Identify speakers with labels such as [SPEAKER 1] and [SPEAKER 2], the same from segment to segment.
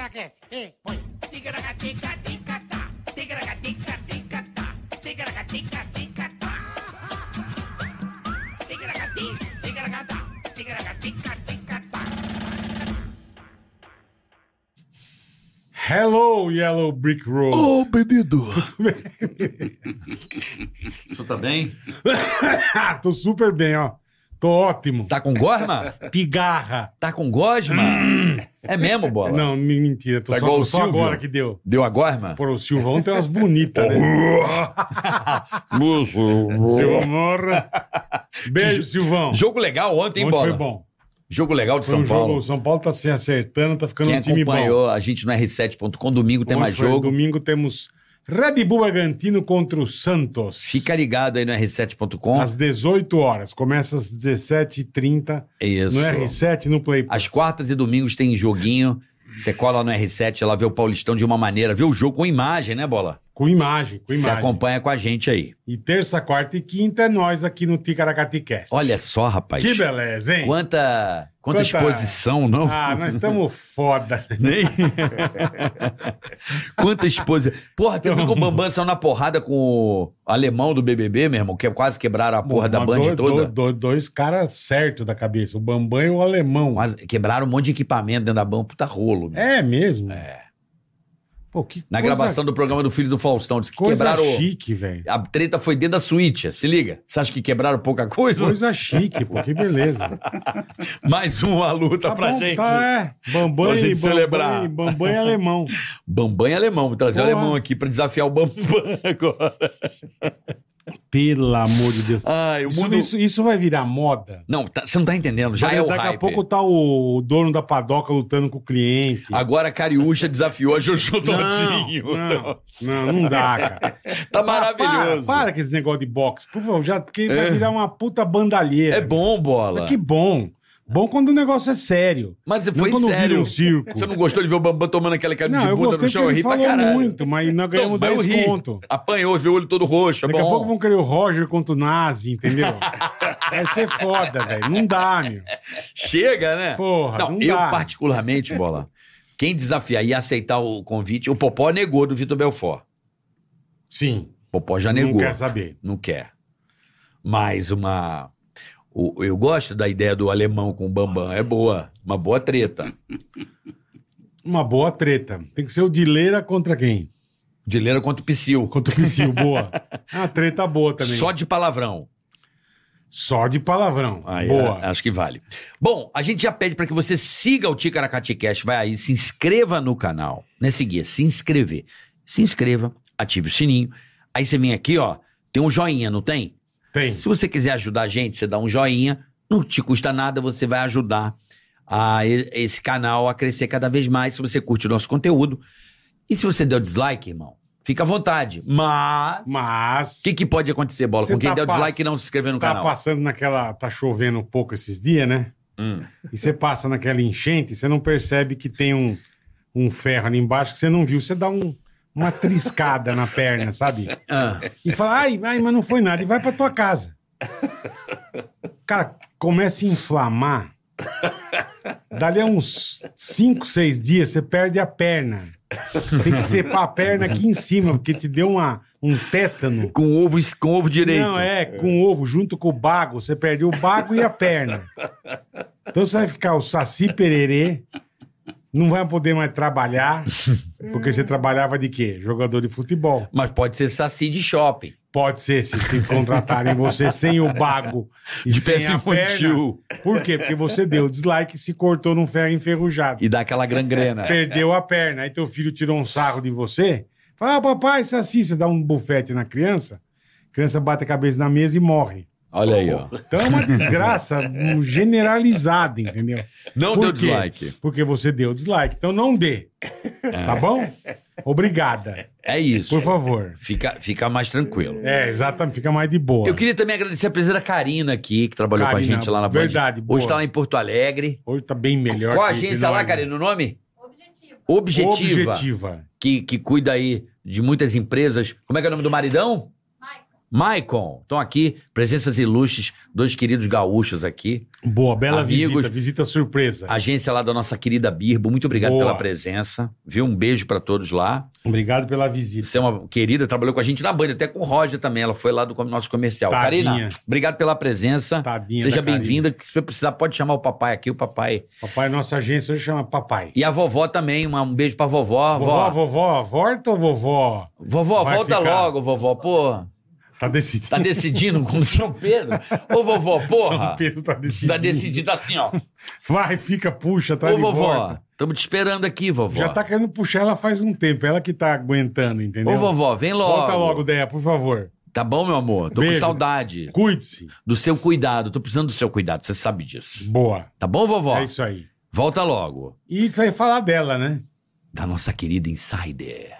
[SPEAKER 1] Ticaracast, e põe.
[SPEAKER 2] Ticaracatica-ticatá, ticaracatica-ticatá, ticaracatica-ticatá. Ticaracati, ticaracatá, ticaracatica-ticatá.
[SPEAKER 3] Hello, Yellow Brick Road.
[SPEAKER 4] Ô, bebido!
[SPEAKER 5] Você tá bem?
[SPEAKER 4] Oh.
[SPEAKER 3] Ah, tô super bem, ó. Tô ótimo.
[SPEAKER 4] Tá com gosma?
[SPEAKER 3] Pigarra.
[SPEAKER 4] Tá com gosma? é mesmo, bola?
[SPEAKER 3] Não, me- mentira. Tô
[SPEAKER 4] Tá
[SPEAKER 3] só,
[SPEAKER 4] igual o
[SPEAKER 3] só
[SPEAKER 4] Silvio?
[SPEAKER 3] agora que deu.
[SPEAKER 4] Deu a gosma?
[SPEAKER 3] Pô, o Silvão tem umas bonitas, né? Silvão Morra. Beijo, Silvão.
[SPEAKER 4] Jogo legal ontem, hein,
[SPEAKER 3] Ontem
[SPEAKER 4] bola?
[SPEAKER 3] foi bom.
[SPEAKER 4] Jogo legal de
[SPEAKER 3] Foi
[SPEAKER 4] São
[SPEAKER 3] um jogo,
[SPEAKER 4] Paulo.
[SPEAKER 3] o São Paulo tá se acertando, tá ficando
[SPEAKER 4] Quem
[SPEAKER 3] um time bom.
[SPEAKER 4] acompanhou a gente no R7.com, domingo tem
[SPEAKER 3] Ontem
[SPEAKER 4] mais
[SPEAKER 3] foi-
[SPEAKER 4] jogo.
[SPEAKER 3] Domingo temos Red Bull Bragantino contra o Santos.
[SPEAKER 4] Fica ligado aí no R7.com.
[SPEAKER 3] Às 18 horas. Começa às 17h30
[SPEAKER 4] É Isso.
[SPEAKER 3] no R7 no Play Pass.
[SPEAKER 4] Às quartas e domingos tem joguinho. Você cola no R7, ela vê o Paulistão de uma maneira, vê o jogo com imagem, né, bola?
[SPEAKER 3] Com imagem, com
[SPEAKER 4] Você
[SPEAKER 3] imagem.
[SPEAKER 4] acompanha com a gente aí.
[SPEAKER 3] E terça, quarta e quinta é nós aqui no Ticaracaticast.
[SPEAKER 4] Olha só, rapaz.
[SPEAKER 3] que beleza, hein?
[SPEAKER 4] Quanta, quanta,
[SPEAKER 3] Quanta-
[SPEAKER 4] exposição, não?
[SPEAKER 3] Ah, nós estamos foda.
[SPEAKER 4] Nem... Quanta esposa. Porra, tem que o Bambam saiu na porrada com o alemão do BBB, meu irmão, que quase quebraram a porra da
[SPEAKER 3] Mas dois-
[SPEAKER 4] banda toda.
[SPEAKER 3] dois- dois- dois caras certos da cabeça, o Bambam e o Alemão.
[SPEAKER 4] Quase quebraram um monte de equipamento dentro da banda, puta rolo. meu.
[SPEAKER 3] É mesmo? É. Pô, que
[SPEAKER 4] Na
[SPEAKER 3] coisa-
[SPEAKER 4] gravação do programa do Filho do Faustão, disse que
[SPEAKER 3] coisa
[SPEAKER 4] quebraram.
[SPEAKER 3] chique, velho.
[SPEAKER 4] A treta foi dentro da suíte, se liga. Você acha que quebraram pouca coisa?
[SPEAKER 3] Coisa chique, pô, que beleza.
[SPEAKER 4] Mais uma luta
[SPEAKER 3] Tá
[SPEAKER 4] pra
[SPEAKER 3] bom,
[SPEAKER 4] gente.
[SPEAKER 3] Tá, é. Bambam
[SPEAKER 4] Pra
[SPEAKER 3] e
[SPEAKER 4] gente
[SPEAKER 3] Bambam
[SPEAKER 4] celebrar.
[SPEAKER 3] e- Bambam e Alemão.
[SPEAKER 4] Bambam e alemão, vou trazer
[SPEAKER 3] Porra.
[SPEAKER 4] o alemão aqui pra desafiar o Bambam agora.
[SPEAKER 3] Pelo amor de Deus.
[SPEAKER 4] Ai, o
[SPEAKER 3] Isso,
[SPEAKER 4] mundo.
[SPEAKER 3] isso- isso vai virar moda?
[SPEAKER 4] Não, tá- você não tá entendendo, já
[SPEAKER 3] Daqui-
[SPEAKER 4] é o
[SPEAKER 3] Daqui
[SPEAKER 4] hype.
[SPEAKER 3] a pouco tá o dono da padoca lutando com o cliente.
[SPEAKER 4] Agora a Cariúcha desafiou a Jojo Todinho. Então,
[SPEAKER 3] Não, não, não dá, cara.
[SPEAKER 4] Tá
[SPEAKER 3] Para,
[SPEAKER 4] maravilhoso.
[SPEAKER 3] para com esse negócio de boxe, por favor, já, porque vai virar uma puta bandalheira.
[SPEAKER 4] É bom, bola.
[SPEAKER 3] Mas que bom. Bom quando o negócio é sério.
[SPEAKER 4] Mas
[SPEAKER 3] Não
[SPEAKER 4] foi
[SPEAKER 3] quando vira
[SPEAKER 4] sério.
[SPEAKER 3] um circo.
[SPEAKER 4] Você não gostou de ver o Bambam tomando aquela cara
[SPEAKER 3] Não,
[SPEAKER 4] de
[SPEAKER 3] eu
[SPEAKER 4] bunda
[SPEAKER 3] gostei
[SPEAKER 4] no
[SPEAKER 3] que
[SPEAKER 4] chão? Eu
[SPEAKER 3] ele
[SPEAKER 4] ri pra
[SPEAKER 3] falou
[SPEAKER 4] caralho.
[SPEAKER 3] muito, mas nós ganhamos
[SPEAKER 4] Tomou, eu
[SPEAKER 3] 10
[SPEAKER 4] ri.
[SPEAKER 3] conto.
[SPEAKER 4] Apanhou, viu o olho todo roxo. É
[SPEAKER 3] Daqui a
[SPEAKER 4] bom.
[SPEAKER 3] pouco vão querer o Roger contra o Nazi, entendeu? Vai ser foda, velho. Não dá, meu.
[SPEAKER 4] Chega, né?
[SPEAKER 3] Porra,
[SPEAKER 4] não,
[SPEAKER 3] não
[SPEAKER 4] eu
[SPEAKER 3] dá.
[SPEAKER 4] particularmente, bola. Quem desafiar e aceitar o convite, o Popó negou do Vitor Belfort.
[SPEAKER 3] Sim,
[SPEAKER 4] O Popó já
[SPEAKER 3] não
[SPEAKER 4] negou.
[SPEAKER 3] quer saber.
[SPEAKER 4] Não quer. Mais uma. o- eu gosto da ideia do alemão com o Bambam. É boa. Uma boa treta.
[SPEAKER 3] Uma boa treta. Tem que ser o Dileira contra quem?
[SPEAKER 4] De Leira contra o Psyu.
[SPEAKER 3] Contra o Psyu, boa. É uma treta boa também.
[SPEAKER 4] Só de palavrão.
[SPEAKER 3] Só de palavrão.
[SPEAKER 4] Ah, é,
[SPEAKER 3] boa.
[SPEAKER 4] acho que vale. Bom, a gente já pede para que você siga o Ticaracati Cast, vai aí, se inscreva no canal. Não é seguir, é se inscrever. Se inscreva, ative o sininho. Aí você vem aqui, ó, tem um joinha, não tem?
[SPEAKER 3] Tem.
[SPEAKER 4] Se você quiser ajudar a gente, você dá um joinha, não te custa nada, você vai ajudar a e- esse canal a crescer cada vez mais se você curte o nosso conteúdo. E se você deu dislike, irmão, fica à vontade. Mas o
[SPEAKER 3] Mas.
[SPEAKER 4] que, que pode acontecer, bola?
[SPEAKER 3] Você
[SPEAKER 4] Com quem
[SPEAKER 3] tá
[SPEAKER 4] deu
[SPEAKER 3] pass-
[SPEAKER 4] dislike e não se inscrever no
[SPEAKER 3] tá
[SPEAKER 4] canal?
[SPEAKER 3] passando naquela. Tá chovendo um pouco esses dias, né?
[SPEAKER 4] Hum.
[SPEAKER 3] E você passa naquela enchente, você não percebe que tem um, um ferro ali embaixo que você não viu. Você dá um- uma triscada na perna, sabe?
[SPEAKER 4] Ah.
[SPEAKER 3] E fala, ai, ai, mas não foi nada. E vai pra tua casa. Cara, começa a inflamar. Dali a uns 5, 6 dias, você perde a perna. Você tem que separar a perna aqui em cima, porque te deu uma, um tétano.
[SPEAKER 4] Com ovo, com ovo direito.
[SPEAKER 3] Não, é, com ovo, junto com o bago, você perdeu o bago e a perna. Então você vai ficar o saci pererê, não vai poder mais trabalhar, porque você trabalhava de quê? Jogador de futebol.
[SPEAKER 4] Mas pode ser saci de shopping.
[SPEAKER 3] Pode ser, se, se contratarem você sem o bago e
[SPEAKER 4] De
[SPEAKER 3] sem
[SPEAKER 4] peça
[SPEAKER 3] a perna.
[SPEAKER 4] infantil.
[SPEAKER 3] Por quê? Porque você deu dislike e se cortou num ferro enferrujado.
[SPEAKER 4] E dá aquela gangrena.
[SPEAKER 3] Perdeu a perna. Aí teu filho tirou um sarro de você. Fala, ah, papai, saci, você dá um bufete na criança, a criança bate a cabeça na mesa e morre.
[SPEAKER 4] Olha aí, ó.
[SPEAKER 3] Então é uma desgraça um, generalizada, entendeu?
[SPEAKER 4] Não
[SPEAKER 3] Por
[SPEAKER 4] deu
[SPEAKER 3] quê?
[SPEAKER 4] dislike.
[SPEAKER 3] Porque você deu dislike. Então não dê. Tá bom? Obrigada.
[SPEAKER 4] É isso.
[SPEAKER 3] Por favor.
[SPEAKER 4] Fica, fica mais tranquilo.
[SPEAKER 3] É, exatamente. Fica mais de boa.
[SPEAKER 4] Eu queria também agradecer a presença da Karina aqui, que trabalhou com a
[SPEAKER 3] Karina,
[SPEAKER 4] gente lá na Band.
[SPEAKER 3] verdade, boa.
[SPEAKER 4] Hoje tá lá em Porto Alegre.
[SPEAKER 3] Hoje tá bem melhor.
[SPEAKER 4] Qual a
[SPEAKER 3] que- que
[SPEAKER 4] agência lá,
[SPEAKER 3] nós, né?
[SPEAKER 4] Karina? O nome?
[SPEAKER 6] Objetivo.
[SPEAKER 4] Objetiva.
[SPEAKER 3] Objetiva.
[SPEAKER 4] Que, que cuida aí de muitas empresas. Como é que é o nome do maridão?
[SPEAKER 6] Michael.
[SPEAKER 4] Maicon, estão aqui, presenças ilustres, dois queridos gaúchos aqui.
[SPEAKER 3] Boa, bela
[SPEAKER 4] Amigos-
[SPEAKER 3] visita, visita surpresa.
[SPEAKER 4] Agência lá da nossa querida Birbo, muito obrigado
[SPEAKER 3] Boa.
[SPEAKER 4] pela presença. Viu? Um beijo pra todos lá.
[SPEAKER 3] Obrigado pela visita.
[SPEAKER 4] Você é uma querida, trabalhou com a gente na Band, até com o Roger também. Ela foi lá do nosso comercial.
[SPEAKER 3] Tadinha.
[SPEAKER 4] Karina, obrigado pela presença.
[SPEAKER 3] Tadinha
[SPEAKER 4] Seja
[SPEAKER 3] da Karina.
[SPEAKER 4] bem-vinda. que Se precisar, pode chamar o papai aqui, o papai.
[SPEAKER 3] Papai, nossa agência hoje chama papai.
[SPEAKER 4] E a vovó também, uma- um beijo pra vovó.
[SPEAKER 3] Vovó,
[SPEAKER 4] Vó.
[SPEAKER 3] vovó, volta ou vovó?
[SPEAKER 4] Vovó,
[SPEAKER 3] vai
[SPEAKER 4] volta
[SPEAKER 3] ficar.
[SPEAKER 4] logo, vovó, pô.
[SPEAKER 3] Tá decidido.
[SPEAKER 4] Tá decidindo como São Pedro? Ô, vovó, porra.
[SPEAKER 3] São Pedro tá decidido.
[SPEAKER 4] Tá decidido assim, ó.
[SPEAKER 3] Vai, fica, puxa, tá
[SPEAKER 4] Ô,
[SPEAKER 3] de
[SPEAKER 4] vovó,
[SPEAKER 3] volta.
[SPEAKER 4] estamos te esperando aqui, vovó.
[SPEAKER 3] Já tá querendo puxar ela faz um tempo. Ela que tá aguentando, entendeu?
[SPEAKER 4] Ô, vovó, vem logo.
[SPEAKER 3] Volta logo, Deia, por favor.
[SPEAKER 4] Tá bom, meu amor? Tô com
[SPEAKER 3] Beijo.
[SPEAKER 4] saudade
[SPEAKER 3] Cuide-se.
[SPEAKER 4] do seu cuidado. Tô precisando do seu cuidado, você sabe disso.
[SPEAKER 3] Boa.
[SPEAKER 4] Tá bom, vovó?
[SPEAKER 3] É isso aí.
[SPEAKER 4] Volta logo.
[SPEAKER 3] E isso aí falar dela, né?
[SPEAKER 4] Da nossa querida Insider.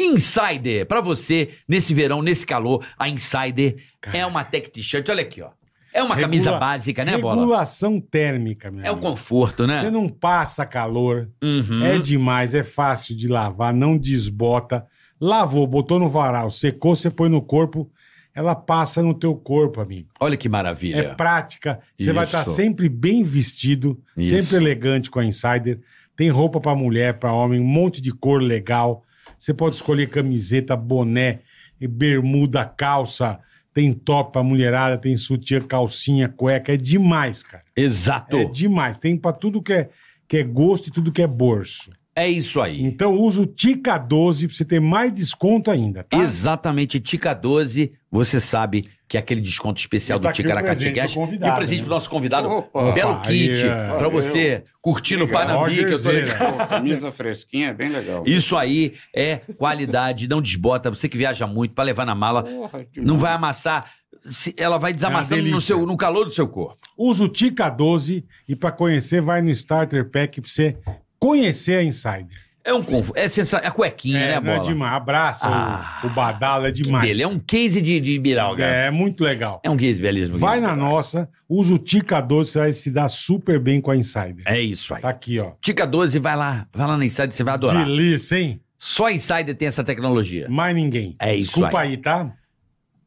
[SPEAKER 4] Insider! Pra você, nesse verão, nesse calor, a Insider é uma tech t-shirt. Olha aqui, ó. É uma
[SPEAKER 3] Regula-
[SPEAKER 4] camisa básica, né, Bola?
[SPEAKER 3] Regulação térmica, meu
[SPEAKER 4] É o
[SPEAKER 3] amigo.
[SPEAKER 4] conforto, né?
[SPEAKER 3] Você não passa calor.
[SPEAKER 4] Uhum.
[SPEAKER 3] É demais, é fácil de lavar, não desbota. Lavou, botou no varal, secou, você põe no corpo, ela passa no teu corpo, amigo.
[SPEAKER 4] Olha que
[SPEAKER 3] É
[SPEAKER 4] maravilha.
[SPEAKER 3] prática, você vai
[SPEAKER 4] Isso.
[SPEAKER 3] estar sempre bem vestido,
[SPEAKER 4] Isso.
[SPEAKER 3] sempre elegante com a Insider. Tem roupa pra mulher, pra homem, um monte de cor legal. Você pode escolher camiseta, boné, bermuda, calça. Tem top pra mulherada, tem sutiã, calcinha, cueca. É demais, cara.
[SPEAKER 4] Exato.
[SPEAKER 3] É demais. Tem pra tudo que é, que é gosto e tudo que é bolso.
[SPEAKER 4] É isso aí.
[SPEAKER 3] Então usa o Tica 12 pra você ter mais desconto ainda, tá?
[SPEAKER 4] Exatamente, Tica 12, você sabe que é aquele desconto especial
[SPEAKER 3] E tá
[SPEAKER 4] do
[SPEAKER 3] aqui o
[SPEAKER 4] Ticaracati
[SPEAKER 3] presente do
[SPEAKER 4] Cash. E
[SPEAKER 3] convidado,
[SPEAKER 4] o presente
[SPEAKER 3] né?
[SPEAKER 4] pro nosso convidado,
[SPEAKER 1] Opa.
[SPEAKER 4] um belo
[SPEAKER 3] Opa,
[SPEAKER 4] kit,
[SPEAKER 3] aí, é.
[SPEAKER 4] pra você curtir no
[SPEAKER 1] Legal.
[SPEAKER 4] Panambi, que eu tô
[SPEAKER 3] Rogerzeira.
[SPEAKER 4] ligado.
[SPEAKER 1] Pô, camisa fresquinha é bem legal.
[SPEAKER 4] Isso aí é qualidade, não desbota. Você que viaja muito pra levar na mala,
[SPEAKER 1] Porra, demais.
[SPEAKER 4] não vai amassar, se- ela vai desamassando no,
[SPEAKER 3] É delícia.
[SPEAKER 4] seu, no calor do seu corpo.
[SPEAKER 3] Usa o Tica 12 e pra conhecer vai no Starter Pack pra você conhecer a Insider.
[SPEAKER 4] É um conf... é sensa... é cuequinha, né,
[SPEAKER 3] não é
[SPEAKER 4] bola?
[SPEAKER 3] demais. Abraça o-
[SPEAKER 4] Ah.
[SPEAKER 3] o, badalo, é demais.
[SPEAKER 4] Ele é um case de, de Biral, cara.
[SPEAKER 3] É, é muito legal.
[SPEAKER 4] É. um case belíssimo.
[SPEAKER 3] Vai
[SPEAKER 4] cara.
[SPEAKER 3] na nossa, usa o Tica 12, você vai se dar super bem com a Insider.
[SPEAKER 4] É isso aí.
[SPEAKER 3] Tá aqui, ó.
[SPEAKER 4] Tica 12, vai lá, vai lá na Insider, você vai adorar.
[SPEAKER 3] Delícia, hein?
[SPEAKER 4] Só a Insider tem essa tecnologia.
[SPEAKER 3] Mais ninguém.
[SPEAKER 4] É isso
[SPEAKER 3] Desculpa
[SPEAKER 4] aí.
[SPEAKER 3] aí, tá?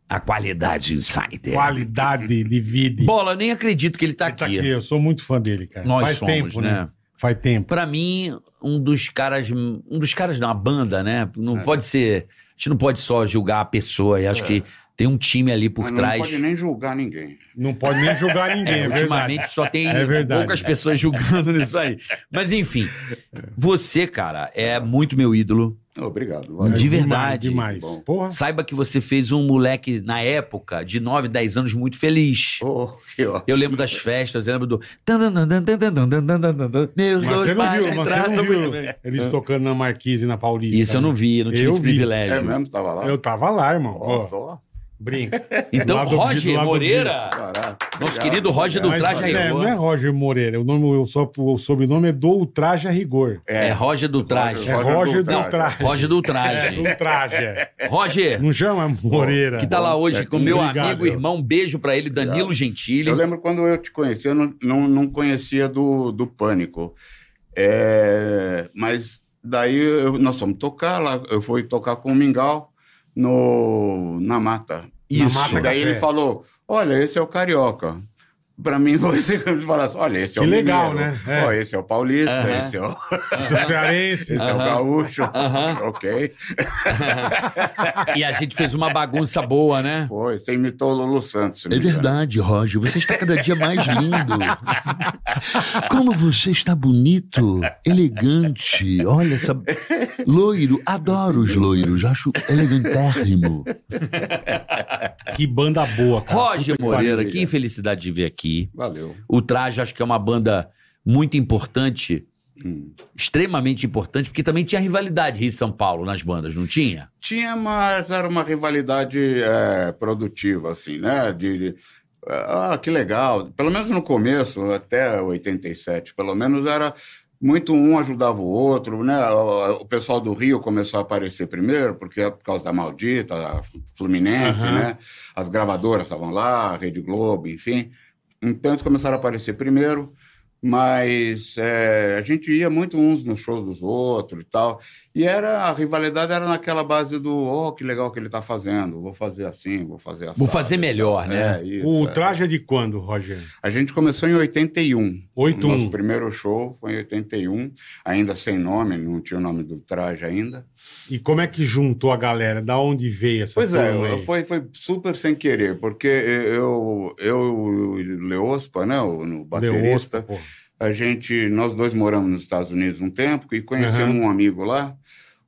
[SPEAKER 4] A qualidade Insider.
[SPEAKER 3] Qualidade de vida.
[SPEAKER 4] Bola, eu nem acredito que ele tá
[SPEAKER 3] Ele tá
[SPEAKER 4] aqui.
[SPEAKER 3] aqui, eu sou muito fã dele, cara.
[SPEAKER 4] Nós
[SPEAKER 3] Faz
[SPEAKER 4] somos,
[SPEAKER 3] tempo,
[SPEAKER 4] né?
[SPEAKER 3] né? Faz tempo.
[SPEAKER 4] Pra mim, um dos caras. Um dos caras, não, a banda, né? Não
[SPEAKER 3] É.
[SPEAKER 4] pode ser. A gente não pode só julgar a pessoa. E acho que tem um time ali por
[SPEAKER 1] Mas
[SPEAKER 4] trás.
[SPEAKER 1] Não pode nem julgar ninguém.
[SPEAKER 3] Não pode nem julgar ninguém, é,
[SPEAKER 4] É,
[SPEAKER 3] verdade.
[SPEAKER 4] ultimamente só tem
[SPEAKER 3] É verdade.
[SPEAKER 4] poucas pessoas julgando nisso aí. Mas enfim, você, cara, é muito meu ídolo.
[SPEAKER 1] Obrigado.
[SPEAKER 3] É
[SPEAKER 1] valeu.
[SPEAKER 4] De
[SPEAKER 3] demais,
[SPEAKER 4] verdade.
[SPEAKER 3] Demais.
[SPEAKER 1] Bom.
[SPEAKER 3] Porra.
[SPEAKER 4] Saiba que você fez um moleque, na época, de 9, 10 anos, muito feliz.
[SPEAKER 1] Pô, que ó.
[SPEAKER 4] Eu lembro das festas, eu lembro do. Meus
[SPEAKER 3] Mas
[SPEAKER 4] dois
[SPEAKER 3] você não
[SPEAKER 4] pais
[SPEAKER 3] viu, mas você
[SPEAKER 4] tratam
[SPEAKER 3] não
[SPEAKER 4] tá muito
[SPEAKER 3] viu
[SPEAKER 4] bem. É.
[SPEAKER 3] eles tocando na Marquise na Paulista.
[SPEAKER 4] Isso eu não vi, eu não tive
[SPEAKER 3] Eu
[SPEAKER 4] esse
[SPEAKER 3] vi.
[SPEAKER 1] É
[SPEAKER 4] privilégio.
[SPEAKER 1] mesmo, tava lá.
[SPEAKER 3] Eu tava lá, irmão.
[SPEAKER 1] Ó,
[SPEAKER 3] Ó,
[SPEAKER 1] só.
[SPEAKER 3] brinca.
[SPEAKER 4] então,
[SPEAKER 3] Lado B, do
[SPEAKER 4] Roger
[SPEAKER 3] lado B.
[SPEAKER 4] Moreira,
[SPEAKER 1] Caraca.
[SPEAKER 4] nosso
[SPEAKER 1] Obrigado,
[SPEAKER 4] querido Roger do
[SPEAKER 1] obrigado.
[SPEAKER 4] Traje a
[SPEAKER 3] é,
[SPEAKER 4] Rigor.
[SPEAKER 3] não é Roger Moreira. O, nome, eu só, o sobrenome é do Ultraje a Rigor.
[SPEAKER 4] é,
[SPEAKER 1] É,
[SPEAKER 4] Roger do Traje.
[SPEAKER 3] É Roger do Ultraje.
[SPEAKER 4] Roger do
[SPEAKER 3] É,
[SPEAKER 4] Traje.
[SPEAKER 3] do Ultraje. é.
[SPEAKER 4] Roger,
[SPEAKER 3] Não chama Moreira.
[SPEAKER 4] que tá lá hoje
[SPEAKER 1] é,
[SPEAKER 4] com meu
[SPEAKER 3] obrigado.
[SPEAKER 4] amigo, irmão, um beijo pra ele, Danilo Gentili.
[SPEAKER 1] Eu lembro quando eu te conheci, eu não, não, não conhecia do, do Pânico. É, mas daí eu- nós fomos tocar lá, eu fui tocar com o Mingau no, na mata.
[SPEAKER 4] Isso.
[SPEAKER 3] Na Mata
[SPEAKER 1] daí
[SPEAKER 3] Café.
[SPEAKER 1] ele falou: Olha, esse é o Carioca. Pra mim, você fala assim: Olha, esse é
[SPEAKER 3] Que
[SPEAKER 1] o
[SPEAKER 3] legal,
[SPEAKER 1] mineiro.
[SPEAKER 3] né? É.
[SPEAKER 1] Ó, esse é o paulista,
[SPEAKER 4] Aham.
[SPEAKER 1] esse é o,
[SPEAKER 3] Sou
[SPEAKER 4] né?
[SPEAKER 3] cearense.
[SPEAKER 1] esse é o
[SPEAKER 4] Aham.
[SPEAKER 1] gaúcho.
[SPEAKER 4] Aham.
[SPEAKER 1] Ok.
[SPEAKER 4] E a gente fez uma bagunça boa, né?
[SPEAKER 1] Foi, você imitou o Lulu
[SPEAKER 4] É
[SPEAKER 1] Santos. se não me engano.
[SPEAKER 5] É Roger. Você está cada dia mais lindo. Como você está bonito, elegante. Olha essa. Loiro. Adoro os loiros. Acho elegantérrimo.
[SPEAKER 3] Que banda boa, cara.
[SPEAKER 4] Roger
[SPEAKER 3] Puta que
[SPEAKER 4] Moreira,
[SPEAKER 1] Ah, pariu.
[SPEAKER 4] que infelicidade de ver aqui.
[SPEAKER 1] Valeu.
[SPEAKER 4] O Traje, acho que é uma banda muito importante,
[SPEAKER 1] Hum.
[SPEAKER 4] extremamente importante, porque também tinha rivalidade Rio e São Paulo nas bandas, não tinha?
[SPEAKER 1] Tinha, mas era uma rivalidade é, produtiva, assim, né? De, de, ah, que legal. Pelo menos no começo, até 87, pelo menos era muito um ajudava o outro, né? O, o pessoal do Rio começou a aparecer primeiro, porque é por causa da maldita, a Fluminense,
[SPEAKER 3] Aham.
[SPEAKER 1] né? As um gravadoras estavam lá, a Rede Globo, enfim. Então eles começaram a aparecer primeiro. Mas é, a gente ia muito uns nos shows dos outros e tal. E era, a rivalidade era naquela base do, oh, que legal que ele tá fazendo, vou fazer assim, vou fazer assim.
[SPEAKER 4] Vou fazer melhor, né?
[SPEAKER 1] É, isso,
[SPEAKER 3] O
[SPEAKER 1] é.
[SPEAKER 3] traje é de quando, Roger?
[SPEAKER 1] A gente começou em 81. O
[SPEAKER 3] 8-1.
[SPEAKER 1] nosso primeiro show foi em 81, ainda sem nome, não tinha o nome do traje ainda.
[SPEAKER 3] E como é que juntou a galera? Da onde veio essa
[SPEAKER 1] Pois é,
[SPEAKER 3] turma aí?
[SPEAKER 1] foi, foi super sem querer, porque eu, eu e o Leospa, né, o no baterista,
[SPEAKER 3] Leospa, pô.
[SPEAKER 1] a gente, nós dois moramos nos Estados Unidos um tempo e conhecemos um amigo lá,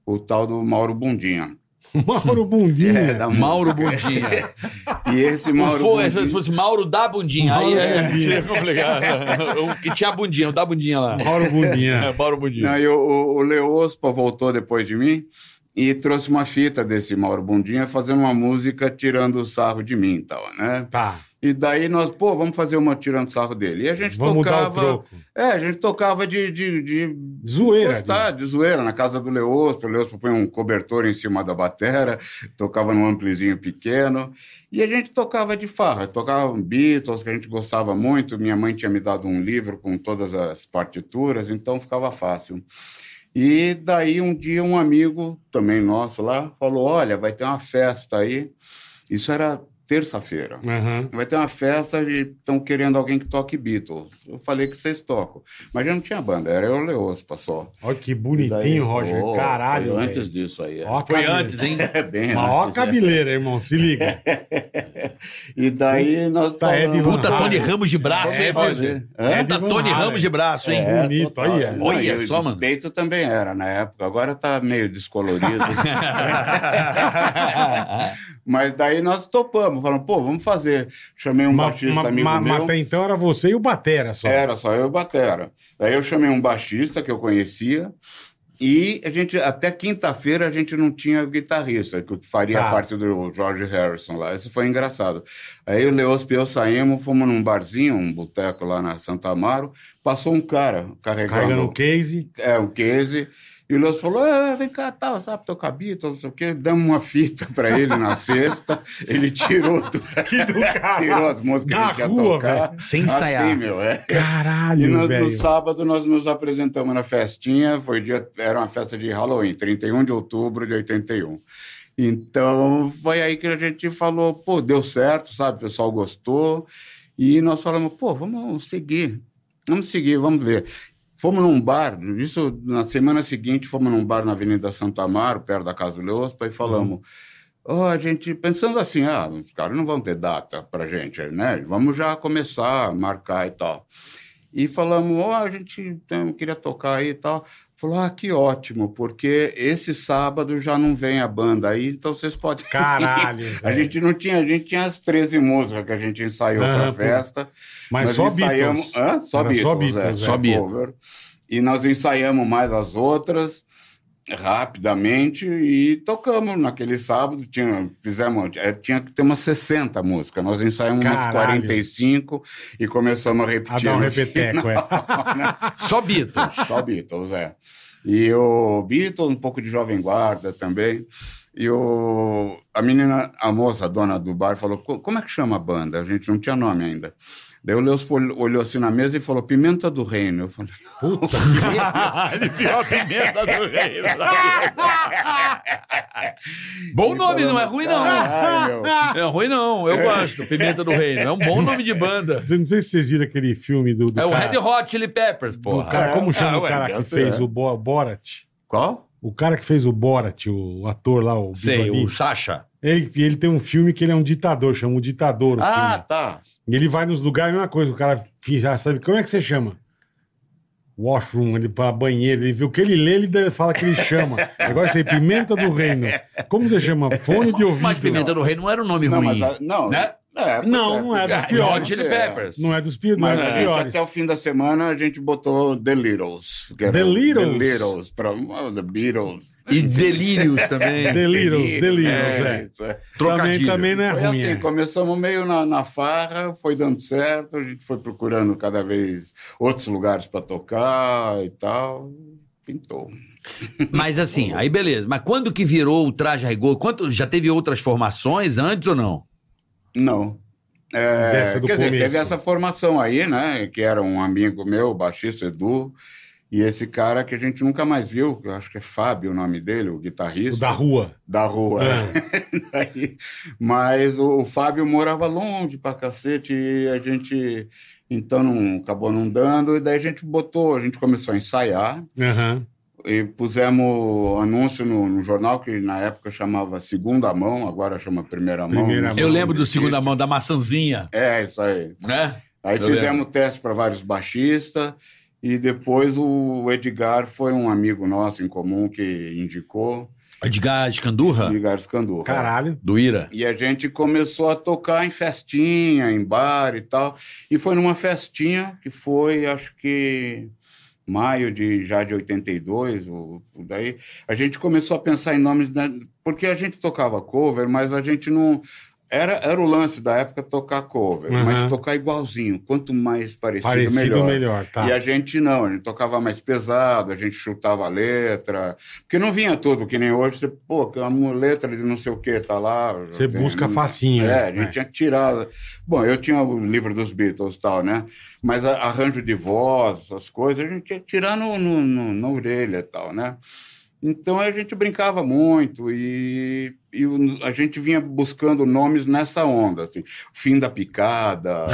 [SPEAKER 1] o tal do Mauro Bundinha.
[SPEAKER 3] Mauro Bundinho.
[SPEAKER 1] É, da música.
[SPEAKER 4] Mauro Bundinha.
[SPEAKER 1] E esse
[SPEAKER 4] Não
[SPEAKER 1] Mauro
[SPEAKER 4] for, é, se
[SPEAKER 1] Bundinha,
[SPEAKER 4] fosse Mauro da Bundinha.
[SPEAKER 3] Mauro
[SPEAKER 4] aí
[SPEAKER 3] da
[SPEAKER 4] é,
[SPEAKER 3] Bundinha.
[SPEAKER 4] seria complicado. O que tinha a Bundinha, o da Bundinha lá.
[SPEAKER 3] Mauro
[SPEAKER 4] É,
[SPEAKER 3] Bundinha.
[SPEAKER 4] Mauro Bundinha.
[SPEAKER 1] Não, e o, o- o Leospa voltou depois de mim e trouxe uma fita desse Mauro Bundinha fazendo uma música tirando o sarro de mim e tal, né?
[SPEAKER 3] Tá,
[SPEAKER 1] E daí nós, pô, vamos fazer uma tirando sarro dele. E a gente
[SPEAKER 3] vamos dar o
[SPEAKER 1] tocava.
[SPEAKER 3] troco.
[SPEAKER 1] É, a gente tocava de, de, de
[SPEAKER 3] Zoeira.
[SPEAKER 1] gostar, de zoeira, na casa do Leospo. O Leospo põe um cobertor em cima da batera, tocava num amplizinho pequeno. E a gente tocava de farra, tocava um Beatles, que a gente gostava muito. Minha mãe tinha me dado um livro com todas as partituras, então ficava fácil. E daí um dia um amigo, também nosso lá, falou: Olha, vai ter uma festa aí. Isso era terça-feira.
[SPEAKER 3] Aham.
[SPEAKER 1] Vai ter uma festa e estão querendo alguém que toque Beatles. Eu falei que vocês tocam. Mas já não tinha banda, era eu e o Leospa só.
[SPEAKER 3] Olha que
[SPEAKER 1] E daí-
[SPEAKER 3] bonitinho, Roger.
[SPEAKER 1] Pô,
[SPEAKER 3] Caralho.
[SPEAKER 1] Foi
[SPEAKER 3] velho.
[SPEAKER 1] antes disso aí. é.
[SPEAKER 3] Ó a
[SPEAKER 4] Foi
[SPEAKER 3] cabeleira.
[SPEAKER 4] antes, né? hein?
[SPEAKER 1] É bem
[SPEAKER 3] Mas ó a
[SPEAKER 1] antes, é.
[SPEAKER 3] cabeleira, irmão. Se liga.
[SPEAKER 1] E daí nós
[SPEAKER 3] Tá, é de
[SPEAKER 1] falamos,
[SPEAKER 4] Puta
[SPEAKER 3] Ah,
[SPEAKER 4] Tony
[SPEAKER 3] é.
[SPEAKER 4] Ramos de braço, hein,
[SPEAKER 1] "Vamos
[SPEAKER 4] Roger?
[SPEAKER 1] fazer." Hã?
[SPEAKER 3] de
[SPEAKER 4] Puta
[SPEAKER 3] Van
[SPEAKER 4] Tá Tony
[SPEAKER 3] Halen.
[SPEAKER 4] Ramos de braço, hein?
[SPEAKER 1] É,
[SPEAKER 3] bonito,
[SPEAKER 1] total,
[SPEAKER 3] aí,
[SPEAKER 1] é.
[SPEAKER 3] ó.
[SPEAKER 1] Não,
[SPEAKER 4] Olha
[SPEAKER 1] e o
[SPEAKER 4] só, mano.
[SPEAKER 1] peito também era na época, agora tá meio descolorido.
[SPEAKER 4] É.
[SPEAKER 1] Mas daí nós topamos, falamos, pô, vamos fazer. Chamei um
[SPEAKER 3] Ma-
[SPEAKER 1] baixista
[SPEAKER 3] ma-
[SPEAKER 1] amigo
[SPEAKER 3] ma-
[SPEAKER 1] meu. É,
[SPEAKER 3] mas até então era você e o Batera só.
[SPEAKER 1] Era só eu e o Batera. Daí eu chamei um baixista que eu conhecia e a gente até quinta-feira a gente não tinha guitarrista, que faria
[SPEAKER 3] Tá.
[SPEAKER 1] parte do George Harrison lá. Isso foi engraçado. Aí o Leospe e eu saímos, fomos num barzinho, um boteco lá na Santa Amaro, passou um cara
[SPEAKER 3] Carregando um
[SPEAKER 1] carregando
[SPEAKER 3] o case.
[SPEAKER 1] é, o case. E o Leos falou: "Ah, vem cá, tal, sabe, teu cabito, não sei o quê. Damos uma fita para ele na sexta. Ele tirou, do-
[SPEAKER 3] Que do
[SPEAKER 1] tirou
[SPEAKER 3] caralho.
[SPEAKER 1] as músicas
[SPEAKER 3] Na
[SPEAKER 1] que ele
[SPEAKER 3] rua,
[SPEAKER 1] ia tocar.
[SPEAKER 3] velho.
[SPEAKER 4] Sem ensaiar.
[SPEAKER 1] Assim, meu, é. E
[SPEAKER 3] Caralho,
[SPEAKER 1] nós, no
[SPEAKER 3] velho.
[SPEAKER 1] sábado nós nos apresentamos na festinha, foi dia, era uma festa de Halloween, 31 de outubro de 81. Então foi aí que a gente falou, pô, deu certo, sabe? O pessoal gostou. E nós falamos, pô, vamos seguir, vamos seguir, vamos ver. Fomos num bar, isso na semana seguinte, fomos num bar na Avenida Santo Amaro, perto da Casa do Leospa, e falamos. ó, a gente pensando assim, ah, os caras não vão ter data pra gente, né? Vamos já começar a marcar e tal. E falamos, ó, a gente tem- queria tocar aí e tal. Falou, ah, que ótimo, porque esse sábado já não vem a banda aí, então vocês podem.
[SPEAKER 3] Caralho.
[SPEAKER 1] a
[SPEAKER 3] velho.
[SPEAKER 1] gente não tinha, a gente tinha as 13 músicas que a gente ensaiou
[SPEAKER 3] Ah,
[SPEAKER 1] para
[SPEAKER 3] pô.
[SPEAKER 1] festa.
[SPEAKER 3] Mas
[SPEAKER 1] Nós
[SPEAKER 3] só
[SPEAKER 1] ensaiamos-
[SPEAKER 3] Beatles.
[SPEAKER 1] Hã? Só
[SPEAKER 3] Era
[SPEAKER 1] Beatles,
[SPEAKER 3] só
[SPEAKER 1] é,
[SPEAKER 3] Beatles,
[SPEAKER 1] só
[SPEAKER 4] é. Beatles.
[SPEAKER 1] cover. E nós ensaiamos mais as outras rapidamente e tocamos naquele sábado. Tinha, fizemos, eh, tinha que ter umas 60 músicas. Nós ensaiamos umas
[SPEAKER 3] Caralho.
[SPEAKER 1] 45 e começamos a
[SPEAKER 3] A
[SPEAKER 1] repetir.
[SPEAKER 3] dar um
[SPEAKER 1] no
[SPEAKER 3] repeteco, é.
[SPEAKER 4] Só Beatles.
[SPEAKER 1] Só Beatles, é. E o Beatles, um pouco de Jovem Guarda também. E o, a menina, a moça, a dona do bar, falou: "Co- Como é que chama a banda? A gente não tinha nome ainda. Daí o Leus olhou olhou assim na mesa e falou: Pimenta do Reino. Eu falei:
[SPEAKER 3] Puta.
[SPEAKER 4] Ele tirou a pimenta do rei. né? Bom nome, não é ruim, não.
[SPEAKER 1] Caralho.
[SPEAKER 4] É ruim, não. Eu gosto. Pimenta do Reino. É um bom nome de banda.
[SPEAKER 3] Eu Não sei se vocês viram aquele filme do. do
[SPEAKER 4] É o
[SPEAKER 3] cara,
[SPEAKER 4] Red Hot Chili Peppers,
[SPEAKER 3] do
[SPEAKER 4] porra.
[SPEAKER 3] cara, Como chama
[SPEAKER 1] Ah,
[SPEAKER 3] o
[SPEAKER 1] ué,
[SPEAKER 3] cara que
[SPEAKER 1] deve ser,
[SPEAKER 3] fez
[SPEAKER 1] é.
[SPEAKER 3] o Bo- Borat?
[SPEAKER 1] Qual?
[SPEAKER 3] O cara que fez o Borat, o ator lá, o
[SPEAKER 4] Sei,
[SPEAKER 3] bigodinho.
[SPEAKER 4] o Sasha.
[SPEAKER 3] Ele, ele tem um filme que ele é um ditador, chama o ditador. o
[SPEAKER 1] Ah,
[SPEAKER 3] filme.
[SPEAKER 1] tá.
[SPEAKER 3] E ele vai nos lugares, a mesma coisa. O cara fi- já sabe como é que você chama. Washroom, ele para banheiro, ele vê o que ele lê, ele dá- fala que ele chama. Agora você pimenta do reino. Como você chama? Fone de ouvido.
[SPEAKER 4] Mas Pimenta do Reino não era um nome
[SPEAKER 1] Não,
[SPEAKER 4] ruim.
[SPEAKER 1] mas a- não.
[SPEAKER 4] Né?
[SPEAKER 1] É, pois
[SPEAKER 3] Não,
[SPEAKER 1] é,
[SPEAKER 3] não é
[SPEAKER 1] porque-
[SPEAKER 3] dos
[SPEAKER 4] Red Hot
[SPEAKER 3] piores,
[SPEAKER 4] Ah, Chili
[SPEAKER 1] é.
[SPEAKER 4] Peppers.
[SPEAKER 3] Não é dos piores, não é
[SPEAKER 1] Mas
[SPEAKER 3] dos
[SPEAKER 1] a gente,
[SPEAKER 3] piores.
[SPEAKER 1] até o fim da semana a gente botou The Littles. que era
[SPEAKER 3] The Littles?
[SPEAKER 1] The Littles. Pra, um, the Beatles.
[SPEAKER 4] E Delírios também.
[SPEAKER 3] Delírios, delírios, é.
[SPEAKER 1] isso, é.
[SPEAKER 3] Também,
[SPEAKER 4] Trocadilho.
[SPEAKER 3] também não é
[SPEAKER 1] Foi
[SPEAKER 3] ruim.
[SPEAKER 1] assim,
[SPEAKER 3] é.
[SPEAKER 1] começamos meio na, na farra, foi dando certo, a gente foi procurando cada vez outros lugares para tocar e tal. Pintou.
[SPEAKER 4] Mas assim, aí beleza. Mas quando que virou o traje a rigor? Quanto, já teve outras formações antes ou não?
[SPEAKER 1] Não. É,
[SPEAKER 3] Dessa do
[SPEAKER 1] quer dizer,
[SPEAKER 3] começo.
[SPEAKER 1] teve essa formação aí, né? Que era um amigo meu, baixista Edu, e esse cara que a gente nunca mais viu, que eu acho que é Fábio o nome dele, o guitarrista
[SPEAKER 3] O da rua.
[SPEAKER 1] da rua.
[SPEAKER 3] Ah,
[SPEAKER 1] Aí, mas o, o Fábio morava longe pra cacete e a gente então não, acabou não dando, e daí a gente botou, a gente começou a ensaiar
[SPEAKER 3] aham.
[SPEAKER 1] e pusemos anúncio no, no jornal que na época chamava Segunda Mão, agora chama Primeira Mão.
[SPEAKER 3] Primeira
[SPEAKER 1] não sei
[SPEAKER 4] Eu
[SPEAKER 1] o
[SPEAKER 4] lembro do
[SPEAKER 1] nome
[SPEAKER 4] segunda
[SPEAKER 1] disso.
[SPEAKER 4] mão da maçãzinha,
[SPEAKER 1] É, isso aí.
[SPEAKER 4] né?
[SPEAKER 1] Aí
[SPEAKER 4] Eu
[SPEAKER 1] fizemos teste para vários baixistas e depois o Edgar foi um amigo nosso em comum que indicou,
[SPEAKER 4] Edgar Escandurra,
[SPEAKER 1] Edgar Scandurra.
[SPEAKER 3] Caralho.
[SPEAKER 4] do Ira.
[SPEAKER 1] E a gente começou a tocar em festinha, em bar e tal. E foi numa festinha que foi, acho que maio de já de 82, o, o daí a gente começou a pensar em nomes né, porque a gente tocava cover, mas a gente não era, era o lance da época tocar cover,
[SPEAKER 3] Uhum.
[SPEAKER 1] mas tocar igualzinho, quanto mais parecido,
[SPEAKER 3] Parecido
[SPEAKER 1] melhor.
[SPEAKER 3] melhor, tá.
[SPEAKER 1] E a gente não, a gente tocava mais pesado, a gente chutava a letra, porque não vinha tudo, que nem hoje, você, pô, que uma letra de não sei o que tá lá.
[SPEAKER 3] Você
[SPEAKER 1] tem-
[SPEAKER 3] busca facinho.
[SPEAKER 1] É, a gente
[SPEAKER 3] né?
[SPEAKER 1] tinha que tirar. Bom, eu tinha o livro dos Beatles e tal, né? Mas a- arranjo de voz, essas coisas, a gente tinha que tirar no, no, no- na orelha e tal, né? Então a gente brincava muito e, e o- a gente vinha buscando nomes nessa onda, assim, fim da picada,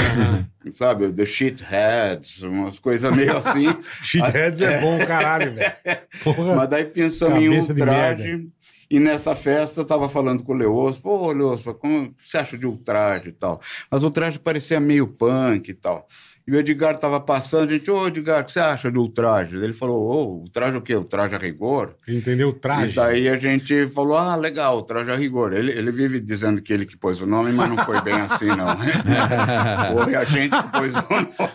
[SPEAKER 3] É.
[SPEAKER 1] sabe, the shitheads, umas coisas meio assim.
[SPEAKER 3] Shitheads é bom, caralho, velho. Porra.
[SPEAKER 1] Mas daí pensamos em
[SPEAKER 3] Cabeça de
[SPEAKER 1] ultraje. E nessa festa eu tava falando com o Leoso, pô, Leoso, como o que você acha de ultraje e tal? Mas ultraje parecia meio punk e tal. E o Edgar tava passando, a gente, ô Edgar, o que você acha de ultraje? Ele falou, ô, ultraje o quê? Ultraje a rigor?
[SPEAKER 3] Entendeu?
[SPEAKER 1] E
[SPEAKER 3] Traje.
[SPEAKER 1] daí a gente falou, ah, legal, ultraje a rigor. Ele, ele vive dizendo que ele que pôs o nome, mas não foi bem assim, não. Foi a gente que pôs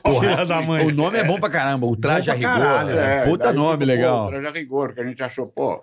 [SPEAKER 1] o nome.
[SPEAKER 3] Filha da mãe.
[SPEAKER 4] O nome é bom pra caramba, o traje a
[SPEAKER 3] pra
[SPEAKER 4] rigor.
[SPEAKER 3] caralho,
[SPEAKER 4] é, Puta
[SPEAKER 1] daí
[SPEAKER 4] nome
[SPEAKER 1] ficou, Pô,
[SPEAKER 4] legal.
[SPEAKER 1] traje a rigor, que a gente achou, pô.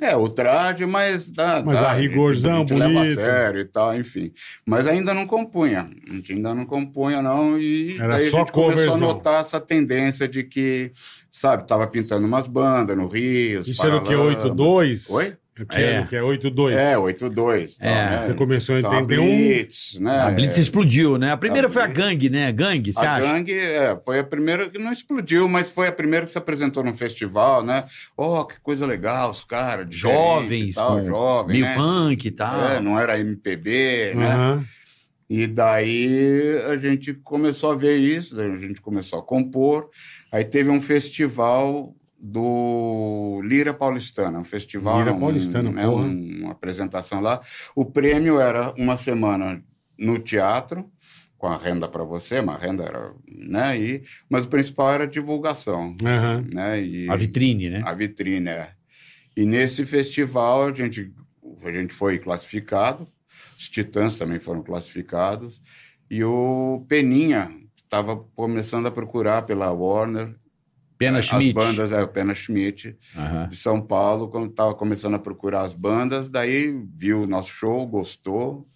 [SPEAKER 1] É, o traje, mas. Tá,
[SPEAKER 3] Mas
[SPEAKER 1] tá,
[SPEAKER 3] a rigorzão,
[SPEAKER 1] gente, a gente
[SPEAKER 3] bonito.
[SPEAKER 1] Leva a sério e tal, enfim. Mas ainda não compunha. A gente ainda não compunha, não. E
[SPEAKER 3] Era
[SPEAKER 1] daí
[SPEAKER 3] só
[SPEAKER 1] a gente começou a
[SPEAKER 3] coverzão.
[SPEAKER 1] notar essa tendência de que, sabe, tava pintando umas bandas no Rio. os
[SPEAKER 3] Isso era o que?
[SPEAKER 1] Paralamas.
[SPEAKER 3] 8-2?
[SPEAKER 1] Oi?
[SPEAKER 3] O que é,
[SPEAKER 4] É.
[SPEAKER 3] o que é 8-2?
[SPEAKER 1] É, 8-2. tal,
[SPEAKER 4] É.
[SPEAKER 1] né?
[SPEAKER 3] Você começou a
[SPEAKER 1] Então, a
[SPEAKER 3] entender um.
[SPEAKER 1] Blitz, né?
[SPEAKER 4] A Blitz explodiu, né? A primeira
[SPEAKER 1] A
[SPEAKER 4] foi a
[SPEAKER 1] Blitz.
[SPEAKER 4] gangue, né? Gangue, você
[SPEAKER 1] A
[SPEAKER 4] acha?
[SPEAKER 1] gangue é, foi a primeira que não explodiu, mas foi a primeira que se apresentou num festival, né? Oh, que coisa legal, os caras, diferente
[SPEAKER 4] Jovens,
[SPEAKER 1] e tal,
[SPEAKER 4] com tá?
[SPEAKER 1] jovem,
[SPEAKER 4] Meio
[SPEAKER 1] né?
[SPEAKER 4] punk e tal.
[SPEAKER 1] É, não era MPB, né?
[SPEAKER 3] Aham.
[SPEAKER 1] E daí a gente começou a ver isso, daí a gente começou a compor. Aí teve um festival do Lira Paulistana, um festival
[SPEAKER 3] Lira
[SPEAKER 1] é um-
[SPEAKER 3] Paulistana,
[SPEAKER 1] é
[SPEAKER 3] porra.
[SPEAKER 1] um- uma apresentação lá. O prêmio era uma semana no teatro com a renda para você, mas a renda era, né? E, mas o principal era a divulgação,
[SPEAKER 3] Aham.
[SPEAKER 1] né? E,
[SPEAKER 4] A vitrine, né?
[SPEAKER 1] a vitrine, é. E nesse festival a gente, a gente foi classificado, os Titãs também foram classificados, e o Peninha estava começando a procurar pela Warner
[SPEAKER 4] Pena
[SPEAKER 1] as
[SPEAKER 4] Schmidt.
[SPEAKER 1] bandas, é, o Pena Schmidt,
[SPEAKER 4] Aham.
[SPEAKER 1] de São Paulo, quando estava começando a procurar as bandas, daí viu o nosso show, gostou,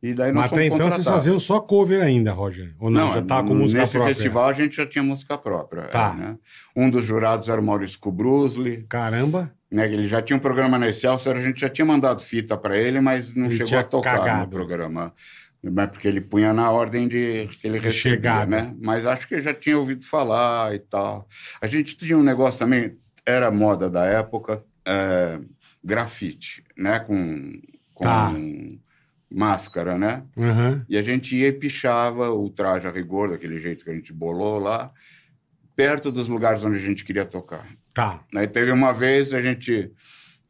[SPEAKER 1] e daí nós
[SPEAKER 3] Mas até
[SPEAKER 1] fomos
[SPEAKER 3] então vocês
[SPEAKER 1] contratados.
[SPEAKER 3] faziam só cover ainda, Roger. Ou não, já tava com música
[SPEAKER 1] nesse
[SPEAKER 3] própria.
[SPEAKER 1] festival a gente já tinha música própria.
[SPEAKER 3] Tá.
[SPEAKER 1] é, né? Um dos jurados era o Maurício Cubrusli,
[SPEAKER 3] Caramba.
[SPEAKER 1] né? Ele já tinha um programa na Excelsior, a gente já tinha mandado fita para ele, mas não
[SPEAKER 3] Ele
[SPEAKER 1] chegou
[SPEAKER 3] tinha
[SPEAKER 1] a tocar
[SPEAKER 3] cagado.
[SPEAKER 1] no programa. Mas porque ele punha na ordem de que ele
[SPEAKER 3] De
[SPEAKER 1] recebia,
[SPEAKER 3] chegada.
[SPEAKER 1] né? Mas acho que eu já tinha ouvido falar e tal. A gente tinha um negócio também, era moda da época, é, grafite, né? Com, com
[SPEAKER 3] Tá.
[SPEAKER 1] máscara, né?
[SPEAKER 3] Aham.
[SPEAKER 1] E a gente ia e pichava o traje a rigor, daquele jeito que a gente bolou lá, perto dos lugares onde a gente queria tocar.
[SPEAKER 3] Tá.
[SPEAKER 1] Aí teve uma vez, a gente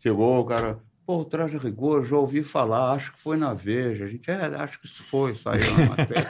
[SPEAKER 1] chegou, o cara, pô, o traje a rigor, já ouvi falar, acho que foi na Veja. A gente, é, acho que isso foi, saiu na matéria.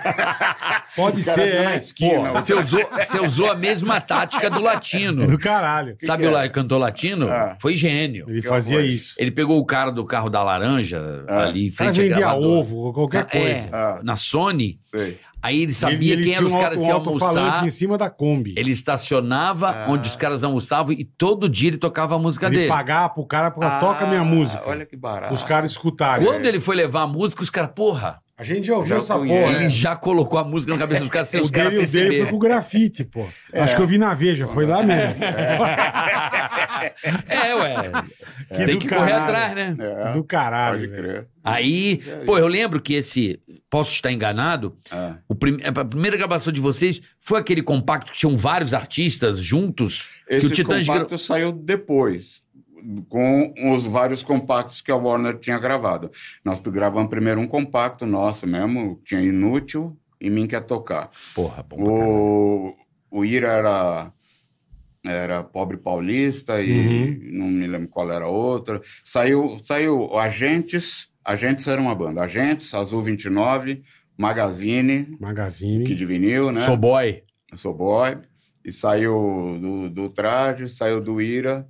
[SPEAKER 3] Pode
[SPEAKER 1] O cara
[SPEAKER 3] ser,
[SPEAKER 1] viu na
[SPEAKER 3] é.
[SPEAKER 1] esquina.
[SPEAKER 4] Você usou, você usou a mesma tática do
[SPEAKER 3] Pô,
[SPEAKER 4] latino.
[SPEAKER 3] do caralho.
[SPEAKER 4] Hum. Sabe o la- cantor latino?
[SPEAKER 1] Ah.
[SPEAKER 4] Foi gênio.
[SPEAKER 3] Ele
[SPEAKER 1] Que
[SPEAKER 3] fazia
[SPEAKER 1] horror.
[SPEAKER 3] isso.
[SPEAKER 4] Ele pegou o cara do carro da laranja
[SPEAKER 1] Ah.
[SPEAKER 4] ali em
[SPEAKER 3] O cara
[SPEAKER 4] frente à
[SPEAKER 3] vendia
[SPEAKER 4] gravadora.
[SPEAKER 3] ovo ou qualquer
[SPEAKER 4] Na- é,
[SPEAKER 3] coisa.
[SPEAKER 1] Ah,
[SPEAKER 4] na Sony,
[SPEAKER 1] sei.
[SPEAKER 4] aí ele sabia
[SPEAKER 3] Ele- ele
[SPEAKER 4] quem eram os
[SPEAKER 3] tinha um
[SPEAKER 4] caras
[SPEAKER 3] alto-
[SPEAKER 4] que iam
[SPEAKER 3] um alto-falante
[SPEAKER 4] almoçar.
[SPEAKER 3] em cima da Kombi.
[SPEAKER 4] Ele estacionava
[SPEAKER 1] Ah.
[SPEAKER 4] onde os caras almoçavam e todo dia ele tocava a música
[SPEAKER 3] Ele
[SPEAKER 4] dele.
[SPEAKER 3] pagava pro cara pra
[SPEAKER 1] Ah,
[SPEAKER 3] toca minha música.
[SPEAKER 1] Olha que barato.
[SPEAKER 3] Os caras escutarem.
[SPEAKER 4] Quando ele foi levar a música, os caras, porra,
[SPEAKER 3] A gente já ouviu
[SPEAKER 1] Já
[SPEAKER 3] essa
[SPEAKER 1] conhece.
[SPEAKER 3] porra.
[SPEAKER 4] Ele já colocou a música na cabeça dos caras É. sem
[SPEAKER 3] É. O
[SPEAKER 4] os caras
[SPEAKER 3] dele, o dele foi
[SPEAKER 4] perceberem.
[SPEAKER 3] com grafite, pô. Acho que eu vi na Veja, foi lá mesmo.
[SPEAKER 4] É, ué.
[SPEAKER 3] Que
[SPEAKER 4] É.
[SPEAKER 3] do
[SPEAKER 4] Tem que correr
[SPEAKER 3] caralho. É
[SPEAKER 4] atrás, né?
[SPEAKER 1] É,
[SPEAKER 3] Do caralho.
[SPEAKER 1] pode
[SPEAKER 3] velho.
[SPEAKER 1] crer.
[SPEAKER 4] Aí, pô, eu lembro que esse. Posso estar enganado?
[SPEAKER 1] É.
[SPEAKER 4] O prim- A primeira gravação de vocês foi aquele compacto que tinham vários artistas juntos? que o
[SPEAKER 1] Esse
[SPEAKER 4] Titãs
[SPEAKER 1] compacto saiu depois, com os vários compactos que a Warner tinha gravado. Nós gravamos primeiro um compacto nosso mesmo, tinha Inútil e Mim Quer Tocar.
[SPEAKER 4] Porra, bom. pra caralho.
[SPEAKER 1] O, o Ira era, era pobre paulista e
[SPEAKER 3] Uhum.
[SPEAKER 1] não me lembro qual era a outra. Saiu, saiu Agentes, Agentes era uma banda, Agentes, Azul 29, Magazine, que
[SPEAKER 3] Magazine.
[SPEAKER 1] de vinil, né?
[SPEAKER 4] Sou boy.
[SPEAKER 1] Eu sou boy. E saiu do, do traje, saiu do Ira.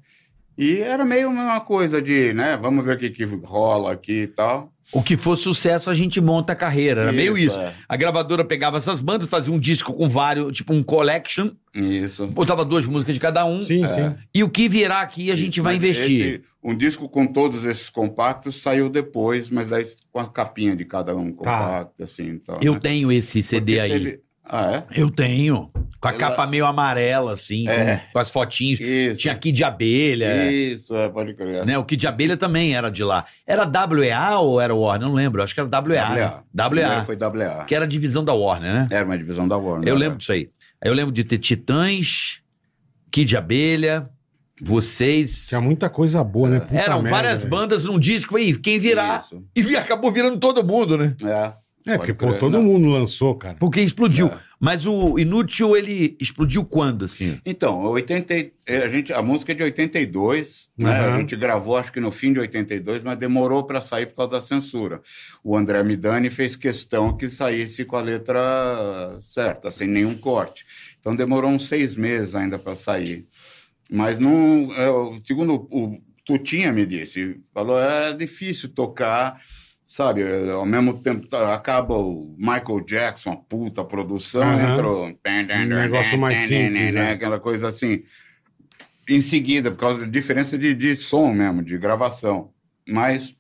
[SPEAKER 1] E era meio uma coisa de, né? Vamos ver o que, que rola aqui e tal.
[SPEAKER 4] O que for sucesso, a gente monta a carreira. Era meio isso.
[SPEAKER 1] é.
[SPEAKER 4] A gravadora pegava essas bandas, fazia um disco com vários, tipo um collection,
[SPEAKER 1] Isso.
[SPEAKER 4] botava duas músicas de cada um.
[SPEAKER 3] Sim, sim.
[SPEAKER 4] E o que virar aqui, a gente vai
[SPEAKER 1] Mas
[SPEAKER 4] investir.
[SPEAKER 1] esse- um disco com todos esses compactos saiu depois, mas daí com a capinha de cada um compacto, assim. Então,
[SPEAKER 4] Tá. Eu
[SPEAKER 1] né?
[SPEAKER 4] tenho esse CD
[SPEAKER 1] Porque
[SPEAKER 4] aí.
[SPEAKER 1] teve- Ah, é?
[SPEAKER 4] Eu tenho. Com a
[SPEAKER 1] Ela-
[SPEAKER 4] capa meio amarela, assim,
[SPEAKER 1] É.
[SPEAKER 4] com, com as fotinhas.
[SPEAKER 1] Isso.
[SPEAKER 4] Tinha Kid de Abelha,
[SPEAKER 1] Isso, é, pode crer.
[SPEAKER 4] né? O Kid de Abelha também era de lá. Era WEA ou era Warner? Eu Não lembro. Acho que era WEA.
[SPEAKER 1] Primeiro
[SPEAKER 4] WEA.
[SPEAKER 1] foi WA.
[SPEAKER 4] Que era a divisão da Warner, né?
[SPEAKER 1] Era uma divisão da Warner.
[SPEAKER 4] Eu
[SPEAKER 1] né?
[SPEAKER 4] lembro disso aí. Aí Eu lembro de ter Titãs, Kid de Abelha, vocês.
[SPEAKER 3] Tinha muita coisa boa, né? é Puta
[SPEAKER 4] É. Eram
[SPEAKER 3] merda,
[SPEAKER 4] várias
[SPEAKER 3] velho.
[SPEAKER 4] bandas num disco aí. Quem virar.
[SPEAKER 1] né? Isso.
[SPEAKER 4] E vi- acabou virando todo mundo, né?
[SPEAKER 1] É.
[SPEAKER 3] É, porque,
[SPEAKER 1] Pode
[SPEAKER 3] pô,
[SPEAKER 1] crer,
[SPEAKER 3] todo
[SPEAKER 1] não.
[SPEAKER 3] mundo lançou, cara.
[SPEAKER 4] Porque explodiu.
[SPEAKER 1] É.
[SPEAKER 4] Mas o Inútil, ele explodiu quando, assim?
[SPEAKER 1] Então, 80, e- eh, a, gente, a música é de 82, né?
[SPEAKER 3] Aham.
[SPEAKER 1] A gente gravou acho que no fim de 82, mas demorou para sair por causa da censura. O André Midani fez questão que saísse com a letra certa, sem nenhum corte. Então demorou uns seis meses ainda para sair. Mas não. é, o- segundo o Tutinha me disse, falou: é difícil tocar. Sabe, é, ao mesmo tempo tá- acaba o Michael Jackson, a puta produção,
[SPEAKER 3] Aham.
[SPEAKER 1] entra o
[SPEAKER 3] Um negócio mais simples, né?
[SPEAKER 1] Aquela coisa assim. Em seguida, por causa da diferença de, de som mesmo, de gravação. Mas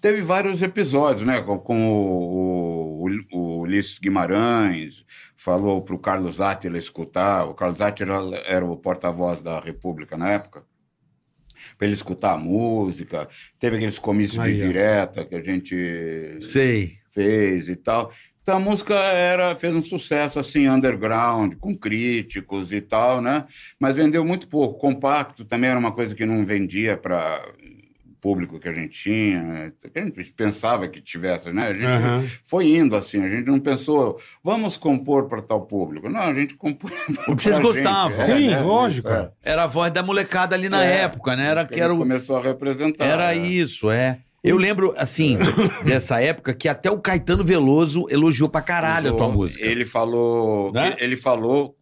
[SPEAKER 1] teve vários episódios, né? Com, com o, o, o Ulisses Guimarães, falou para o Carlos Átila escutar. O Carlos Átila era o porta-voz da República na época. Para ele escutar a música. Teve aqueles comícios
[SPEAKER 3] Aí,
[SPEAKER 1] de
[SPEAKER 3] ó.
[SPEAKER 1] direta que a gente
[SPEAKER 4] Sei.
[SPEAKER 1] fez e tal. Então a música era, fez um sucesso assim, underground, com críticos e tal, né? Mas vendeu muito pouco. Compacto também era uma coisa que não vendia para público que a gente tinha, que a gente pensava que tivesse, né? A gente
[SPEAKER 3] Aham.
[SPEAKER 1] foi indo assim, a gente não pensou, vamos compor para tal público. Não, a gente compôs.
[SPEAKER 4] O que vocês
[SPEAKER 1] pra gente,
[SPEAKER 4] gostavam.
[SPEAKER 1] é,
[SPEAKER 3] Sim,
[SPEAKER 1] né?
[SPEAKER 3] lógico.
[SPEAKER 1] É.
[SPEAKER 4] Era a voz da molecada ali na
[SPEAKER 1] É,
[SPEAKER 4] época, né? Era,
[SPEAKER 1] Acho
[SPEAKER 4] que
[SPEAKER 1] a
[SPEAKER 4] era,
[SPEAKER 1] gente
[SPEAKER 4] o-
[SPEAKER 1] começou a representar.
[SPEAKER 4] era
[SPEAKER 1] né?
[SPEAKER 4] isso, é. Eu lembro, assim, dessa época que até o Caetano Veloso elogiou pra caralho a tua
[SPEAKER 1] Usou.
[SPEAKER 4] música.
[SPEAKER 1] Ele falou,
[SPEAKER 4] Né?
[SPEAKER 1] ele falou,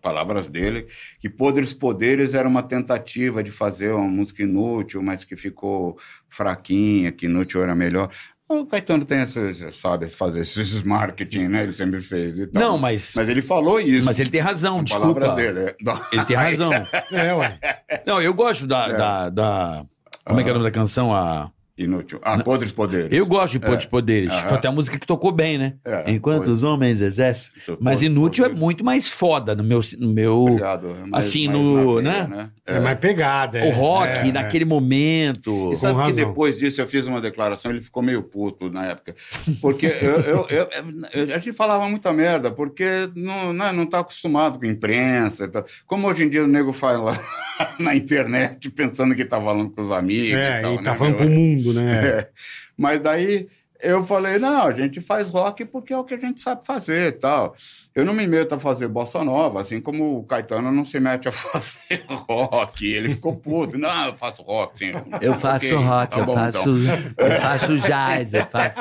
[SPEAKER 1] palavras dele, que Podres Poderes era uma tentativa de fazer uma música inútil, mas que ficou fraquinha, que inútil era melhor. O Caetano tem essas, sabe fazer esses marketing, né? Ele sempre fez e tal.
[SPEAKER 4] Não, mas, mas,
[SPEAKER 1] Então, mas ele falou isso.
[SPEAKER 4] ele tem razão,
[SPEAKER 1] São
[SPEAKER 4] desculpa.
[SPEAKER 1] palavras dele. é. Não,
[SPEAKER 4] Ele tem razão.
[SPEAKER 3] É, ué.
[SPEAKER 4] Não, eu gosto da.
[SPEAKER 1] É.
[SPEAKER 4] da, da- Como é que é o nome da canção? A...
[SPEAKER 1] Inútil. Ah, Podres Poderes.
[SPEAKER 4] Eu gosto de Pôr de Poderes.
[SPEAKER 1] É. Aham.
[SPEAKER 4] Foi até a música que tocou bem, né?
[SPEAKER 1] É,
[SPEAKER 4] Enquanto
[SPEAKER 1] Podres-
[SPEAKER 4] os homens exercem. Mas
[SPEAKER 1] Podres
[SPEAKER 4] Inútil é
[SPEAKER 1] Poderes.
[SPEAKER 4] muito mais foda no meu. No meu...
[SPEAKER 1] Obrigado. É mais-
[SPEAKER 4] Assim,
[SPEAKER 1] mais
[SPEAKER 4] no-
[SPEAKER 1] na veia,
[SPEAKER 4] né?
[SPEAKER 3] É mais pegada. é.
[SPEAKER 4] O rock,
[SPEAKER 3] É, é.
[SPEAKER 4] naquele momento.
[SPEAKER 1] E sabe
[SPEAKER 3] Com
[SPEAKER 1] que
[SPEAKER 3] razão.
[SPEAKER 1] depois disso eu fiz uma declaração, ele ficou meio puto na época. Porque eu, eu- eu- eu- a gente falava muita merda, porque não, né, não tá acostumado com imprensa. e tal. Como hoje em dia o nego fala na internet, pensando que tá falando com os amigos
[SPEAKER 3] É,
[SPEAKER 1] e tal.
[SPEAKER 3] e tá
[SPEAKER 1] né,
[SPEAKER 3] falando
[SPEAKER 1] meu?
[SPEAKER 3] pro mundo, né?
[SPEAKER 1] Mas daí eu falei, não, a gente faz rock porque é o que a gente sabe fazer e tal. Eu não me meto a fazer bossa nova, assim como o Caetano não se mete a fazer rock. Ele ficou puto. Não, eu faço rock, sim.
[SPEAKER 4] Eu faço
[SPEAKER 1] Ok,
[SPEAKER 4] rock,
[SPEAKER 1] tá
[SPEAKER 4] eu
[SPEAKER 1] bom,
[SPEAKER 4] faço.
[SPEAKER 1] então.
[SPEAKER 4] Eu faço jazz, eu faço.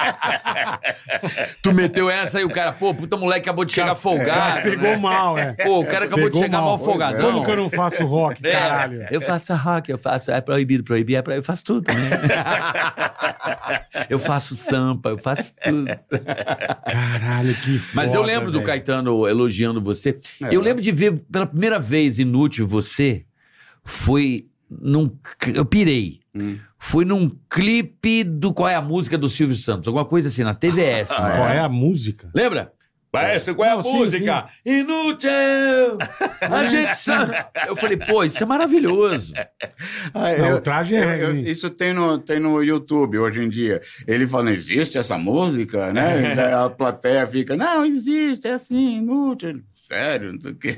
[SPEAKER 4] tu meteu essa aí, o cara, pô, puta moleque acabou de chegar folgado.
[SPEAKER 3] Cara, pegou
[SPEAKER 4] né?
[SPEAKER 3] mal, é.
[SPEAKER 4] Pô, o cara acabou
[SPEAKER 3] Pegou
[SPEAKER 4] de chegar mal,
[SPEAKER 3] mal,
[SPEAKER 4] folgadão.
[SPEAKER 3] Como que eu não faço rock,
[SPEAKER 4] É,
[SPEAKER 3] caralho?
[SPEAKER 4] Eu faço rock, eu faço. É proibido, proibir, é proibido, eu faço tudo, né? eu faço sampa, eu faço tudo.
[SPEAKER 3] Caralho, que foda,
[SPEAKER 4] Mas eu lembro do
[SPEAKER 3] velho.
[SPEAKER 4] Caetano elogiando você.
[SPEAKER 1] É.
[SPEAKER 4] Eu lembro de ver pela primeira vez inútil você. Foi num. cl- Eu pirei.
[SPEAKER 1] Hum.
[SPEAKER 4] Foi num clipe do Qual é a música do Silvio Santos? Alguma coisa assim, na TVS.
[SPEAKER 1] Ah,
[SPEAKER 4] mano.
[SPEAKER 3] Qual é a música?
[SPEAKER 4] Lembra? Maestro, qual é a
[SPEAKER 3] Não, sim,
[SPEAKER 4] música? Inútil! A gente sabe. Eu falei, pô, isso é maravilhoso.
[SPEAKER 1] Ah,
[SPEAKER 3] Não,
[SPEAKER 1] eu-
[SPEAKER 3] o traje é
[SPEAKER 1] eu- eu-
[SPEAKER 3] reggae.
[SPEAKER 1] isso tem no, tem no YouTube hoje em dia. Ele fala, existe essa música, né? E daí a plateia fica, não, existe, é assim, inútil. Sério, não sei o quê.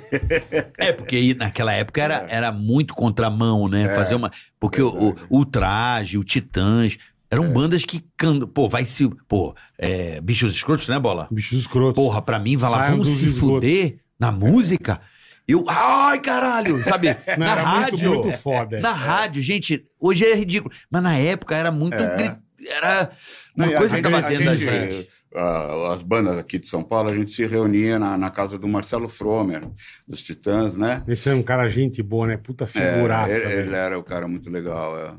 [SPEAKER 4] É, porque aí, naquela época era,
[SPEAKER 1] É.
[SPEAKER 4] era muito contramão, né? Fazer uma. Porque o, o, o Traje, o Titãs, eram
[SPEAKER 1] É.
[SPEAKER 4] bandas que cantam. Pô, vai se. Pô, é, bichos escrotos, né, Bola?
[SPEAKER 3] Bichos escrotos.
[SPEAKER 4] Porra, pra mim, vai lá,
[SPEAKER 3] Saiam
[SPEAKER 4] vamos
[SPEAKER 3] dos
[SPEAKER 4] se
[SPEAKER 3] esgotos.
[SPEAKER 4] fuder na música. Eu. Ai, caralho! Sabe?
[SPEAKER 3] Não,
[SPEAKER 4] na
[SPEAKER 3] era
[SPEAKER 4] rádio.
[SPEAKER 3] Muito, muito foda. é.
[SPEAKER 4] Na rádio, gente, hoje é ridículo. Mas na época era muito. gri- Era uma
[SPEAKER 1] É. Não, e a
[SPEAKER 4] coisa que
[SPEAKER 1] gente-
[SPEAKER 4] tava
[SPEAKER 1] a
[SPEAKER 4] dentro da
[SPEAKER 1] gente,
[SPEAKER 4] gente.
[SPEAKER 1] ah, as bandas aqui de São Paulo, a gente se reunia na, na casa do Marcelo Fromer, dos Titãs, né?
[SPEAKER 3] Esse é um cara gente boa, né? Puta
[SPEAKER 1] É,
[SPEAKER 3] figuraça.
[SPEAKER 1] ele,
[SPEAKER 3] velho.
[SPEAKER 1] ele era o cara muito legal. é.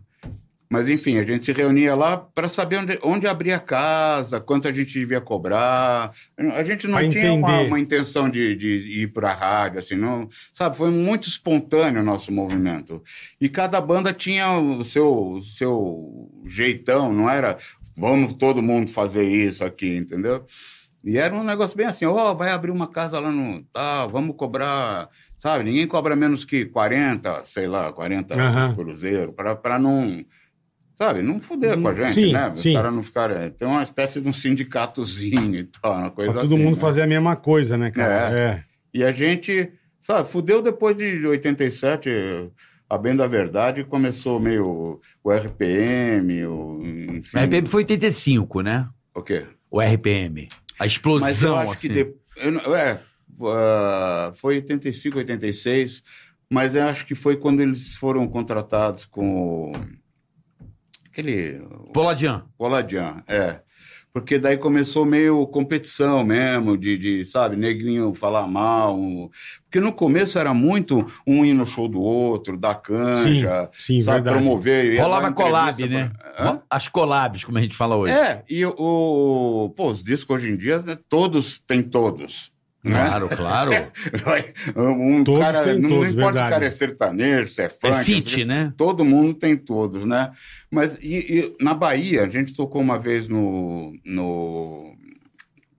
[SPEAKER 1] Mas enfim, a gente se reunia lá para saber onde, onde abrir a casa, quanto a gente devia cobrar. A gente não
[SPEAKER 3] Pra
[SPEAKER 1] tinha uma,
[SPEAKER 3] entender.
[SPEAKER 1] uma intenção de, de ir para a rádio, assim, não, sabe? Foi muito espontâneo o nosso movimento. E cada banda tinha o seu, o seu jeitão, não era vamos todo mundo fazer isso aqui, entendeu? E era um negócio bem assim, ó, vai abrir uma casa lá no tal, vamos cobrar, sabe? Ninguém cobra menos que 40, sei lá, 40
[SPEAKER 3] Aham.
[SPEAKER 1] cruzeiro, para não, sabe, não fuder com a gente,
[SPEAKER 3] Hum, Sim,
[SPEAKER 1] né? Os
[SPEAKER 3] sim.
[SPEAKER 1] caras não ficarem... Tem uma espécie de um sindicatozinho e tal, uma coisa
[SPEAKER 3] Pra todo
[SPEAKER 1] assim,
[SPEAKER 3] mundo
[SPEAKER 1] né?
[SPEAKER 3] fazer a mesma coisa, né, cara? É.
[SPEAKER 1] E a gente, sabe, fudeu depois de 87, a bem da verdade, começou meio o RPM, o... Enfim,
[SPEAKER 4] O RPM foi 85, né?
[SPEAKER 1] O quê?
[SPEAKER 4] O RPM. A explosão,
[SPEAKER 1] Mas eu acho
[SPEAKER 4] assim.
[SPEAKER 1] que de- eu não- é, ah, foi 85, 86, mas eu acho que foi quando eles foram contratados com o- aquele
[SPEAKER 4] Poladian.
[SPEAKER 1] Coladian, é. Porque daí começou meio competição mesmo, de, de, sabe, neguinho falar mal. um, Porque no começo era muito um ir no show do outro, dar canja,
[SPEAKER 3] Sim, sim,
[SPEAKER 1] sabe,
[SPEAKER 3] verdade.
[SPEAKER 1] promover. ia
[SPEAKER 4] Rolava
[SPEAKER 1] dar
[SPEAKER 4] collab, né?
[SPEAKER 1] entrevista pra- Hã?
[SPEAKER 4] As collabs, como a gente fala hoje.
[SPEAKER 1] É, e o, pô, os discos hoje em dia, né, todos têm todos. Né?
[SPEAKER 4] Claro, claro.
[SPEAKER 1] Vai, Um
[SPEAKER 3] Todos
[SPEAKER 1] cara,
[SPEAKER 3] têm
[SPEAKER 1] não,
[SPEAKER 3] todos,
[SPEAKER 1] não importa se o
[SPEAKER 3] verdade.
[SPEAKER 1] cara é sertanejo, se é funk.
[SPEAKER 4] é fit, né?
[SPEAKER 1] Todo mundo tem todos, né? Mas e, e na Bahia, a gente tocou uma vez no, no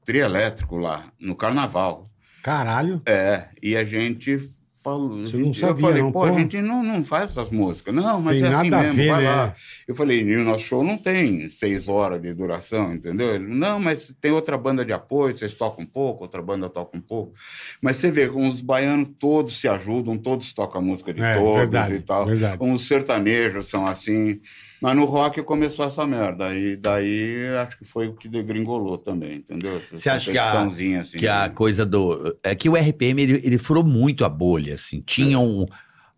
[SPEAKER 1] trielétrico lá, no carnaval.
[SPEAKER 3] Caralho.
[SPEAKER 1] É, e a gente falou.
[SPEAKER 3] Você não
[SPEAKER 1] eu
[SPEAKER 3] sabia,
[SPEAKER 1] falei,
[SPEAKER 3] não,
[SPEAKER 1] pô, a
[SPEAKER 3] porra.
[SPEAKER 1] gente não, não faz essas músicas. Não, mas
[SPEAKER 3] tem
[SPEAKER 1] é
[SPEAKER 3] nada
[SPEAKER 1] assim
[SPEAKER 3] a
[SPEAKER 1] mesmo,
[SPEAKER 3] ver,
[SPEAKER 1] vai
[SPEAKER 3] né?
[SPEAKER 1] lá. Eu falei, e o nosso show não tem seis horas de duração, entendeu? Ele, não, mas tem outra banda de apoio, vocês tocam um pouco, outra banda toca um pouco. Mas você vê, como os baianos todos se ajudam, todos tocam a música de
[SPEAKER 3] É,
[SPEAKER 1] todos
[SPEAKER 3] verdade,
[SPEAKER 1] e tal.
[SPEAKER 3] verdade.
[SPEAKER 1] Como os sertanejos são assim. Mas no rock começou essa merda. E daí acho que foi o que degringolou também, entendeu? Essa
[SPEAKER 4] Você acha que a-
[SPEAKER 1] competiçãozinha, assim,
[SPEAKER 4] Que a
[SPEAKER 1] né?
[SPEAKER 4] coisa do. É que o RPM ele, ele furou muito a bolha, assim.
[SPEAKER 1] É.
[SPEAKER 4] Tinha um,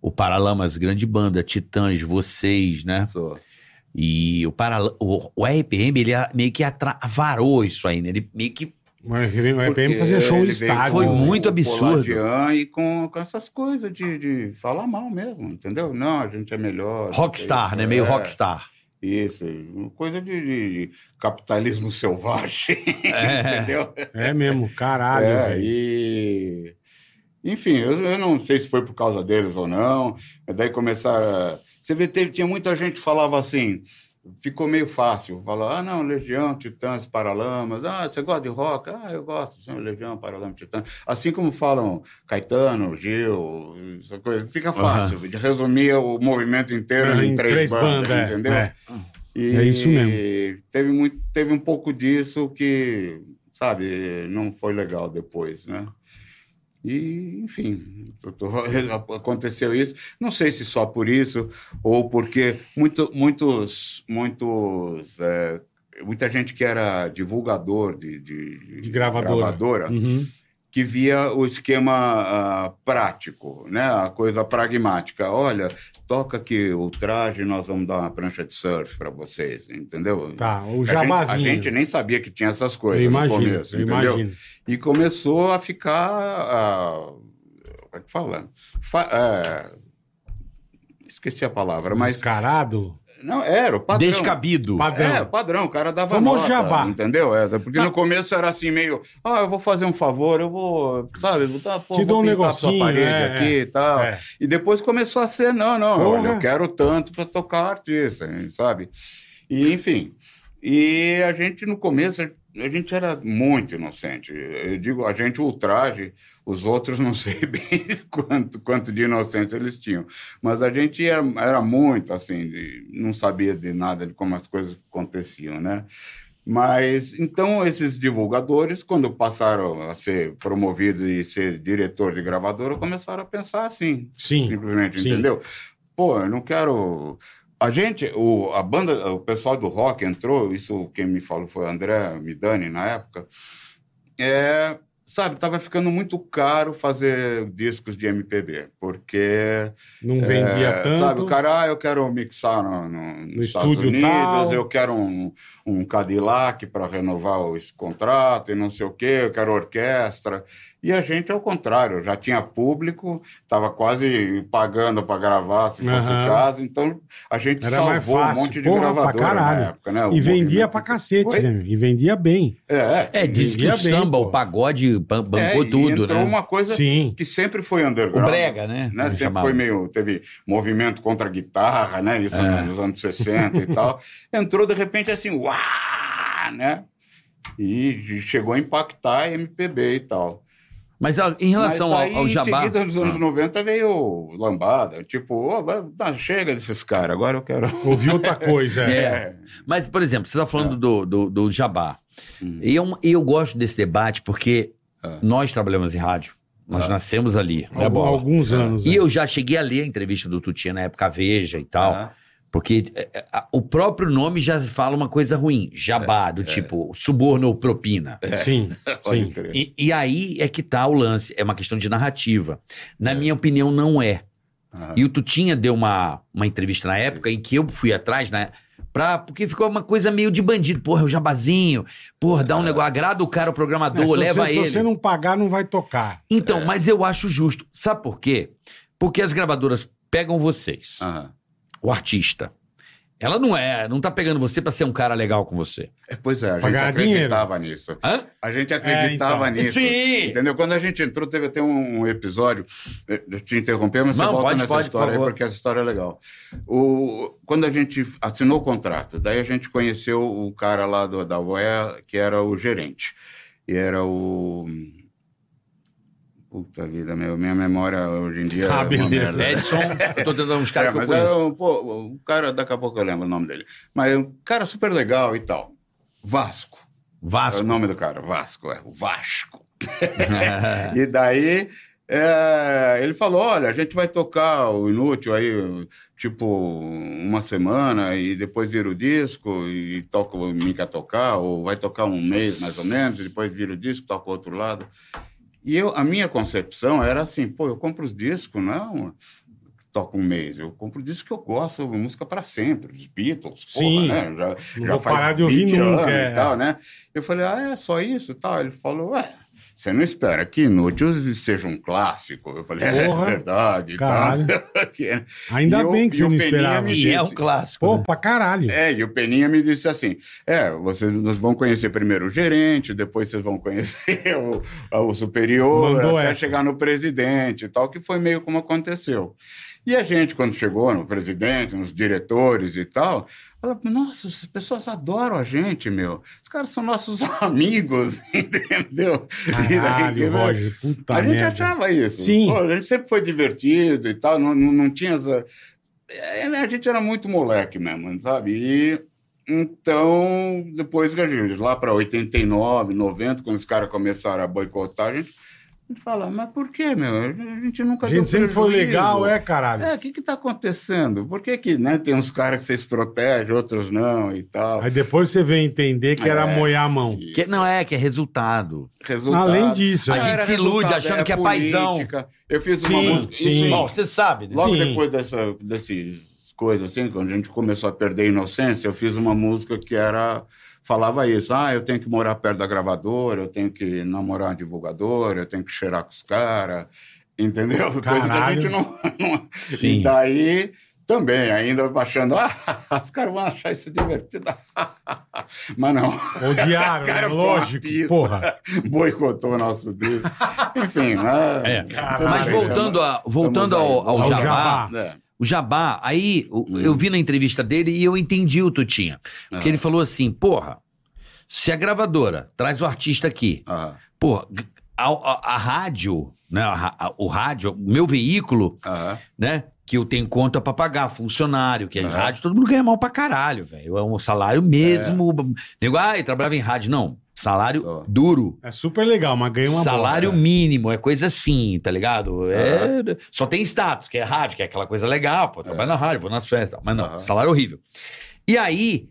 [SPEAKER 4] o Paralamas, grande banda, Titãs, vocês, né?
[SPEAKER 1] Só.
[SPEAKER 4] E o, Paral o, o RPM, ele a- meio que atravarou isso aí, né? Ele meio que.
[SPEAKER 3] O RPM, o
[SPEAKER 1] Porque
[SPEAKER 3] RPM fazia show em
[SPEAKER 1] ele veio
[SPEAKER 3] estádio.
[SPEAKER 1] com
[SPEAKER 4] Foi
[SPEAKER 1] o
[SPEAKER 4] muito absurdo.
[SPEAKER 1] Poladian E com, com essas coisas de, de falar mal mesmo, entendeu? Não, a gente é melhor. não sei
[SPEAKER 4] Rockstar,
[SPEAKER 1] isso,
[SPEAKER 4] né? Meio
[SPEAKER 1] é,
[SPEAKER 4] rockstar.
[SPEAKER 1] Isso, coisa de, de- de capitalismo selvagem, entendeu?
[SPEAKER 3] É mesmo, caralho.
[SPEAKER 1] É,
[SPEAKER 3] velho.
[SPEAKER 1] e... Enfim, eu, eu não sei se foi por causa deles ou não, mas daí começaram... a- Você vê, teve, tinha muita gente que falava assim, ficou meio fácil, falar, ah, não, Legião, Titãs, Paralamas, ah, você gosta de rock? Ah, eu gosto, sim, Legião, Paralamas, Titãs. Assim como falam Caetano, Gil, essa coisa, fica fácil de resumir o movimento inteiro
[SPEAKER 3] É,
[SPEAKER 1] em, três, bandas,
[SPEAKER 3] é,
[SPEAKER 1] entendeu?
[SPEAKER 3] é.
[SPEAKER 1] E
[SPEAKER 3] É isso
[SPEAKER 1] Teve, muito, teve um pouco disso que, sabe, não foi legal depois, né? E, enfim, eu tô- aconteceu isso. Não sei se só por isso ou porque muito, muitos, muitos, é, muita gente que era divulgador de, de,
[SPEAKER 3] De gravadora.
[SPEAKER 1] gravadora,
[SPEAKER 3] Uhum.
[SPEAKER 1] que via o esquema ah, prático, né? a coisa pragmática. Olha, toca que o traje nós vamos dar uma prancha de surf para vocês, entendeu?
[SPEAKER 3] Tá, o
[SPEAKER 1] A gente, a
[SPEAKER 3] jabazinho.
[SPEAKER 1] gente nem sabia que tinha essas coisas
[SPEAKER 3] eu imagino,
[SPEAKER 1] no começo,
[SPEAKER 3] eu
[SPEAKER 1] entendeu?
[SPEAKER 3] imagino.
[SPEAKER 1] E começou a ficar. ah, como é que fala? Fa- é, esqueci a palavra, mas
[SPEAKER 3] Descarado?
[SPEAKER 1] Não, era o padrão.
[SPEAKER 4] Descabido.
[SPEAKER 3] Padrão.
[SPEAKER 1] É, padrão, o cara dava
[SPEAKER 3] Vamos ao
[SPEAKER 1] nota,
[SPEAKER 3] jabá.
[SPEAKER 1] entendeu? É, porque no começo era assim meio, ah, eu vou fazer um favor, eu vou, sabe, vou, tá, pô,
[SPEAKER 3] Te dou
[SPEAKER 1] vou
[SPEAKER 3] um
[SPEAKER 1] pintar sua
[SPEAKER 3] negocinho,
[SPEAKER 1] parede
[SPEAKER 3] é,
[SPEAKER 1] aqui e tal.
[SPEAKER 3] É.
[SPEAKER 1] E depois começou a ser, não, não,
[SPEAKER 3] Porra.
[SPEAKER 1] olha, eu quero tanto para tocar artista, sabe? E, enfim, e a gente no começo, a gente era muito inocente. Eu digo, a gente ultraje, os outros não sei bem quanto, quanto de inocência eles tinham. Mas a gente era, era muito assim, de- não sabia de nada de como as coisas aconteciam, né? Mas então esses divulgadores, quando passaram a ser promovidos e ser diretor de gravadora, começaram a pensar assim,
[SPEAKER 3] Sim.
[SPEAKER 1] simplesmente,
[SPEAKER 3] Sim.
[SPEAKER 1] entendeu? Pô, eu não quero. A gente, o, a banda, o pessoal do rock entrou, isso quem me falou foi o André Midani na época. É, sabe, tava ficando muito caro fazer discos de MPB, porque
[SPEAKER 3] Não vendia
[SPEAKER 1] é,
[SPEAKER 3] tanto.
[SPEAKER 1] Sabe, o cara, ah, eu quero mixar no, no- nos Estados
[SPEAKER 3] estúdio
[SPEAKER 1] Unidos,
[SPEAKER 3] tal.
[SPEAKER 1] eu quero um, um Cadillac para renovar o- esse contrato e não sei o quê, eu quero orquestra. E a gente, ao contrário, já tinha público, estava quase pagando para gravar, se fosse
[SPEAKER 3] Aham.
[SPEAKER 1] o caso. Então, a gente
[SPEAKER 3] Era mais
[SPEAKER 1] salvou um
[SPEAKER 3] fácil.
[SPEAKER 1] monte de
[SPEAKER 3] Porra, pra
[SPEAKER 1] gravadora
[SPEAKER 3] caralho.
[SPEAKER 1] na época. Né? O
[SPEAKER 3] E vendia
[SPEAKER 1] movimento-
[SPEAKER 3] pra cacete,
[SPEAKER 1] Oi?
[SPEAKER 3] né? meu? E vendia bem.
[SPEAKER 1] É, é.
[SPEAKER 4] É, diz que
[SPEAKER 3] Vendia
[SPEAKER 4] o
[SPEAKER 3] bem,
[SPEAKER 4] samba,
[SPEAKER 3] pô.
[SPEAKER 4] o pagode ban- bancou
[SPEAKER 1] É, e
[SPEAKER 4] tudo,
[SPEAKER 1] entrou
[SPEAKER 4] né?
[SPEAKER 1] uma coisa
[SPEAKER 3] Sim.
[SPEAKER 1] que sempre foi
[SPEAKER 4] O
[SPEAKER 1] underground.
[SPEAKER 4] brega, né?
[SPEAKER 1] né?
[SPEAKER 4] Como
[SPEAKER 1] Sempre
[SPEAKER 4] chamava.
[SPEAKER 1] foi meio. Teve movimento contra a guitarra, né? Isso
[SPEAKER 4] É.
[SPEAKER 1] nos anos 60 e tal. Entrou de repente assim, uá, né? E chegou a impactar a MPB e tal.
[SPEAKER 4] Mas ó, em relação
[SPEAKER 1] Mas
[SPEAKER 4] ao-
[SPEAKER 1] daí,
[SPEAKER 4] ao, Jabá...
[SPEAKER 1] Em seguida, nos anos
[SPEAKER 4] Ah.
[SPEAKER 1] 90, veio lambada. Tipo, ó, vai- tá, chega desses caras, agora eu quero.
[SPEAKER 3] Ouvi outra coisa.
[SPEAKER 4] É.
[SPEAKER 1] É.
[SPEAKER 4] Mas, por exemplo, você está falando do, do, do Jabá.
[SPEAKER 1] Ah. Hum.
[SPEAKER 4] E eu, e eu gosto desse debate porque
[SPEAKER 1] Ah.
[SPEAKER 4] nós trabalhamos em rádio. Nós nascemos ali,
[SPEAKER 1] é
[SPEAKER 4] né,
[SPEAKER 3] Algum-
[SPEAKER 4] Bola?
[SPEAKER 3] alguns anos.
[SPEAKER 4] E
[SPEAKER 3] né?
[SPEAKER 4] eu já cheguei a ler a entrevista do Tutinha na época Veja e tal.
[SPEAKER 1] Ah,
[SPEAKER 4] Porque é, é, a- o próprio nome já fala uma coisa ruim. Jabá,
[SPEAKER 1] É,
[SPEAKER 4] do tipo suborno ou propina.
[SPEAKER 3] é. Sim,
[SPEAKER 1] pode
[SPEAKER 3] sim.
[SPEAKER 1] crer.
[SPEAKER 4] E, e aí é que tá o lance. É uma questão de narrativa. Na minha opinião, não é.
[SPEAKER 1] Ah,
[SPEAKER 4] E o Tutinha deu uma, uma entrevista na época em que eu fui atrás, né? Pra, porque ficou uma coisa meio de bandido. Porra, é o jabazinho. Porra, dá um negócio. Agrada o cara, o
[SPEAKER 3] É,
[SPEAKER 4] programador,
[SPEAKER 3] se você-
[SPEAKER 4] leva
[SPEAKER 3] se
[SPEAKER 4] ele.
[SPEAKER 3] você não é. pagar, não vai tocar.
[SPEAKER 4] Então, mas eu acho justo. Sabe por quê? Porque as gravadoras pegam vocês,
[SPEAKER 1] ah.
[SPEAKER 4] o artista. Ela não é, não tá pegando você pra ser um cara legal com você.
[SPEAKER 1] É, Pois é, a gente
[SPEAKER 3] Pagar
[SPEAKER 1] acreditava nisso.
[SPEAKER 4] Hã?
[SPEAKER 1] A gente acreditava
[SPEAKER 3] então.
[SPEAKER 1] nisso.
[SPEAKER 4] É, Sim.
[SPEAKER 1] Entendeu? Quando a gente entrou, teve até um episódio. eh, Eu te interromper, mas
[SPEAKER 4] Não,
[SPEAKER 1] você volta
[SPEAKER 4] pode,
[SPEAKER 1] nessa
[SPEAKER 4] pode, por
[SPEAKER 1] história aí,
[SPEAKER 4] favor.
[SPEAKER 1] porque essa história é legal. O, quando a gente assinou o contrato, daí a gente conheceu o cara lá do, da UEA, que era o gerente. E era o. Puta vida, meu, minha memória hoje em dia.
[SPEAKER 3] Ah,
[SPEAKER 1] é uma
[SPEAKER 3] beleza.
[SPEAKER 1] merda.
[SPEAKER 4] Edson, eu tô tentando uns
[SPEAKER 1] É,
[SPEAKER 4] caras que eu
[SPEAKER 1] mas
[SPEAKER 4] conheço.
[SPEAKER 1] é um, pô, um cara, daqui a pouco eu lembro o nome dele. Mas é um cara super legal e tal. Vasco. É o
[SPEAKER 4] Vasco.
[SPEAKER 1] nome do cara, Vasco, é. O Vasco. E daí é, ele falou: olha, a gente vai tocar o Inútil aí, tipo, uma semana, e depois vira o disco, e toca o Mica tocar, ou vai tocar um mês mais ou menos, e depois vira o disco, toca o outro lado. E eu, a minha concepção era assim: pô, eu compro os discos, não. é um, Toco um mês, eu compro o disco que eu gosto, música para sempre, os Beatles,
[SPEAKER 3] Sim.
[SPEAKER 1] porra, né? Já,
[SPEAKER 3] Não
[SPEAKER 1] já
[SPEAKER 3] vou
[SPEAKER 1] faz
[SPEAKER 3] parar de ouvir
[SPEAKER 1] 20
[SPEAKER 3] nunca,
[SPEAKER 1] anos
[SPEAKER 3] é.
[SPEAKER 1] e tal, né? Eu falei, ah, é só isso e tal. Ele falou, ué, você não espera que Inútil seja um clássico. Eu falei, é,
[SPEAKER 3] Porra.
[SPEAKER 1] verdade. e tal.
[SPEAKER 3] Caralho.
[SPEAKER 1] Que é.
[SPEAKER 3] Ainda
[SPEAKER 1] E o-
[SPEAKER 3] bem que
[SPEAKER 1] e
[SPEAKER 3] você
[SPEAKER 1] o
[SPEAKER 3] não
[SPEAKER 1] Peninha
[SPEAKER 3] esperava.
[SPEAKER 1] me-
[SPEAKER 4] E é um clássico.
[SPEAKER 3] Pô,
[SPEAKER 4] né?
[SPEAKER 3] pra caralho.
[SPEAKER 1] É, e o Peninha me disse assim: é, vocês nós vão conhecer primeiro o gerente, depois vocês vão conhecer o, o superior,
[SPEAKER 3] Mandou
[SPEAKER 1] até
[SPEAKER 3] essa.
[SPEAKER 1] chegar no presidente e tal, que foi meio como aconteceu. E a gente, quando chegou no presidente, nos diretores e tal, fala, nossa, as pessoas adoram a gente, meu. Os caras são nossos amigos, entendeu? E daí,
[SPEAKER 3] Caralho, Roger. Puta
[SPEAKER 1] a gente
[SPEAKER 3] merda.
[SPEAKER 1] achava isso.
[SPEAKER 3] Sim.
[SPEAKER 1] Pô, a gente sempre foi divertido e tal, não, não, não tinha essa. É, A gente era muito moleque mesmo, sabe? E então, depois que a gente, lá para 89, 90, quando os caras começaram a boicotar, a gente, a gente fala, mas por que, meu? A gente nunca
[SPEAKER 3] A
[SPEAKER 1] deu
[SPEAKER 3] gente sempre foi
[SPEAKER 1] prejuízo."
[SPEAKER 3] legal, é, caralho.
[SPEAKER 1] É, o que que tá acontecendo? Por que que, né, tem uns caras que vocês protegem, outros não e tal?
[SPEAKER 3] Aí depois você vem entender que era
[SPEAKER 1] É.
[SPEAKER 3] moiar a mão.
[SPEAKER 4] Que, não é, que é resultado.
[SPEAKER 1] Resultado.
[SPEAKER 3] Além disso,
[SPEAKER 1] Ah,
[SPEAKER 4] a
[SPEAKER 3] é.
[SPEAKER 4] gente
[SPEAKER 1] era
[SPEAKER 4] se ilude
[SPEAKER 1] resultado,
[SPEAKER 4] achando
[SPEAKER 1] era
[SPEAKER 4] que é
[SPEAKER 1] política.
[SPEAKER 4] paizão.
[SPEAKER 1] Eu fiz uma
[SPEAKER 3] Sim,
[SPEAKER 1] música.
[SPEAKER 3] sim.
[SPEAKER 4] Bom, você sabe, né?
[SPEAKER 1] Logo
[SPEAKER 3] Sim.
[SPEAKER 1] depois dessa, dessas coisas, assim, quando a gente começou a perder a inocência, eu fiz uma música que era. Falava isso, ah, eu tenho que morar perto da gravadora, eu tenho que namorar uma divulgadora, eu tenho que cheirar com os caras, entendeu? Coisa que a
[SPEAKER 3] Caralho.
[SPEAKER 1] gente não. não...
[SPEAKER 4] Sim.
[SPEAKER 1] E daí Também, ainda achando, ah, os caras vão achar isso divertido. Mas não.
[SPEAKER 3] Odiaram,
[SPEAKER 1] Cara, foi uma
[SPEAKER 3] lógico.
[SPEAKER 1] pizza.
[SPEAKER 3] Porra.
[SPEAKER 1] Boicotou o nosso disco. Enfim, né?
[SPEAKER 4] É.
[SPEAKER 1] Tudo
[SPEAKER 4] Mas
[SPEAKER 1] bem,
[SPEAKER 4] voltando,
[SPEAKER 1] tamo-
[SPEAKER 4] a, voltando
[SPEAKER 1] tamo
[SPEAKER 4] ao,
[SPEAKER 1] aí.
[SPEAKER 4] ao
[SPEAKER 3] Ao
[SPEAKER 4] Jabá,
[SPEAKER 3] Jabá.
[SPEAKER 1] É.
[SPEAKER 4] o Jabá, aí o- eu vi na entrevista dele e eu entendi o Tutinha. Porque
[SPEAKER 1] Ah.
[SPEAKER 4] ele falou assim, porra, se a gravadora traz o artista aqui,
[SPEAKER 1] Ah,
[SPEAKER 4] porra, g- a, a- a rádio, né, a ra- a- o rádio, o meu veículo,
[SPEAKER 1] ah,
[SPEAKER 4] né? Que eu tenho conta pra pagar, funcionário, que é
[SPEAKER 1] Aham.
[SPEAKER 4] rádio, todo mundo ganha mal pra caralho, velho. É um salário mesmo.
[SPEAKER 1] É.
[SPEAKER 4] Nego, ai, trabalhava em rádio. Não, salário
[SPEAKER 1] Ó.
[SPEAKER 4] duro.
[SPEAKER 3] É super legal, mas ganha uma
[SPEAKER 4] salário
[SPEAKER 3] bosta.
[SPEAKER 4] mínimo, é coisa assim, tá ligado? É, Só tem status, que é rádio, que é aquela coisa legal, pô,
[SPEAKER 3] É.
[SPEAKER 4] trabalho na rádio, vou nas festas, mas não,
[SPEAKER 1] Aham.
[SPEAKER 4] salário horrível. E aí,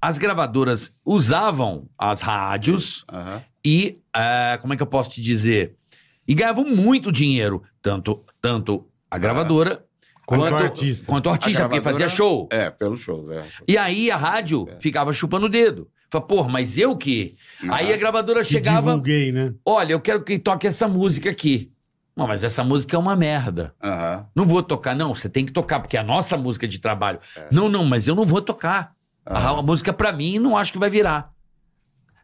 [SPEAKER 4] as gravadoras usavam as rádios
[SPEAKER 1] ah,
[SPEAKER 4] e, ah, como é que eu posso te dizer? E ganhavam muito dinheiro, tanto, tanto a gravadora
[SPEAKER 3] É. Quanto o artista.
[SPEAKER 4] Quanto o artista,
[SPEAKER 1] A
[SPEAKER 4] porque
[SPEAKER 1] gravadora-
[SPEAKER 4] fazia show.
[SPEAKER 1] É, pelos shows, é.
[SPEAKER 4] E aí a rádio
[SPEAKER 3] É.
[SPEAKER 4] ficava chupando o dedo. Fala, pô, mas eu que? Aí a gravadora
[SPEAKER 3] Ah. Que
[SPEAKER 4] chegava,
[SPEAKER 3] Divulguei, né?
[SPEAKER 4] olha, eu quero que toque essa música aqui. Não, mas essa música é uma merda.
[SPEAKER 1] Aham,
[SPEAKER 4] Não vou tocar, não. Você tem que tocar, porque é a nossa música de trabalho. Não, não, mas eu não vou tocar. A ra- A, música pra mim não acho que vai virar.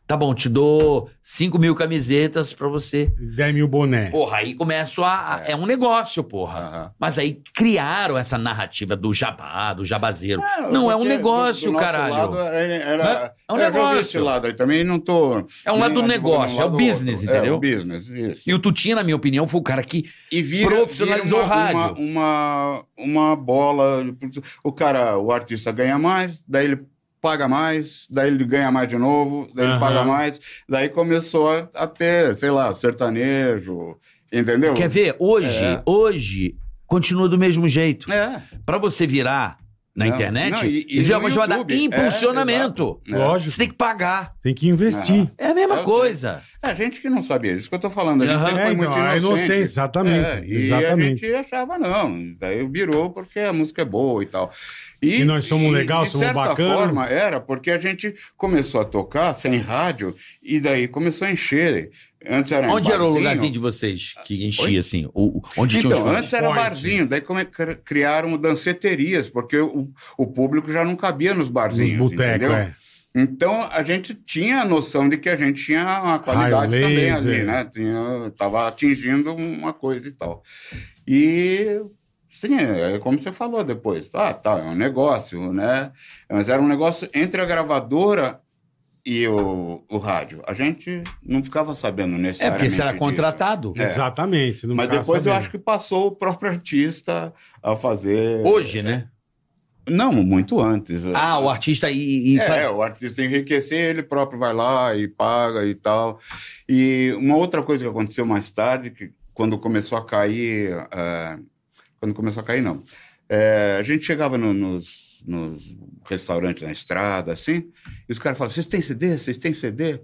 [SPEAKER 4] Tá bom, te dou 5 mil camisetas pra você.
[SPEAKER 3] 10 mil boné.
[SPEAKER 4] Porra, aí começa a. a- É, um negócio, porra.
[SPEAKER 1] aham.
[SPEAKER 4] Mas aí criaram essa narrativa do jabá, do jabazeiro.
[SPEAKER 1] É,
[SPEAKER 4] não, é um
[SPEAKER 1] porque
[SPEAKER 4] negócio,
[SPEAKER 1] do nosso
[SPEAKER 4] caralho.
[SPEAKER 1] lado era, era-
[SPEAKER 4] É um
[SPEAKER 1] eu já vi
[SPEAKER 4] negócio.
[SPEAKER 1] Esse lado aí também não tô.
[SPEAKER 4] É um lado do
[SPEAKER 1] nem advogando
[SPEAKER 4] negócio,
[SPEAKER 1] um
[SPEAKER 4] é o
[SPEAKER 1] lado ou
[SPEAKER 4] business,
[SPEAKER 1] outro.
[SPEAKER 4] entendeu?
[SPEAKER 1] É o business, isso.
[SPEAKER 4] E o Tutinha, na minha opinião, foi o cara que.
[SPEAKER 1] E vira,
[SPEAKER 4] Profissionalizou
[SPEAKER 1] vira uma,
[SPEAKER 4] o rádio.
[SPEAKER 1] Uma, uma, uma bola. O cara, o artista ganha mais, daí ele paga mais, daí ele ganha mais de novo, daí ele
[SPEAKER 3] Aham.
[SPEAKER 1] paga mais. Daí começou a, a ter, sei lá, sertanejo, entendeu?
[SPEAKER 4] Quer ver? Hoje,
[SPEAKER 1] É.
[SPEAKER 4] hoje, continua do mesmo jeito.
[SPEAKER 1] É.
[SPEAKER 4] Pra você virar na
[SPEAKER 1] Não,
[SPEAKER 4] internet,
[SPEAKER 1] não, e- e
[SPEAKER 4] isso é
[SPEAKER 1] no
[SPEAKER 4] uma chamada
[SPEAKER 1] YouTube, é,
[SPEAKER 4] impulsionamento.
[SPEAKER 1] É. Ah,
[SPEAKER 3] Lógico.
[SPEAKER 4] Você tem que pagar.
[SPEAKER 3] Tem que investir.
[SPEAKER 4] É a mesma
[SPEAKER 1] Eu
[SPEAKER 4] coisa.
[SPEAKER 1] A é gente que não sabia, isso que eu tô falando. A gente
[SPEAKER 4] Aham.
[SPEAKER 1] sempre
[SPEAKER 3] É,
[SPEAKER 1] foi
[SPEAKER 3] então,
[SPEAKER 1] muito
[SPEAKER 3] a
[SPEAKER 1] inocente.
[SPEAKER 3] inocência, exatamente.
[SPEAKER 1] É, e a
[SPEAKER 3] exatamente.
[SPEAKER 1] gente achava, não, daí virou porque a música é boa e tal.
[SPEAKER 3] E nós somos legal, somos
[SPEAKER 1] De certa
[SPEAKER 3] bacana.
[SPEAKER 1] forma, era porque a gente começou a tocar sem rádio e daí começou a encher. Antes era em
[SPEAKER 4] Onde era o
[SPEAKER 1] É, barzinho.
[SPEAKER 4] lugarzinho de vocês que enchia, assim? O, o- onde tinha os
[SPEAKER 1] Então,
[SPEAKER 4] fãs? É,
[SPEAKER 1] antes era
[SPEAKER 3] Point.
[SPEAKER 1] barzinho, daí come- cr- criaram danceterias, porque o, o público já não cabia nos
[SPEAKER 3] Nos
[SPEAKER 1] barzinhos,
[SPEAKER 3] botecos,
[SPEAKER 1] entendeu?
[SPEAKER 3] é.
[SPEAKER 1] Então, a gente tinha a noção de que a gente tinha uma qualidade
[SPEAKER 3] Raio
[SPEAKER 1] também
[SPEAKER 3] laser.
[SPEAKER 1] ali, né? Tinha, tava atingindo uma coisa e tal. E, sim, é como você falou depois. Ah, tá, é um negócio, né? Mas era um negócio entre a gravadora e o, o rádio. A gente não ficava sabendo
[SPEAKER 4] É,
[SPEAKER 1] necessariamente
[SPEAKER 4] porque você era
[SPEAKER 1] disso.
[SPEAKER 4] contratado.
[SPEAKER 1] É.
[SPEAKER 3] Exatamente. você não
[SPEAKER 1] Mas
[SPEAKER 3] ficava
[SPEAKER 1] depois eu
[SPEAKER 3] sabendo.
[SPEAKER 1] acho que passou o próprio artista a fazer...
[SPEAKER 4] Hoje, né?
[SPEAKER 1] Não, muito antes.
[SPEAKER 4] Ah, o artista e. e
[SPEAKER 1] É,
[SPEAKER 4] faz-
[SPEAKER 1] o artista enriquecer, ele próprio vai lá e paga e tal. E uma outra coisa que aconteceu mais tarde, que quando começou a cair, eh, quando começou a cair, não. Eh, a gente chegava no- nos, nos restaurantes na estrada, assim, e os caras falavam, vocês têm CD? Vocês têm CD? Eu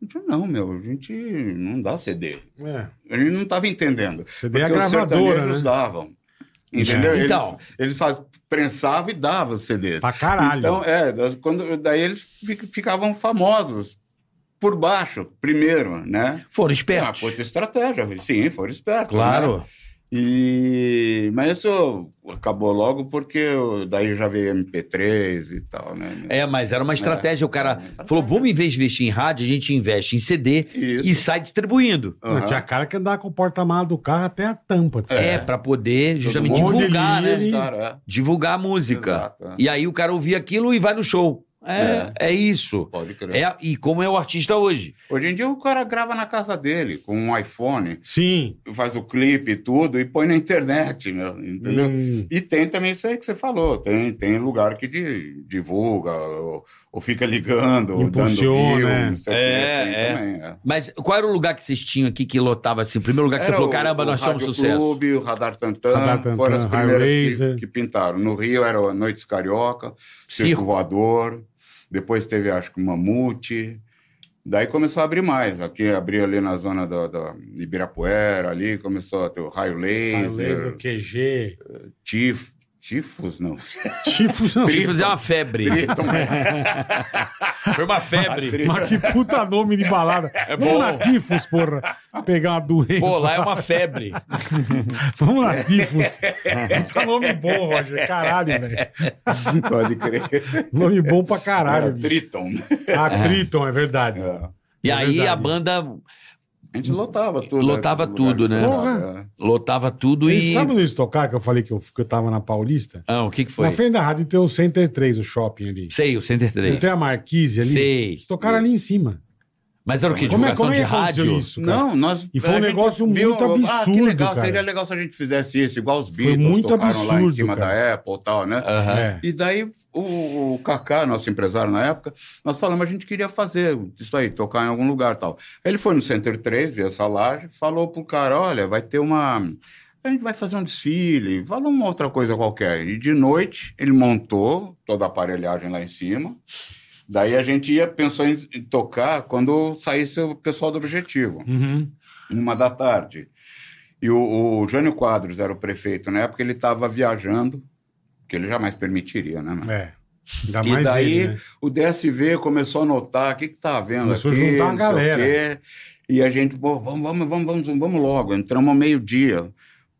[SPEAKER 1] disse, não, meu, a gente não dá CD.
[SPEAKER 3] É.
[SPEAKER 1] A gente não estava entendendo.
[SPEAKER 3] CD é a
[SPEAKER 1] Porque os
[SPEAKER 3] gravadora,
[SPEAKER 1] sertanejos
[SPEAKER 3] né?
[SPEAKER 1] davam. Entendeu? Eles-
[SPEAKER 4] Então.
[SPEAKER 1] Eles, faz- prensavam e davam CDs.
[SPEAKER 3] Pra caralho.
[SPEAKER 1] Então, é, das- quando, daí eles fi- ficavam famosos por baixo, primeiro, né?
[SPEAKER 4] Foram
[SPEAKER 1] Ah,
[SPEAKER 4] espertos.
[SPEAKER 1] puta estratégia, sim, foram espertos. né?
[SPEAKER 4] claro.
[SPEAKER 1] E... Mas isso acabou logo porque eu- daí já veio MP3 e tal, né?
[SPEAKER 4] É, mas era uma estratégia. O cara
[SPEAKER 1] Era uma estratégia.
[SPEAKER 4] falou: vamos em vez de investir em rádio, a gente investe em CD
[SPEAKER 1] Isso.
[SPEAKER 4] e sai distribuindo.
[SPEAKER 3] Não,
[SPEAKER 1] Aham.
[SPEAKER 3] Tinha cara que andava com o porta-malas do carro até a tampa. assim.
[SPEAKER 4] É, pra poder justamente
[SPEAKER 3] mundo
[SPEAKER 4] divulgar,
[SPEAKER 3] ele-
[SPEAKER 4] né?
[SPEAKER 3] ele-
[SPEAKER 1] Ah, Cara,
[SPEAKER 4] divulgar a
[SPEAKER 1] é.
[SPEAKER 4] música.
[SPEAKER 1] Exato, é.
[SPEAKER 4] E aí o cara ouvia aquilo e vai no show. É, é. isso.
[SPEAKER 1] Pode crer.
[SPEAKER 4] É, e como é o artista hoje?
[SPEAKER 1] Hoje em dia o cara grava na casa dele com um iPhone,
[SPEAKER 3] Sim.
[SPEAKER 1] faz o clipe e tudo e põe na internet, meu, entendeu?
[SPEAKER 3] Hum,
[SPEAKER 1] E tem também isso aí que você falou, tem, tem lugar que di- divulga, ou, ou fica ligando, ou dando
[SPEAKER 3] Impulsiona,
[SPEAKER 1] view,
[SPEAKER 3] é.
[SPEAKER 1] não sei o
[SPEAKER 4] É,
[SPEAKER 1] que, tem
[SPEAKER 4] é.
[SPEAKER 1] também, é.
[SPEAKER 4] Mas qual era o lugar que vocês tinham aqui que lotava assim? O primeiro lugar que você
[SPEAKER 1] Era
[SPEAKER 4] falou,
[SPEAKER 1] o-
[SPEAKER 4] caramba,
[SPEAKER 1] o
[SPEAKER 4] nós somos
[SPEAKER 1] Rádio
[SPEAKER 4] sucesso.
[SPEAKER 1] Clube, o Radar Tantan,
[SPEAKER 3] Radar Tantan,
[SPEAKER 1] foram as
[SPEAKER 3] High
[SPEAKER 1] primeiras que,
[SPEAKER 3] Racer.
[SPEAKER 1] que pintaram. No Rio era o Noites Carioca,
[SPEAKER 3] tipo,
[SPEAKER 1] Circo,
[SPEAKER 4] Circo.
[SPEAKER 1] Voador, depois teve, acho que, Mamute. Daí começou a abrir mais. Aqui abriu ali na zona da, da Ibirapuera, ali começou a ter o Raio Laser,
[SPEAKER 3] Laser, QG.
[SPEAKER 1] Tif, Tifos, não.
[SPEAKER 3] Tifos não.
[SPEAKER 4] Tem que fazer uma febre. Foi uma febre.
[SPEAKER 3] Mas que puta nome de balada. Vamos
[SPEAKER 4] É bom.
[SPEAKER 3] na Tifos, porra. Pegar uma doença.
[SPEAKER 4] Pô, lá é uma febre.
[SPEAKER 3] Vamos lá, Tifos. Puta nome bom, Roger. Caralho, velho.
[SPEAKER 1] Pode crer.
[SPEAKER 3] Nome bom pra caralho.
[SPEAKER 1] Era
[SPEAKER 3] bicho.
[SPEAKER 1] Triton.
[SPEAKER 3] Ah, Triton, é verdade.
[SPEAKER 1] É.
[SPEAKER 4] E
[SPEAKER 3] É
[SPEAKER 4] aí
[SPEAKER 3] verdade.
[SPEAKER 4] a banda
[SPEAKER 1] A gente lotava tudo.
[SPEAKER 4] Lotava
[SPEAKER 1] né? Lugar
[SPEAKER 4] tudo,
[SPEAKER 1] que
[SPEAKER 4] né?
[SPEAKER 1] tocava, é.
[SPEAKER 4] lotava tudo
[SPEAKER 3] E
[SPEAKER 4] e.
[SPEAKER 3] sabe no Estocar que eu falei que eu, que eu tava na Paulista?
[SPEAKER 4] Ah, o que que foi?
[SPEAKER 3] Na frente da rádio tem o Center 3, o shopping ali.
[SPEAKER 4] Sei, o Center
[SPEAKER 3] Não
[SPEAKER 4] 3.
[SPEAKER 3] tem a Marquise ali?
[SPEAKER 4] Sei.
[SPEAKER 3] Estocaram ali em cima.
[SPEAKER 4] Mas era o quê?
[SPEAKER 3] Como é,
[SPEAKER 4] Divulgação
[SPEAKER 3] como é que
[SPEAKER 4] de
[SPEAKER 3] aconteceu
[SPEAKER 4] rádio?
[SPEAKER 3] isso, cara?
[SPEAKER 1] Não, nós.
[SPEAKER 3] E foi um
[SPEAKER 1] a gente
[SPEAKER 3] negócio muito
[SPEAKER 1] Ah, que
[SPEAKER 3] absurdo,
[SPEAKER 1] legal.
[SPEAKER 3] cara.
[SPEAKER 1] Seria legal se a gente fizesse isso, igual os Beatles
[SPEAKER 3] muito
[SPEAKER 1] tocaram lá em
[SPEAKER 3] absurdo,
[SPEAKER 1] cima
[SPEAKER 3] cara.
[SPEAKER 1] da Apple e tal, né?
[SPEAKER 4] Aham.
[SPEAKER 3] É.
[SPEAKER 1] E daí o, o Kaká, nosso empresário na época, nós falamos, a gente queria fazer isso aí, tocar em algum lugar e tal. Ele foi no Center 3, viu essa laje, falou pro cara, olha, vai ter uma... A gente vai fazer um desfile, falou uma outra coisa qualquer. E de noite ele montou toda a aparelhagem lá em cima. Daí a gente ia pensou em em tocar quando saísse o pessoal do objetivo
[SPEAKER 3] Uhum.
[SPEAKER 1] uma da tarde. E o, o Jânio Quadros era o prefeito na época, ele estava viajando, que ele jamais permitiria, né? mano?
[SPEAKER 3] É. Ainda
[SPEAKER 1] E
[SPEAKER 3] mais
[SPEAKER 1] daí
[SPEAKER 3] ele, né?
[SPEAKER 1] o DSV começou a notar, o que que tá havendo
[SPEAKER 3] Começou a
[SPEAKER 1] aqui,
[SPEAKER 3] juntar a
[SPEAKER 1] não sei o
[SPEAKER 3] galera.
[SPEAKER 1] quê. E a gente, pô, vamos, vamos, vamos, vamos, vamos logo, entramos ao meio-dia,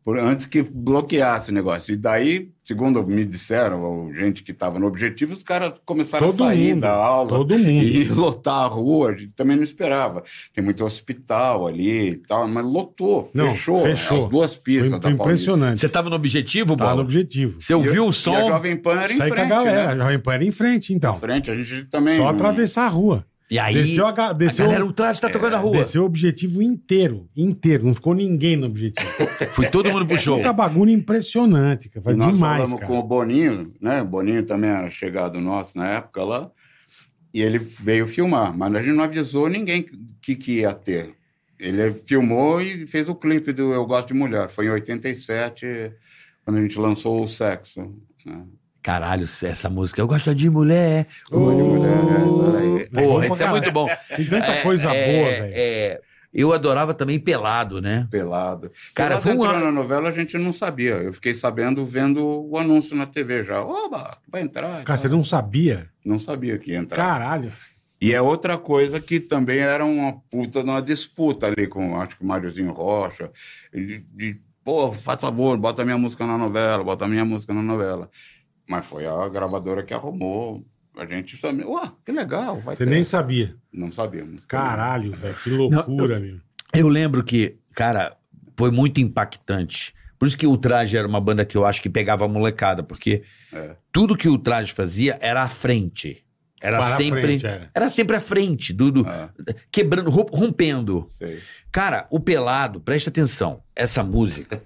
[SPEAKER 1] por- antes que bloqueasse o negócio. E daí, segundo me disseram, ou gente que estava no objetivo, os caras começaram
[SPEAKER 3] Todo
[SPEAKER 1] a sair
[SPEAKER 3] mundo,
[SPEAKER 1] da aula.
[SPEAKER 3] Todo mundo.
[SPEAKER 1] E lotar a rua, a gente também não esperava. Tem muito hospital ali e tal, mas lotou,
[SPEAKER 3] Não,
[SPEAKER 1] fechou,
[SPEAKER 3] fechou.
[SPEAKER 1] as duas
[SPEAKER 3] Foi, foi
[SPEAKER 1] pistas da Paulista.
[SPEAKER 3] impressionante.
[SPEAKER 4] Você tava no objetivo,
[SPEAKER 3] Tá É. no
[SPEAKER 4] Bola?
[SPEAKER 3] objetivo.
[SPEAKER 4] Você ouviu o
[SPEAKER 1] E a
[SPEAKER 4] som?
[SPEAKER 1] Jovem Pan era em
[SPEAKER 3] Sai com a
[SPEAKER 1] frente,
[SPEAKER 3] galera.
[SPEAKER 1] né?
[SPEAKER 3] A Jovem Pan era em frente, então.
[SPEAKER 1] Em frente, a gente também...
[SPEAKER 3] Só atravessar a rua.
[SPEAKER 4] E aí.
[SPEAKER 3] desceu a, ga-
[SPEAKER 4] A
[SPEAKER 3] desceu, É,
[SPEAKER 4] galera ultraje tá tocando a rua.
[SPEAKER 3] desceu o objetivo inteiro. Inteiro. Não ficou ninguém no objetivo.
[SPEAKER 4] Foi todo mundo pro show.
[SPEAKER 3] Puta bagulho impressionante, cara. Foi
[SPEAKER 1] E nós
[SPEAKER 3] demais,
[SPEAKER 1] falamos
[SPEAKER 3] cara.
[SPEAKER 1] com o Boninho, né? O Boninho também era chegado nosso na época lá. E ele veio filmar, mas a gente não avisou ninguém que, que ia ter. Ele filmou e fez o clipe do Eu Gosto de Mulher. Foi em 87, quando a gente lançou o Sexo. né?
[SPEAKER 4] Caralho, essa música. Eu gosto um de mulher.
[SPEAKER 3] Ô,
[SPEAKER 1] Olho mulher, né? essa daí.
[SPEAKER 3] bom
[SPEAKER 4] Porra,
[SPEAKER 3] pra
[SPEAKER 4] isso é
[SPEAKER 3] caralho.
[SPEAKER 4] muito bom.
[SPEAKER 3] Tem tanta
[SPEAKER 4] É,
[SPEAKER 3] coisa
[SPEAKER 4] é,
[SPEAKER 3] boa, velho.
[SPEAKER 4] é, eu adorava também pelado, né?
[SPEAKER 1] Pelado.
[SPEAKER 4] Cara,
[SPEAKER 1] Cara,
[SPEAKER 4] foi um
[SPEAKER 1] entrou
[SPEAKER 4] ano-
[SPEAKER 1] na novela, a gente não sabia. Eu fiquei sabendo vendo o anúncio na TV já. Oba, vai entrar.
[SPEAKER 3] Cara, você não sabia?
[SPEAKER 1] Não sabia que ia entrar.
[SPEAKER 3] Caralho.
[SPEAKER 1] E é outra coisa que também era uma puta numa disputa ali com, acho que o Máriozinho Rocha, de, de, pô, faz favor, bota minha música na novela, bota minha música na novela. Mas foi a gravadora que arrumou. A gente também, ué, que legal, vai
[SPEAKER 3] Você
[SPEAKER 1] ter.
[SPEAKER 3] nem sabia.
[SPEAKER 1] Não sabíamos.
[SPEAKER 3] Caralho, velho. Que loucura, meu.
[SPEAKER 4] Eu lembro que, cara, foi muito impactante. Por isso que o Ultraje era uma banda que eu acho que pegava a molecada, porque
[SPEAKER 1] É.
[SPEAKER 4] tudo que o Ultraje fazia era à frente. Era
[SPEAKER 3] Para
[SPEAKER 4] sempre.
[SPEAKER 3] frente, é. era.
[SPEAKER 4] Era sempre à frente, do, do-
[SPEAKER 1] Ah,
[SPEAKER 4] quebrando, rom- rompendo.
[SPEAKER 1] sei.
[SPEAKER 4] Cara, o Pelado, presta atenção, essa música.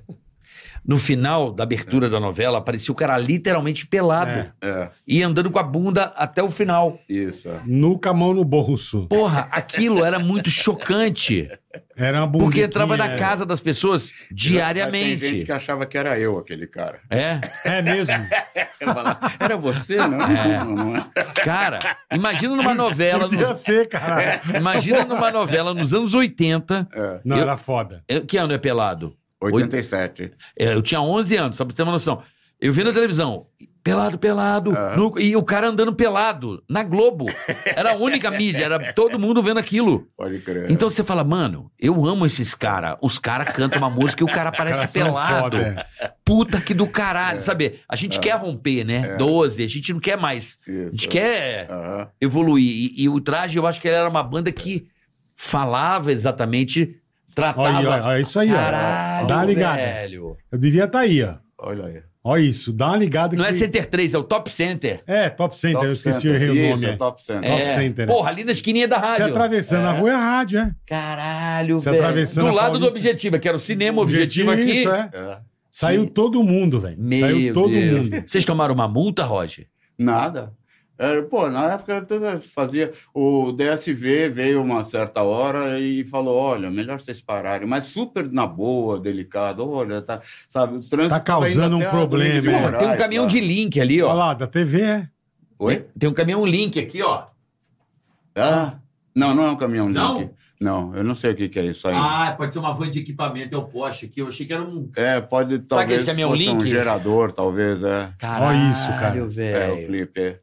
[SPEAKER 4] No final da abertura da novela, aparecia o cara literalmente pelado
[SPEAKER 3] É.
[SPEAKER 1] É,
[SPEAKER 4] e andando com a bunda até o final.
[SPEAKER 1] isso. é.
[SPEAKER 3] Nuca, mão no bolso.
[SPEAKER 4] Porra, aquilo era muito chocante.
[SPEAKER 3] Era uma é. bunda.
[SPEAKER 4] Porque entrava na casa das pessoas
[SPEAKER 1] Mas Tem gente
[SPEAKER 4] diariamente.
[SPEAKER 1] que achava que era eu aquele cara.
[SPEAKER 4] É.
[SPEAKER 3] É mesmo.
[SPEAKER 1] Eu falava, era você, não?
[SPEAKER 4] É.
[SPEAKER 1] Não, não é.
[SPEAKER 4] Cara, imagina numa novela.
[SPEAKER 3] Podia
[SPEAKER 4] nos-
[SPEAKER 3] ser,
[SPEAKER 4] É.
[SPEAKER 3] cara.
[SPEAKER 4] imagina numa novela nos anos 80.
[SPEAKER 1] É,
[SPEAKER 3] Não,
[SPEAKER 4] Eu-
[SPEAKER 3] era foda.
[SPEAKER 4] Eu- Que ano é pelado?
[SPEAKER 1] 87.
[SPEAKER 4] É, Eu tinha 11 anos, só pra você ter uma noção. Eu vi na televisão, pelado, pelado,
[SPEAKER 1] Aham.
[SPEAKER 4] nu- e o cara andando pelado, na Globo. Era a única mídia, era todo mundo vendo aquilo.
[SPEAKER 1] Pode crer.
[SPEAKER 4] Então você fala, mano, eu amo esses caras. Os caras cantam uma música e o cara
[SPEAKER 3] Cara,
[SPEAKER 4] parece
[SPEAKER 3] são
[SPEAKER 4] pelado.
[SPEAKER 3] foda, é.
[SPEAKER 4] Puta que do caralho, sabe? A gente quer romper, né? 12, a gente não quer mais. A gente
[SPEAKER 1] Isso.
[SPEAKER 4] quer
[SPEAKER 1] Aham.
[SPEAKER 4] evoluir. E, e o Traje, eu acho que ela era uma banda que falava exatamente,
[SPEAKER 3] Olha,
[SPEAKER 4] tratava...
[SPEAKER 3] aí, olha, olha isso aí, ó. Tá
[SPEAKER 4] Caralho,
[SPEAKER 3] Dá uma ligada.
[SPEAKER 4] velho.
[SPEAKER 3] Eu diria tá aí, ó.
[SPEAKER 1] Olha aí.
[SPEAKER 3] Olha isso, dá uma ligada.
[SPEAKER 4] Não é
[SPEAKER 3] que-
[SPEAKER 4] Center 3, é o Top Center.
[SPEAKER 3] É, Top Center,
[SPEAKER 1] Top
[SPEAKER 3] eu esqueci
[SPEAKER 1] Center.
[SPEAKER 3] o
[SPEAKER 1] Isso,
[SPEAKER 3] nome.
[SPEAKER 1] é
[SPEAKER 3] é.
[SPEAKER 1] Top Center.
[SPEAKER 3] Top
[SPEAKER 4] é.
[SPEAKER 3] Center, né?
[SPEAKER 4] Porra, ali na esquininha da
[SPEAKER 3] Se
[SPEAKER 4] rádio.
[SPEAKER 3] atravessando a rua é a rádio, é.
[SPEAKER 4] Caralho,
[SPEAKER 3] Se
[SPEAKER 4] velho.
[SPEAKER 3] atravessando
[SPEAKER 4] Do
[SPEAKER 3] a
[SPEAKER 4] lado do
[SPEAKER 3] Paulista.
[SPEAKER 4] objetivo, que era o cinema, o objetivo, aqui.
[SPEAKER 3] Isso, é.
[SPEAKER 1] É.
[SPEAKER 3] Saiu todo mundo, velho.
[SPEAKER 4] Meu
[SPEAKER 3] Saiu todo
[SPEAKER 4] Deus.
[SPEAKER 3] mundo.
[SPEAKER 4] Vocês tomaram uma multa, Roger?
[SPEAKER 1] Nada. Era, pô, na época eu tenta- fazia. O DSV veio uma certa hora e falou: olha, melhor vocês pararem, mas super na boa, delicado. Olha, tá, sabe, o trânsito.
[SPEAKER 3] Tá causando
[SPEAKER 1] tava indo
[SPEAKER 3] um
[SPEAKER 1] até a
[SPEAKER 3] problema,
[SPEAKER 1] Avenida de
[SPEAKER 3] é.
[SPEAKER 1] Moraes,
[SPEAKER 4] Tem um caminhão
[SPEAKER 1] lá.
[SPEAKER 4] de link ali,
[SPEAKER 3] Olha
[SPEAKER 4] ó.
[SPEAKER 3] lá, da TV, é.
[SPEAKER 1] Oi?
[SPEAKER 4] Tem um caminhão link aqui, ó.
[SPEAKER 1] Ah, não, não é um caminhão
[SPEAKER 4] Não?
[SPEAKER 1] link. Não, eu não sei o que, que é isso aí.
[SPEAKER 4] Ah, pode ser uma van de equipamento, é o poste aqui. Eu achei que era um.
[SPEAKER 1] É, pode talvez
[SPEAKER 4] esse que é meu
[SPEAKER 1] fosse um
[SPEAKER 4] link?
[SPEAKER 1] gerador, talvez, é.
[SPEAKER 3] Olha isso, cara.
[SPEAKER 4] Caralho,
[SPEAKER 1] É, o
[SPEAKER 4] velho.
[SPEAKER 1] clipe é.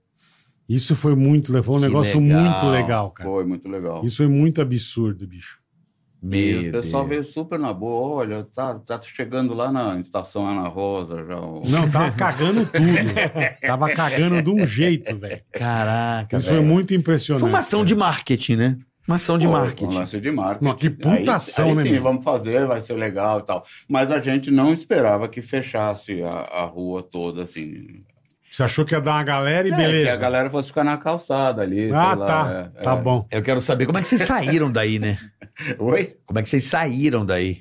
[SPEAKER 3] Isso foi muito legal. Foi um
[SPEAKER 4] Que
[SPEAKER 3] negócio
[SPEAKER 4] legal.
[SPEAKER 3] muito legal,
[SPEAKER 4] É.
[SPEAKER 3] cara.
[SPEAKER 1] foi muito legal.
[SPEAKER 3] Isso foi muito absurdo, bicho.
[SPEAKER 1] E o
[SPEAKER 4] Meu
[SPEAKER 1] pessoal
[SPEAKER 4] Deus.
[SPEAKER 1] veio super na boa. Olha, tá, tá chegando lá na estação Ana Rosa já. o-
[SPEAKER 3] Não, tava cagando tudo. tava cagando de um jeito, velho.
[SPEAKER 4] Caraca.
[SPEAKER 3] Isso foi
[SPEAKER 4] velho.
[SPEAKER 3] muito impressionante.
[SPEAKER 4] Foi uma ação é. de marketing, né? Uma ação de
[SPEAKER 1] Foi, Um
[SPEAKER 4] marketing.
[SPEAKER 1] lance de marketing.
[SPEAKER 3] Não, que puta
[SPEAKER 1] Aí-
[SPEAKER 3] ação,
[SPEAKER 1] aí
[SPEAKER 3] né,
[SPEAKER 1] sim,
[SPEAKER 3] meu?
[SPEAKER 1] vamos fazer, vai ser legal e tal. Mas a gente não esperava que fechasse a, a rua toda, assim.
[SPEAKER 3] Você achou que ia dar uma galera e
[SPEAKER 1] É,
[SPEAKER 3] beleza.
[SPEAKER 1] que a galera fosse ficar na calçada ali,
[SPEAKER 3] ah, tá.
[SPEAKER 1] sei lá. é,
[SPEAKER 3] tá
[SPEAKER 1] é.
[SPEAKER 3] bom.
[SPEAKER 4] Eu quero saber como é que vocês saíram daí, né?
[SPEAKER 1] Oi?
[SPEAKER 4] Como é que vocês saíram daí?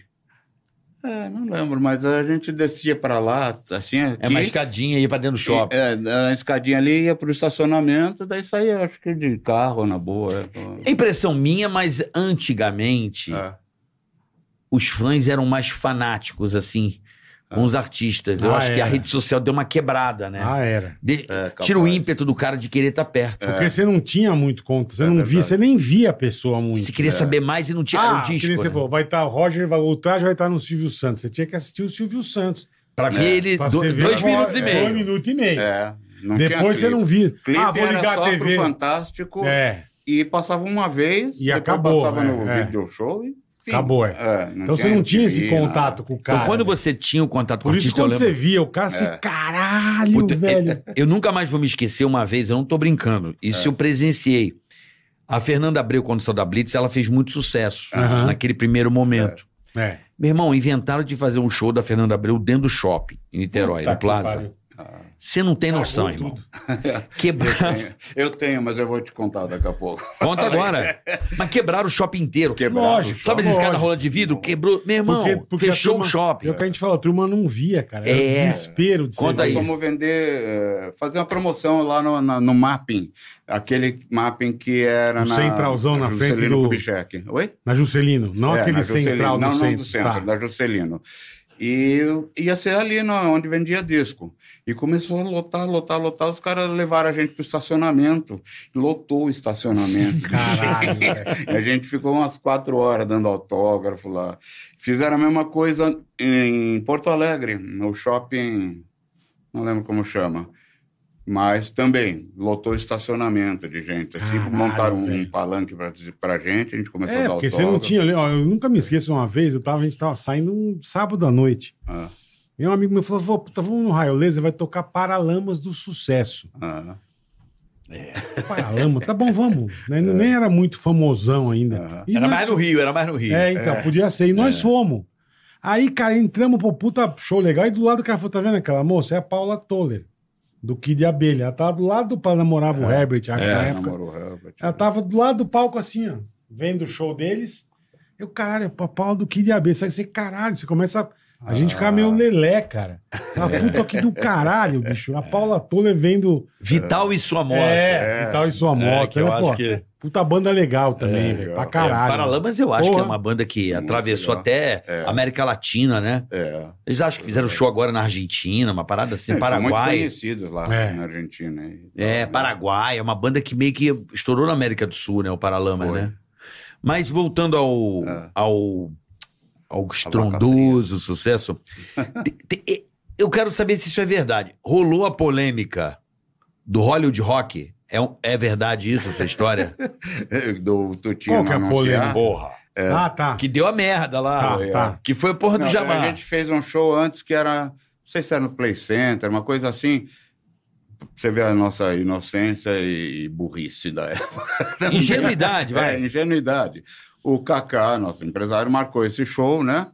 [SPEAKER 1] É, não lembro, mas a gente descia pra lá, assim, aqui.
[SPEAKER 4] É uma escadinha aí pra dentro do shopping.
[SPEAKER 1] E, é, a escadinha ali ia pro estacionamento, daí saía, acho que de carro, na boa.
[SPEAKER 4] É impressão minha, mas antigamente
[SPEAKER 1] É.
[SPEAKER 4] os fãs eram mais fanáticos, assim, com os artistas. Eu
[SPEAKER 3] Ah,
[SPEAKER 4] acho que a
[SPEAKER 3] era.
[SPEAKER 4] rede social deu uma quebrada, né?
[SPEAKER 3] Ah, era.
[SPEAKER 4] De-
[SPEAKER 1] É, capaz.
[SPEAKER 4] Tira o ímpeto do cara de querer estar perto.
[SPEAKER 3] Porque você não tinha muito conta. Você
[SPEAKER 1] É
[SPEAKER 3] não via,
[SPEAKER 1] verdade.
[SPEAKER 3] você nem via a pessoa muito.
[SPEAKER 4] Você queria saber mais e não tinha
[SPEAKER 3] ah,
[SPEAKER 4] o
[SPEAKER 3] que
[SPEAKER 4] disco.
[SPEAKER 3] nem você
[SPEAKER 4] né?
[SPEAKER 3] falou, vai estar o Roger, vai, o traje vai estar no Silvio Santos. Você tinha que assistir o Silvio Santos. É,
[SPEAKER 4] Pra ver ele
[SPEAKER 3] Pra
[SPEAKER 4] do-
[SPEAKER 3] você ver
[SPEAKER 4] dois
[SPEAKER 3] agora-
[SPEAKER 4] minutos e
[SPEAKER 3] é,
[SPEAKER 4] meio.
[SPEAKER 3] Dois minutos e meio.
[SPEAKER 1] É, não tinha
[SPEAKER 3] Depois você
[SPEAKER 1] clipe.
[SPEAKER 3] não via.
[SPEAKER 1] Clipe
[SPEAKER 3] ah, vou
[SPEAKER 1] era
[SPEAKER 3] ligar
[SPEAKER 1] só
[SPEAKER 3] a TV.
[SPEAKER 1] pro Fantástico
[SPEAKER 3] É,
[SPEAKER 1] e passava uma vez,
[SPEAKER 3] E
[SPEAKER 1] depois
[SPEAKER 3] acabou,
[SPEAKER 1] passava
[SPEAKER 3] né?
[SPEAKER 1] no
[SPEAKER 3] É.
[SPEAKER 1] vídeo show e fim.
[SPEAKER 3] acabou. É.
[SPEAKER 1] É,
[SPEAKER 3] Então você não tinha esse
[SPEAKER 1] MTV,
[SPEAKER 3] contato com o cara.
[SPEAKER 4] então, quando você tinha o contato com o
[SPEAKER 3] Por isso,
[SPEAKER 4] artista, eu
[SPEAKER 3] quando
[SPEAKER 4] lembro.
[SPEAKER 3] você via o cara, você,
[SPEAKER 1] É.
[SPEAKER 3] caralho,
[SPEAKER 4] Puta, é-
[SPEAKER 3] velho.
[SPEAKER 4] Eu nunca mais vou me esquecer uma vez, eu não tô brincando. Isso eu presenciei. A Fernanda Abreu, quando saiu da Blitz, ela fez muito sucesso
[SPEAKER 3] Aham.
[SPEAKER 4] naquele primeiro momento.
[SPEAKER 3] É.
[SPEAKER 4] Meu irmão, inventaram de fazer um show da Fernanda Abreu dentro do shopping, em Niterói,
[SPEAKER 3] Puta
[SPEAKER 4] no
[SPEAKER 3] que
[SPEAKER 4] Plaza.
[SPEAKER 3] pariu.
[SPEAKER 4] Você não tem
[SPEAKER 3] Cagou
[SPEAKER 4] noção, irmão.
[SPEAKER 3] tudo.
[SPEAKER 1] nada.
[SPEAKER 4] Quebraram.
[SPEAKER 1] Eu tenho- Eu tenho, mas eu vou te contar daqui a pouco.
[SPEAKER 4] Conta agora. Mas quebraram o shopping inteiro.
[SPEAKER 1] Quebraram.
[SPEAKER 3] Lógico.
[SPEAKER 4] Sabe esses caras
[SPEAKER 3] Lógico.
[SPEAKER 4] rola de vidro? Quebrou. Meu irmão,
[SPEAKER 3] Porque- porque a
[SPEAKER 4] fechou
[SPEAKER 3] turma-
[SPEAKER 4] o shopping.
[SPEAKER 3] É o que a gente fala, a turma não via, cara. Era
[SPEAKER 4] É.
[SPEAKER 3] desespero de você
[SPEAKER 4] Conta
[SPEAKER 1] Nós
[SPEAKER 4] aí.
[SPEAKER 3] ver.
[SPEAKER 1] Vamos vender, eh, fazer uma promoção lá no, na- no mapping. Aquele mapping que era
[SPEAKER 3] No
[SPEAKER 1] na.
[SPEAKER 3] centralzão, na frente
[SPEAKER 1] Juscelino
[SPEAKER 3] do-
[SPEAKER 1] Kubitschek. Oi?
[SPEAKER 3] Na Juscelino, não
[SPEAKER 1] É,
[SPEAKER 3] aquele
[SPEAKER 1] na Juscelino.
[SPEAKER 3] central do
[SPEAKER 1] não,
[SPEAKER 3] centro.
[SPEAKER 1] Não, do centro,
[SPEAKER 3] Tá.
[SPEAKER 1] da Juscelino. E eu- ia ser ali na- onde vendia disco. E começou a lotar, lotar, lotar. Os caras levaram a gente pro estacionamento. Lotou o estacionamento.
[SPEAKER 3] Caralho, velho.
[SPEAKER 1] E A gente ficou umas quatro horas dando autógrafo lá. Fizeram a mesma coisa em Porto Alegre, no shopping, não lembro como chama. Mas também lotou estacionamento de gente. Assim,
[SPEAKER 3] Caralho,
[SPEAKER 1] montaram um
[SPEAKER 3] velho.
[SPEAKER 1] palanque pra, pra gente, a gente começou a
[SPEAKER 3] É,
[SPEAKER 1] dar
[SPEAKER 3] porque
[SPEAKER 1] autógrafo.
[SPEAKER 3] você não tinha... ó, Eu nunca me esqueço uma vez, eu tava, a gente tava saindo um sábado à noite.
[SPEAKER 1] Ah,
[SPEAKER 3] E um amigo meu falou, "Vô, puta, vamos no Raio Laser, vai tocar Paralamas do Sucesso.
[SPEAKER 1] ah,
[SPEAKER 3] Paralamas, tá bom, vamos. Né, Nem era muito famosão ainda.
[SPEAKER 1] É. Aham.
[SPEAKER 3] E nós-
[SPEAKER 4] Rio, era mais no Rio.
[SPEAKER 3] É, então, podia ser. E nós fomos. Aí, cara, entramos pro puta show legal. E do lado do cara falou, tá vendo aquela moça? É a Paula Toller, do Kid Abelha. Ela tava do lado do palco, namorava o Herbert, acho, na
[SPEAKER 1] é,
[SPEAKER 3] época.
[SPEAKER 1] namorou o Herbert.
[SPEAKER 3] Ela tá tava do lado do palco assim, ó, vendo o show deles. Eu, caralho, é a Paula do Kid Abelha. Sabe, você, caralho, você começa a... A gente fica meio lelé, cara. Uma puta aqui do caralho, bicho. A Paula Toller vendo.
[SPEAKER 4] Vital e sua moto.
[SPEAKER 3] É, e tal, e sua moto.
[SPEAKER 4] que eu
[SPEAKER 3] Ela,
[SPEAKER 4] acho
[SPEAKER 3] pô,
[SPEAKER 4] que- é
[SPEAKER 3] Puta banda legal também,
[SPEAKER 1] É,
[SPEAKER 3] velho. Pra
[SPEAKER 1] legal.
[SPEAKER 3] caralho.
[SPEAKER 4] Paralamas eu acho
[SPEAKER 3] Porra.
[SPEAKER 4] que é uma banda que
[SPEAKER 1] Muito
[SPEAKER 4] atravessou
[SPEAKER 1] legal.
[SPEAKER 4] até
[SPEAKER 1] É.
[SPEAKER 4] América Latina, né?
[SPEAKER 1] É.
[SPEAKER 4] Eles acham que fizeram show agora na Argentina, uma parada assim,
[SPEAKER 1] Eles são muito
[SPEAKER 4] Paraguai.
[SPEAKER 1] conhecidos lá
[SPEAKER 3] É.
[SPEAKER 1] na Argentina. e tal,
[SPEAKER 4] É,
[SPEAKER 1] né?
[SPEAKER 4] Paraguai, é uma banda que meio que estourou na América do Sul, né? O Paralamas,
[SPEAKER 1] Foi.
[SPEAKER 4] né? Mas voltando ao,
[SPEAKER 1] É.
[SPEAKER 4] ao, ao estrondoso sucesso, te- te- eu quero saber se isso é verdade. Rolou a polêmica do Hollywood Rock? É, um- é verdade isso, essa história?
[SPEAKER 1] Do Tutinho
[SPEAKER 3] Qual que é
[SPEAKER 1] não
[SPEAKER 3] a polêmica?
[SPEAKER 1] anunciar. é,
[SPEAKER 4] Porra.
[SPEAKER 3] Ah, tá.
[SPEAKER 4] Que deu a merda lá. é,
[SPEAKER 3] Tá, tá.
[SPEAKER 4] Que foi a porra do
[SPEAKER 1] Não,
[SPEAKER 4] Jabá.
[SPEAKER 1] A gente fez um show antes que era, não sei se era no Play Center, uma coisa assim. Você vê a nossa inocência e burrice da época.
[SPEAKER 4] Ingenuidade,
[SPEAKER 1] É,
[SPEAKER 4] vai.
[SPEAKER 1] ingenuidade. O Kaká, nosso empresário, marcou esse show, né?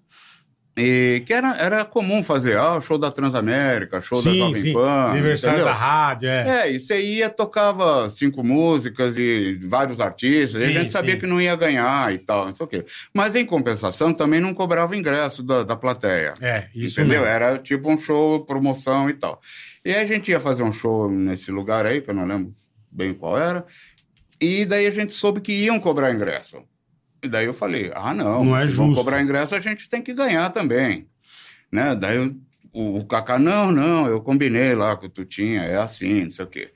[SPEAKER 1] E que era, era comum fazer, ah, o show da Transamérica, show da
[SPEAKER 3] sim,
[SPEAKER 1] Jovem
[SPEAKER 3] sim.
[SPEAKER 1] Pan.
[SPEAKER 3] Aniversário
[SPEAKER 1] entendeu?
[SPEAKER 3] da rádio, é.
[SPEAKER 1] É, e você ia, tocava cinco músicas e vários artistas, e a
[SPEAKER 3] Sim,
[SPEAKER 1] gente sabia
[SPEAKER 3] sim.
[SPEAKER 1] que não ia ganhar e tal, não sei o quê. Mas em compensação também não cobrava ingresso da, da plateia.
[SPEAKER 3] É, isso
[SPEAKER 1] entendeu?
[SPEAKER 3] mesmo.
[SPEAKER 1] Era tipo um show, promoção e tal. E aí a gente ia fazer um show nesse lugar aí, que eu não lembro bem qual era, e daí a gente soube que iam cobrar ingresso. E daí eu falei, ah, não,
[SPEAKER 3] Não é
[SPEAKER 1] se vão
[SPEAKER 3] justo.
[SPEAKER 1] cobrar ingresso, a gente tem que ganhar também. Né? Daí eu- o, o Kaká, não, não, eu combinei lá com o Tutinha, é assim, não sei o quê.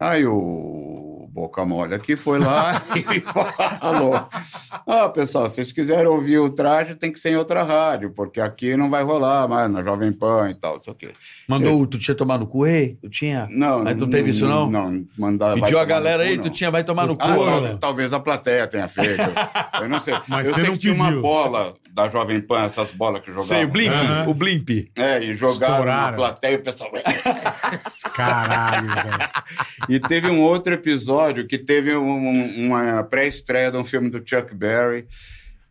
[SPEAKER 1] Aí o Boca Mole aqui foi lá e falou: Ah, pessoal, se vocês quiserem ouvir o traje, tem que ser em outra rádio, porque aqui não vai rolar mais na Jovem Pan e tal, não sei o quê.
[SPEAKER 4] Mandou, tu tinha tomar no cu, ei? Tu tinha?
[SPEAKER 1] Não,
[SPEAKER 4] Mas não teve isso, não?
[SPEAKER 1] Não, mandar. vai
[SPEAKER 4] Pediu a
[SPEAKER 1] tomar no
[SPEAKER 4] galera
[SPEAKER 1] cu,
[SPEAKER 4] aí,
[SPEAKER 1] não.
[SPEAKER 4] tu tinha, vai tomar no cu.
[SPEAKER 1] Ah,
[SPEAKER 3] Pô,
[SPEAKER 1] tal-
[SPEAKER 3] né?
[SPEAKER 1] talvez a plateia tenha feito. Eu não sei.
[SPEAKER 3] Mas
[SPEAKER 1] eu
[SPEAKER 3] você
[SPEAKER 1] sei
[SPEAKER 3] não
[SPEAKER 1] que tinha uma
[SPEAKER 3] pediu.
[SPEAKER 1] bola da Jovem Pan, essas bolas que jogavam. né?
[SPEAKER 4] Sei, o Blimp,
[SPEAKER 3] Aham.
[SPEAKER 4] o Blimp.
[SPEAKER 1] É, e jogaram
[SPEAKER 3] Estouraram.
[SPEAKER 1] na plateia e o pessoal. É.
[SPEAKER 3] Caralho, velho.
[SPEAKER 1] E teve um outro episódio que teve um- um- uma pré-estreia de um filme do Chuck Berry.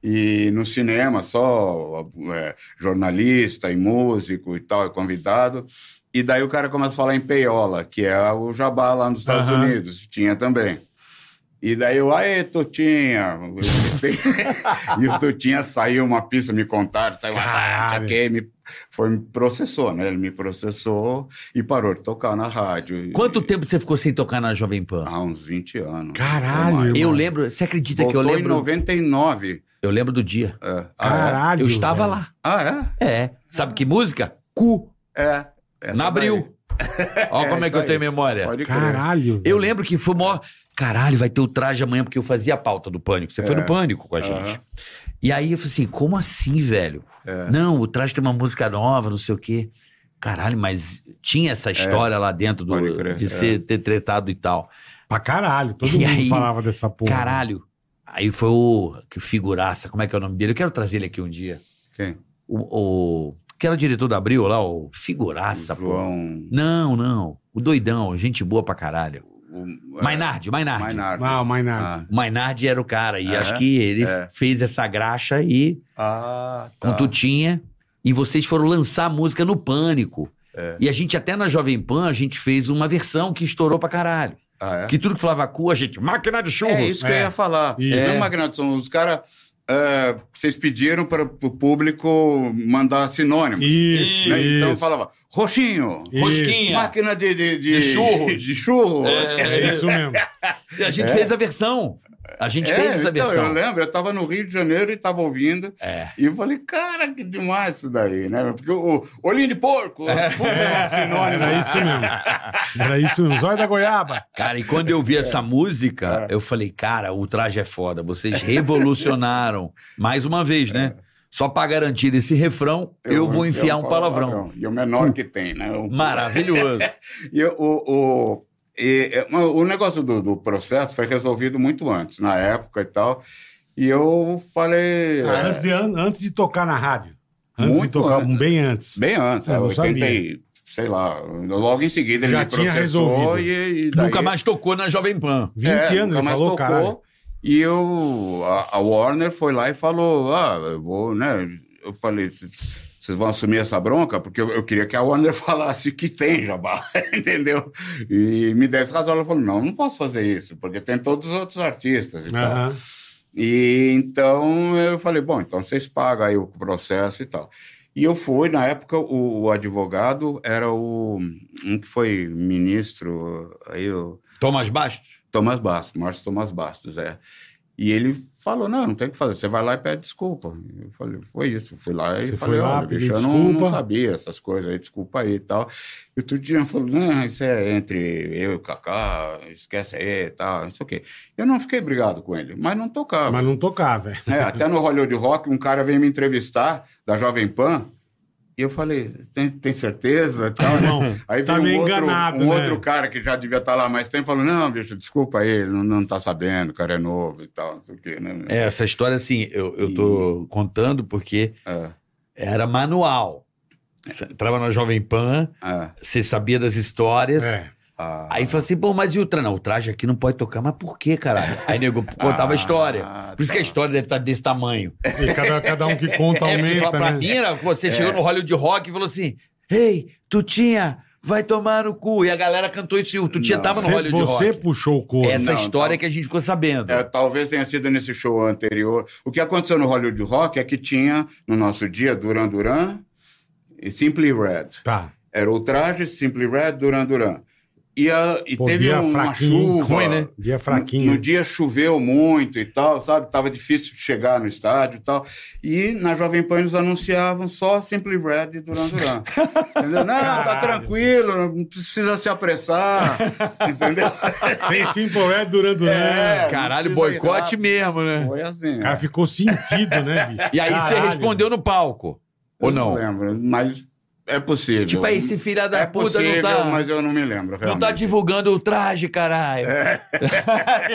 [SPEAKER 1] E no cinema, só é, jornalista e músico e tal, é convidado. E daí o cara começa a falar em peiola, que é o jabá lá nos Estados
[SPEAKER 3] Aham.
[SPEAKER 1] Unidos, que tinha também. E daí eu, aê, Tutinha! e o Tutinha saiu uma pista, me contaram, saiu, ah,
[SPEAKER 3] Caralho.
[SPEAKER 1] não sei o quê, me, foi, me processou, né? Ele me processou e parou de tocar na rádio. E-
[SPEAKER 4] Quanto tempo você ficou sem tocar na Jovem Pan?
[SPEAKER 1] Há uns 20 anos.
[SPEAKER 3] Caralho,
[SPEAKER 1] Ou mais.
[SPEAKER 3] irmão.
[SPEAKER 4] Eu lembro, você acredita que eu
[SPEAKER 1] Voltou
[SPEAKER 4] lembro?
[SPEAKER 1] em 99.
[SPEAKER 4] Eu lembro do dia.
[SPEAKER 1] É. Ah,
[SPEAKER 3] Caralho.
[SPEAKER 4] eu estava
[SPEAKER 3] velho.
[SPEAKER 4] lá.
[SPEAKER 1] Ah,
[SPEAKER 4] É. Sabe que música? Cu,
[SPEAKER 1] é? É. Essa
[SPEAKER 4] na
[SPEAKER 1] daí.
[SPEAKER 4] Abril. Olha
[SPEAKER 1] É,
[SPEAKER 4] como é
[SPEAKER 1] isso
[SPEAKER 4] que eu
[SPEAKER 1] aí.
[SPEAKER 4] tenho memória.
[SPEAKER 1] Pode crer.
[SPEAKER 3] Caralho.
[SPEAKER 4] Eu
[SPEAKER 3] velho.
[SPEAKER 4] lembro que foi o maior. Caralho, vai ter o traje amanhã, porque eu fazia a pauta do pânico. Você foi
[SPEAKER 1] É.
[SPEAKER 4] no pânico com a gente.
[SPEAKER 1] Aham. É.
[SPEAKER 4] E aí eu falei assim: como assim, velho? Não, o traje tem uma música nova, não sei o quê. Caralho, mas tinha essa história lá dentro do-
[SPEAKER 1] É. Pode crer,
[SPEAKER 4] de
[SPEAKER 1] é.
[SPEAKER 4] ser ter tretado e tal.
[SPEAKER 3] Pra caralho. Todo
[SPEAKER 4] E
[SPEAKER 3] mundo
[SPEAKER 4] aí,
[SPEAKER 3] falava dessa porra.
[SPEAKER 4] Caralho. Aí foi o. Que figuraça, como é que é o nome dele? Eu quero trazer ele aqui um dia.
[SPEAKER 1] Quem?
[SPEAKER 4] O. o- que era o diretor da Abril lá, o figuraça, pô.
[SPEAKER 1] João.
[SPEAKER 4] Não, não. O doidão, gente boa pra caralho.
[SPEAKER 1] o-
[SPEAKER 4] Mainardi, Mainardi.
[SPEAKER 1] É. Mainardi.
[SPEAKER 3] Não, mais nada.
[SPEAKER 1] Ah,
[SPEAKER 4] O Mainardi era o cara, e
[SPEAKER 1] É,
[SPEAKER 4] acho que ele
[SPEAKER 1] é.
[SPEAKER 4] fez essa graxa aí
[SPEAKER 1] ah,
[SPEAKER 4] com
[SPEAKER 1] tá.
[SPEAKER 4] Tutinha, e vocês foram lançar a música no Pânico.
[SPEAKER 1] É.
[SPEAKER 4] E a gente, até na Jovem Pan, a gente fez uma versão que estourou pra caralho.
[SPEAKER 1] Ah, é?
[SPEAKER 4] Que tudo que falava cu, a gente, máquina de churros.
[SPEAKER 1] É isso que
[SPEAKER 3] É.
[SPEAKER 1] eu ia falar.
[SPEAKER 3] Isso.
[SPEAKER 1] Não,
[SPEAKER 3] É.
[SPEAKER 1] Magnado, são os caras. é, vocês pediram para o público mandar sinônimo.
[SPEAKER 3] Isso,
[SPEAKER 1] né?
[SPEAKER 3] isso.
[SPEAKER 1] Então falava, roxinho,
[SPEAKER 3] isso.
[SPEAKER 4] Rosquinha.
[SPEAKER 1] máquina de, de,
[SPEAKER 4] De churro.
[SPEAKER 1] de churro.
[SPEAKER 3] É isso mesmo.
[SPEAKER 4] E a gente fez a versão. A gente
[SPEAKER 1] É,
[SPEAKER 4] fez essa
[SPEAKER 1] então,
[SPEAKER 4] versão. É.
[SPEAKER 1] Eu lembro, eu estava no Rio de Janeiro e estava ouvindo. E eu falei, cara, que demais isso daí, né? Porque o o olhinho de porco, é. é um sinônimo.
[SPEAKER 3] Era isso mesmo. Era isso mesmo. Zóio da goiaba.
[SPEAKER 4] Cara, e quando eu vi essa música, eu falei, cara, o traje é foda. Vocês revolucionaram. Mais uma vez, né? Só pra garantir esse refrão, eu, vou enfiar um palavrão.
[SPEAKER 1] E o menor que tem, né? O-
[SPEAKER 4] Maravilhoso.
[SPEAKER 1] E o, o, e, é, mas o negócio do, do processo foi resolvido muito antes, na época e tal. E eu falei.
[SPEAKER 3] Ah,
[SPEAKER 1] é,
[SPEAKER 3] antes, de, an- antes de tocar na rádio. Antes de
[SPEAKER 1] Muito
[SPEAKER 3] tocar,
[SPEAKER 1] antes.
[SPEAKER 3] bem antes.
[SPEAKER 1] Bem antes,
[SPEAKER 3] Eu
[SPEAKER 1] é,
[SPEAKER 3] não
[SPEAKER 1] 80
[SPEAKER 3] sabia.
[SPEAKER 1] e, sei lá. Logo em seguida ele
[SPEAKER 3] Já
[SPEAKER 1] me
[SPEAKER 3] tinha
[SPEAKER 1] processou
[SPEAKER 3] resolvido.
[SPEAKER 1] e, e daí-
[SPEAKER 4] Nunca mais tocou na Jovem Pan.
[SPEAKER 3] 20
[SPEAKER 1] É,
[SPEAKER 3] anos,
[SPEAKER 1] nunca
[SPEAKER 3] ele
[SPEAKER 1] mais
[SPEAKER 3] falou, cara.
[SPEAKER 1] E eu, a, a Warner foi lá e falou: Ah, eu vou, né? Eu falei: "C- vocês vão assumir essa bronca? Porque eu, eu queria que a Warner falasse que tem jabá, entendeu? E me desse razão. Ela falou: não, não posso fazer isso, porque tem todos os outros artistas e tal.
[SPEAKER 3] Aham.
[SPEAKER 1] E então eu falei, bom, então vocês pagam aí o processo e tal. E eu fui, na época, o, o advogado era o um que foi ministro, aí o
[SPEAKER 4] Thomas Bastos?
[SPEAKER 1] Thomas Bastos, Márcio Thomas Bastos, é. E ele falou, não, não tem o que fazer, você vai lá e pede desculpa. Eu falei, foi isso, eu fui lá e
[SPEAKER 3] Você
[SPEAKER 1] falei,
[SPEAKER 3] foi lá,
[SPEAKER 1] olha, bicho,
[SPEAKER 3] pediu
[SPEAKER 1] eu não, não
[SPEAKER 3] desculpa.
[SPEAKER 1] sabia essas coisas aí, desculpa aí e tal. E o Tudinho falou, não, isso é entre eu e o Cacá, esquece aí e tal, não sei o quê. Eu não fiquei brigado com ele, mas não tocava.
[SPEAKER 3] Mas não tocar, velho.
[SPEAKER 1] É, até no Hollywood Rock, um cara veio me entrevistar, da Jovem Pan, e eu falei, tem, tem certeza? e Tal, né?
[SPEAKER 3] Irmão,
[SPEAKER 1] Aí
[SPEAKER 3] você tá
[SPEAKER 1] veio
[SPEAKER 3] meio
[SPEAKER 1] um, outro,
[SPEAKER 3] enganado,
[SPEAKER 1] um
[SPEAKER 3] né?
[SPEAKER 1] outro cara que já devia estar lá há mais tempo, falou, não, bicho, desculpa aí, ele não, não tá sabendo, o cara é novo e tal, não sei o quê, né?
[SPEAKER 4] É, essa história, assim, eu, eu tô contando porque
[SPEAKER 1] É,
[SPEAKER 4] era manual. Você entrava na Jovem Pan,
[SPEAKER 1] é,
[SPEAKER 4] você sabia das histórias.
[SPEAKER 3] É.
[SPEAKER 1] ah,
[SPEAKER 4] Aí falou assim, pô, mas e o traje? Não, o traje aqui não pode tocar. Mas por quê, caralho? Aí nego contava a
[SPEAKER 1] Ah,
[SPEAKER 4] história. Por isso que a
[SPEAKER 1] tá.
[SPEAKER 4] história deve estar desse tamanho.
[SPEAKER 3] E cada, cada um que conta
[SPEAKER 4] é, porque
[SPEAKER 3] aumenta,
[SPEAKER 4] pra pra
[SPEAKER 3] né?
[SPEAKER 4] mim era, você
[SPEAKER 1] É.
[SPEAKER 4] chegou no Hollywood Rock e falou assim, ei, Tutinha, vai tomar no cu. E a galera cantou isso. e O Tutinha
[SPEAKER 1] Não.
[SPEAKER 4] tava no
[SPEAKER 3] Você,
[SPEAKER 4] Hollywood
[SPEAKER 3] você
[SPEAKER 4] Rock. É,
[SPEAKER 3] puxou o corpo.
[SPEAKER 4] Essa
[SPEAKER 1] Não,
[SPEAKER 4] história
[SPEAKER 1] não.
[SPEAKER 4] que a gente ficou sabendo.
[SPEAKER 1] É, talvez tenha sido nesse show anterior. O que aconteceu no Hollywood Rock é que tinha, no nosso dia, Duran Duran e Simply Red.
[SPEAKER 3] Tá.
[SPEAKER 1] Era o traje, Simply Red, Duran Duran. E, a- e
[SPEAKER 3] Pô,
[SPEAKER 1] teve
[SPEAKER 3] dia
[SPEAKER 1] uma
[SPEAKER 3] fraquinho, hein?
[SPEAKER 1] chuva.
[SPEAKER 6] Ruim, né?
[SPEAKER 3] Dia
[SPEAKER 1] No,
[SPEAKER 3] fraquinho.
[SPEAKER 1] no dia choveu muito e tal, sabe? Tava difícil de chegar no estádio e tal. E na Jovem Pan eles anunciavam só Simply Red e Duran Duran. Entendeu? Não, tá
[SPEAKER 3] Caralho.
[SPEAKER 1] tranquilo, não precisa se apressar. Entendeu?
[SPEAKER 3] Tem Simple Red Duran Duran.
[SPEAKER 1] É. não
[SPEAKER 4] Caralho,
[SPEAKER 1] precisa
[SPEAKER 4] boicote
[SPEAKER 1] ir
[SPEAKER 4] mesmo, né?
[SPEAKER 1] Foi assim.
[SPEAKER 3] né? O cara ficou sentido, né, bicho?
[SPEAKER 4] E aí você
[SPEAKER 3] Caralho.
[SPEAKER 4] respondeu no palco.
[SPEAKER 1] Eu
[SPEAKER 4] Ou não?
[SPEAKER 1] lembro, mas é possível.
[SPEAKER 4] Tipo, aí, esse filho da
[SPEAKER 1] é
[SPEAKER 4] puta
[SPEAKER 1] possível,
[SPEAKER 4] não tá,
[SPEAKER 1] mas eu não me lembro.
[SPEAKER 4] não tá
[SPEAKER 1] realmente.
[SPEAKER 4] divulgando o traje, caralho.
[SPEAKER 3] Caralho,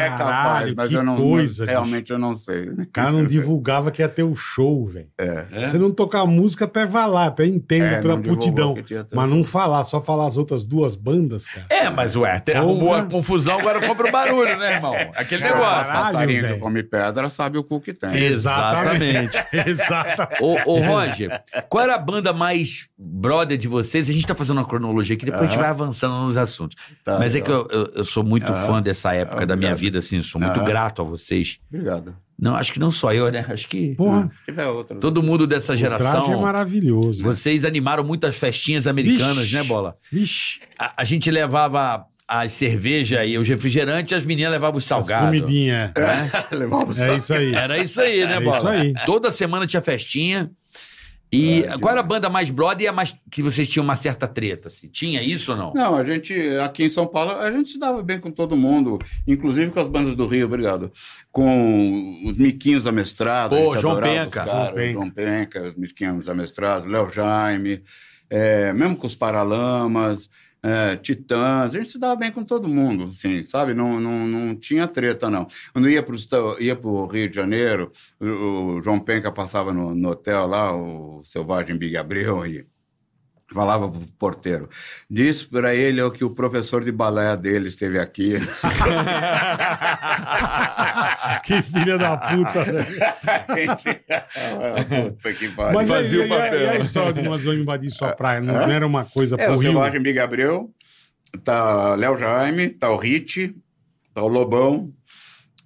[SPEAKER 1] É capaz, mas
[SPEAKER 3] que
[SPEAKER 1] eu não.
[SPEAKER 3] coisa, bicho.
[SPEAKER 1] realmente eu não sei.
[SPEAKER 3] O cara não divulgava que ia ter o show, velho.
[SPEAKER 4] É.
[SPEAKER 3] Você não tocar música até vai lá, até entenda
[SPEAKER 1] É,
[SPEAKER 3] pela
[SPEAKER 1] não divulgou
[SPEAKER 3] multidão.
[SPEAKER 1] que tinha tanto.
[SPEAKER 3] Mas não falar, só falar as outras duas bandas, cara.
[SPEAKER 4] É, mas ué, te- arrumou a confusão, agora compra o barulho, né, irmão? Aquele negócio.
[SPEAKER 3] Caralho,
[SPEAKER 1] passarinho
[SPEAKER 3] velho.
[SPEAKER 1] que come pedra sabe o cu que tem.
[SPEAKER 3] Exatamente. Exatamente.
[SPEAKER 4] Ô, ô, Roger, qual era a banda mais brother de vocês? A gente tá fazendo uma cronologia aqui, depois a gente vai avançando nos assuntos.
[SPEAKER 1] Tá,
[SPEAKER 4] Mas é
[SPEAKER 1] tá.
[SPEAKER 4] que eu, eu- eu sou muito
[SPEAKER 1] Aham.
[SPEAKER 4] fã dessa época
[SPEAKER 1] Ah,
[SPEAKER 4] da minha
[SPEAKER 1] obrigado.
[SPEAKER 4] vida, assim, sou muito
[SPEAKER 1] Aham.
[SPEAKER 4] grato a vocês.
[SPEAKER 1] Obrigado.
[SPEAKER 4] Não, acho que não só eu, né? Acho que
[SPEAKER 3] Porra,
[SPEAKER 1] Se tiver é outra. né?
[SPEAKER 4] todo mundo dessa
[SPEAKER 3] o traje é
[SPEAKER 4] geração.
[SPEAKER 3] maravilhoso.
[SPEAKER 4] vocês animaram muitas festinhas americanas,
[SPEAKER 3] Vixe.
[SPEAKER 4] né, Bola?
[SPEAKER 3] Vixe,
[SPEAKER 4] A, a gente levava as cerveja e os refrigerantes, as meninas levavam os
[SPEAKER 3] as
[SPEAKER 4] salgados.
[SPEAKER 3] comidinhas.
[SPEAKER 1] Levar o
[SPEAKER 3] É isso aí.
[SPEAKER 4] Era isso aí, né,
[SPEAKER 3] Era
[SPEAKER 4] Bola?
[SPEAKER 3] isso aí.
[SPEAKER 4] Toda semana tinha festinha. E
[SPEAKER 1] É,
[SPEAKER 4] qual era a banda mais brother e a mais que vocês tinham uma certa treta? Assim? Tinha isso ou não?
[SPEAKER 1] Não, a gente, aqui em São Paulo, a gente se dava bem com todo mundo, inclusive com as bandas do Rio, obrigado. Com os Miquinhos Amestrados.
[SPEAKER 4] Pô,
[SPEAKER 1] a gente
[SPEAKER 4] João
[SPEAKER 1] adorava
[SPEAKER 4] Penca.
[SPEAKER 1] os caras,
[SPEAKER 3] João Penca.
[SPEAKER 1] João Penca, os Miquinhos Amestrados, Léo Jaime, é, mesmo com os Paralamas, é, Titãs, a gente se dava bem com todo mundo, assim, sabe? Não, não, não tinha treta, não. Quando ia para ia o Rio de Janeiro, o, o João Penca passava no, no hotel lá, o Selvagem Big Abreu, e falava pro porteiro. Diz para ele o que o professor de balé dele esteve aqui.
[SPEAKER 3] que filha da puta. né? velho.
[SPEAKER 1] Puta que pariu.
[SPEAKER 3] Mas aí,
[SPEAKER 6] Fazia o
[SPEAKER 3] e a-
[SPEAKER 6] papel.
[SPEAKER 3] e a história de umas homens invadir sua praia? Não, não era uma coisa
[SPEAKER 1] É,
[SPEAKER 3] Tá pro
[SPEAKER 1] o
[SPEAKER 3] Rio?
[SPEAKER 1] Selvagem Big Abreu, tá Léo Jaime, tá o Rit, tá o Lobão.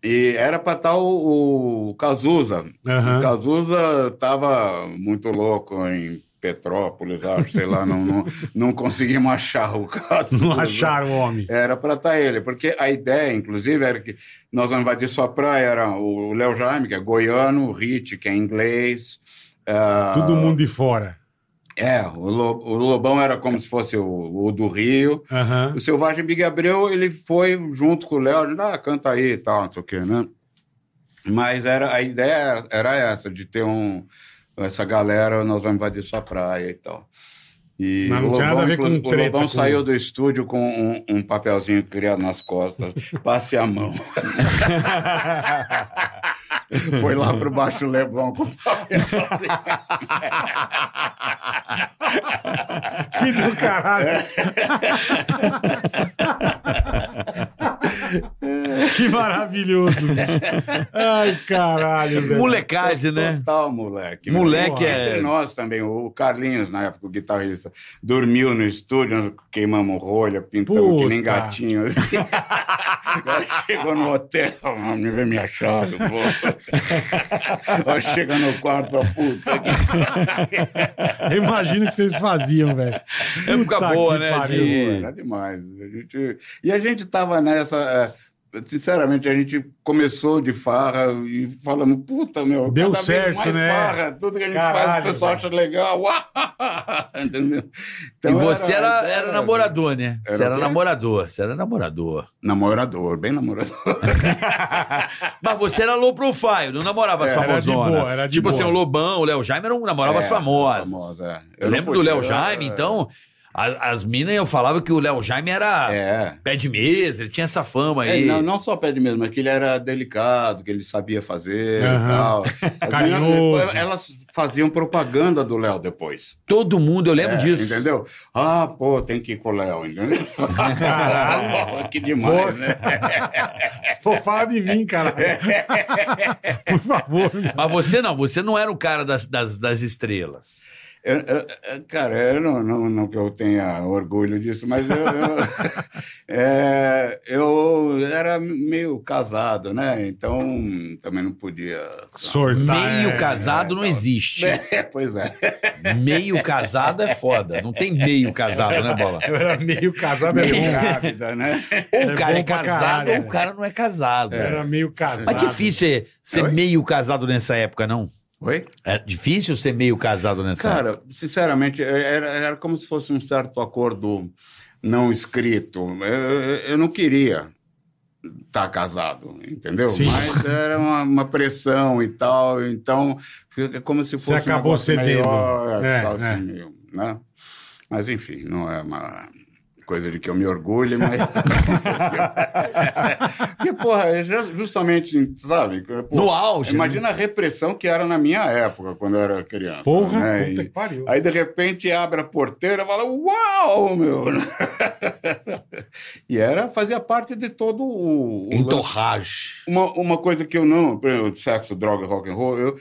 [SPEAKER 1] E era pra estar o, o Cazuza.
[SPEAKER 3] Aham.
[SPEAKER 1] O Cazuza tava muito louco em Petrópolis, acho, sei lá, não, não, não conseguimos achar o Cazuza.
[SPEAKER 3] Não acharam o homem.
[SPEAKER 1] Era para estar ele, porque a ideia, inclusive, era que nós vamos invadir sua praia, era o Léo Jaime, que é goiano, o Rit, que é inglês. ah,
[SPEAKER 3] Todo mundo de fora.
[SPEAKER 1] É, o, Lo- o Lobão era como se fosse o, o do Rio.
[SPEAKER 3] Aham.
[SPEAKER 1] O Selvagem Big Abreu, ele foi junto com o Léo, ele, ah, canta aí e tal, não sei o quê, né? Mas era, a ideia era, era essa, de ter um... Essa galera, nós vamos invadir sua praia e tal. E
[SPEAKER 3] Mas não
[SPEAKER 1] o
[SPEAKER 3] tinha nada a ver
[SPEAKER 1] inclu-
[SPEAKER 3] com
[SPEAKER 1] O
[SPEAKER 3] treta,
[SPEAKER 1] Lobão
[SPEAKER 3] com-
[SPEAKER 1] saiu do estúdio com um, um papelzinho criado nas costas. Passe a mão. Foi lá pro Baixo Leblon com o papelzinho.
[SPEAKER 3] Que do caralho. que maravilhoso. Ai, caralho, velho.
[SPEAKER 4] Molecagem, né?
[SPEAKER 1] Total, moleque.
[SPEAKER 4] Moleque
[SPEAKER 1] Porra. Entre
[SPEAKER 4] é.
[SPEAKER 1] nós também, o Carlinhos, na época, o guitarrista, dormiu no estúdio, nós queimamos rolha, pintamos que nem
[SPEAKER 3] Puta.
[SPEAKER 1] gatinho. assim. O cara chegou no hotel, mano, me vê minha chave, pô. Aí Chega no quarto, a puta.
[SPEAKER 3] Eu imagino o que vocês faziam, velho.
[SPEAKER 4] Época
[SPEAKER 3] Puta
[SPEAKER 4] boa,
[SPEAKER 3] que
[SPEAKER 4] né,
[SPEAKER 3] pariu.
[SPEAKER 4] de-
[SPEAKER 1] Era demais. A gente... E a gente tava nessa. eh, Sinceramente, a gente começou de farra e falamos, puta, meu,
[SPEAKER 3] Deu
[SPEAKER 1] cada
[SPEAKER 3] certo,
[SPEAKER 1] vez mais
[SPEAKER 3] né?
[SPEAKER 1] farra. Tudo que a gente faz,
[SPEAKER 3] Caralho,
[SPEAKER 1] o pessoal
[SPEAKER 3] velho.
[SPEAKER 1] acha legal. Uá! Entendeu?
[SPEAKER 4] E
[SPEAKER 1] Então,
[SPEAKER 4] você era, era namorador, né?
[SPEAKER 1] Era
[SPEAKER 4] Você era
[SPEAKER 1] o quê?
[SPEAKER 4] namorador, você era namorador.
[SPEAKER 1] Namorador, bem namorador.
[SPEAKER 4] Mas você era low profile, não namorava
[SPEAKER 1] É,
[SPEAKER 4] sua
[SPEAKER 3] era de
[SPEAKER 4] famosona.
[SPEAKER 3] boa, era de
[SPEAKER 4] tipo assim,
[SPEAKER 3] boa.
[SPEAKER 4] o Lobão, o Léo Jaime eram, namorava as
[SPEAKER 1] É,
[SPEAKER 4] famosas.
[SPEAKER 1] famosa, é.
[SPEAKER 4] Eu,
[SPEAKER 1] não
[SPEAKER 4] lembro do
[SPEAKER 1] podia,
[SPEAKER 4] Léo Jaime,
[SPEAKER 1] é,
[SPEAKER 4] então, a- as minas eu falava que o Léo Jaime era
[SPEAKER 1] É.
[SPEAKER 4] pé de mesa, ele tinha essa fama
[SPEAKER 1] É,
[SPEAKER 4] aí.
[SPEAKER 1] não, não só pede mesmo, é que ele era delicado, que ele sabia fazer
[SPEAKER 3] Aham.
[SPEAKER 1] e tal. As meninas,
[SPEAKER 3] Carinhoso.
[SPEAKER 1] depois, Elas faziam propaganda do Léo depois.
[SPEAKER 4] Todo mundo, eu lembro
[SPEAKER 1] É,
[SPEAKER 4] disso.
[SPEAKER 1] Entendeu? Ah, pô, tem que ir com o Léo, entendeu? que demais,
[SPEAKER 3] Porra.
[SPEAKER 1] né?
[SPEAKER 3] Pô, fala de mim, cara. Por favor.
[SPEAKER 4] Mas você não, você não era o cara das, das, das estrelas.
[SPEAKER 1] Eu- eu- eu- cara, eu não, não, não que eu tenha orgulho disso, mas eu, eu, é, eu era meio casado, né? Então também não podia.
[SPEAKER 3] Sortar.
[SPEAKER 4] Meio
[SPEAKER 3] é.
[SPEAKER 4] casado não existe.
[SPEAKER 1] É, pois é.
[SPEAKER 4] Meio casado é foda. Não tem meio casado, né, Bola?
[SPEAKER 3] Eu era meio casado, é
[SPEAKER 1] Meio
[SPEAKER 3] bom.
[SPEAKER 1] grávida, né?
[SPEAKER 4] Ou
[SPEAKER 3] É
[SPEAKER 4] o cara é
[SPEAKER 3] bom pra
[SPEAKER 4] casado
[SPEAKER 3] caralho,
[SPEAKER 4] ou
[SPEAKER 3] né?
[SPEAKER 4] o cara não é casado.
[SPEAKER 3] Eu era meio casado.
[SPEAKER 4] Mas difícil é ser
[SPEAKER 1] Oi?
[SPEAKER 4] meio casado nessa época, não?
[SPEAKER 1] Oi?
[SPEAKER 4] É difícil ser meio casado nessa época.
[SPEAKER 1] Cara, sinceramente, é, era, era como se fosse um certo acordo não escrito. Eu, eu- eu não queria estar casado, entendeu?
[SPEAKER 3] Sim.
[SPEAKER 1] Mas era uma, uma pressão e tal, então é como se
[SPEAKER 3] Você
[SPEAKER 1] fosse
[SPEAKER 3] acabou
[SPEAKER 1] negócio meio,
[SPEAKER 3] cedendo.
[SPEAKER 1] ó,
[SPEAKER 3] É,
[SPEAKER 1] tal, assim,
[SPEAKER 3] é.
[SPEAKER 1] meio, né? Mas enfim, não é uma coisa de que eu me orgulho, mas Porque, porra, é ju- justamente, sabe? Pô,
[SPEAKER 4] No auge, né?
[SPEAKER 1] Imagina a repressão que era na minha época, quando eu era criança.
[SPEAKER 3] Porra,
[SPEAKER 1] né?
[SPEAKER 3] puta
[SPEAKER 1] E-
[SPEAKER 3] que pariu.
[SPEAKER 1] Aí, de repente, abre a porteira e fala, uau, meu! e era, fazia parte de todo o... o
[SPEAKER 3] Então-
[SPEAKER 1] lance.
[SPEAKER 4] Entorrage.
[SPEAKER 1] uma, uma coisa que eu não... Por exemplo, sexo, droga, rock and roll, eu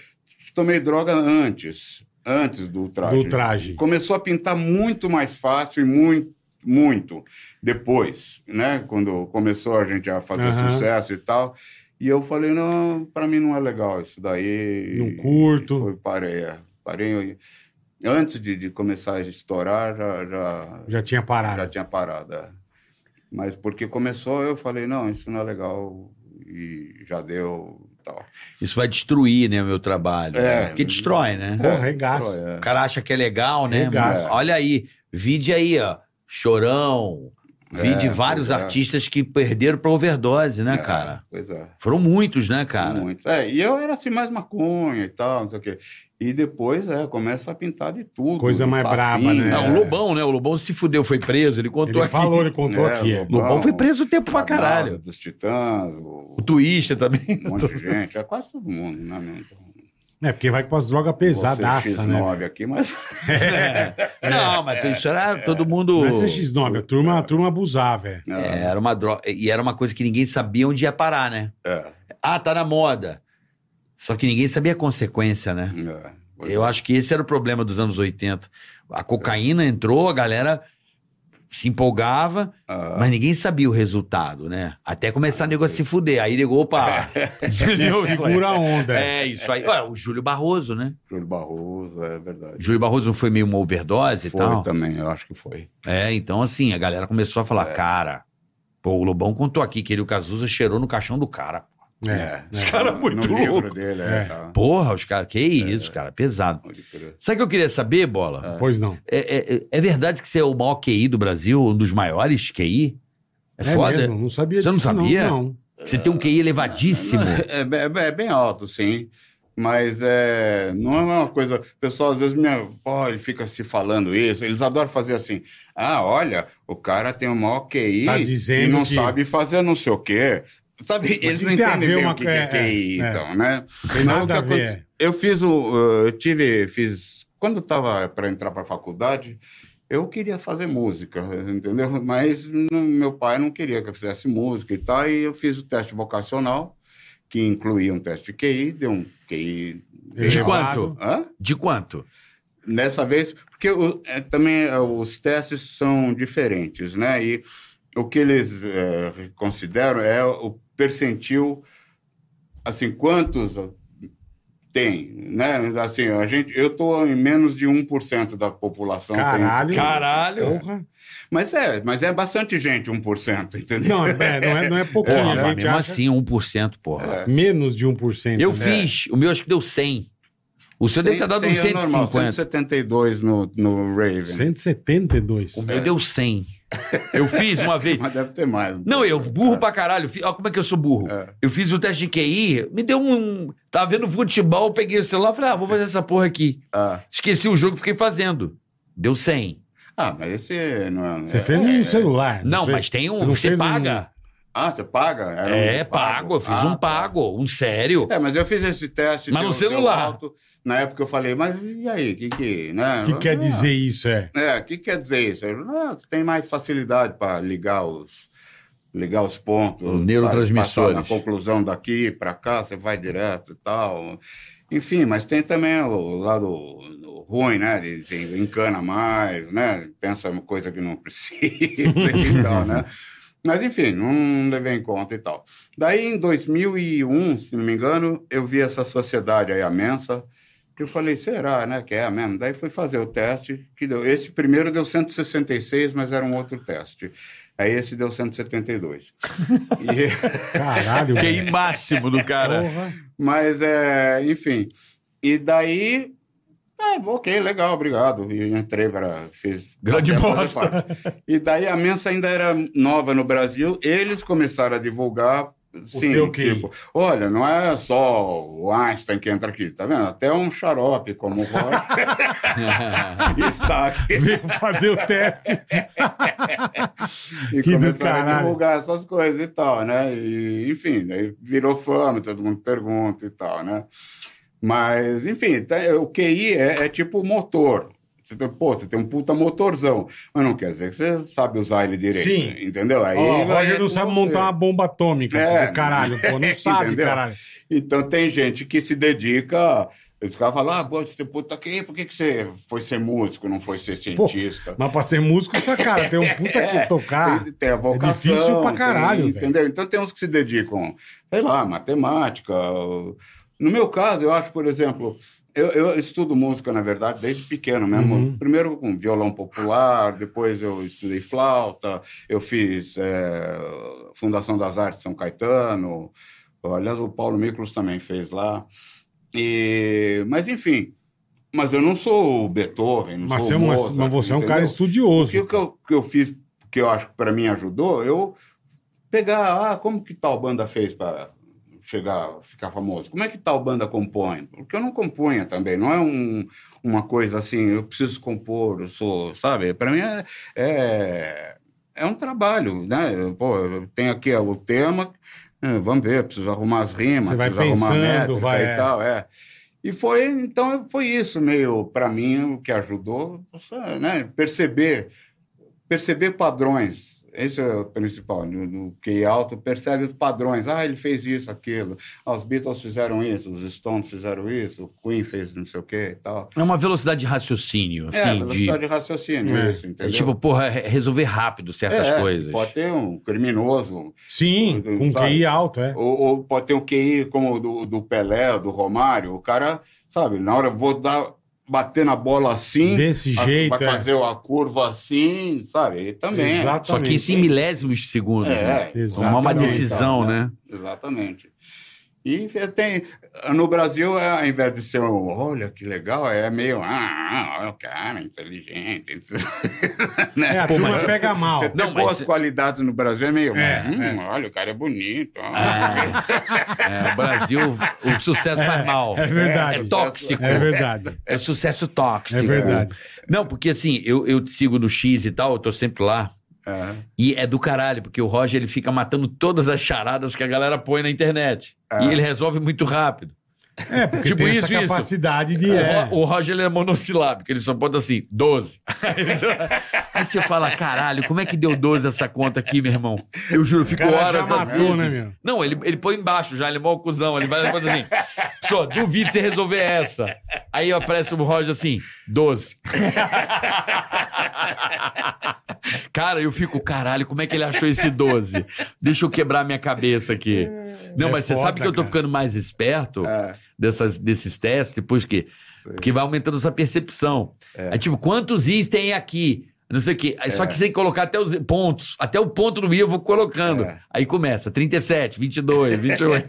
[SPEAKER 1] tomei droga antes. Antes do traje.
[SPEAKER 3] Do traje.
[SPEAKER 1] Começou a pintar muito mais fácil e muito, muito depois, né? Quando começou a gente a fazer
[SPEAKER 3] Aham.
[SPEAKER 1] sucesso e tal. E eu falei, não, para mim não é legal isso daí.
[SPEAKER 3] Não curto.
[SPEAKER 1] Foi, parei, é. parei. eu- Antes de, de começar a estourar, já, já,
[SPEAKER 3] Já tinha
[SPEAKER 1] já
[SPEAKER 3] parado.
[SPEAKER 1] tinha parado. é. Mas porque começou, eu falei, não, isso não é legal. E já deu tal.
[SPEAKER 4] Isso vai destruir, né, o meu trabalho.
[SPEAKER 1] É.
[SPEAKER 4] Porque destrói, né?
[SPEAKER 3] Porra, regaça.
[SPEAKER 1] Destrói, é.
[SPEAKER 4] O cara acha que é legal, né?
[SPEAKER 3] Regaça.
[SPEAKER 4] Mas olha aí, vide aí, ó. Chorão. Vide
[SPEAKER 1] É,
[SPEAKER 4] vários
[SPEAKER 1] pois é.
[SPEAKER 4] artistas que perderam pra overdose, né, cara?
[SPEAKER 1] É, Pois é.
[SPEAKER 4] Foram muitos, né, cara?
[SPEAKER 1] Muito. É, e eu era assim, mais maconha e tal, não sei o quê. E depois, é, começa a pintar de tudo.
[SPEAKER 3] Coisa mais braba, né?
[SPEAKER 4] É,
[SPEAKER 3] É.
[SPEAKER 4] o Lobão, né? O Lobão se fudeu, foi preso, ele contou
[SPEAKER 3] Ele
[SPEAKER 4] aqui.
[SPEAKER 3] falou, ele contou
[SPEAKER 1] É,
[SPEAKER 3] aqui. é.
[SPEAKER 1] louco.
[SPEAKER 4] Lobão foi preso o tempo pra
[SPEAKER 1] Pra
[SPEAKER 4] caralho.
[SPEAKER 1] Dos Titãs, o-
[SPEAKER 4] O Twista também.
[SPEAKER 1] um monte de gente. É quase todo mundo, né, meu? Então,
[SPEAKER 3] É, porque vai com as drogas pesadaça,
[SPEAKER 1] vou ser
[SPEAKER 3] né?
[SPEAKER 1] X9 aqui, mas...
[SPEAKER 4] É. Não, mas isso era todo mundo.
[SPEAKER 3] É. Mas é X9, a turma, a turma abusava, é.
[SPEAKER 4] É, era uma droga. E era uma coisa que ninguém sabia onde ia parar, né?
[SPEAKER 1] É,
[SPEAKER 4] Ah, tá na moda. Só que ninguém sabia a consequência, né?
[SPEAKER 1] é. Pois
[SPEAKER 4] Eu
[SPEAKER 1] é.
[SPEAKER 4] acho que esse era o problema dos anos 80. A cocaína entrou, a galera se empolgava,
[SPEAKER 1] Ah.
[SPEAKER 4] mas ninguém sabia o resultado, né? Até começar o nego a se fuder. Aí ligou, opa. Entendeu? Isso aí.
[SPEAKER 3] Segura a onda. é.
[SPEAKER 4] É isso aí. Ué, o Júlio Barroso, né?
[SPEAKER 1] Júlio Barroso, é verdade.
[SPEAKER 4] Júlio Barroso não foi meio uma overdose
[SPEAKER 1] Foi então.
[SPEAKER 4] e tal?
[SPEAKER 1] também, eu acho que foi.
[SPEAKER 4] É, então assim, a galera começou a falar, cara, pô, o Lobão contou aqui que ele, o Cazuza, cheirou no caixão do cara.
[SPEAKER 3] É.
[SPEAKER 4] Os caras
[SPEAKER 1] No-
[SPEAKER 4] muito
[SPEAKER 1] No livro
[SPEAKER 4] louco.
[SPEAKER 1] dele,
[SPEAKER 3] É.
[SPEAKER 1] é. tá.
[SPEAKER 4] Porra, os caras, que isso, cara, pesado.
[SPEAKER 1] Pode crer.
[SPEAKER 4] Sabe o que eu queria saber, Bola?
[SPEAKER 3] Pois não.
[SPEAKER 4] É, é- é verdade que você é o maior QI do Brasil, um dos maiores QI? É, foda.
[SPEAKER 3] mesmo, não sabia
[SPEAKER 4] Você não
[SPEAKER 3] disso,
[SPEAKER 4] sabia?
[SPEAKER 3] Não,
[SPEAKER 4] Você tem um QI elevadíssimo.
[SPEAKER 1] É, bem- é bem- é bem alto, sim. Mas é, não é uma coisa. O pessoal às vezes me, pô, ele fica se falando isso. Eles adoram fazer assim. Ah, olha, o cara tem uma OQI
[SPEAKER 3] Tá
[SPEAKER 1] e
[SPEAKER 3] dizendo
[SPEAKER 1] não
[SPEAKER 3] que-
[SPEAKER 1] sabe fazer não sei o quê. Sabe, eles
[SPEAKER 3] que
[SPEAKER 1] não
[SPEAKER 3] tem a
[SPEAKER 1] entendem
[SPEAKER 3] ver
[SPEAKER 1] bem
[SPEAKER 3] uma
[SPEAKER 1] o que, que é,
[SPEAKER 3] co- é,
[SPEAKER 1] QI,
[SPEAKER 3] é, é.
[SPEAKER 1] então, né?
[SPEAKER 3] não tem
[SPEAKER 1] Mas o
[SPEAKER 3] nada a
[SPEAKER 1] que
[SPEAKER 3] ver.
[SPEAKER 1] aconte- Eu fiz o. eh, Eu tive. Fiz. Quando estava para entrar para a faculdade, eu queria fazer música, entendeu? Mas não- meu pai não queria que eu fizesse música e tal. E eu fiz o teste vocacional, que incluía um teste de QI, deu um QI.
[SPEAKER 4] De
[SPEAKER 3] Elevado.
[SPEAKER 4] quanto?
[SPEAKER 1] Hã?
[SPEAKER 4] De quanto?
[SPEAKER 1] Nessa vez, porque o- é, também é, os testes são diferentes, né? E o que eles é, consideram é o percentil, assim, quantos tem, né? Assim, a gente, eu estou em menos de 1% da população. Então tem esse-
[SPEAKER 3] Caralho.
[SPEAKER 4] Caralho.
[SPEAKER 3] Porra.
[SPEAKER 1] Mas é, mas é bastante gente, 1%, entendeu?
[SPEAKER 3] Não, é, não, é, não é pouquinho.
[SPEAKER 4] Porra,
[SPEAKER 3] a
[SPEAKER 4] mas
[SPEAKER 3] gente
[SPEAKER 4] mesmo
[SPEAKER 3] acha
[SPEAKER 4] assim, 1%, porra.
[SPEAKER 1] É.
[SPEAKER 3] menos de 1%.
[SPEAKER 4] Eu
[SPEAKER 3] né?
[SPEAKER 4] fiz, o meu acho que deu 100. O seu deve ter dado uns
[SPEAKER 1] 100 é normal,
[SPEAKER 4] 150.
[SPEAKER 1] 172 no, no Raven.
[SPEAKER 3] 172.
[SPEAKER 1] É.
[SPEAKER 4] O meu deu 100. Eu fiz uma vez.
[SPEAKER 1] Mas deve ter mais.
[SPEAKER 4] Não, eu burro pra caralho. Fi- Ó, como é que eu sou burro?
[SPEAKER 1] É.
[SPEAKER 4] Eu fiz o teste de QI, me deu um. Tava vendo futebol, eu peguei o celular e falei, ah, vou fazer essa porra aqui.
[SPEAKER 1] Ah,
[SPEAKER 4] Esqueci o jogo e fiquei fazendo. Deu 100.
[SPEAKER 1] Ah, mas esse não é.
[SPEAKER 3] Você fez um no celular.
[SPEAKER 4] Não,
[SPEAKER 3] fez?
[SPEAKER 4] mas tem um.
[SPEAKER 3] É, não
[SPEAKER 4] Você
[SPEAKER 3] fez um-
[SPEAKER 4] paga.
[SPEAKER 1] Ah, você paga? Era um
[SPEAKER 4] É, pago. Eu fiz
[SPEAKER 1] Ah,
[SPEAKER 4] um pago, um sério.
[SPEAKER 1] É, mas eu fiz esse teste.
[SPEAKER 4] Mas no celular.
[SPEAKER 1] Na época eu falei, mas e aí, o que que...
[SPEAKER 3] O
[SPEAKER 1] Né?
[SPEAKER 3] que quer
[SPEAKER 1] Ah,
[SPEAKER 3] dizer isso, é?
[SPEAKER 1] É, o que quer dizer isso? Eu, ah, você tem mais facilidade para ligar os... Ligar os pontos.
[SPEAKER 4] Os neurotransmissores.
[SPEAKER 1] sabe? Passar Na conclusão daqui para cá, você vai direto e tal. Enfim, mas tem também o lado ruim, né? De, de encana mais, né? Pensa uma coisa que não precisa e tal, né? Mas enfim, não levei em conta e tal. Daí em 2001, se não me engano, eu vi essa sociedade aí, a Mensa. Eu falei, será, né? Que é mesmo. Daí fui fazer o teste, que deu. Esse primeiro deu 166, mas era um outro teste. Aí esse deu 172. e,
[SPEAKER 3] Caralho, velho.
[SPEAKER 4] Que máximo do cara.
[SPEAKER 3] Porra.
[SPEAKER 1] mas, é, enfim. E daí. ah, ok, legal, obrigado. E entrei para. Fiz,
[SPEAKER 4] Grande
[SPEAKER 1] passei a fazer
[SPEAKER 4] bosta.
[SPEAKER 1] parte. E daí a mensa ainda era nova no Brasil, eles começaram a divulgar. Sim,
[SPEAKER 3] teu QI.
[SPEAKER 1] tipo, olha, não é só o Einstein que entra aqui, tá vendo? Até um xarope como o Roger está aqui.
[SPEAKER 3] Veio fazer o teste.
[SPEAKER 1] E
[SPEAKER 3] Que do
[SPEAKER 1] começaram a
[SPEAKER 3] caralho.
[SPEAKER 1] divulgar essas coisas e tal, né? E, enfim, daí virou fama, todo mundo pergunta e tal, né? Mas, enfim, tá- o QI é, é tipo o motor. Você tem, pô, você tem um puta motorzão, mas não quer dizer que você sabe usar ele direito,
[SPEAKER 3] Sim.
[SPEAKER 1] entendeu? Aí
[SPEAKER 3] Ó, o
[SPEAKER 1] vai é
[SPEAKER 3] Roger
[SPEAKER 1] com
[SPEAKER 3] não sabe
[SPEAKER 1] você.
[SPEAKER 3] montar uma bomba atômica.
[SPEAKER 1] É.
[SPEAKER 3] do Caralho, pô, não sabe,
[SPEAKER 1] Entendeu?
[SPEAKER 3] caralho.
[SPEAKER 1] Então tem gente que se dedica. Os caras falam, ah, pô, você puta QI, por que, que você foi ser músico, não foi ser
[SPEAKER 3] Pô,
[SPEAKER 1] cientista?
[SPEAKER 3] mas pra ser músico, essa cara tem um puta que tocar.
[SPEAKER 1] É. Tem, tem a vocação.
[SPEAKER 3] É difícil pra caralho,
[SPEAKER 1] tem-
[SPEAKER 3] velho.
[SPEAKER 1] entendeu? Então tem uns que se dedicam, sei lá, matemática. ou- No meu caso, eu acho, por exemplo, eu, eu estudo música, na verdade, desde pequeno mesmo.
[SPEAKER 3] Uhum.
[SPEAKER 1] Primeiro com violão popular, depois eu estudei flauta, eu fiz eh, Fundação das Artes São Caetano. Aliás, o Paulo Miklos também fez lá. E, mas, enfim. Mas eu não sou o Beethoven, não
[SPEAKER 3] Mas
[SPEAKER 1] sou
[SPEAKER 3] você, é
[SPEAKER 1] o
[SPEAKER 3] um-
[SPEAKER 1] Mozart,
[SPEAKER 3] mas você é um cara
[SPEAKER 1] entendeu?
[SPEAKER 3] estudioso.
[SPEAKER 1] O que eu, que eu fiz, que eu acho que para mim ajudou, eu pegar, ah, como que tal banda fez para chegar, ficar famoso? Como é que tal banda compõe? Porque eu não compunha também, não é um, uma coisa assim, eu preciso compor, eu sou, sabe? Para mim é, é, é um trabalho, né? Eu, Pô, eu tenho aqui ó, o tema, eh, vamos ver, eu preciso arrumar as rimas,
[SPEAKER 3] Você vai
[SPEAKER 1] preciso arrumar
[SPEAKER 3] pensando,
[SPEAKER 1] a métrica
[SPEAKER 3] vai,
[SPEAKER 1] e
[SPEAKER 3] é.
[SPEAKER 1] tal, é. E foi, então, foi isso meio, para mim, o que ajudou, essa, né? Perceber, perceber padrões. Esse é o principal, no, no QI alto, percebe os padrões. Ah, ele fez isso, aquilo. Ah, os Beatles fizeram isso, os Stones fizeram isso, o Queen fez não sei o quê e tal.
[SPEAKER 4] É uma velocidade de raciocínio,
[SPEAKER 1] é,
[SPEAKER 4] assim, de...
[SPEAKER 1] velocidade de raciocínio,
[SPEAKER 3] É.
[SPEAKER 1] isso,
[SPEAKER 4] é
[SPEAKER 1] entendeu?
[SPEAKER 4] tipo, porra, re- resolver rápido certas
[SPEAKER 1] É, é,
[SPEAKER 4] coisas.
[SPEAKER 1] Pode ter um criminoso,
[SPEAKER 3] Sim, com
[SPEAKER 1] Sabe?
[SPEAKER 3] QI alto, é.
[SPEAKER 1] ou, ou pode ter um QI como o do, do Pelé, do Romário. O cara, sabe, na hora vou dar, bater na bola assim,
[SPEAKER 3] Desse
[SPEAKER 1] a-
[SPEAKER 3] jeito,
[SPEAKER 1] vai fazer a curva assim, sabe? E também.
[SPEAKER 3] é. Exatamente.
[SPEAKER 4] Só que isso em milésimos de segundo. né?
[SPEAKER 1] É,
[SPEAKER 3] Exatamente.
[SPEAKER 4] Tomar uma
[SPEAKER 3] Exatamente.
[SPEAKER 4] decisão,
[SPEAKER 1] Então,
[SPEAKER 4] né?
[SPEAKER 1] Exatamente. E é, tem. No Brasil, é, ao invés de ser um, olha que legal, é meio. Ah, olha o cara, inteligente. né?
[SPEAKER 3] É, a turma pega mal.
[SPEAKER 1] Você tem
[SPEAKER 4] Não, mas-
[SPEAKER 1] boas qualidades no Brasil, é meio.
[SPEAKER 3] É,
[SPEAKER 1] hum,
[SPEAKER 3] é. Ah.
[SPEAKER 1] Olha, o cara é bonito. ó.
[SPEAKER 4] É, o Brasil, o sucesso faz mal.
[SPEAKER 3] é verdade.
[SPEAKER 4] É tóxico.
[SPEAKER 3] É verdade.
[SPEAKER 4] É sucesso tóxico.
[SPEAKER 3] É verdade.
[SPEAKER 4] Não, porque assim, eu, eu te sigo no X e tal, eu tô sempre lá.
[SPEAKER 1] É.
[SPEAKER 4] E é do caralho, porque o Roger ele fica matando todas as charadas que a galera põe na internet.
[SPEAKER 1] É.
[SPEAKER 4] E ele resolve muito rápido.
[SPEAKER 3] É, porque
[SPEAKER 4] Tipo
[SPEAKER 3] tem
[SPEAKER 4] isso,
[SPEAKER 3] essa
[SPEAKER 4] isso.
[SPEAKER 3] capacidade de.
[SPEAKER 4] O,
[SPEAKER 3] É,
[SPEAKER 4] Ro- o Roger ele é monossilábico, ele só bota assim, 12. Aí você fala, caralho, como é que deu 12 essa conta aqui, meu irmão? Eu juro, ficou
[SPEAKER 3] cara já
[SPEAKER 4] horas às
[SPEAKER 3] matou, né,
[SPEAKER 4] vezes.
[SPEAKER 3] meu?
[SPEAKER 4] Não, ele, ele põe embaixo já, ele é mó cuzão, ele vai bota assim, só duvido você resolver essa. Aí aparece o Roger assim, 12. Cara, eu fico, caralho, como é que ele achou esse 12? Deixa eu quebrar minha cabeça aqui. Não,
[SPEAKER 3] É
[SPEAKER 4] mas você
[SPEAKER 3] foda,
[SPEAKER 4] sabe que eu tô
[SPEAKER 3] cara.
[SPEAKER 4] ficando mais esperto?
[SPEAKER 3] Ah.
[SPEAKER 1] É.
[SPEAKER 4] dessas, desses testes, depois que. Porque vai aumentando essa percepção. É. tipo, quantos is tem aqui? Não sei o quê.
[SPEAKER 1] É.
[SPEAKER 4] Aí Só que você tem que colocar até os pontos. Até o ponto do i eu vou colocando.
[SPEAKER 1] É.
[SPEAKER 4] Aí começa: 37, 22, 28.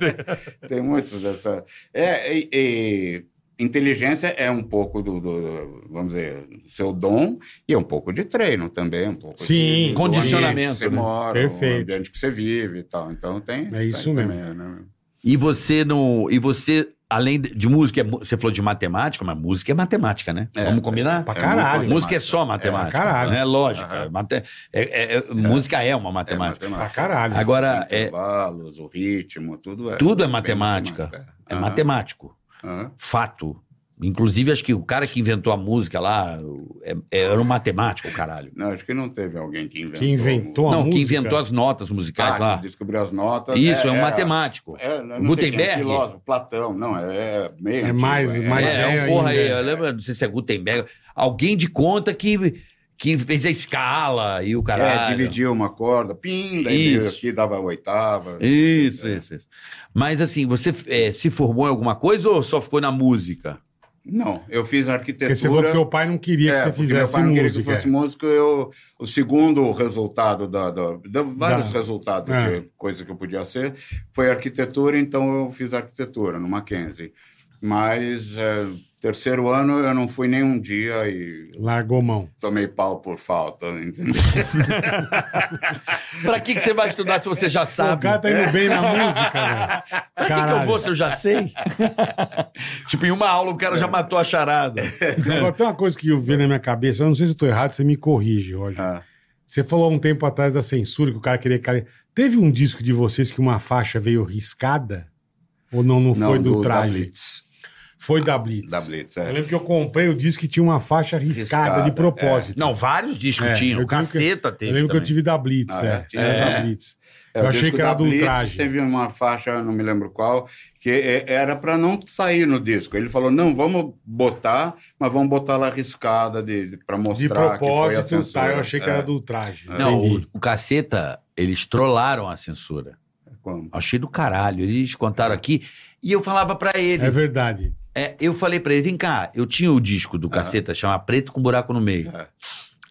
[SPEAKER 1] Tem muitos dessa. É, e- e inteligência é um pouco do, do- vamos dizer, seu dom e é um pouco de treino também, um pouco
[SPEAKER 3] Sim,
[SPEAKER 1] de, do
[SPEAKER 4] condicionamento,
[SPEAKER 1] ambiente que você
[SPEAKER 4] né?
[SPEAKER 1] mora,
[SPEAKER 3] Perfeito.
[SPEAKER 1] o ambiente que você vive e tal. Então tem
[SPEAKER 3] É isso
[SPEAKER 1] tem
[SPEAKER 3] mesmo.
[SPEAKER 1] né?
[SPEAKER 4] e você não. E você, além de de música, é mu- você falou de matemática, mas música é matemática, né?
[SPEAKER 1] É.
[SPEAKER 4] Vamos combinar?
[SPEAKER 3] Pra
[SPEAKER 1] É
[SPEAKER 3] caralho.
[SPEAKER 1] muito
[SPEAKER 4] Música é só matemática.
[SPEAKER 3] É, caralho.
[SPEAKER 4] Não é lógica.
[SPEAKER 1] Aham.
[SPEAKER 4] Mate- é- é- é- Música é uma
[SPEAKER 1] É
[SPEAKER 4] matemática.
[SPEAKER 1] matemática.
[SPEAKER 3] Pra caralho.
[SPEAKER 4] Agora,
[SPEAKER 1] Os
[SPEAKER 4] é,
[SPEAKER 1] intervalos, o ritmo, tudo é.
[SPEAKER 4] Tudo é
[SPEAKER 1] bem Ah,
[SPEAKER 4] matemática. é
[SPEAKER 1] Aham,
[SPEAKER 4] matemático.
[SPEAKER 1] aham.
[SPEAKER 4] Fato. Inclusive, acho que o cara que inventou a música lá é- é- era um matemático, caralho.
[SPEAKER 1] Não, acho que não teve alguém que inventou.
[SPEAKER 3] Que inventou a
[SPEAKER 4] não,
[SPEAKER 3] música.
[SPEAKER 4] que inventou as notas musicais
[SPEAKER 1] Ah,
[SPEAKER 4] lá.
[SPEAKER 1] que descobriu as notas.
[SPEAKER 4] Isso, é, um
[SPEAKER 1] era-
[SPEAKER 4] matemático.
[SPEAKER 1] É, eu não sei
[SPEAKER 4] Gutenberg?
[SPEAKER 1] quem é, filósofo, Platão, não, é, é meio.
[SPEAKER 3] É né?
[SPEAKER 1] antigo,
[SPEAKER 3] mais- mais
[SPEAKER 4] é, é um
[SPEAKER 3] velho
[SPEAKER 4] porra aí.
[SPEAKER 3] ainda.
[SPEAKER 4] Eu lembro, não sei se é Gutenberg. Alguém de conta que, que fez a escala e o
[SPEAKER 1] É,
[SPEAKER 4] caralho.
[SPEAKER 1] dividia uma corda, pim, daí veio
[SPEAKER 4] Isso.
[SPEAKER 1] aqui dava a oitava.
[SPEAKER 4] Isso,
[SPEAKER 1] É.
[SPEAKER 4] isso, isso. Mas assim, você eh, se formou em alguma coisa ou só ficou na música?
[SPEAKER 1] Não, eu
[SPEAKER 3] Porque você
[SPEAKER 1] fiz
[SPEAKER 3] falou que
[SPEAKER 1] arquitetura.
[SPEAKER 3] teu pai não queria que
[SPEAKER 1] É,
[SPEAKER 3] você
[SPEAKER 1] porque meu
[SPEAKER 3] fizesse
[SPEAKER 1] pai não queria que eu
[SPEAKER 3] música.
[SPEAKER 1] fosse músico, eu, o segundo resultado, da, da- da- vários
[SPEAKER 3] Da-
[SPEAKER 1] resultados
[SPEAKER 3] É.
[SPEAKER 1] de coisa que eu podia ser, foi arquitetura, então eu fiz arquitetura no Mackenzie. Mas é, terceiro ano eu não fui nem um dia e
[SPEAKER 3] Largou mão.
[SPEAKER 1] tomei pau por falta, entendeu?
[SPEAKER 4] Pra que, que você vai estudar se você já
[SPEAKER 3] O
[SPEAKER 4] sabe?
[SPEAKER 3] cara tá indo bem na música,
[SPEAKER 4] Pra
[SPEAKER 3] velho.
[SPEAKER 4] que, que eu vou
[SPEAKER 3] Caralho.
[SPEAKER 4] se eu já sei? tipo, em uma aula o cara
[SPEAKER 3] É.
[SPEAKER 4] já matou a charada.
[SPEAKER 3] Agora, tem uma coisa que eu vi na minha cabeça, eu não sei se eu tô errado, você me corrige, Roger.
[SPEAKER 1] Ah,
[SPEAKER 3] Você falou há um tempo atrás da censura que o cara queria... cara- Teve um disco de vocês que uma faixa veio riscada? Ou não, não, foi do,
[SPEAKER 1] da
[SPEAKER 3] traje?
[SPEAKER 1] Blitz.
[SPEAKER 3] Foi da Blitz.
[SPEAKER 1] Da Blitz,
[SPEAKER 3] Eu
[SPEAKER 1] é.
[SPEAKER 3] lembro que eu comprei o disco que tinha uma faixa riscada, de
[SPEAKER 1] Riscada, é.
[SPEAKER 3] propósito.
[SPEAKER 4] Não, vários discos
[SPEAKER 3] É,
[SPEAKER 4] tinham.
[SPEAKER 3] eu tenho que-
[SPEAKER 4] Caceta
[SPEAKER 3] Eu
[SPEAKER 4] teve.
[SPEAKER 3] lembro que eu
[SPEAKER 4] também.
[SPEAKER 3] tive da Blitz,
[SPEAKER 1] Ah,
[SPEAKER 3] é.
[SPEAKER 1] é?
[SPEAKER 3] Era da
[SPEAKER 1] É.
[SPEAKER 3] Blitz.
[SPEAKER 1] É,
[SPEAKER 3] Eu
[SPEAKER 1] o
[SPEAKER 3] achei
[SPEAKER 1] disco
[SPEAKER 3] que era
[SPEAKER 1] da
[SPEAKER 3] do
[SPEAKER 1] Blitz
[SPEAKER 3] Ultraje.
[SPEAKER 1] Teve uma faixa, eu não me lembro qual, que é- era para não sair no disco. Ele falou: não, vamos botar, mas vamos botar lá riscada de, para
[SPEAKER 3] De
[SPEAKER 1] mostrar que foi a
[SPEAKER 3] propósito,
[SPEAKER 1] censura.
[SPEAKER 3] tá, eu achei que
[SPEAKER 1] É,
[SPEAKER 3] era do ultraje.
[SPEAKER 4] Não,
[SPEAKER 3] Entendi.
[SPEAKER 4] o, o Caceta, eles trollaram a censura.
[SPEAKER 1] É, como?
[SPEAKER 4] Achei do caralho. Eles contaram aqui. E eu falava pra ele.
[SPEAKER 3] É verdade.
[SPEAKER 4] É, eu falei pra ele, vem cá, eu tinha o disco do Caceta, chama Preto com Buraco no Meio.
[SPEAKER 1] É.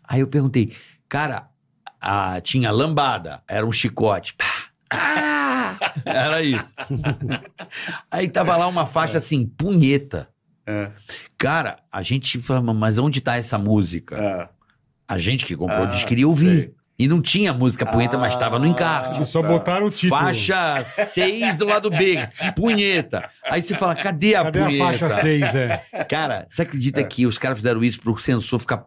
[SPEAKER 4] Aí eu perguntei, cara, a- tinha lambada, era um chicote. Pá, ah, era isso. Aí tava lá uma faixa assim, punheta.
[SPEAKER 1] É,
[SPEAKER 4] Cara, a gente falava, mas onde tá essa música?
[SPEAKER 1] é.
[SPEAKER 4] A gente que comprou
[SPEAKER 1] Ah,
[SPEAKER 4] o disco queria ouvir.
[SPEAKER 1] sei.
[SPEAKER 4] E não tinha música punheta, mas tava no encarte.
[SPEAKER 1] Ah,
[SPEAKER 3] só
[SPEAKER 1] tá.
[SPEAKER 3] botaram o título.
[SPEAKER 4] Faixa 6 do lado B, punheta. Aí você fala, cadê a
[SPEAKER 3] Cadê
[SPEAKER 4] punheta?
[SPEAKER 3] a faixa 6, é?
[SPEAKER 4] Cara, você acredita que os caras fizeram isso pro sensor ficar.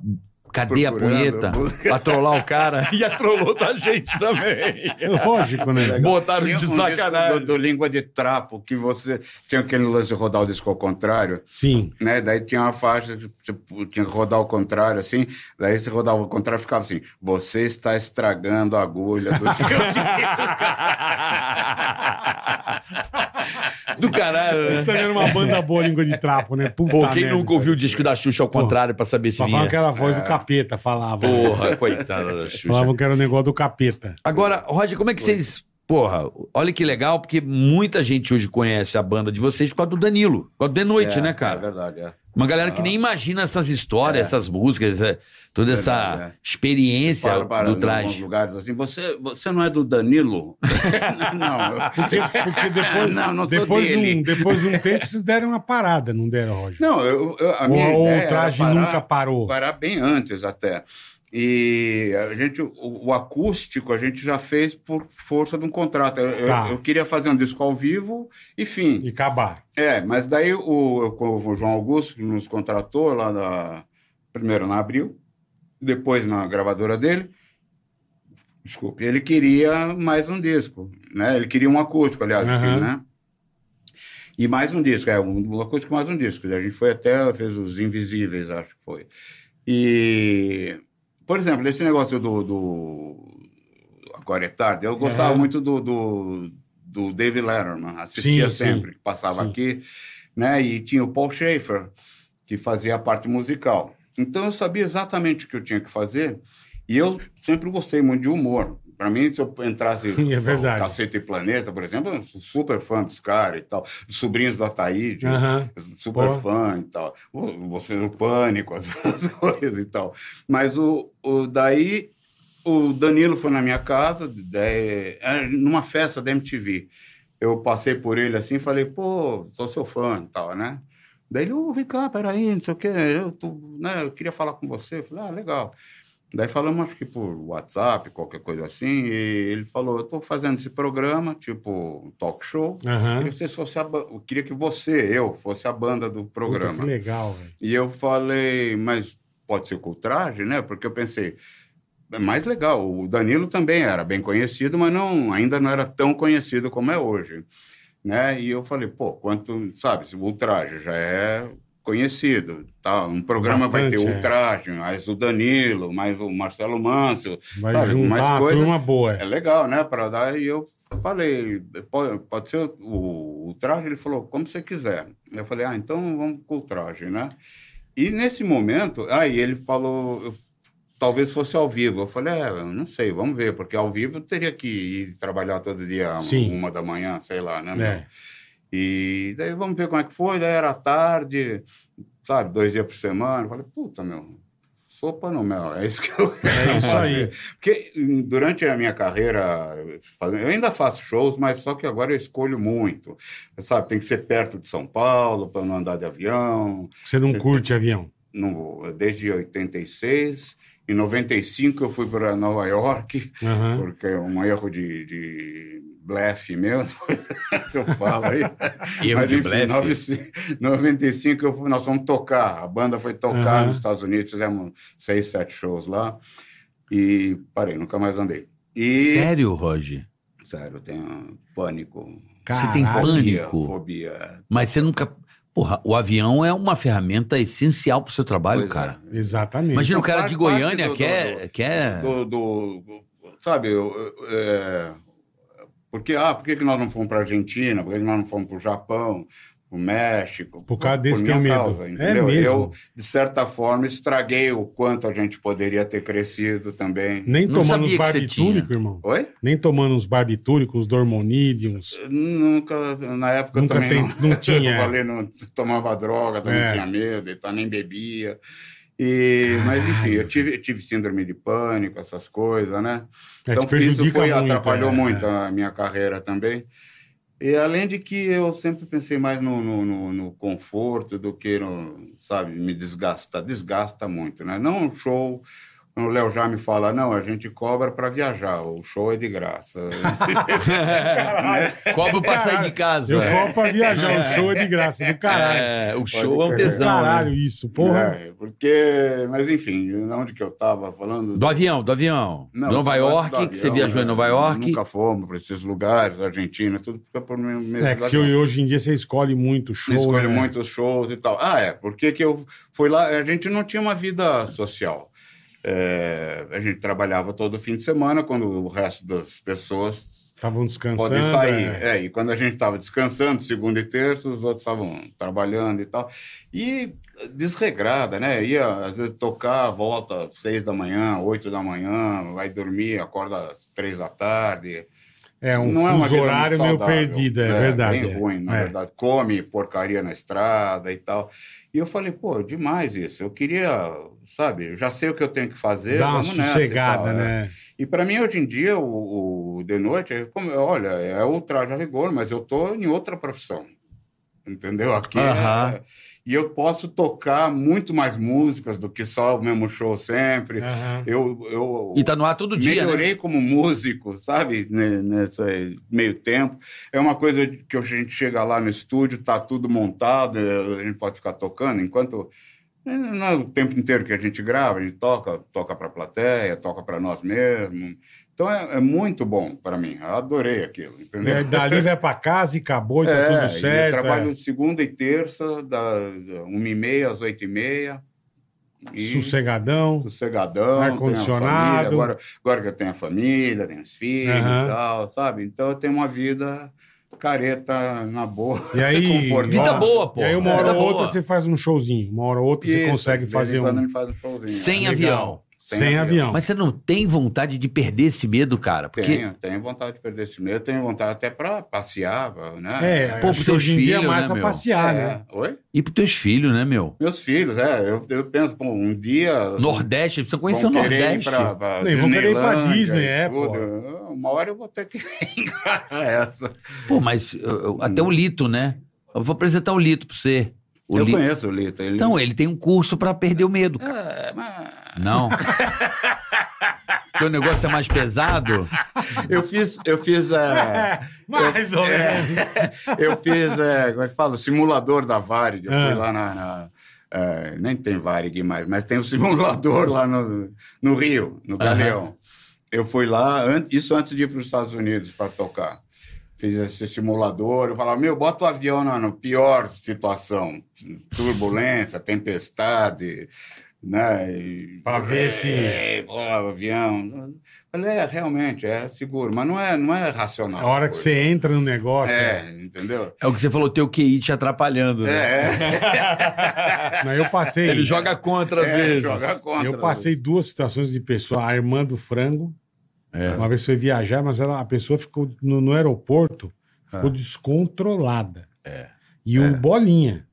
[SPEAKER 4] Cadê a
[SPEAKER 1] Procurando a
[SPEAKER 4] punheta?
[SPEAKER 1] música.
[SPEAKER 4] pra trollar o cara. E atrolou da gente também.
[SPEAKER 3] Lógico, né?
[SPEAKER 4] Botaram
[SPEAKER 1] Tinha
[SPEAKER 4] de
[SPEAKER 1] um disco
[SPEAKER 4] sacanagem.
[SPEAKER 1] Do, do Língua de Trapo, que você tinha aquele lance de rodar o disco ao contrário,
[SPEAKER 3] Sim.
[SPEAKER 1] né? Daí tinha uma faixa que tipo, tinha que rodar ao contrário, assim. Daí você rodava ao contrário e ficava assim: você está estragando a agulha do seu
[SPEAKER 4] Do caralho,
[SPEAKER 3] Isso
[SPEAKER 4] né?
[SPEAKER 3] também era uma banda boa, língua de trapo, né? Puta
[SPEAKER 4] Pô, quem
[SPEAKER 3] merda.
[SPEAKER 4] nunca ouviu o disco da Xuxa ao contrário pra saber se
[SPEAKER 3] Só falavam que é
[SPEAKER 4] vinha?
[SPEAKER 3] era a voz
[SPEAKER 1] É.
[SPEAKER 3] do capeta, falava.
[SPEAKER 4] Porra, coitada da Xuxa.
[SPEAKER 3] Falavam que era o negócio do capeta.
[SPEAKER 4] Agora, Roger, como é que vocês. Porra, olha que legal, porque muita gente hoje conhece a banda de vocês por causa do Danilo. Por causa do The Noite,
[SPEAKER 1] É,
[SPEAKER 4] né,
[SPEAKER 1] É
[SPEAKER 4] cara?
[SPEAKER 1] verdade, é.
[SPEAKER 4] Uma galera que
[SPEAKER 1] Ah.
[SPEAKER 4] nem imagina essas histórias,
[SPEAKER 1] É.
[SPEAKER 4] essas músicas, é, toda
[SPEAKER 1] Verdade,
[SPEAKER 4] essa
[SPEAKER 1] é.
[SPEAKER 4] experiência
[SPEAKER 1] Para, para,
[SPEAKER 4] do
[SPEAKER 1] em alguns
[SPEAKER 4] traje.
[SPEAKER 1] lugares assim. Você, você não é do Danilo? não, eu-
[SPEAKER 3] Porque, porque depois,
[SPEAKER 1] Não, não sou
[SPEAKER 3] depois, de um,
[SPEAKER 1] dele.
[SPEAKER 3] depois de um tempo, vocês deram uma parada, não deram, Roger?
[SPEAKER 1] não eu, eu- a
[SPEAKER 3] Ou-
[SPEAKER 1] minha
[SPEAKER 3] ou
[SPEAKER 1] ideia
[SPEAKER 3] o traje
[SPEAKER 1] era parar,
[SPEAKER 3] nunca parou.
[SPEAKER 1] parar bem antes até. E a gente, o, o acústico a gente já fez por força de um contrato. Eu, eu-
[SPEAKER 3] Tá.
[SPEAKER 1] eu queria fazer um disco ao vivo, enfim.
[SPEAKER 3] E acabar.
[SPEAKER 1] É, mas daí o, eu- o João Augusto nos contratou lá na, primeiro na Abril, depois na gravadora dele. Desculpe, ele queria mais um disco, né? Ele queria um acústico, aliás, né?
[SPEAKER 3] Aham.
[SPEAKER 1] um é, é
[SPEAKER 3] Aham.
[SPEAKER 1] muito do, do, do David Letterman,
[SPEAKER 3] Sim,
[SPEAKER 1] assistia
[SPEAKER 3] sim.
[SPEAKER 1] sempre que passava
[SPEAKER 3] Sim.
[SPEAKER 1] aqui, né? E tinha o Paul Schaefer, que fazia a parte musical. Então eu sabia exatamente o que eu tinha que fazer e eu sempre gostei muito de humor. Para mim, se eu entrasse
[SPEAKER 3] É verdade.
[SPEAKER 1] no Cacete e Planeta, por exemplo, eu sou super fã dos caras e tal, dos sobrinhos do Ataíde,
[SPEAKER 3] Aham.
[SPEAKER 1] super
[SPEAKER 3] Pô.
[SPEAKER 1] fã e tal. Vo- Você no pânico, essas coisas e tal. Mas o, o daí o Danilo foi na minha casa, daí- é, numa festa da MTV. Eu passei por ele assim e falei, pô, sou seu fã e tal, né? Daí ele, ô, vem cá, peraí, não sei o quê, eu, tô, né, eu queria falar com você. Eu falei, ah, legal. Daí falamos, acho que por WhatsApp, qualquer coisa assim, e ele falou, eu tô fazendo esse programa, tipo um talk show,
[SPEAKER 3] Aham.
[SPEAKER 1] queria que vocês fossem a ba- eu queria que você, eu, fosse a banda do
[SPEAKER 3] Puta, que
[SPEAKER 1] programa.
[SPEAKER 3] legal, velho.
[SPEAKER 1] E eu falei, mas pode ser com o traje, né? Porque eu pensei, é mais legal. O Danilo também era bem conhecido, mas não, ainda não era tão conhecido como é hoje. Né? E eu falei, pô, quanto, sabe, o traje já é conhecido. Tá? Um programa vai ter
[SPEAKER 3] Bastante,
[SPEAKER 1] o
[SPEAKER 3] é.
[SPEAKER 1] Traje, mais o Danilo, mais o Marcelo Manso.
[SPEAKER 3] Vai
[SPEAKER 1] Sabe,
[SPEAKER 3] juntar
[SPEAKER 1] mais
[SPEAKER 3] uma
[SPEAKER 1] coisa.
[SPEAKER 3] turma boa.
[SPEAKER 1] É legal, né? Para dar. E eu falei, pode, pode ser o, o traje? Ele falou, como você quiser. Eu falei, ah, então vamos com o traje, né? E nesse momento, aí ele falou, eu- talvez fosse ao vivo. Eu falei, é, eu não sei, vamos ver, porque ao vivo eu teria que ir trabalhar todo dia,
[SPEAKER 3] Sim.
[SPEAKER 1] uma da manhã, sei lá,
[SPEAKER 3] É.
[SPEAKER 1] né? E daí vamos ver como é que foi. Daí era tarde, sabe, dois dias por semana. Eu falei, puta, meu, sopa no mel, é isso que eu quero
[SPEAKER 3] É isso
[SPEAKER 1] fazer.
[SPEAKER 3] aí.
[SPEAKER 1] Porque hum, durante a minha carreira, faz- eu ainda faço shows, mas só que agora eu escolho muito. Sabe, tem que ser perto de São Paulo para não andar de avião.
[SPEAKER 3] Você não curte avião.
[SPEAKER 1] Não- desde 86. Em 95 eu fui para Nova York
[SPEAKER 3] Aham.
[SPEAKER 1] porque é um erro de, de blefe mesmo, que eu falo aí.
[SPEAKER 4] Erro de blefe?
[SPEAKER 1] 95, 95 eu fui- nós fomos tocar, a banda foi tocar
[SPEAKER 3] Aham.
[SPEAKER 1] nos Estados Unidos, fizemos seis, sete shows lá e parei, nunca mais andei. E,
[SPEAKER 4] Sério, Roger?
[SPEAKER 1] Sério, eu tenho pânico,
[SPEAKER 4] Você tem
[SPEAKER 3] Caralho.
[SPEAKER 1] fobia,
[SPEAKER 4] Pânico?
[SPEAKER 1] fobia.
[SPEAKER 4] Mas você nunca. Porra, o avião é uma ferramenta essencial pro seu trabalho,
[SPEAKER 1] Pois é.
[SPEAKER 4] cara.
[SPEAKER 3] Exatamente.
[SPEAKER 4] Imagina o cara
[SPEAKER 1] Parte-
[SPEAKER 4] de Goiânia
[SPEAKER 1] parte do-
[SPEAKER 4] quer.
[SPEAKER 1] do-
[SPEAKER 4] quer...
[SPEAKER 1] do, do- sabe, eu, eu, é, porque, ah, por que, que nós não fomos para a Argentina, por que, que nós não fomos para o Japão, para o México?
[SPEAKER 3] Por causa desse
[SPEAKER 1] minha
[SPEAKER 3] teu medo. É
[SPEAKER 1] entendeu?
[SPEAKER 3] mesmo.
[SPEAKER 1] Eu, de certa forma, estraguei o quanto a gente poderia ter crescido também.
[SPEAKER 3] Nem
[SPEAKER 4] Não
[SPEAKER 3] tomando uns
[SPEAKER 4] sabia que você
[SPEAKER 3] barbitúricos, irmão.
[SPEAKER 1] Oi?
[SPEAKER 3] Nem tomando uns barbitúricos, uns dormonide, uns.
[SPEAKER 1] Nunca, na época eu
[SPEAKER 3] Nunca
[SPEAKER 1] também
[SPEAKER 3] tem-
[SPEAKER 1] não,
[SPEAKER 3] não tinha.
[SPEAKER 1] Eu falei, não tomava droga, também
[SPEAKER 3] É.
[SPEAKER 1] tinha medo, e tal, nem bebia. E, mas enfim, eu tive, tive síndrome de pânico, essas coisas, né?
[SPEAKER 3] É,
[SPEAKER 1] Então,
[SPEAKER 3] te
[SPEAKER 1] isso
[SPEAKER 3] prejudica
[SPEAKER 1] foi,
[SPEAKER 3] muito,
[SPEAKER 1] atrapalhou
[SPEAKER 3] é,
[SPEAKER 1] muito
[SPEAKER 3] é.
[SPEAKER 1] a minha carreira também. E além de que eu sempre pensei mais no, no- no- no conforto do que, no, sabe, me desgastar. Desgasta muito, né? Não um show. O Léo já me fala, não, a gente cobra para viajar, o show é de graça. Né?
[SPEAKER 4] Cobra pra sair de casa.
[SPEAKER 3] Eu cobro pra viajar, o show é de graça, do caralho.
[SPEAKER 4] É, o show é um
[SPEAKER 1] Pode crer.
[SPEAKER 4] tesão. né?
[SPEAKER 3] caralho, isso, porra.
[SPEAKER 1] É, porque, mas enfim, onde que eu estava falando?
[SPEAKER 4] Do avião, do avião. Nova
[SPEAKER 1] antes do
[SPEAKER 4] York, que você
[SPEAKER 1] avião,
[SPEAKER 4] viajou em
[SPEAKER 1] né?
[SPEAKER 4] Nunca- Nova York.
[SPEAKER 1] Nunca fomos para esses lugares, Argentina, tudo fica por mim mesmo.
[SPEAKER 3] É, que se hoje em dia você escolhe muito show.
[SPEAKER 1] escolho
[SPEAKER 3] né?
[SPEAKER 1] muitos shows e tal. Ah, é, porque que eu fui lá, a gente não tinha uma vida social. É, a gente trabalhava todo fim de semana, quando o resto das pessoas
[SPEAKER 3] Estavam descansando.
[SPEAKER 1] podem sair.
[SPEAKER 3] é.
[SPEAKER 1] É, e quando a gente estava descansando, segunda e terça, os outros estavam trabalhando e tal. E desregrada, né? Ia, às vezes, tocar, volta às seis da manhã, oito da manhã, vai dormir, acorda às três da tarde.
[SPEAKER 3] É, um
[SPEAKER 1] Não é uma
[SPEAKER 3] fuso
[SPEAKER 1] vida muito
[SPEAKER 3] horário meio
[SPEAKER 1] saudável.
[SPEAKER 3] perdido, é, verdade.
[SPEAKER 1] Bem
[SPEAKER 3] é.
[SPEAKER 1] ruim, na
[SPEAKER 3] É.
[SPEAKER 1] verdade. Come porcaria na estrada e tal. E eu falei, pô, demais isso. Eu queria, sabe, eu já sei o que eu tenho que fazer.
[SPEAKER 3] Dá uma
[SPEAKER 1] vamos nessa e
[SPEAKER 3] sossegada,
[SPEAKER 1] tal, é.
[SPEAKER 3] né?
[SPEAKER 1] E para mim, hoje em dia, o, o de noite, é como- olha, é ultraje a rigor, mas eu tô em outra profissão. Entendeu? Aqui. é-
[SPEAKER 4] Aham.
[SPEAKER 1] e eu posso tocar muito mais músicas do que só o mesmo show sempre.
[SPEAKER 3] Aham.
[SPEAKER 1] Eu, eu,
[SPEAKER 4] É. E tá no ar todo dia, né?
[SPEAKER 1] melhorei como músico, sabe? Ne- Nesse meio tempo. É uma coisa que a gente chega lá no estúdio, tá tudo montado, eh, a gente pode ficar tocando, enquanto. eh, Não é o tempo inteiro que a gente grava, a gente toca, toca para a plateia, toca para nós mesmos. Então é, é muito bom para mim. Eu adorei aquilo, entendeu?
[SPEAKER 3] É, Dali vai pra casa e acabou, e tá
[SPEAKER 1] É,
[SPEAKER 3] tudo
[SPEAKER 1] e eu
[SPEAKER 3] certo.
[SPEAKER 1] trabalho
[SPEAKER 3] é.
[SPEAKER 1] segunda e terça, das uma e meia às oito e meia. E-
[SPEAKER 3] é. Sossegadão.
[SPEAKER 1] sossegadão,
[SPEAKER 3] Ar-condicionado.
[SPEAKER 1] tenho a família, Agora, agora que eu tenho a família, tenho os filhos
[SPEAKER 3] Aham.
[SPEAKER 1] e tal, sabe? Então eu tenho uma vida careta na boa.
[SPEAKER 3] E aí,
[SPEAKER 1] confortável.
[SPEAKER 4] Vida
[SPEAKER 3] ó,
[SPEAKER 4] boa, pô.
[SPEAKER 3] E aí, uma hora
[SPEAKER 4] Vida
[SPEAKER 3] ou outra,
[SPEAKER 4] boa.
[SPEAKER 3] você faz um showzinho. Uma hora ou outra,
[SPEAKER 1] Isso,
[SPEAKER 3] você consegue
[SPEAKER 1] de vez
[SPEAKER 3] fazer
[SPEAKER 1] em quando
[SPEAKER 3] um.
[SPEAKER 1] me faz um showzinho.
[SPEAKER 4] Sem
[SPEAKER 1] né?
[SPEAKER 4] avião.
[SPEAKER 1] Sem
[SPEAKER 3] Sem
[SPEAKER 1] avião.
[SPEAKER 3] avião.
[SPEAKER 4] Mas você não tem vontade de perder esse medo, cara. Porque
[SPEAKER 1] Tenho, tenho vontade de perder esse medo, tenho vontade até para passear, né? É.
[SPEAKER 3] É,
[SPEAKER 4] Pô,
[SPEAKER 3] acho
[SPEAKER 4] pros
[SPEAKER 3] que
[SPEAKER 4] teus
[SPEAKER 3] hoje em dia é
[SPEAKER 4] filhos,
[SPEAKER 3] mais
[SPEAKER 4] né,
[SPEAKER 3] pra
[SPEAKER 4] meu?
[SPEAKER 3] passear, né?
[SPEAKER 1] Oi?
[SPEAKER 4] E pros teus filhos, né, meu?
[SPEAKER 1] Meus filhos, é, eu, eu penso, pô, um dia...
[SPEAKER 4] Nordeste, precisa conhecer o
[SPEAKER 1] vão querer ir
[SPEAKER 4] Nordeste.
[SPEAKER 1] pra- pra
[SPEAKER 3] Nem vão querer ir pra
[SPEAKER 1] Disneylândia
[SPEAKER 3] Disney,
[SPEAKER 1] e
[SPEAKER 3] é,
[SPEAKER 1] tudo.
[SPEAKER 3] pô.
[SPEAKER 1] Uma hora eu vou ter que encarar essa.
[SPEAKER 4] Pô, mas eu- eu- até o Lito, né? Eu vou apresentar o Lito pra você. O
[SPEAKER 1] Uhum. eu
[SPEAKER 4] Lito-
[SPEAKER 1] conheço o Lito. Ele...
[SPEAKER 4] Então, ele tem um curso pra perder o medo. cara.
[SPEAKER 1] É, mas-
[SPEAKER 4] Não. Teu negócio é mais pesado?
[SPEAKER 1] Eu fiz, eu fiz, é,
[SPEAKER 3] Mais ou menos.
[SPEAKER 1] eu fiz, é, como é que fala? O Simulador da Varig. Eu
[SPEAKER 3] Ah.
[SPEAKER 1] fui lá na. na, é, nem tem Varig mais, mas tem o simulador lá no, no Rio, no Galeão. Eu fui lá, an- isso antes de ir para os Estados Unidos para tocar. fiz esse simulador. Eu falava, meu, bota o avião na, na pior situação: turbulência, tempestade, né? e-
[SPEAKER 3] Pra ver se
[SPEAKER 1] É, pô, avião. Falei, é, realmente, é seguro, mas não é, não é racional.
[SPEAKER 3] a hora que
[SPEAKER 1] Coisa.
[SPEAKER 3] você entra assim. no negócio.
[SPEAKER 1] É, entendeu?
[SPEAKER 4] É o que você falou, teu QI te atrapalhando, né?
[SPEAKER 1] É, é.
[SPEAKER 3] Mas né, eu passei.
[SPEAKER 4] Ele joga contra às
[SPEAKER 1] É,
[SPEAKER 4] vezes.
[SPEAKER 1] jogar contra.
[SPEAKER 3] Eu passei duas situações de pessoa. A irmã do frango,
[SPEAKER 4] É.
[SPEAKER 3] uma vez foi viajar, mas ela- a pessoa ficou no, no aeroporto, ficou
[SPEAKER 4] Ah.
[SPEAKER 3] descontrolada. E o Bolinha.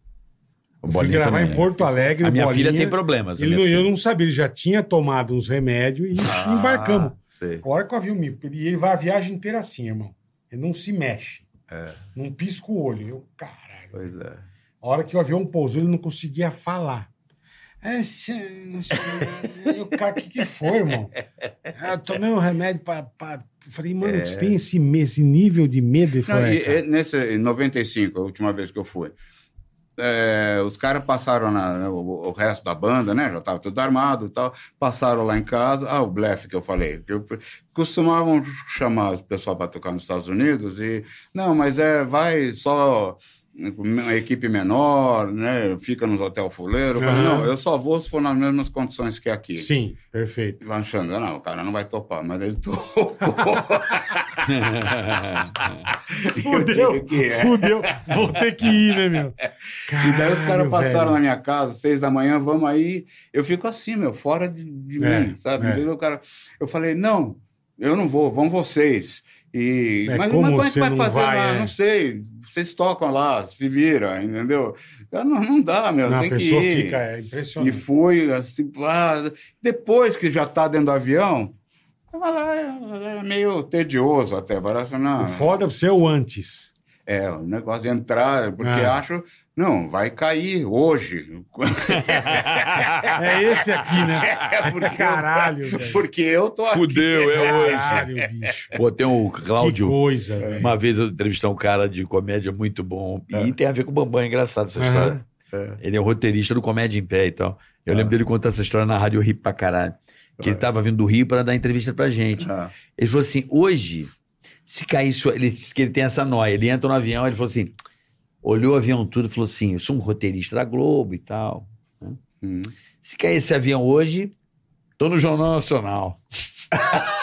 [SPEAKER 4] O
[SPEAKER 3] Eu fui
[SPEAKER 4] É. Um Bolinha
[SPEAKER 3] gravar
[SPEAKER 4] também. né?
[SPEAKER 3] em Porto Alegre.
[SPEAKER 4] A minha
[SPEAKER 3] o Bolinha-
[SPEAKER 4] filha tem problemas. a
[SPEAKER 3] Ele
[SPEAKER 4] minha
[SPEAKER 3] não, eu
[SPEAKER 4] filha.
[SPEAKER 3] não sabia, ele já tinha tomado uns remédios e embarcamos.
[SPEAKER 1] Ah, Sei.
[SPEAKER 3] A hora que o avião me. E ele vai a viagem inteira assim, irmão. Ele não se mexe. Não pisca o olho. Eu, caralho.
[SPEAKER 1] É. Pois é.
[SPEAKER 3] A hora que o avião pousou, ele não conseguia falar. É, cê- não sei. Eu, cara, o que, que foi, irmão? Ah, eu tomei um remédio pra. pra... eu Falei, mano, você tem esse, me- esse nível de medo? Ele falou,
[SPEAKER 1] É.
[SPEAKER 3] é,
[SPEAKER 1] Não, e,
[SPEAKER 3] cara.
[SPEAKER 1] e nesse, em 95, a última vez que eu fui, é, os caras passaram na- né, o, o resto da banda, né? Já tava tudo armado e tal. Passaram lá em casa. Ah, o blefe que eu falei. que eu- costumavam chamar o pessoal para tocar nos Estados Unidos e. Não, mas é, vai só com uma equipe menor, né? Fica nos hotel fuleiro. Eu falei,
[SPEAKER 3] Aham.
[SPEAKER 1] não, eu só vou se for nas mesmas condições que aqui.
[SPEAKER 3] Sim, perfeito.
[SPEAKER 1] Achando, não, o cara não vai topar, mas ele topou.
[SPEAKER 3] Fudeu,
[SPEAKER 1] digo que é.
[SPEAKER 3] fudeu. Vou ter que ir, né, meu?
[SPEAKER 1] E daí os caras
[SPEAKER 3] Caralho,
[SPEAKER 1] passaram
[SPEAKER 3] velho.
[SPEAKER 1] na minha casa, seis da manhã, vamos aí. Eu fico assim, meu, fora de, de
[SPEAKER 3] É,
[SPEAKER 1] mim, sabe?
[SPEAKER 3] é.
[SPEAKER 1] Entendeu? O cara, eu falei, não, eu não vou, vão vocês. E,
[SPEAKER 3] É,
[SPEAKER 1] mas, mas
[SPEAKER 3] como
[SPEAKER 1] como é
[SPEAKER 3] você
[SPEAKER 1] que vai
[SPEAKER 3] não
[SPEAKER 1] fazer
[SPEAKER 3] vai,
[SPEAKER 1] lá?
[SPEAKER 3] é.
[SPEAKER 1] Não sei. Vocês tocam lá, se vira, entendeu? Ah, Não, não dá, meu,
[SPEAKER 3] Não, a
[SPEAKER 1] tem que
[SPEAKER 3] pessoa
[SPEAKER 1] ir.
[SPEAKER 3] fica é,
[SPEAKER 1] E
[SPEAKER 3] impressionante.
[SPEAKER 1] fui, assim, ah, depois que já tá dentro do avião, eu falei, ah, é meio tedioso até, parece, não.
[SPEAKER 3] O foda pra você é o antes.
[SPEAKER 1] É, o negócio de entrar, porque
[SPEAKER 3] Ah.
[SPEAKER 1] acho, não, vai cair hoje.
[SPEAKER 3] É esse aqui, né?
[SPEAKER 1] É porque eu-
[SPEAKER 3] Caralho, velho.
[SPEAKER 1] Porque eu É. tô aqui.
[SPEAKER 4] Fudeu, é hoje.
[SPEAKER 3] Caralho, bicho.
[SPEAKER 4] Pô, tem o
[SPEAKER 3] Que
[SPEAKER 4] Cláudio.
[SPEAKER 3] coisa, velho.
[SPEAKER 4] Uma vez eu entrevistei um cara de comédia muito bom. E tem a ver com o Bambam, é engraçado essa
[SPEAKER 3] Aham.
[SPEAKER 4] história.
[SPEAKER 1] É.
[SPEAKER 4] Ele é um roteirista do Comédia em Pé e tal. Eu
[SPEAKER 1] Ah.
[SPEAKER 4] lembro dele contar essa história na rádio eu ri pra caralho. Que ele
[SPEAKER 3] Ah.
[SPEAKER 4] tava vindo do Rio pra dar entrevista pra gente.
[SPEAKER 1] Ah,
[SPEAKER 4] Ele falou assim: hoje, se cair sua. Ele disse que ele tem essa noia. Ele entra no avião, ele falou assim: olhou o avião tudo e falou assim: eu sou um roteirista da Globo e tal.
[SPEAKER 1] hum.
[SPEAKER 4] Se cair esse avião hoje, tô no Jornal Nacional.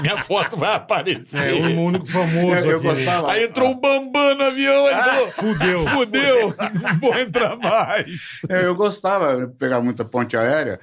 [SPEAKER 4] Minha foto vai aparecer.
[SPEAKER 3] É o único famoso
[SPEAKER 1] Eu, eu
[SPEAKER 3] aqui. né?
[SPEAKER 1] gostava.
[SPEAKER 4] Aí entrou o Bambam no avião, ele falou:
[SPEAKER 3] Fudeu.
[SPEAKER 4] fudeu, não vou entrar mais.
[SPEAKER 1] É, Eu, eu gostava de pegar muita ponte aérea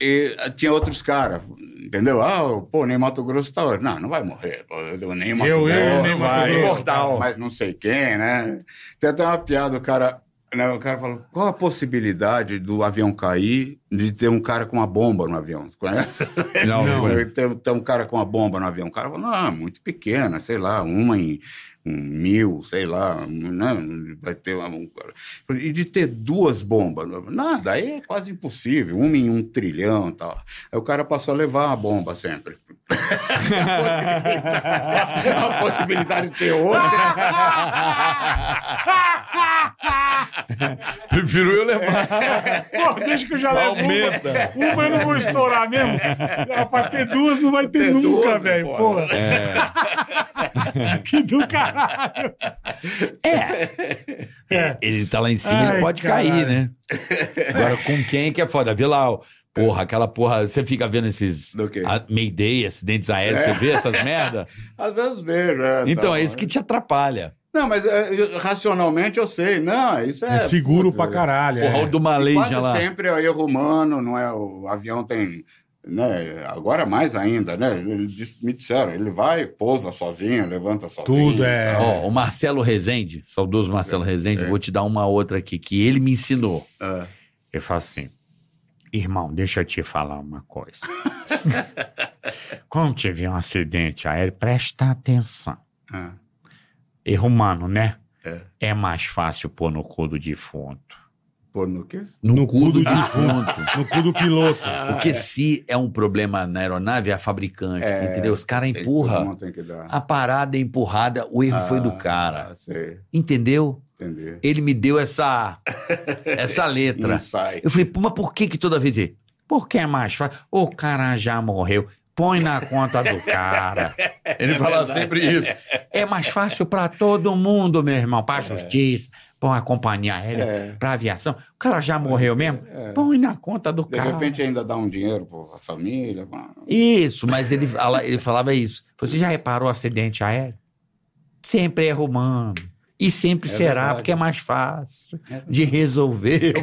[SPEAKER 1] e ah, tinha outros caras, entendeu? Ah, o- pô, nem Mato Grosso tá hoje. Não, não vai morrer. pô, eu- Nem Mato
[SPEAKER 3] Eu- eu,
[SPEAKER 1] Grosso.
[SPEAKER 3] nem
[SPEAKER 1] não
[SPEAKER 3] Mato
[SPEAKER 4] Grosso.
[SPEAKER 1] Imortal. Mas não sei quem, né? Tem até uma piada, o cara. né, o cara falou: qual a possibilidade do avião cair de ter um cara com uma bomba no avião? Você conhece?
[SPEAKER 4] Não,
[SPEAKER 3] Não.
[SPEAKER 1] Tem- Tem, tem um cara com uma bomba no avião. O cara falou, ah, muito pequena, sei lá, uma em um mil, sei lá, um, né? vai ter uma... um- E de ter duas bombas? Nada, aí é quase impossível, uma em um trilhão e tal. Aí o cara passou a levar uma bomba sempre. a possibilidade de ter outra...
[SPEAKER 4] Prefiro eu levar.
[SPEAKER 3] Pô, deixa que eu já levo
[SPEAKER 4] Aumenta.
[SPEAKER 3] uma. Uma eu não vou estourar mesmo. Ah, Pra ter duas não vai ter,
[SPEAKER 1] Ter
[SPEAKER 3] nunca,
[SPEAKER 1] duas, né,
[SPEAKER 3] velho.
[SPEAKER 1] porra.
[SPEAKER 3] Porra.
[SPEAKER 4] É.
[SPEAKER 3] que do caralho. É.
[SPEAKER 4] Ele tá lá em cima,
[SPEAKER 3] Ai,
[SPEAKER 4] ele pode
[SPEAKER 3] caralho.
[SPEAKER 4] cair, né? Agora, com quem que é foda? Vê lá, ó, porra, aquela porra. Você fica vendo esses
[SPEAKER 1] Do quê?
[SPEAKER 4] a- Mayday, acidentes aéreos, você vê essas merda?
[SPEAKER 1] Às vezes vejo, é,
[SPEAKER 4] Então,
[SPEAKER 1] tal.
[SPEAKER 4] é isso que te atrapalha.
[SPEAKER 1] Não, mas é, eu- racionalmente eu sei, não, isso é...
[SPEAKER 3] É seguro
[SPEAKER 1] Putz,
[SPEAKER 3] pra caralho.
[SPEAKER 4] Porra, o
[SPEAKER 3] é.
[SPEAKER 4] do
[SPEAKER 1] Quase
[SPEAKER 4] Malaysia lá.
[SPEAKER 1] sempre é erro humano, não é? O avião tem. Né? Agora mais ainda, né? Ele disse- Me disseram, ele vai, pousa sozinho, levanta sozinho.
[SPEAKER 3] Tudo é-
[SPEAKER 1] tal.
[SPEAKER 4] Ó, o Marcelo Rezende, saudoso Marcelo Rezende, vou te dar uma outra aqui que ele me ensinou.
[SPEAKER 1] É.
[SPEAKER 4] Ele fala assim: Irmão, deixa eu te falar uma coisa. Quando tiver um acidente aéreo, presta atenção.
[SPEAKER 1] É.
[SPEAKER 4] Erro humano, né?
[SPEAKER 1] É.
[SPEAKER 4] mais fácil pôr no cu do defunto.
[SPEAKER 1] Pô, no quê?
[SPEAKER 4] No,
[SPEAKER 3] No cu do
[SPEAKER 1] tá
[SPEAKER 4] defunto.
[SPEAKER 3] No cu do piloto.
[SPEAKER 4] Porque se é um problema na aeronave, é a fabricante,
[SPEAKER 1] É,
[SPEAKER 4] entendeu? Os caras
[SPEAKER 1] Tem- todo
[SPEAKER 4] empurram.
[SPEAKER 1] mundo Tem que dar.
[SPEAKER 3] Ah,
[SPEAKER 4] A parada é empurrada, o erro foi do cara.
[SPEAKER 1] Ah, sei,
[SPEAKER 4] Entendeu?
[SPEAKER 1] entendi.
[SPEAKER 4] Ele me deu essa essa letra.
[SPEAKER 1] Insight.
[SPEAKER 4] Eu falei, "Pô, mas por que que toda vez ele... Por que é mais fácil? O cara já morreu. Põe na conta do cara. Ele fala
[SPEAKER 1] verdade.
[SPEAKER 4] sempre isso. É mais fácil pra todo mundo, meu irmão. Pra justiça, pra uma companhia aérea,
[SPEAKER 1] É.
[SPEAKER 4] pra aviação. O cara já morreu mesmo?
[SPEAKER 1] É.
[SPEAKER 4] Põe na conta do
[SPEAKER 1] De
[SPEAKER 4] cara.
[SPEAKER 1] repente ainda dá um dinheiro para a família. pá.
[SPEAKER 4] Isso, mas ele, fala- ele falava isso.
[SPEAKER 1] Hum.
[SPEAKER 4] Você já reparou o acidente aéreo? Sempre é humano. E sempre
[SPEAKER 1] É
[SPEAKER 4] será,
[SPEAKER 1] verdade.
[SPEAKER 4] porque é mais fácil
[SPEAKER 1] É.
[SPEAKER 4] de resolver.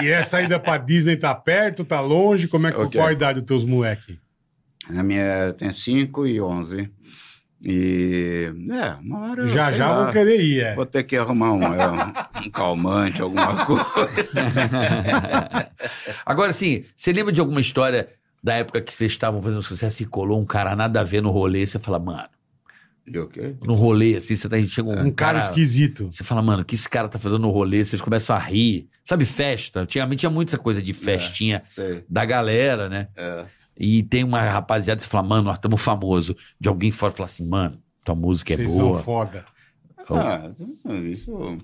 [SPEAKER 3] E, e essa ida pra Disney tá perto, tá longe? Como é que,
[SPEAKER 1] Ok.
[SPEAKER 3] Qual a idade dos teus moleques?
[SPEAKER 1] A minha tem 5 e 11. E. É, uma hora. eu
[SPEAKER 3] Já
[SPEAKER 1] sei
[SPEAKER 3] já
[SPEAKER 1] lá,
[SPEAKER 3] vou querer ir, é.
[SPEAKER 1] Vou ter que arrumar um, é, um- um calmante, alguma coisa.
[SPEAKER 4] Agora, assim, você lembra de alguma história da época que vocês estavam fazendo sucesso e colou um cara nada a ver no rolê? Você fala, mano,
[SPEAKER 1] E o quê?
[SPEAKER 4] no rolê, assim, você tá, chega um,
[SPEAKER 3] Um cara esquisito.
[SPEAKER 4] Você fala, mano, o que esse cara tá fazendo no rolê? Vocês começam a rir. Sabe, festa? Antigamente tinha muita coisa de festinha
[SPEAKER 3] É.
[SPEAKER 1] Sei.
[SPEAKER 4] da galera, né?
[SPEAKER 1] É.
[SPEAKER 4] E tem uma rapaziada, você fala, mano, nós estamos famosos. De alguém fora falar assim, mano, tua música é
[SPEAKER 3] Vocês
[SPEAKER 4] boa.
[SPEAKER 3] são foda.
[SPEAKER 1] Ah, isso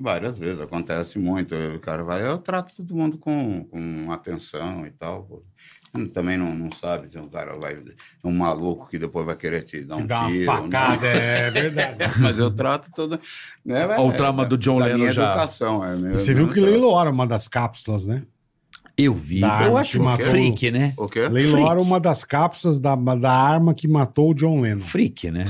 [SPEAKER 1] várias vezes acontece muito. O cara vai, eu trato todo mundo com, com atenção e tal. pô. Também não, não sabe se um cara vai. Um maluco que depois vai querer te dar
[SPEAKER 3] Te
[SPEAKER 1] um
[SPEAKER 3] dá uma
[SPEAKER 1] tiro. né?
[SPEAKER 3] facada, é verdade.
[SPEAKER 1] Mas eu trato toda. Né,
[SPEAKER 4] Olha o
[SPEAKER 3] É,
[SPEAKER 4] trauma do John
[SPEAKER 1] da
[SPEAKER 4] Lennon
[SPEAKER 1] minha
[SPEAKER 4] já.
[SPEAKER 1] educação. É, meu,
[SPEAKER 3] E você viu que
[SPEAKER 1] eu-
[SPEAKER 3] leiloaram uma das cápsulas, né?
[SPEAKER 4] Eu vi.
[SPEAKER 3] Da
[SPEAKER 4] eu
[SPEAKER 3] arma
[SPEAKER 4] acho
[SPEAKER 3] que matou-
[SPEAKER 4] freak, né?
[SPEAKER 1] O quê?
[SPEAKER 3] Leiloaram é uma das cápsulas da, da arma que matou o John Lennon.
[SPEAKER 4] Freak, né?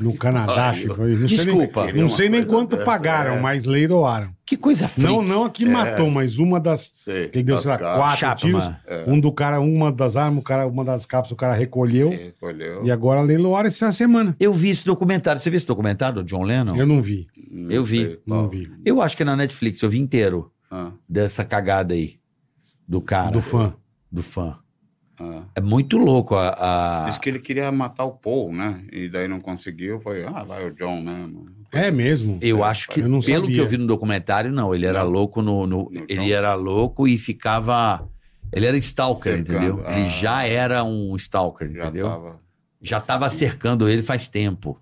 [SPEAKER 3] No Canadá,
[SPEAKER 1] pariu.
[SPEAKER 3] acho que foi. Não
[SPEAKER 4] Desculpa.
[SPEAKER 3] Sei nem, não sei nem
[SPEAKER 1] Uma coisa
[SPEAKER 3] quanto
[SPEAKER 1] dessa,
[SPEAKER 3] pagaram,
[SPEAKER 1] é.
[SPEAKER 3] mas leiloaram.
[SPEAKER 4] Que coisa freak.
[SPEAKER 3] Não, não a que matou, mas uma das.
[SPEAKER 1] Sei.
[SPEAKER 3] Que deu, sei lá,
[SPEAKER 1] Tascar,
[SPEAKER 3] quatro tiros.
[SPEAKER 4] Chapman.
[SPEAKER 1] É.
[SPEAKER 3] Um do cara, uma das armas, o cara, uma das cápsulas, o cara recolheu.
[SPEAKER 1] Recolheu.
[SPEAKER 3] E agora leiloaram essa semana.
[SPEAKER 4] Eu vi esse documentário. Você viu esse documentário, do John Lennon?
[SPEAKER 3] Eu não vi.
[SPEAKER 1] Não
[SPEAKER 4] eu vi,
[SPEAKER 1] sei qual.
[SPEAKER 3] Não vi.
[SPEAKER 4] Eu acho que é na Netflix, eu vi inteiro
[SPEAKER 1] Ah,
[SPEAKER 4] dessa cagada aí. Do cara.
[SPEAKER 3] do fã.
[SPEAKER 4] Do fã.
[SPEAKER 1] ah.
[SPEAKER 4] É muito louco a. a-
[SPEAKER 1] Diz que ele queria matar o Paul, né? E daí não conseguiu. Foi, ah, vai o John, né? mano?
[SPEAKER 3] É mesmo.
[SPEAKER 4] Eu acho que,
[SPEAKER 3] Eu não
[SPEAKER 4] pelo
[SPEAKER 3] sabia.
[SPEAKER 4] que eu vi no documentário, não. Ele era
[SPEAKER 1] Não.
[SPEAKER 4] louco no. no-
[SPEAKER 1] Então.
[SPEAKER 4] ele era louco e ficava. Ele era stalker,
[SPEAKER 1] Cercando,
[SPEAKER 4] entendeu?
[SPEAKER 1] ah.
[SPEAKER 4] Ele já era um stalker,
[SPEAKER 1] Já
[SPEAKER 4] entendeu?
[SPEAKER 1] tava.
[SPEAKER 4] Já estava cercando ele faz tempo.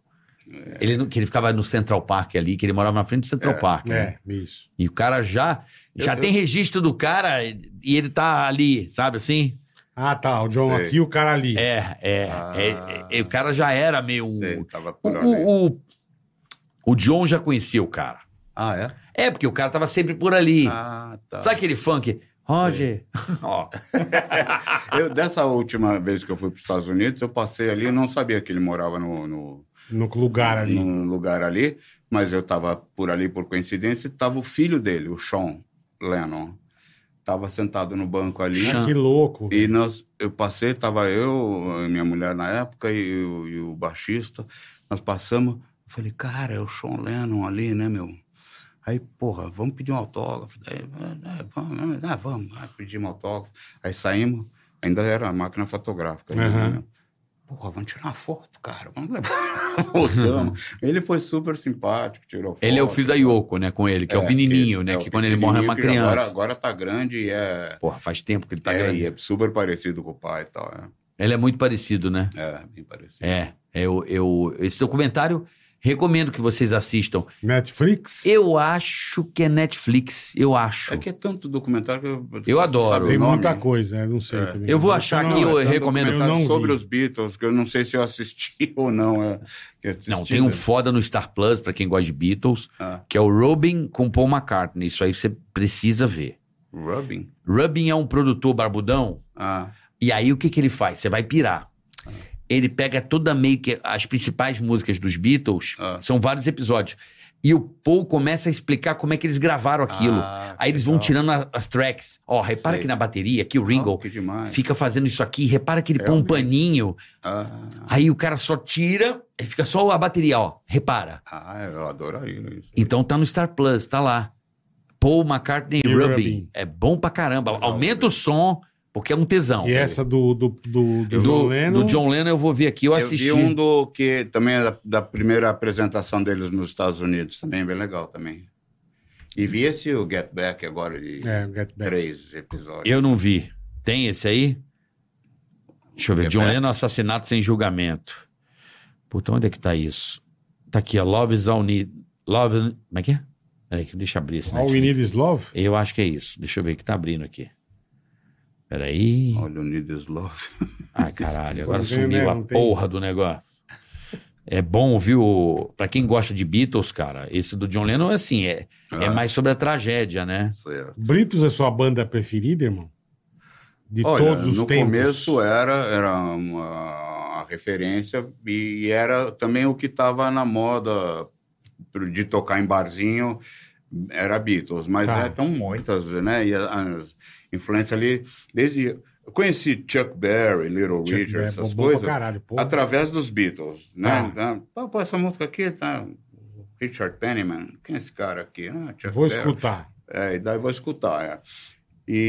[SPEAKER 1] É.
[SPEAKER 4] Ele, não- que ele ficava no Central Park ali, que ele morava na frente do Central Park. né?
[SPEAKER 3] É, isso.
[SPEAKER 4] E o cara já. Já
[SPEAKER 1] Eu-
[SPEAKER 4] tem registro do cara e e ele tá ali, sabe assim?
[SPEAKER 3] Ah, tá. O John
[SPEAKER 1] Sei.
[SPEAKER 3] aqui, o cara ali.
[SPEAKER 4] É, é.
[SPEAKER 1] Ah.
[SPEAKER 4] é- é- é, o cara já era meio. um-
[SPEAKER 1] Sei, tava
[SPEAKER 4] O,
[SPEAKER 1] por ali.
[SPEAKER 4] o, o, o John já conhecia o cara.
[SPEAKER 1] Ah, é?
[SPEAKER 4] É, porque o cara tava sempre por ali.
[SPEAKER 1] Ah, tá.
[SPEAKER 4] Sabe aquele funk? Roger. Ó,
[SPEAKER 1] Eu, dessa última vez que eu fui para os Estados Unidos, eu passei ali, eu não sabia que ele morava no, no,
[SPEAKER 3] No lugar ali.
[SPEAKER 1] num lugar ali, mas eu estava por ali por coincidência e estava o filho dele, o Sean Lennon. Estava sentado no banco ali.
[SPEAKER 4] Sean.
[SPEAKER 3] Que louco.
[SPEAKER 1] É. E
[SPEAKER 3] velho.
[SPEAKER 1] nós, eu passei, estava eu, a minha mulher na época e, o- e o baixista, nós passamos. Eu falei, cara, é o Sean Lennon ali, né, meu? Aí, porra, vamos pedir um autógrafo. Daí, "Ah, vamos, ah, vamos, ah, pedimos autógrafo. Aí saímos, ainda era a máquina fotográfica. ali,
[SPEAKER 3] Aham.
[SPEAKER 1] né? Porra, vamos tirar uma foto, cara. Vamos levar. Voltamos. Ele foi super simpático, tirou foto.
[SPEAKER 4] ele é o filho da Yoko, né? Com ele, que é, o menininho, né?
[SPEAKER 1] é o
[SPEAKER 4] que quando ele morre é uma
[SPEAKER 1] pequenininho, que
[SPEAKER 4] criança.
[SPEAKER 1] Agora, agora tá grande e é
[SPEAKER 4] Porra, faz tempo que ele tá
[SPEAKER 1] é,
[SPEAKER 4] grande.
[SPEAKER 1] e é super parecido com o pai e tal.
[SPEAKER 4] Ele é muito parecido, né?
[SPEAKER 1] É, é bem parecido.
[SPEAKER 4] É. Eu, eu, esse documentário recomendo que vocês assistam.
[SPEAKER 3] Netflix?
[SPEAKER 4] Eu acho que é Netflix. Eu acho.
[SPEAKER 1] É que é tanto documentário que eu.
[SPEAKER 4] Eu adoro.
[SPEAKER 1] sabe o
[SPEAKER 3] Tem
[SPEAKER 1] nome?
[SPEAKER 3] muita coisa, eu não sei
[SPEAKER 1] É.
[SPEAKER 3] também.
[SPEAKER 4] Eu vou achar
[SPEAKER 3] não,
[SPEAKER 4] aqui
[SPEAKER 3] é.
[SPEAKER 4] o-
[SPEAKER 1] é tanto
[SPEAKER 4] recomendo.
[SPEAKER 1] documentário
[SPEAKER 3] Eu não
[SPEAKER 1] sobre
[SPEAKER 3] vi.
[SPEAKER 1] os Beatles, que eu não sei se eu assisti ou não. É, que assisti,
[SPEAKER 4] Não, tem um
[SPEAKER 1] né?
[SPEAKER 4] foda no Star Plus, pra quem gosta de Beatles,
[SPEAKER 1] Ah.
[SPEAKER 4] que é o Robin com Paul McCartney. Isso aí você precisa ver.
[SPEAKER 1] Robin.
[SPEAKER 4] Robin é um produtor barbudão
[SPEAKER 1] Ah,
[SPEAKER 4] E aí o que, que ele faz? Você vai pirar. Ele pega toda meio que as principais músicas dos Beatles,
[SPEAKER 1] Ah.
[SPEAKER 4] são vários episódios. E o Paul começa a explicar como é que eles gravaram aquilo.
[SPEAKER 1] Ah,
[SPEAKER 4] aí eles vão
[SPEAKER 1] legal.
[SPEAKER 4] tirando a- as tracks. Ó, repara
[SPEAKER 1] Sei.
[SPEAKER 4] que na bateria, aqui o
[SPEAKER 1] oh,
[SPEAKER 4] Ringo
[SPEAKER 1] que demais.
[SPEAKER 4] fica fazendo isso aqui, repara que ele
[SPEAKER 1] É
[SPEAKER 4] põe um
[SPEAKER 1] mesmo.
[SPEAKER 4] paninho.
[SPEAKER 1] Ah,
[SPEAKER 4] Aí o cara só tira, aí fica só a bateria, ó. Repara.
[SPEAKER 1] ah, eu adoraria isso.
[SPEAKER 4] Então tá no Star Plus, tá lá. Paul McCartney
[SPEAKER 3] E
[SPEAKER 4] e Rubin.
[SPEAKER 3] Rubin.
[SPEAKER 4] É bom pra caramba.
[SPEAKER 1] Legal.
[SPEAKER 4] Aumenta o som, porque é um tesão.
[SPEAKER 3] E essa do, do, do, do
[SPEAKER 4] do,
[SPEAKER 3] John Lennon.
[SPEAKER 4] do John Lennon eu vou ver aqui. Eu,
[SPEAKER 1] Eu
[SPEAKER 4] assisti.
[SPEAKER 1] vi um do que também é da, da primeira apresentação deles nos Estados Unidos, também bem legal também. E vi esse o Get Back agora de
[SPEAKER 3] É, Get Back.
[SPEAKER 1] três episódios.
[SPEAKER 4] Eu não vi. Tem esse aí? Deixa eu ver.
[SPEAKER 1] Quer
[SPEAKER 4] John
[SPEAKER 1] ver?
[SPEAKER 4] Lennon, assassinato sem julgamento. Puta, onde é que tá isso? Tá aqui, ó. Love is all need. Love. Como é que é? Peraí, que deixa eu abrir esse
[SPEAKER 3] All We
[SPEAKER 4] Netflix.
[SPEAKER 3] Need Is Love?
[SPEAKER 4] Eu acho que é isso. Deixa eu ver que tá abrindo aqui. Peraí.
[SPEAKER 1] Olha o Needless Love.
[SPEAKER 4] Ai, caralho,
[SPEAKER 3] Não
[SPEAKER 4] agora
[SPEAKER 1] é,
[SPEAKER 3] tem
[SPEAKER 4] sumiu
[SPEAKER 1] né?
[SPEAKER 3] mesmo,
[SPEAKER 4] a
[SPEAKER 3] não tem.
[SPEAKER 4] porra do negócio. É bom, viu? Pra quem gosta de Beatles, cara, esse do John Lennon é assim, é, é
[SPEAKER 1] Ah,
[SPEAKER 4] mais sobre a tragédia, né?
[SPEAKER 1] certo.
[SPEAKER 3] Britos é sua banda preferida, irmão? De
[SPEAKER 1] Olha,
[SPEAKER 3] todos os
[SPEAKER 1] no
[SPEAKER 3] tempos.
[SPEAKER 1] começo é era, era uma referência e era também o que estava na moda pro- de tocar em barzinho, era Beatles, mas
[SPEAKER 3] Tá.
[SPEAKER 1] né, estão muitas, né? E a, a influência ali, desde... Eu conheci Chuck Berry, Little
[SPEAKER 3] Chuck
[SPEAKER 1] Richard,
[SPEAKER 3] Berry,
[SPEAKER 1] essas
[SPEAKER 3] bom é pra
[SPEAKER 1] coisas,
[SPEAKER 3] Caralho, pô.
[SPEAKER 1] através dos Beatles, né?
[SPEAKER 3] Tá.
[SPEAKER 1] Tá. Pô, pô, essa música aqui, tá... Richard Pennyman, quem é esse cara aqui? Ah, Chuck
[SPEAKER 3] Vou
[SPEAKER 1] Berry.
[SPEAKER 3] escutar.
[SPEAKER 1] É, e daí vou escutar, é.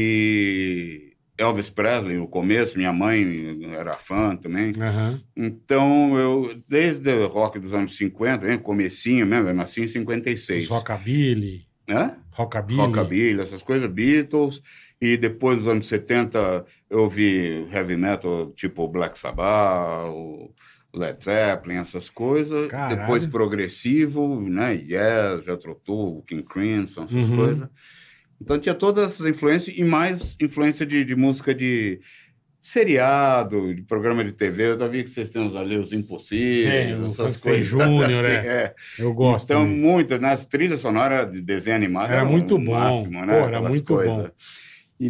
[SPEAKER 1] E Elvis Presley, no começo, minha mãe era fã também.
[SPEAKER 3] Aham.
[SPEAKER 1] Então, eu, desde o rock dos anos 50, hein, comecinho mesmo, assim, eu nasci em 56.
[SPEAKER 3] Os Rockabilly.
[SPEAKER 1] Né?
[SPEAKER 3] Rockabilly.
[SPEAKER 1] Rockabilly, essas coisas, Beatles. E depois dos anos 70, eu ouvi heavy metal, tipo Black Sabbath, o Led Zeppelin, essas coisas.
[SPEAKER 3] Caralho.
[SPEAKER 1] Depois progressivo, né? Yes, Jethro Tull, King Crimson, essas
[SPEAKER 3] Uhum.
[SPEAKER 1] coisas. Então tinha todas essas influências e mais influência de, de música de seriado, de programa de TV. Eu já vi que vocês têm os ali, os
[SPEAKER 3] Tem,
[SPEAKER 1] impossíveis,
[SPEAKER 3] o
[SPEAKER 1] essas
[SPEAKER 3] Frankenstein
[SPEAKER 1] coisas.
[SPEAKER 3] Júnior, é.
[SPEAKER 1] é.
[SPEAKER 3] Eu gosto.
[SPEAKER 1] Então,
[SPEAKER 3] também.
[SPEAKER 1] muitas, nas trilhas sonoras de desenho animado.
[SPEAKER 3] Era
[SPEAKER 1] o
[SPEAKER 3] muito bom.
[SPEAKER 1] Máximo, né?
[SPEAKER 3] Pô, era
[SPEAKER 1] Aquelas
[SPEAKER 3] muito bom. Tem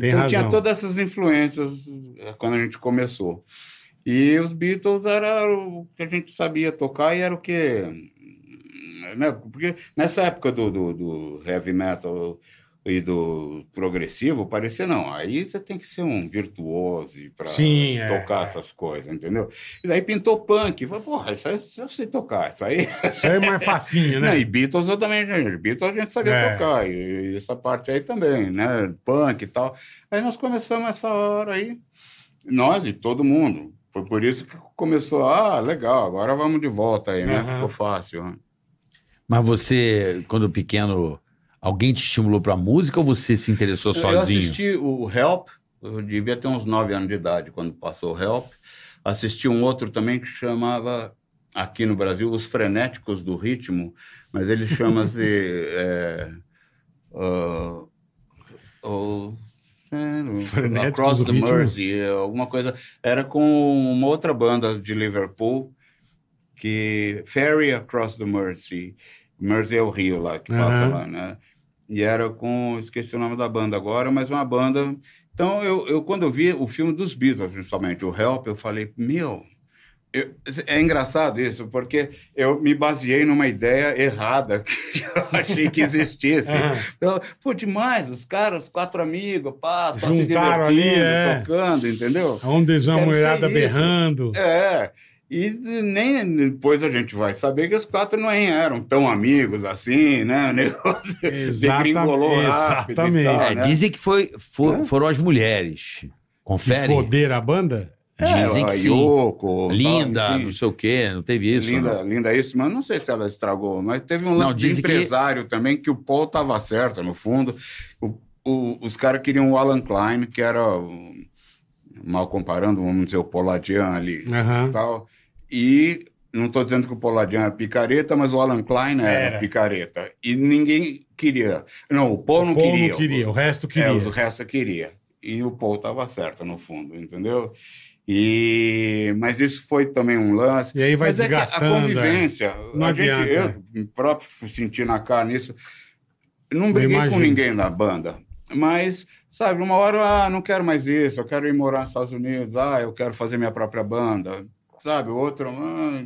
[SPEAKER 1] Então, tinha
[SPEAKER 3] razão.
[SPEAKER 1] todas essas influências eh, quando a gente começou. E os Beatles era o que a gente sabia tocar e era o que. né? Porque nessa época do, do, do heavy metal e do progressivo, parecia não. Aí você tem que ser um virtuose para
[SPEAKER 3] Sim, é,
[SPEAKER 1] tocar
[SPEAKER 3] é.
[SPEAKER 1] essas coisas, entendeu? E daí pintou punk. Falei, porra, isso aí eu sei tocar, isso aí
[SPEAKER 3] Isso aí é mais facinho,
[SPEAKER 1] não,
[SPEAKER 3] né?
[SPEAKER 1] e Beatles eu também, gente. Beatles a gente sabia
[SPEAKER 3] É.
[SPEAKER 1] tocar, e, e essa parte aí também, né? Punk e tal. Aí nós começamos essa hora aí, nós e todo mundo. Foi por isso que começou, ah, legal, agora vamos de volta aí, né?
[SPEAKER 3] Aham.
[SPEAKER 1] Ficou fácil. né?
[SPEAKER 4] Mas você, quando pequeno, alguém te estimulou pra música ou você se interessou
[SPEAKER 1] Eu
[SPEAKER 4] sozinho?
[SPEAKER 1] assisti o Help, eu devia ter uns 9 anos de idade quando passou o Help. Assisti um outro também que chamava, aqui no Brasil, Os Frenéticos do Ritmo, mas ele chama-se. é, ah, o-
[SPEAKER 3] Frenéticos
[SPEAKER 1] Across
[SPEAKER 3] do
[SPEAKER 1] the
[SPEAKER 3] Ritmo?
[SPEAKER 1] Mersey, alguma coisa. Era com uma outra banda de Liverpool, que Ferry Across the Mersey. Mersey é o rio lá, que passa
[SPEAKER 3] Aham.
[SPEAKER 1] lá, né? E era com, esqueci o nome da banda agora, mas uma banda. Então, eu, eu quando eu vi o filme dos Beatles, principalmente o Help, eu falei, meu. eu- é engraçado isso, porque eu me baseei numa ideia errada que eu achei que existisse.
[SPEAKER 3] Aham.
[SPEAKER 1] Eu, Pô, demais, os caras, os quatro amigos, pá, só se
[SPEAKER 3] Juntaram
[SPEAKER 1] divertindo,
[SPEAKER 3] ali, é.
[SPEAKER 1] tocando, entendeu?
[SPEAKER 3] Onde eles vão
[SPEAKER 1] Quero ser
[SPEAKER 3] mulherada
[SPEAKER 1] isso.
[SPEAKER 3] berrando.
[SPEAKER 1] É. E nem depois a gente vai saber que os quatro não eram tão amigos assim, né? O negócio
[SPEAKER 3] Exata-
[SPEAKER 1] degringolou rápido e tal,
[SPEAKER 3] exatamente.
[SPEAKER 4] É,
[SPEAKER 1] né?
[SPEAKER 4] Dizem que foi, fo-
[SPEAKER 1] É.
[SPEAKER 4] foram as mulheres.
[SPEAKER 3] Que
[SPEAKER 4] Confere?
[SPEAKER 3] foder a banda?
[SPEAKER 4] Dizem
[SPEAKER 1] É,
[SPEAKER 4] que
[SPEAKER 1] a
[SPEAKER 4] sim.
[SPEAKER 1] Yoko, tal,
[SPEAKER 4] Linda,
[SPEAKER 1] enfim.
[SPEAKER 4] não sei o quê, não teve isso.
[SPEAKER 1] linda,
[SPEAKER 4] né?
[SPEAKER 1] linda isso, mas não sei se ela estragou. Mas teve um lance
[SPEAKER 4] Não,
[SPEAKER 1] de
[SPEAKER 4] dizem que-
[SPEAKER 1] empresário também que o Paul estava certo, no fundo. O- o- os caras queriam o Alan Klein, que era, o- mal comparando, vamos dizer, o Poladian
[SPEAKER 4] É.
[SPEAKER 1] ali
[SPEAKER 3] Aham.
[SPEAKER 1] e tal. E não estou dizendo que o Poladian era picareta, mas o Alan Klein era,
[SPEAKER 3] Era.
[SPEAKER 1] picareta. E ninguém queria. Não, o Paul não
[SPEAKER 3] O povo
[SPEAKER 1] queria.
[SPEAKER 3] não queria, o resto
[SPEAKER 1] É,
[SPEAKER 3] queria.
[SPEAKER 1] o resto eu queria. E o Paul estava certo, no fundo, entendeu? E... Mas isso foi também um lance.
[SPEAKER 3] E aí vai
[SPEAKER 1] Mas é que
[SPEAKER 3] desgastando.
[SPEAKER 1] a
[SPEAKER 3] é.
[SPEAKER 1] convivência,
[SPEAKER 3] Não
[SPEAKER 1] a gente,
[SPEAKER 3] adianta. é.
[SPEAKER 1] eu próprio senti na cara isso. Não briguei com
[SPEAKER 3] imagino.
[SPEAKER 1] ninguém na banda, mas, sabe, uma hora, ah, não quero mais isso, eu quero ir morar nos Estados Unidos, ah, eu quero fazer minha própria banda, sabe, outro, ah,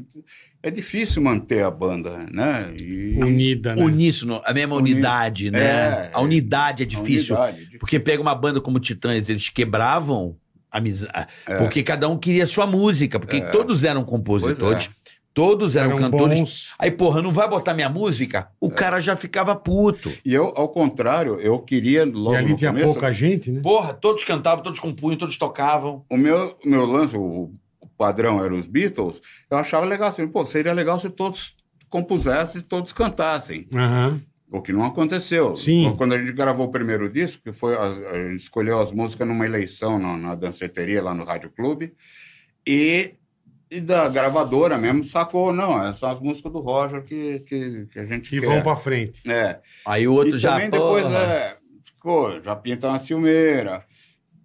[SPEAKER 1] é difícil manter a banda, né? E
[SPEAKER 3] Unida, né?
[SPEAKER 4] Uníssono, a mesma
[SPEAKER 1] Uni-
[SPEAKER 4] unidade, né?
[SPEAKER 1] É.
[SPEAKER 4] a unidade é
[SPEAKER 1] a
[SPEAKER 4] difícil.
[SPEAKER 1] unidade,
[SPEAKER 4] Porque pega uma banda como Titãs, eles quebravam a amizade.
[SPEAKER 1] É.
[SPEAKER 4] Porque cada um queria sua música, porque todos eram
[SPEAKER 1] é.
[SPEAKER 4] compositores, todos eram,
[SPEAKER 3] Eram
[SPEAKER 4] cantores.
[SPEAKER 3] bons.
[SPEAKER 4] Aí, porra, não vai botar minha música? O
[SPEAKER 1] É.
[SPEAKER 4] cara já ficava puto.
[SPEAKER 1] E eu, ao contrário, eu queria logo
[SPEAKER 3] e ali
[SPEAKER 1] no
[SPEAKER 3] tinha
[SPEAKER 1] começo,
[SPEAKER 3] pouca gente, né?
[SPEAKER 4] Porra, todos cantavam, todos compunham, todos tocavam.
[SPEAKER 1] o meu, o meu lance, o, o padrão era os Beatles, eu achava legal assim, pô, seria legal se todos compusessem e todos cantassem.
[SPEAKER 3] Aham.
[SPEAKER 1] O que não aconteceu.
[SPEAKER 3] Sim.
[SPEAKER 1] Quando a gente gravou o primeiro disco, que foi as- a, gente escolheu as músicas numa eleição na, na danceteria lá no Rádio Clube, e, e da gravadora mesmo sacou, não, essas são as músicas do Roger que, que, que a gente
[SPEAKER 3] Que
[SPEAKER 1] quer.
[SPEAKER 3] vão pra frente.
[SPEAKER 1] É.
[SPEAKER 4] Aí o outro
[SPEAKER 1] e
[SPEAKER 4] já.
[SPEAKER 1] também depois né?
[SPEAKER 4] porra.
[SPEAKER 1] é, ficou, já pinta uma ciumeira. tá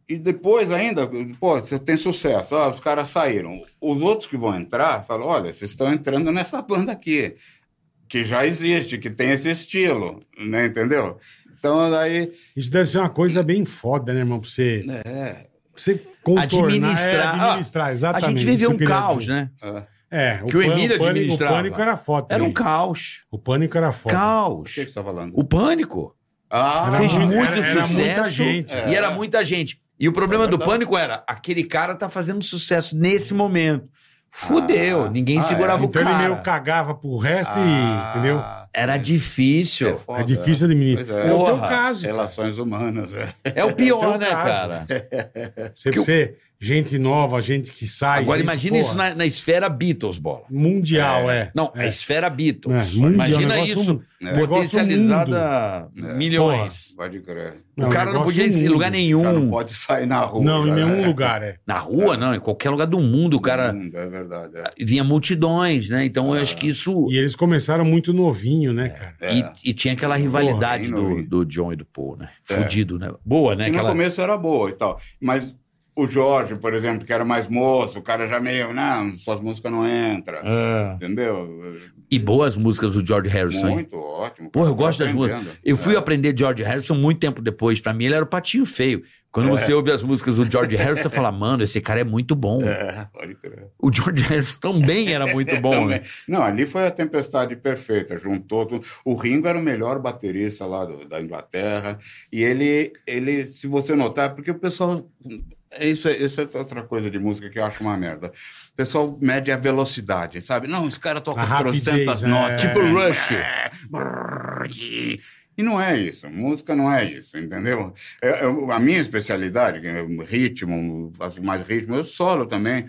[SPEAKER 1] E depois ainda, pô, você tem sucesso, ó, os caras saíram. Os outros que vão entrar falam: olha, vocês estão entrando nessa banda aqui, que já existe, que tem esse estilo, né? Entendeu? Então, daí.
[SPEAKER 3] Isso deve ser uma coisa bem foda, né, irmão? Pra você,
[SPEAKER 1] É,
[SPEAKER 3] pra você contornar.
[SPEAKER 4] Administrar.
[SPEAKER 3] É, administrar,
[SPEAKER 4] A
[SPEAKER 3] exatamente.
[SPEAKER 4] gente viveu
[SPEAKER 3] isso
[SPEAKER 4] um
[SPEAKER 3] que eu queria
[SPEAKER 4] caos,
[SPEAKER 3] dizer.
[SPEAKER 4] né?
[SPEAKER 1] é.
[SPEAKER 3] É,
[SPEAKER 4] que o
[SPEAKER 3] pân-
[SPEAKER 4] Emílio
[SPEAKER 3] pânico-
[SPEAKER 4] administrava.
[SPEAKER 3] O pânico era foda.
[SPEAKER 4] Era
[SPEAKER 3] também.
[SPEAKER 4] um caos.
[SPEAKER 3] O pânico era foda.
[SPEAKER 1] O
[SPEAKER 4] Caos.
[SPEAKER 1] que, que você está falando?
[SPEAKER 4] O pânico.
[SPEAKER 1] Ah,
[SPEAKER 3] Era
[SPEAKER 4] Fez
[SPEAKER 3] mu-
[SPEAKER 4] muito
[SPEAKER 3] era- era
[SPEAKER 4] sucesso.
[SPEAKER 3] muita gente. é.
[SPEAKER 4] E era muita gente. E o problema
[SPEAKER 1] É
[SPEAKER 4] do
[SPEAKER 1] verdade.
[SPEAKER 4] pânico era, aquele cara tá fazendo sucesso nesse momento. Fudeu,
[SPEAKER 1] Ah,
[SPEAKER 4] ninguém
[SPEAKER 1] ah,
[SPEAKER 4] segurava o
[SPEAKER 3] Então ele
[SPEAKER 4] cara.
[SPEAKER 3] meio cagava pro resto
[SPEAKER 1] Ah,
[SPEAKER 3] e. Entendeu?
[SPEAKER 4] Era
[SPEAKER 1] é
[SPEAKER 4] difícil.
[SPEAKER 1] foda.
[SPEAKER 3] É difícil administrar.
[SPEAKER 1] Pois é.
[SPEAKER 3] É o teu
[SPEAKER 4] Porra,
[SPEAKER 3] caso.
[SPEAKER 1] Relações humanas. é.
[SPEAKER 4] É o pior,
[SPEAKER 3] Então,
[SPEAKER 4] né, cara?
[SPEAKER 3] caso. Você precisa ser gente nova, gente que sai.
[SPEAKER 4] Agora
[SPEAKER 3] gente-
[SPEAKER 4] imagina
[SPEAKER 3] porra,
[SPEAKER 4] isso na, na esfera Beatles, bola.
[SPEAKER 3] Mundial, é.
[SPEAKER 4] Não, a
[SPEAKER 3] É.
[SPEAKER 4] esfera
[SPEAKER 3] É,
[SPEAKER 4] Beatles.
[SPEAKER 3] mundial,
[SPEAKER 4] imagina
[SPEAKER 3] negócio
[SPEAKER 4] isso
[SPEAKER 3] mundo. É. Negócio
[SPEAKER 4] potencializada É. milhões.
[SPEAKER 1] Pode crer.
[SPEAKER 4] O cara não podia ir em lugar
[SPEAKER 1] O cara
[SPEAKER 4] nenhum.
[SPEAKER 1] não pode sair na rua.
[SPEAKER 3] Hum. Não, em
[SPEAKER 1] cara,
[SPEAKER 3] nenhum
[SPEAKER 1] é.
[SPEAKER 3] lugar, é.
[SPEAKER 4] Na rua, não, em qualquer lugar do mundo, o cara
[SPEAKER 1] No mundo, É verdade. é.
[SPEAKER 4] vinha multidões, né? Então eu acho que isso.
[SPEAKER 3] E eles começaram muito novinho, né, cara?
[SPEAKER 1] É.
[SPEAKER 4] E, e tinha aquela rivalidade
[SPEAKER 1] Porra, hein,
[SPEAKER 4] do,
[SPEAKER 1] Luiz?
[SPEAKER 4] do John e do Paul, né?
[SPEAKER 1] É.
[SPEAKER 4] Fudido, né? Boa, né?
[SPEAKER 1] E no
[SPEAKER 4] Aquela...
[SPEAKER 1] começo era boa e tal. Mas o Jorge, por exemplo, que era mais moço, o cara já meio, não, suas músicas não entram.
[SPEAKER 4] É.
[SPEAKER 1] Entendeu?
[SPEAKER 4] E boas músicas do George Harrison. hein?
[SPEAKER 1] Muito ótimo.
[SPEAKER 4] Porra, eu
[SPEAKER 1] cara,
[SPEAKER 4] gosto
[SPEAKER 1] tá
[SPEAKER 4] das músicas.
[SPEAKER 1] aprendendo.
[SPEAKER 4] Eu fui
[SPEAKER 1] É.
[SPEAKER 4] aprender George Harrison muito tempo depois. Pra mim, ele era o patinho feio.
[SPEAKER 1] É.
[SPEAKER 4] Quando você ouve as músicas do George Harrison, você fala, mano, esse cara é muito bom.
[SPEAKER 1] É, pode crer.
[SPEAKER 4] O George Harrison também era muito bom,
[SPEAKER 1] Também.
[SPEAKER 4] né?
[SPEAKER 1] Não, ali foi a tempestade perfeita. Juntou tudo. O Ringo era o melhor baterista lá do- da Inglaterra. E ele, ele, se você notar, porque o pessoal. Isso, é- isso é outra coisa de música que eu acho uma merda. O pessoal mede a velocidade, sabe? Não, esse cara toca
[SPEAKER 3] A rapidez,
[SPEAKER 1] 300
[SPEAKER 3] né?
[SPEAKER 1] notas.
[SPEAKER 4] Tipo Rush.
[SPEAKER 1] E não é isso, música não é isso, entendeu? Eu- eu- a minha especialidade, que é o ritmo, faço mais ritmo, eu solo também,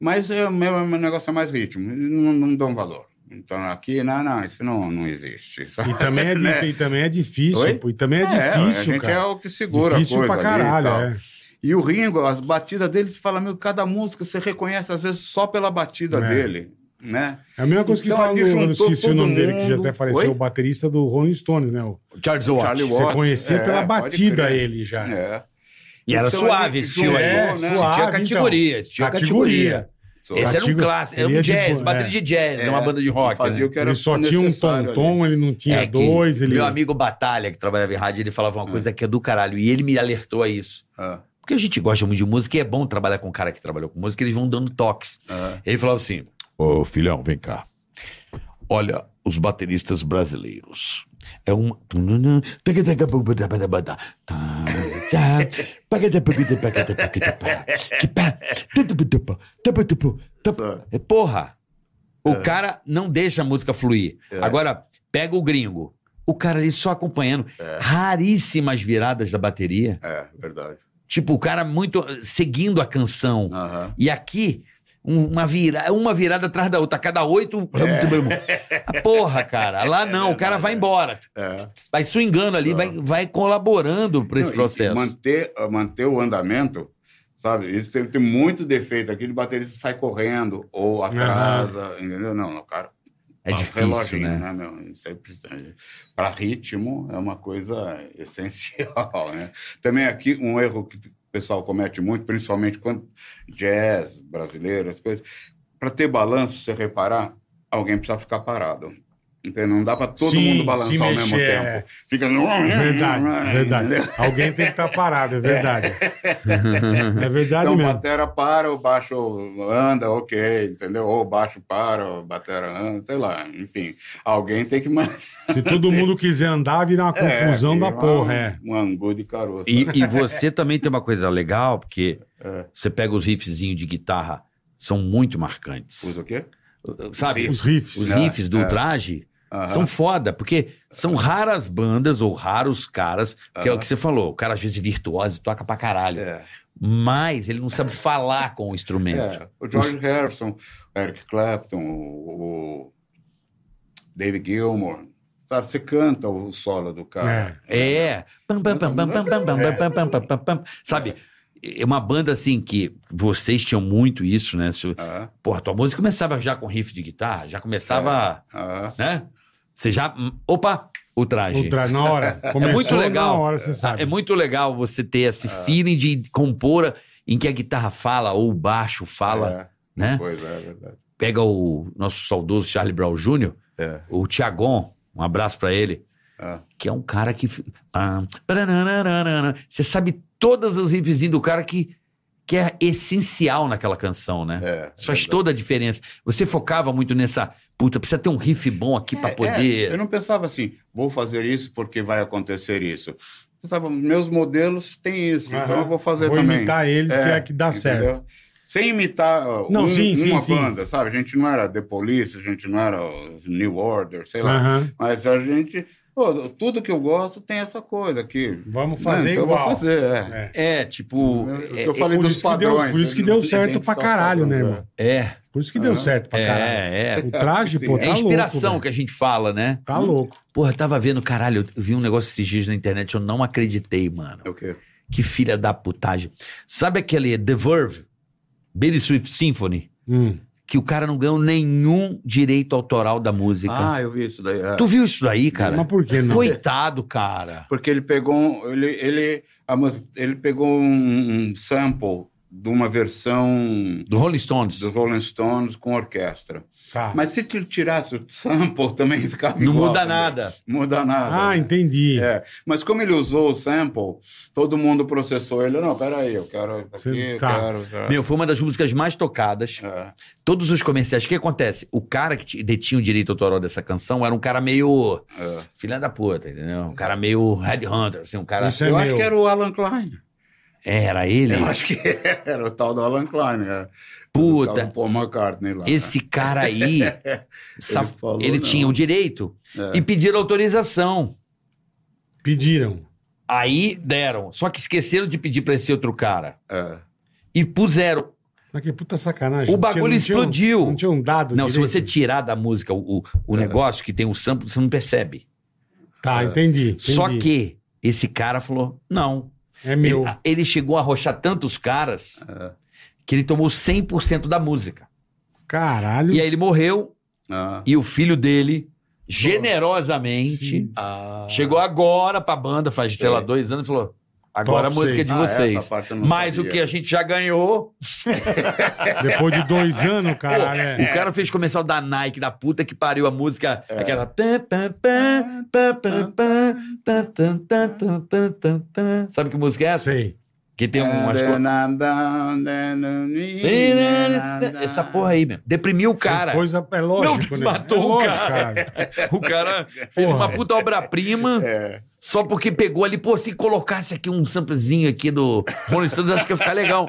[SPEAKER 1] mas é o meu, meu negócio é mais ritmo, e não, não dão valor. Então aqui, não, não, isso não, não existe. sabe?
[SPEAKER 3] E também é, di- e também é difícil.
[SPEAKER 1] Né? Oi?
[SPEAKER 3] pô, E também é,
[SPEAKER 1] a
[SPEAKER 3] difícil,
[SPEAKER 1] gente
[SPEAKER 3] cara.
[SPEAKER 1] é o que segura
[SPEAKER 3] difícil
[SPEAKER 1] a coisa
[SPEAKER 3] pra
[SPEAKER 1] ali e
[SPEAKER 3] caralho,
[SPEAKER 1] tal.
[SPEAKER 3] é.
[SPEAKER 1] E o Ringo, as batidas dele, você fala, meu, cada música você reconhece às vezes só pela batida
[SPEAKER 3] É.
[SPEAKER 1] dele, né?
[SPEAKER 3] É a mesma coisa que
[SPEAKER 1] Então,
[SPEAKER 3] fala,
[SPEAKER 1] ali
[SPEAKER 3] eu
[SPEAKER 1] juntou
[SPEAKER 3] não esqueci o
[SPEAKER 1] todo
[SPEAKER 3] nome dele, que já
[SPEAKER 1] mundo.
[SPEAKER 3] até faleceu,
[SPEAKER 1] Oi?
[SPEAKER 3] o baterista do Rolling Stones, né? O-
[SPEAKER 4] Charles Watts.
[SPEAKER 1] Charlie
[SPEAKER 3] Você
[SPEAKER 1] Watts,
[SPEAKER 3] conhecia
[SPEAKER 1] é,
[SPEAKER 3] pela
[SPEAKER 1] pode
[SPEAKER 3] batida
[SPEAKER 1] crer.
[SPEAKER 3] ele já.
[SPEAKER 1] É.
[SPEAKER 4] E era
[SPEAKER 1] Então,
[SPEAKER 4] suave
[SPEAKER 1] ele
[SPEAKER 4] esse estilo aí.
[SPEAKER 1] juntou,
[SPEAKER 4] Esse
[SPEAKER 1] né?
[SPEAKER 4] tinha
[SPEAKER 3] Suave,
[SPEAKER 4] categoria,
[SPEAKER 3] então.
[SPEAKER 4] esse tinha
[SPEAKER 3] Categoria.
[SPEAKER 4] categoria.
[SPEAKER 1] Só-
[SPEAKER 4] Esse era um
[SPEAKER 3] Antigo-
[SPEAKER 4] clássico, era
[SPEAKER 3] ele
[SPEAKER 4] um
[SPEAKER 3] é de
[SPEAKER 4] jazz,
[SPEAKER 3] bo-
[SPEAKER 4] bateria
[SPEAKER 3] é.
[SPEAKER 4] de jazz, é uma banda de rock.
[SPEAKER 1] fazia
[SPEAKER 4] né?
[SPEAKER 1] o que era
[SPEAKER 3] ele só tinha um
[SPEAKER 1] necessário ali.
[SPEAKER 3] tom-tom, ele não tinha
[SPEAKER 4] É que
[SPEAKER 3] dois. Ele... Ah.
[SPEAKER 4] Meu amigo Batalha, que trabalhava em rádio, ele falava uma coisa que é do caralho. E ele me alertou a isso.
[SPEAKER 1] Ah,
[SPEAKER 4] Porque a gente gosta muito de música e é bom trabalhar com um cara que trabalhou com música, eles vão dando toques.
[SPEAKER 1] ah.
[SPEAKER 4] Ele falava assim: Ô filhão, vem cá. Olha, os bateristas brasileiros. É um.
[SPEAKER 1] Só-
[SPEAKER 4] É, Porra! O
[SPEAKER 1] É.
[SPEAKER 4] cara não deixa a música fluir. Agora, pega o gringo. O cara ali só acompanhando. Raríssimas viradas da bateria.
[SPEAKER 1] É, verdade.
[SPEAKER 4] Tipo, o cara muito eh, seguindo a canção.
[SPEAKER 1] Aham.
[SPEAKER 4] E aqui, um- uma, vira, uma virada atrás da outra. A cada oito.
[SPEAKER 1] É.
[SPEAKER 4] Ah, Porra, cara. Lá não, o cara vai embora.
[SPEAKER 1] É.
[SPEAKER 4] Vai swingando ali, vai, vai colaborando pra esse
[SPEAKER 1] Não, e-
[SPEAKER 4] processo.
[SPEAKER 1] e manter, manter o andamento, sabe? Isso tem, tem muito defeito aqui de baterista sai correndo ou atrasa, entendeu? Não, não, cara.
[SPEAKER 4] é
[SPEAKER 1] tá
[SPEAKER 4] difícil, né?
[SPEAKER 1] meu? Isso aí precisa- é, Pra ritmo é uma coisa essencial, né? Também aqui um erro que o pessoal comete muito, principalmente quando jazz brasileiro, as coisas. Para ter balanço, se você reparar, alguém precisa ficar parado. Entendeu? Não dá para todo
[SPEAKER 3] Sim,
[SPEAKER 1] mundo
[SPEAKER 3] se
[SPEAKER 1] balançar ao mesmo
[SPEAKER 3] mexer, é.
[SPEAKER 1] tempo. Fica.
[SPEAKER 3] Verdade, verdade.
[SPEAKER 1] Entendeu?
[SPEAKER 3] Alguém tem que estar parado, é verdade.
[SPEAKER 4] né?
[SPEAKER 3] É verdade
[SPEAKER 1] Então, o
[SPEAKER 3] mesmo.
[SPEAKER 1] batera para, o baixo anda, ok, entendeu? Ou o baixo para, o batera anda, sei lá, enfim. Alguém tem que mais.
[SPEAKER 3] Se todo mundo quiser andar, vira uma confusão da
[SPEAKER 1] É, vira
[SPEAKER 3] porra,
[SPEAKER 1] um,
[SPEAKER 3] é.
[SPEAKER 1] Um angu de caroço. né?
[SPEAKER 4] E, e você também tem uma coisa legal, porque
[SPEAKER 1] É.
[SPEAKER 4] você pega os riffzinhos de guitarra, são muito marcantes.
[SPEAKER 1] Usa o quê? um-
[SPEAKER 4] Sabe?
[SPEAKER 3] Os riffs.
[SPEAKER 4] Os
[SPEAKER 1] Não,
[SPEAKER 4] riffs do
[SPEAKER 1] é.
[SPEAKER 4] traje
[SPEAKER 1] Aham.
[SPEAKER 4] são foda, porque são raras bandas ou raros caras, que é o que você falou. O cara às vezes é virtuoso e toca pra caralho.
[SPEAKER 1] É,
[SPEAKER 4] Mas ele não sabe falar com o instrumento.
[SPEAKER 1] é. O George Harrison, o Eric Clapton, o, o David Gilmour. Sabe, você canta o solo do cara.
[SPEAKER 4] É. Pam, pam, pam, pam, pam, pam, pam, pam, pam, pam, pam, pam. Sabe? É uma banda assim que vocês tinham muito isso, né? Se-
[SPEAKER 1] Ah,
[SPEAKER 4] Porra, tua música começava já com riff de guitarra, já começava,
[SPEAKER 1] ah,
[SPEAKER 4] né? Você já. hum, Opa! o traje.
[SPEAKER 3] O traje, na hora.
[SPEAKER 1] É
[SPEAKER 3] Começou,
[SPEAKER 4] muito legal.
[SPEAKER 3] Na hora, você sabe.
[SPEAKER 4] É muito legal você ter esse feeling de compor em que a guitarra fala ou o baixo fala,
[SPEAKER 1] É,
[SPEAKER 4] né?
[SPEAKER 1] Pois é, é verdade.
[SPEAKER 4] Pega o nosso saudoso Charlie Brown Jr.,
[SPEAKER 1] É.
[SPEAKER 4] o Tiagon, um abraço pra ele,
[SPEAKER 1] Ah.
[SPEAKER 4] que é um cara que... fi- Ah, parananana. Você sabe todas as riffzinhas do cara que, que é essencial naquela canção, né?
[SPEAKER 1] É,
[SPEAKER 4] Isso faz
[SPEAKER 1] verdade.
[SPEAKER 4] toda a diferença. Você focava muito nessa... Puta, precisa ter um riff bom aqui pra
[SPEAKER 1] É,
[SPEAKER 4] poder...
[SPEAKER 1] é, eu não pensava assim, vou fazer isso porque vai acontecer isso. Pensava, meus modelos têm isso, então
[SPEAKER 3] Aham.
[SPEAKER 1] eu vou fazer
[SPEAKER 3] Vou
[SPEAKER 1] também.
[SPEAKER 3] imitar eles, que é que dá
[SPEAKER 1] entendeu?
[SPEAKER 3] certo.
[SPEAKER 1] Sem imitar ó,
[SPEAKER 3] Não,
[SPEAKER 1] um-
[SPEAKER 3] sim, sim,
[SPEAKER 1] uma
[SPEAKER 3] sim.
[SPEAKER 1] banda, sabe? A gente não era The Police, a gente não era os New Order, sei lá.
[SPEAKER 3] Aham.
[SPEAKER 1] Mas a gente. pô, tudo que eu gosto tem essa coisa aqui.
[SPEAKER 3] Vamos fazer
[SPEAKER 1] Né? então
[SPEAKER 3] igual.
[SPEAKER 1] eu vou fazer, é.
[SPEAKER 3] É.
[SPEAKER 4] É, tipo.
[SPEAKER 1] Eu-
[SPEAKER 4] É,
[SPEAKER 1] eu
[SPEAKER 4] é-
[SPEAKER 1] falei
[SPEAKER 3] Por
[SPEAKER 1] dos
[SPEAKER 3] isso, que deu,
[SPEAKER 1] padrões.
[SPEAKER 3] por isso que
[SPEAKER 1] eu
[SPEAKER 3] deu
[SPEAKER 1] não
[SPEAKER 3] certo
[SPEAKER 1] identificar
[SPEAKER 3] pra
[SPEAKER 1] os
[SPEAKER 3] caralho, né,
[SPEAKER 1] padrões,
[SPEAKER 3] irmão?
[SPEAKER 4] é,
[SPEAKER 3] Por isso que deu
[SPEAKER 1] Aham.
[SPEAKER 3] certo pra caralho.
[SPEAKER 4] é, é.
[SPEAKER 3] O traje, pô, tá
[SPEAKER 4] É a inspiração
[SPEAKER 3] louco,
[SPEAKER 4] que a gente fala, né?
[SPEAKER 3] velho. Tá louco.
[SPEAKER 4] Porra, eu tava vendo, caralho, eu vi um negócio esses dias na internet, eu não acreditei, mano.
[SPEAKER 1] É o quê?
[SPEAKER 4] Que filha da putagem. Sabe aquele The Verve, Billy Swift Symphony,
[SPEAKER 3] Hum.
[SPEAKER 4] que o cara não ganhou nenhum direito autoral da música?
[SPEAKER 1] Ah, eu vi isso daí. é.
[SPEAKER 4] tu viu isso daí, cara?
[SPEAKER 3] Mas por que não?
[SPEAKER 4] Coitado, cara.
[SPEAKER 1] Porque ele pegou um, ele, ele, a mus- ele pegou um, um sample de uma versão
[SPEAKER 4] Do Rolling Stones.
[SPEAKER 1] dos Rolling Stones com orquestra.
[SPEAKER 3] Tá.
[SPEAKER 1] Mas se tu tirasse o sample, também ficava
[SPEAKER 4] Não
[SPEAKER 1] igual,
[SPEAKER 4] muda
[SPEAKER 1] também.
[SPEAKER 4] nada.
[SPEAKER 1] Muda nada.
[SPEAKER 3] Ah, entendi.
[SPEAKER 1] É, mas como ele usou o sample, todo mundo processou ele. Não, peraí, eu quero isso aqui,
[SPEAKER 3] Você
[SPEAKER 1] eu
[SPEAKER 3] tá.
[SPEAKER 1] quero... quero-
[SPEAKER 4] Meu, foi uma das músicas mais tocadas.
[SPEAKER 1] É.
[SPEAKER 4] Todos os comerciais, o que acontece? O cara que t- detinha o direito autoral dessa canção era um cara meio.
[SPEAKER 1] É.
[SPEAKER 4] Filha da puta, entendeu? Um cara meio headhunter, assim, um cara.
[SPEAKER 3] Isso é
[SPEAKER 1] Eu acho
[SPEAKER 3] meu.
[SPEAKER 1] que era o Alan Klein.
[SPEAKER 4] É, Era ele?
[SPEAKER 1] Eu acho que era o tal do Alan Klein. É. O tal
[SPEAKER 4] Puta.
[SPEAKER 1] do Paul McCartney lá. né?
[SPEAKER 4] Esse cara aí. sa-
[SPEAKER 1] Ele
[SPEAKER 4] Ele,
[SPEAKER 1] tá. falou, não.
[SPEAKER 4] tinha o direito
[SPEAKER 1] É.
[SPEAKER 4] e pediram autorização.
[SPEAKER 3] Pediram.
[SPEAKER 4] Aí deram. Só que esqueceram de pedir pra esse outro cara.
[SPEAKER 1] É.
[SPEAKER 4] E puseram.
[SPEAKER 3] Mas que puta sacanagem.
[SPEAKER 4] O
[SPEAKER 3] Não
[SPEAKER 4] bagulho
[SPEAKER 3] não um-
[SPEAKER 4] explodiu.
[SPEAKER 3] não tinha um dado
[SPEAKER 4] Não, se
[SPEAKER 3] direito.
[SPEAKER 4] você tirar da música o, o- o
[SPEAKER 1] É.
[SPEAKER 4] negócio que tem o sample, você não percebe.
[SPEAKER 3] Tá, entendi. entendi.
[SPEAKER 4] Só que esse cara falou: não.
[SPEAKER 3] É
[SPEAKER 4] Ele,
[SPEAKER 3] meu.
[SPEAKER 4] ele chegou a arrochar tantos caras
[SPEAKER 1] É.
[SPEAKER 4] que ele tomou 100% da música.
[SPEAKER 3] Caralho.
[SPEAKER 4] E aí ele morreu
[SPEAKER 1] Ah.
[SPEAKER 4] e o filho dele, generosamente,
[SPEAKER 3] Sim.
[SPEAKER 1] Ah.
[SPEAKER 4] chegou agora pra banda, faz, sei lá,
[SPEAKER 1] Sei.
[SPEAKER 4] dois anos, e falou: agora a
[SPEAKER 3] Top
[SPEAKER 4] música é de
[SPEAKER 1] É. Ah,
[SPEAKER 4] vocês.
[SPEAKER 1] essa parte eu não
[SPEAKER 4] Mas o
[SPEAKER 1] sabia.
[SPEAKER 4] que a gente já ganhou,
[SPEAKER 3] Depois de dois anos, caralho. é.
[SPEAKER 4] o cara fez comercial da Nike, da puta que pariu a música,
[SPEAKER 1] É.
[SPEAKER 4] aquela. tan, tan, tan, tan, tan, tan, tan, tan, tan, tan, tan, tan. Sabe que música é essa?
[SPEAKER 3] Sei.
[SPEAKER 4] Que
[SPEAKER 1] É,
[SPEAKER 4] tem umas
[SPEAKER 1] né?
[SPEAKER 4] coisas.
[SPEAKER 1] né?
[SPEAKER 4] Essa porra aí, mesmo. Deprimiu o cara.
[SPEAKER 3] Essas Coisa, é lógico,
[SPEAKER 4] Não,
[SPEAKER 3] né?
[SPEAKER 4] matou
[SPEAKER 3] é
[SPEAKER 4] o
[SPEAKER 3] lógico,
[SPEAKER 4] cara. O cara fez
[SPEAKER 3] Porra.
[SPEAKER 4] uma puta obra-prima
[SPEAKER 1] É.
[SPEAKER 4] só porque pegou ali, pô, se colocasse aqui um samplezinho aqui do Rolling Stones, acho que ia ficar legal.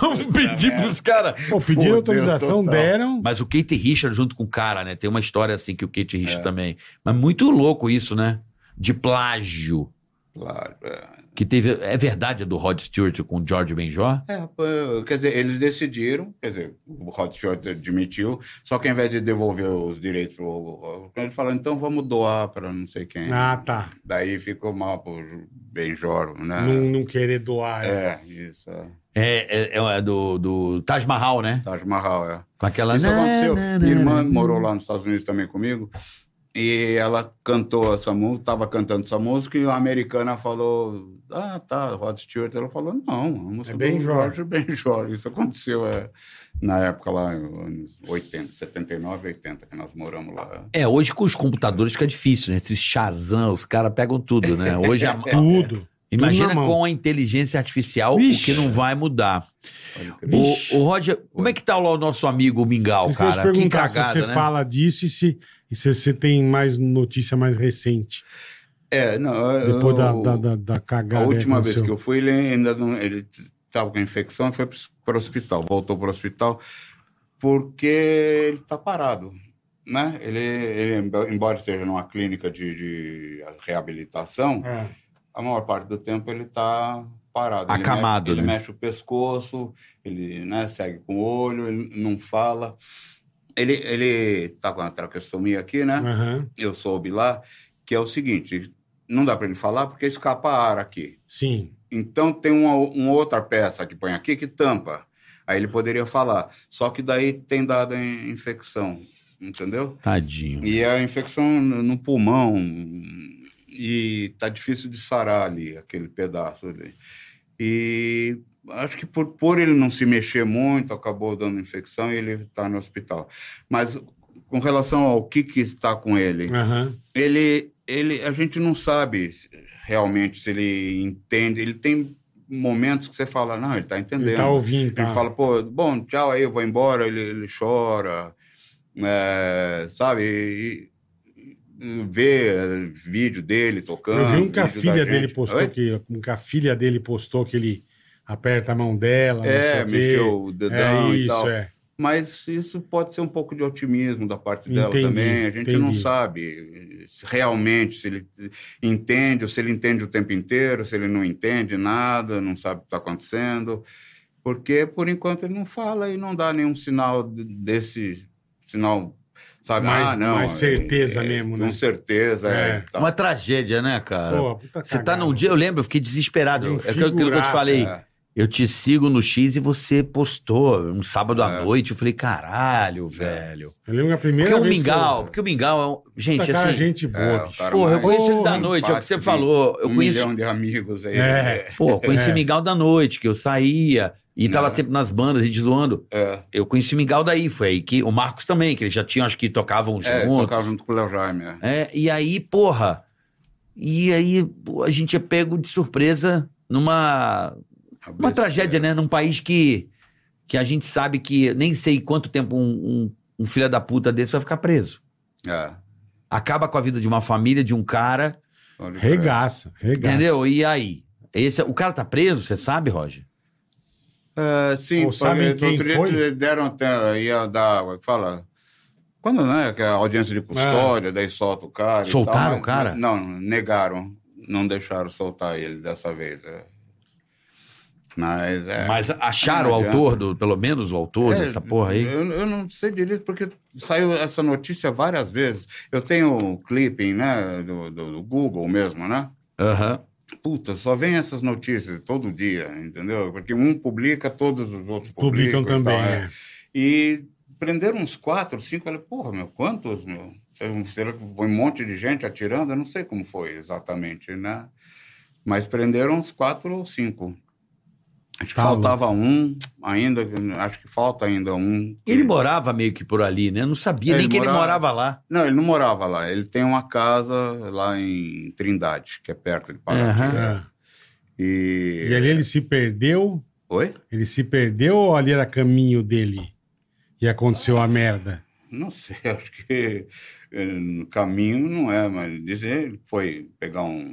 [SPEAKER 4] Vamos pedir pros caras.
[SPEAKER 3] Pô, pediram
[SPEAKER 1] Fudeu
[SPEAKER 3] autorização,
[SPEAKER 1] total.
[SPEAKER 3] deram.
[SPEAKER 4] Mas o Kate Richard junto com o cara, né? Tem uma história assim que o Kate Richard
[SPEAKER 1] É.
[SPEAKER 4] também. Mas muito louco isso, né? De plágio.
[SPEAKER 1] Claro. é.
[SPEAKER 4] Que teve. É verdade é do Rod Stewart com o George Benjó?
[SPEAKER 1] É, pô, quer dizer, eles decidiram, quer dizer, o Hot Short admitiu, só que ao invés de devolver os direitos pro. Ele falou, então vamos doar para não sei quem.
[SPEAKER 3] Ah, tá.
[SPEAKER 1] Daí ficou mal pro Benjoro, né?
[SPEAKER 3] Não, é. não querer doar.
[SPEAKER 1] É, isso. É.
[SPEAKER 4] É, é, é do, do Taj Mahal, né?
[SPEAKER 1] Taj Mahal, é.
[SPEAKER 4] Com aquela.
[SPEAKER 1] Isso
[SPEAKER 4] Na,
[SPEAKER 1] aconteceu.
[SPEAKER 4] na, na,
[SPEAKER 1] Minha irmã
[SPEAKER 4] na.
[SPEAKER 1] morou lá nos Estados Unidos também comigo. E ela cantou essa música, estava cantando essa música, e uma americana falou: Ah, tá, Rod Stewart. Ela falou: Não, a música
[SPEAKER 3] É Ben
[SPEAKER 1] do
[SPEAKER 3] Jor.
[SPEAKER 1] Jorge Ben Jor. Isso aconteceu é, na época lá, anos 80, 79, 80, que nós moramos lá.
[SPEAKER 4] É, hoje com os computadores fica difícil, né? Esses Shazam, os caras pegam tudo, né? Hoje, a-
[SPEAKER 3] Tudo.
[SPEAKER 4] imagina
[SPEAKER 3] na mão.
[SPEAKER 4] com a inteligência artificial
[SPEAKER 3] Vixe.
[SPEAKER 4] o que não vai mudar.
[SPEAKER 1] Pode crer.
[SPEAKER 3] Vixe.
[SPEAKER 4] O, o Roger, como é que tá lá o nosso amigo Mingau,
[SPEAKER 3] Isso que eu ia te
[SPEAKER 4] cara? Que
[SPEAKER 3] perguntar se você
[SPEAKER 4] cagada, né?
[SPEAKER 3] fala disso e se, e se você tem mais notícia mais recente.
[SPEAKER 1] É, não, eu-
[SPEAKER 3] Depois da, da, da, da
[SPEAKER 1] A
[SPEAKER 3] cagada.
[SPEAKER 1] última vez
[SPEAKER 3] aconteceu.
[SPEAKER 1] que eu fui, ele ainda não. Ele estava com infecção e foi para o hospital. Voltou para o hospital porque ele está parado. Né? Ele, ele, embora esteja numa clínica de, de reabilitação,
[SPEAKER 3] É.
[SPEAKER 1] a maior parte do tempo ele está parado. Ele
[SPEAKER 4] Acamado,
[SPEAKER 1] mexe- Ele,
[SPEAKER 4] né?
[SPEAKER 1] mexe o pescoço, ele né, segue com o olho, ele não fala. Ele está com a traqueostomia aqui, né?
[SPEAKER 3] Aham.
[SPEAKER 4] É.
[SPEAKER 1] Eu soube lá que é o seguinte: não dá para ele falar porque escapa ar aqui.
[SPEAKER 3] Sim.
[SPEAKER 1] Então tem uma, uma outra peça que põe aqui que tampa. Aí ele poderia falar. Só que daí tem dado em- infecção. entendeu?
[SPEAKER 4] Tadinho.
[SPEAKER 1] E é a infecção no no pulmão e tá difícil de sarar ali, aquele pedaço ali. E acho que por, por ele não se mexer muito, acabou dando infecção e ele está no hospital. Mas com relação ao que, que está com ele,
[SPEAKER 3] Aham.
[SPEAKER 1] ele, ele, a gente não sabe se- realmente se ele entende. Ele tem momentos que você fala, não, ele está entendendo.
[SPEAKER 3] Ele tá ouvindo. Tá.
[SPEAKER 1] Ele fala, pô, bom, tchau aí, eu vou embora. Ele, ele chora, é, sabe? E- e vê é, vídeo dele tocando.
[SPEAKER 3] Eu vi um que a
[SPEAKER 1] vídeo da
[SPEAKER 3] filha
[SPEAKER 1] gente.
[SPEAKER 3] dele postou
[SPEAKER 1] Oi?
[SPEAKER 3] que, um que a filha dele postou que ele aperta a mão dela. não sei
[SPEAKER 1] É,
[SPEAKER 3] o quê.
[SPEAKER 1] mexeu o dedão
[SPEAKER 3] é
[SPEAKER 1] e
[SPEAKER 3] isso,
[SPEAKER 1] tal.
[SPEAKER 3] é.
[SPEAKER 1] Mas isso pode ser um pouco de otimismo da parte dela
[SPEAKER 3] Entendi,
[SPEAKER 1] também. A gente
[SPEAKER 3] entendi.
[SPEAKER 1] não sabe se realmente se ele entende, ou se ele entende o tempo inteiro, se ele não entende nada, não sabe o que está acontecendo. Porque, por enquanto, ele não fala e não dá nenhum sinal de- desse sinal, sabe?
[SPEAKER 3] Mais-
[SPEAKER 1] ah, não.
[SPEAKER 3] mais certeza mesmo, né?
[SPEAKER 1] Com certeza, é.
[SPEAKER 3] É.
[SPEAKER 1] e tal.
[SPEAKER 4] Uma tragédia, né, cara?
[SPEAKER 3] Pô, puta
[SPEAKER 4] Você tá
[SPEAKER 3] cagada.
[SPEAKER 4] num dia, eu lembro, eu fiquei desesperado.
[SPEAKER 3] Um
[SPEAKER 4] É aquilo aquilo que eu te
[SPEAKER 3] figuraça,
[SPEAKER 4] falei.
[SPEAKER 1] é.
[SPEAKER 4] Eu te sigo no X e você postou um sábado à
[SPEAKER 1] É.
[SPEAKER 4] noite. Eu falei, caralho, velho.
[SPEAKER 3] Eu lembro que a primeira
[SPEAKER 4] Porque o
[SPEAKER 3] vez que eu-
[SPEAKER 4] mingau, porque o mingau é um. Gente,
[SPEAKER 3] Puta cara,
[SPEAKER 4] assim.
[SPEAKER 3] gente
[SPEAKER 1] É,
[SPEAKER 3] boa.
[SPEAKER 1] o
[SPEAKER 3] bicho.
[SPEAKER 1] cara
[SPEAKER 4] Porra, eu
[SPEAKER 1] mais-
[SPEAKER 4] conheço ele da
[SPEAKER 3] Porra,
[SPEAKER 4] noite, é o que você
[SPEAKER 1] empático,
[SPEAKER 4] falou. Eu
[SPEAKER 1] um
[SPEAKER 4] conheço.
[SPEAKER 1] milhão de amigos aí.
[SPEAKER 3] É.
[SPEAKER 4] Pô, eu conheci
[SPEAKER 3] É.
[SPEAKER 4] o mingau da noite, que eu saía e tava
[SPEAKER 1] É.
[SPEAKER 4] sempre nas bandas, a gente zoando.
[SPEAKER 1] é.
[SPEAKER 4] Eu conheci o mingau daí, foi aí que. O Marcos também, que eles já tinham, acho que tocavam juntos.
[SPEAKER 1] É, tocava junto com o Léo Jaime. é.
[SPEAKER 4] É, e aí, porra. E aí, pô, a gente é pego de surpresa numa. Uma tragédia, né? Num país que, que a gente sabe que nem sei quanto tempo um, um, um filho da puta desse vai ficar preso.
[SPEAKER 1] É.
[SPEAKER 4] Acaba com a vida de uma família, de um cara,
[SPEAKER 1] Pode crer.
[SPEAKER 3] Regaça, regaça.
[SPEAKER 4] entendeu? E aí? Esse, o cara tá preso, você sabe, Roger?
[SPEAKER 1] É, sim,
[SPEAKER 3] Ou sabem
[SPEAKER 1] porque
[SPEAKER 3] quem
[SPEAKER 1] outro dia
[SPEAKER 3] foi?
[SPEAKER 1] te deram até, ia dar, é fala, quando, né, que a audiência de
[SPEAKER 3] Ah.
[SPEAKER 1] custódia, daí solta o cara e
[SPEAKER 4] Soltaram
[SPEAKER 1] tal, mas-
[SPEAKER 4] o cara?
[SPEAKER 1] Não, negaram, não deixaram soltar ele dessa vez. é. Mas, é...
[SPEAKER 4] Mas acharam
[SPEAKER 1] não
[SPEAKER 4] o
[SPEAKER 1] adianta.
[SPEAKER 4] autor, do, pelo menos o autor
[SPEAKER 1] é,
[SPEAKER 4] dessa porra aí?
[SPEAKER 1] Eu, eu não sei direito, porque saiu essa notícia várias vezes. Eu tenho o clipping, né, do- do- do Google mesmo, né?
[SPEAKER 4] Aham.
[SPEAKER 1] Puta, só vem essas notícias todo dia, entendeu? Porque um publica, todos os outros
[SPEAKER 3] Publicam
[SPEAKER 1] publicam, e
[SPEAKER 3] também,
[SPEAKER 1] tal, é.
[SPEAKER 3] é.
[SPEAKER 1] E prenderam uns quatro, cinco. Eu falei, porra, meu, quantos, meu? Será que foi um monte de gente atirando? Eu não sei como foi exatamente, né? Mas prenderam uns quatro ou cinco. Acho que
[SPEAKER 3] Tá louco.
[SPEAKER 1] faltava um ainda, acho que falta ainda um.
[SPEAKER 4] Ele morava meio que por ali, né? Eu não sabia
[SPEAKER 1] É,
[SPEAKER 4] nem
[SPEAKER 1] ele
[SPEAKER 4] que ele
[SPEAKER 1] morava-
[SPEAKER 4] morava lá.
[SPEAKER 1] Não, ele não morava lá. Ele tem uma casa lá em Trindade, que é perto de Paraty.
[SPEAKER 4] Aham.
[SPEAKER 1] né?
[SPEAKER 3] É.
[SPEAKER 1] E...
[SPEAKER 3] E ali ele se perdeu.
[SPEAKER 1] Oi?
[SPEAKER 3] Ele se perdeu ou ali era caminho dele? E aconteceu a merda?
[SPEAKER 1] Não sei, acho que eh, no caminho não é, mas dizer ele foi pegar um,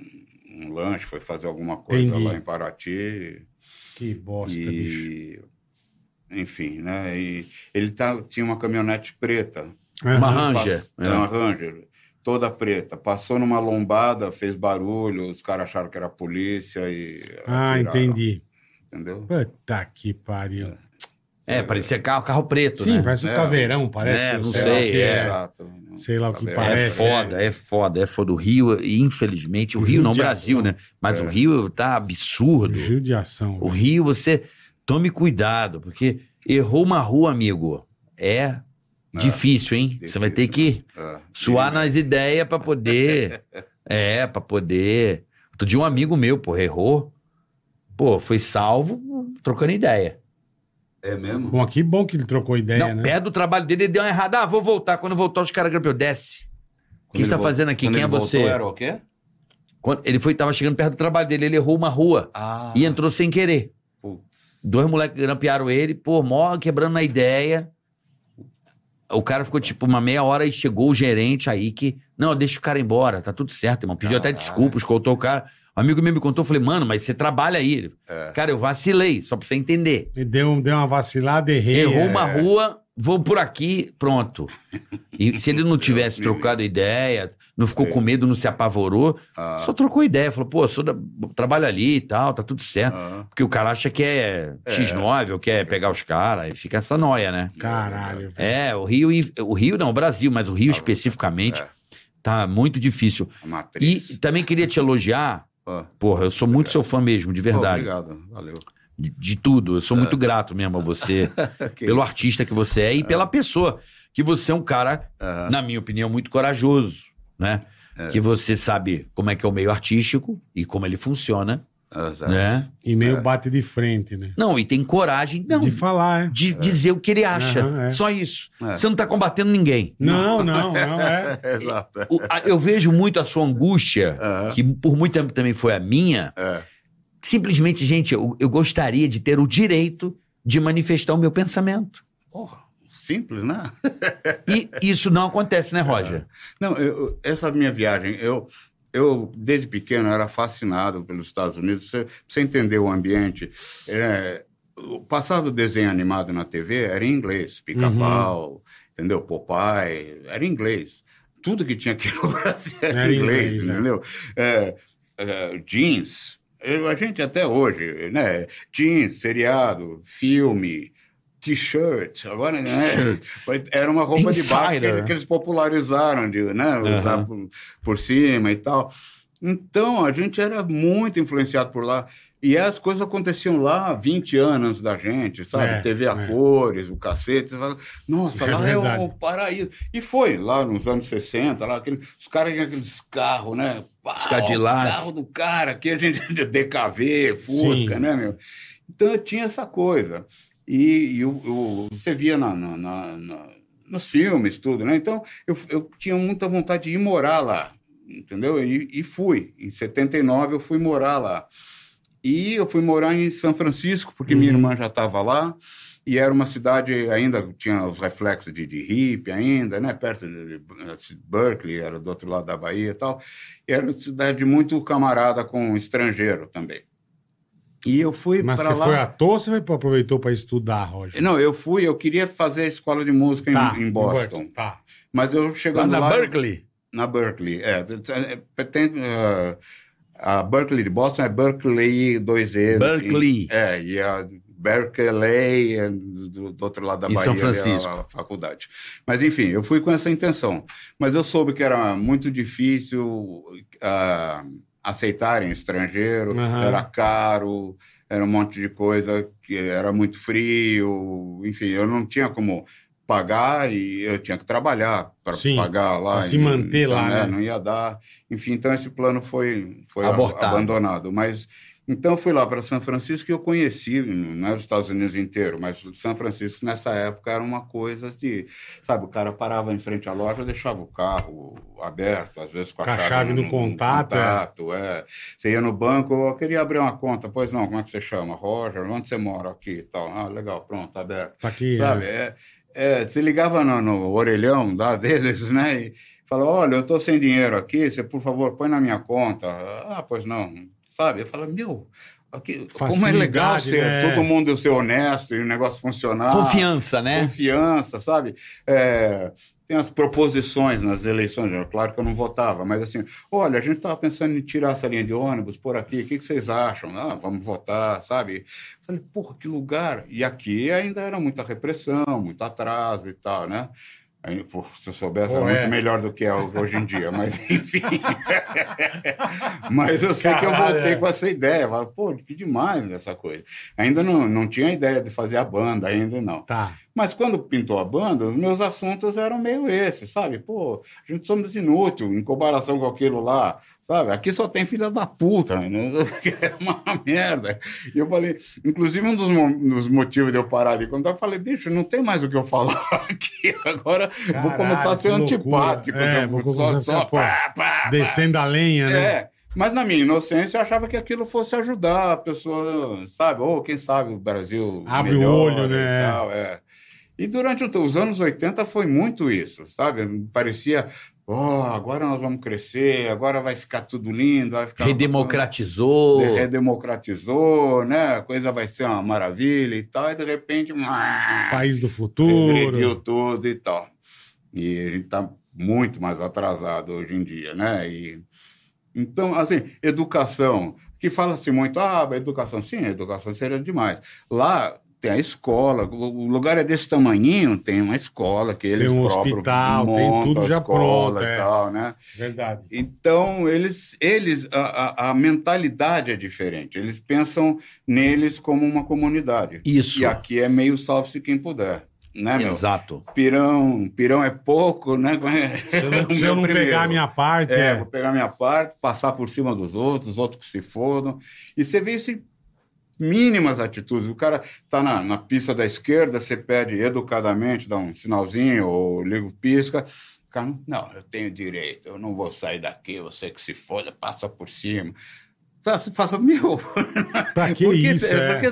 [SPEAKER 1] um lanche, foi fazer alguma coisa
[SPEAKER 3] Entendi.
[SPEAKER 1] lá em Paraty.
[SPEAKER 3] Que bosta, bicho.
[SPEAKER 1] e, enfim, né? E ele tá, tinha uma caminhonete preta,
[SPEAKER 4] Uma É.
[SPEAKER 3] Aham.
[SPEAKER 4] Ranger.
[SPEAKER 1] pass- era uma Ranger, toda preta. Passou numa lombada, fez barulho, os caras acharam que era a polícia e.
[SPEAKER 3] Ah,
[SPEAKER 1] atiraram,
[SPEAKER 3] entendi.
[SPEAKER 1] Entendeu?
[SPEAKER 3] Puta que pariu.
[SPEAKER 4] É, é, parecia carro, carro preto,
[SPEAKER 3] Sim,
[SPEAKER 4] né?
[SPEAKER 3] parece um
[SPEAKER 1] É.
[SPEAKER 3] caveirão, parece.
[SPEAKER 4] É, não
[SPEAKER 3] lá o
[SPEAKER 4] sei,
[SPEAKER 3] que
[SPEAKER 4] é.
[SPEAKER 1] Exato.
[SPEAKER 3] Sei lá o que
[SPEAKER 1] É
[SPEAKER 4] É
[SPEAKER 3] parece.
[SPEAKER 4] foda, é. foda, é foda. O Rio, e infelizmente, o Rio, não o Brasil, né? Mas
[SPEAKER 1] É.
[SPEAKER 4] o Rio tá absurdo.
[SPEAKER 3] Judiação.
[SPEAKER 4] O Rio, você tome cuidado, porque errou uma rua, amigo. É difícil, hein? Você vai ter que
[SPEAKER 1] É.
[SPEAKER 4] suar nas ideias pra poder. é, pra poder. Outro dia um amigo meu, pô, errou. Pô, foi salvo trocando ideia.
[SPEAKER 1] É mesmo?
[SPEAKER 3] Bom, que bom que ele trocou ideia,
[SPEAKER 4] não,
[SPEAKER 3] né?
[SPEAKER 4] perto do trabalho dele, ele deu uma errada. Ah, vou voltar. Quando voltar, os caras grampeou. Desce. O que
[SPEAKER 1] Quando
[SPEAKER 4] você tá
[SPEAKER 1] ele
[SPEAKER 4] fazendo aqui?
[SPEAKER 1] Quando
[SPEAKER 4] Quem é
[SPEAKER 1] ele
[SPEAKER 4] você?
[SPEAKER 1] Voltou, era o quê?
[SPEAKER 4] Quando ele foi, tava chegando perto do trabalho dele, ele errou uma rua
[SPEAKER 1] Ah,
[SPEAKER 4] e entrou sem querer.
[SPEAKER 1] putz.
[SPEAKER 4] Dois moleques grampearam ele, pô, mó quebrando a ideia. O cara ficou tipo uma meia hora e chegou o gerente aí que, não, deixa o cara embora, tá tudo certo, irmão. Pediu até
[SPEAKER 1] Caralho.
[SPEAKER 4] desculpa, escoltou o cara. Um amigo meu me contou, eu falei, mano, mas você trabalha aí. Ele,
[SPEAKER 1] É.
[SPEAKER 4] Cara, eu vacilei, só pra você entender.
[SPEAKER 3] Ele deu, deu uma vacilada, errei.
[SPEAKER 4] Errou
[SPEAKER 3] é.
[SPEAKER 4] uma rua, vou por aqui, pronto. E se ele não tivesse trocado ideia, não ficou com medo, não se apavorou,
[SPEAKER 1] É. Ah,
[SPEAKER 4] Só trocou ideia, falou, pô, sou da... trabalho ali e tal, tá tudo certo.
[SPEAKER 1] ah.
[SPEAKER 4] Porque o cara acha que é X9 ou quer pegar os caras, aí fica essa noia, né?
[SPEAKER 3] Caralho. velho.
[SPEAKER 4] É, o Rio, e- o Rio não, o Brasil, mas o Rio especificamente
[SPEAKER 1] é.
[SPEAKER 4] tá muito difícil.
[SPEAKER 1] A
[SPEAKER 4] E
[SPEAKER 1] matriz.
[SPEAKER 4] também queria te elogiar,
[SPEAKER 1] Ah.
[SPEAKER 4] porra, eu sou muito seu fã mesmo, de verdade,
[SPEAKER 1] Pô, obrigado, valeu.
[SPEAKER 4] de, de tudo. Eu sou muito grato mesmo a você,
[SPEAKER 1] Que É.
[SPEAKER 4] pelo artista que você é e pela pessoa. que você é um cara,
[SPEAKER 1] Aham. É.
[SPEAKER 4] na minha opinião, muito corajoso, né? Que você sabe como é que é o meio artístico e como ele funciona,
[SPEAKER 1] Exato.
[SPEAKER 4] né?
[SPEAKER 3] E meio bate de frente, né?
[SPEAKER 4] Não, e tem coragem não,
[SPEAKER 3] De
[SPEAKER 4] de,
[SPEAKER 3] falar, é.
[SPEAKER 4] dizer o que ele acha.
[SPEAKER 3] Aham, é.
[SPEAKER 4] Só isso.
[SPEAKER 1] É.
[SPEAKER 4] Você não tá combatendo ninguém.
[SPEAKER 3] Não, não, não, é.
[SPEAKER 1] Exato.
[SPEAKER 4] O- a- eu vejo muito a sua angústia,
[SPEAKER 1] Aham.
[SPEAKER 4] que por muito tempo também foi a minha.
[SPEAKER 1] É.
[SPEAKER 4] Simplesmente, gente, eu, eu gostaria de ter o direito de manifestar o meu pensamento.
[SPEAKER 1] Porra, simples, né?
[SPEAKER 4] E isso não acontece, né, Roger?
[SPEAKER 1] Não, eu- essa minha viagem, eu, eu desde pequeno era fascinado pelos Estados Unidos. Você, pra você entender o ambiente, é, o passado desenho animado na TV era em inglês, Pica-Pau, entendeu? Popeye, era em inglês. Tudo que tinha aqui no Brasil era,
[SPEAKER 3] Era em
[SPEAKER 1] em inglês,
[SPEAKER 3] inglês, né?
[SPEAKER 1] entendeu? É, é, jeans, eu- a gente até hoje, né? Jeans, seriado, filme. T-shirt, agora né? Mas era uma roupa de baixo que
[SPEAKER 4] Insider.
[SPEAKER 1] eles- É que eles popularizaram, de, né? Usar
[SPEAKER 4] Aham.
[SPEAKER 1] por, por cima e tal. Então, a gente era muito influenciado por lá. E as coisas aconteciam lá 20 anos antes da gente, sabe?
[SPEAKER 3] É,
[SPEAKER 1] TV a
[SPEAKER 3] é.
[SPEAKER 1] cores, o cacete. Você fala, Nossa,
[SPEAKER 3] É
[SPEAKER 1] lá é
[SPEAKER 3] verdade.
[SPEAKER 1] o paraíso. E foi, lá nos anos 60, lá, aquele, os caras tinham aqueles carros, né? Pau,
[SPEAKER 4] Cadillac.
[SPEAKER 1] carro do cara, que a gente DKV, Fusca,
[SPEAKER 3] Sim.
[SPEAKER 1] né, meu? Então, tinha essa coisa. E, e o, o- você via na- na- na- na, nos filmes, tudo, né? Então, eu, eu tinha muita vontade de ir morar lá, entendeu? E, e fui. Em 79 eu fui morar lá. E eu fui morar em São Francisco, porque minha irmã já estava lá, e era uma cidade ainda, tinha os reflexos de, de hippie ainda, né? Perto de de Berkeley, era do outro lado da Bahia e tal. E era uma cidade muito camarada com estrangeiro também. E eu fui
[SPEAKER 3] Mas
[SPEAKER 1] para
[SPEAKER 3] você
[SPEAKER 1] lá...
[SPEAKER 3] foi à toa ou você foi- aproveitou pra estudar, Roger?
[SPEAKER 1] Não, eu fui, eu queria fazer a escola de música em- Tá, em, Boston.
[SPEAKER 3] Tá.
[SPEAKER 1] Mas eu
[SPEAKER 4] Lá
[SPEAKER 1] chegando
[SPEAKER 4] na
[SPEAKER 1] lá...
[SPEAKER 4] Berkeley.
[SPEAKER 1] Na Berkeley, é. Tem, eh, a Berkeley de Boston é Berkeley 2E.
[SPEAKER 4] Berkeley.
[SPEAKER 1] enfim. É, e a Berkeley eh, do, do outro lado da
[SPEAKER 4] Em
[SPEAKER 1] Bahia,
[SPEAKER 4] São
[SPEAKER 1] ali, a-
[SPEAKER 4] Francisco.
[SPEAKER 1] A, faculdade. Mas, enfim, eu fui com essa intenção. Mas eu soube que era muito difícil ah, aceitarem estrangeiro,
[SPEAKER 3] Aham.
[SPEAKER 1] era caro, era um monte de coisa, que era muito frio, enfim, eu não tinha como pagar e eu tinha que trabalhar para
[SPEAKER 3] Sim.
[SPEAKER 1] pagar lá
[SPEAKER 3] Pra se
[SPEAKER 1] e-
[SPEAKER 3] manter
[SPEAKER 1] então,
[SPEAKER 3] lá, né?
[SPEAKER 1] Não ia dar. Enfim, então esse plano foi, foi
[SPEAKER 4] Abortado.
[SPEAKER 1] ab- abandonado. Mas então eu fui lá para São Francisco e eu conheci, não era os Estados Unidos inteiro, mas São Francisco nessa época era uma coisa de. Sabe, o cara parava em frente à loja, deixava o carro aberto, às vezes com a,
[SPEAKER 3] Com a chave no contato, é.
[SPEAKER 1] contato, é. Você ia no banco, eu queria abrir uma conta, pois não, como é que você chama? Roger, onde você mora aqui e tal? Ah, legal, pronto, tá aberto
[SPEAKER 3] Tá aqui.
[SPEAKER 1] sabe?
[SPEAKER 3] né?
[SPEAKER 1] É, é, se ligava no, no orelhão da deles, né? E falava, olha, eu tô sem dinheiro aqui, você, por favor, põe na minha conta. Ah, pois não, sabe? Eu falava, meu, aqui, como é
[SPEAKER 3] Facilidade,
[SPEAKER 1] legal ser,
[SPEAKER 3] né?
[SPEAKER 1] todo mundo ser honesto e o negócio funcionar.
[SPEAKER 4] Confiança, né?
[SPEAKER 1] Confiança, sabe? É, tem as proposições nas eleições, né? claro que eu não votava, mas assim, olha, a gente estava pensando em tirar essa linha de ônibus por aqui, o que, que vocês acham? Ah, vamos votar, sabe? Falei, porra, que lugar! E aqui ainda era muita repressão, muito atraso e tal, né? Aí, pô, se eu soubesse, era
[SPEAKER 3] Pô, é.
[SPEAKER 1] muito melhor do que é hoje em dia, mas enfim. mas eu sei que eu
[SPEAKER 3] Caralho,
[SPEAKER 1] voltei
[SPEAKER 3] é.
[SPEAKER 1] com essa ideia. Falei, pô, que demais essa coisa. Ainda não, não tinha ideia de fazer a banda, ainda não.
[SPEAKER 3] Tá.
[SPEAKER 1] Mas quando pintou a banda, os meus assuntos eram meio esses, sabe? Pô, a gente somos inútil em comparação com aquilo lá, sabe? Aqui só tem filha da puta, né? é uma merda. E eu falei, inclusive um dos, mo- dos motivos de eu parar de contar, eu falei, bicho, não tem mais o que eu falar aqui, agora vou
[SPEAKER 3] Caralho,
[SPEAKER 1] começar a ser
[SPEAKER 3] que loucura.
[SPEAKER 1] antipático,
[SPEAKER 3] É,
[SPEAKER 1] eu
[SPEAKER 3] vou começar
[SPEAKER 1] só,
[SPEAKER 3] a ser,
[SPEAKER 1] só
[SPEAKER 3] pô,
[SPEAKER 1] pá, pá, pá.
[SPEAKER 3] Descendo a lenha, né?
[SPEAKER 1] É, mas na minha inocência eu achava que aquilo fosse ajudar a pessoa, sabe? Ou quem sabe o Brasil
[SPEAKER 3] Abre o
[SPEAKER 1] melhora
[SPEAKER 3] olho,
[SPEAKER 1] e
[SPEAKER 3] né?
[SPEAKER 1] tal, é. E durante o- os anos 80 foi muito isso, sabe? Parecia, ó, agora nós vamos crescer, agora vai ficar tudo lindo, vai ficar
[SPEAKER 4] Redemocratizou.
[SPEAKER 1] redemocratizou, né? A coisa vai ser uma maravilha e tal, e de repente,
[SPEAKER 3] País do
[SPEAKER 1] regrediu
[SPEAKER 3] futuro.
[SPEAKER 1] tudo e tal. E a gente está muito mais atrasado hoje em dia, né? E, então, assim, educação, que fala-se muito, ah, a educação, sim, a educação seria demais. Lá tem a escola, o o lugar é desse tamanhinho, tem uma escola que eles
[SPEAKER 3] um
[SPEAKER 1] próprios
[SPEAKER 3] hospital, tem
[SPEAKER 1] montam
[SPEAKER 3] tudo
[SPEAKER 1] a
[SPEAKER 3] já
[SPEAKER 1] escola
[SPEAKER 3] pronto,
[SPEAKER 1] e
[SPEAKER 3] é.
[SPEAKER 1] tal, né?
[SPEAKER 3] Verdade.
[SPEAKER 1] Então, eles, eles a, a- a mentalidade é diferente, eles pensam neles como uma comunidade.
[SPEAKER 4] Isso.
[SPEAKER 1] E aqui é meio salve-se quem puder. né, meu?
[SPEAKER 4] Exato.
[SPEAKER 1] Pirão, pirão é pouco, né?
[SPEAKER 3] Se eu não,
[SPEAKER 1] O
[SPEAKER 3] se
[SPEAKER 1] meu
[SPEAKER 3] eu não
[SPEAKER 1] primeiro.
[SPEAKER 3] pegar a minha parte,
[SPEAKER 1] É,
[SPEAKER 3] é.
[SPEAKER 1] vou pegar minha parte, passar por cima dos outros, os outros que se fodam. E você vê isso em mínimas atitudes. O cara tá na, na pista da esquerda, você pede educadamente, dá um sinalzinho ou liga o pisca. O cara, não, eu tenho direito, eu não vou sair daqui, você que se foda, passa por cima. Sabe, Você fala, meu,
[SPEAKER 3] Pra que
[SPEAKER 1] por, que
[SPEAKER 3] isso?
[SPEAKER 1] você,
[SPEAKER 3] é?
[SPEAKER 1] por que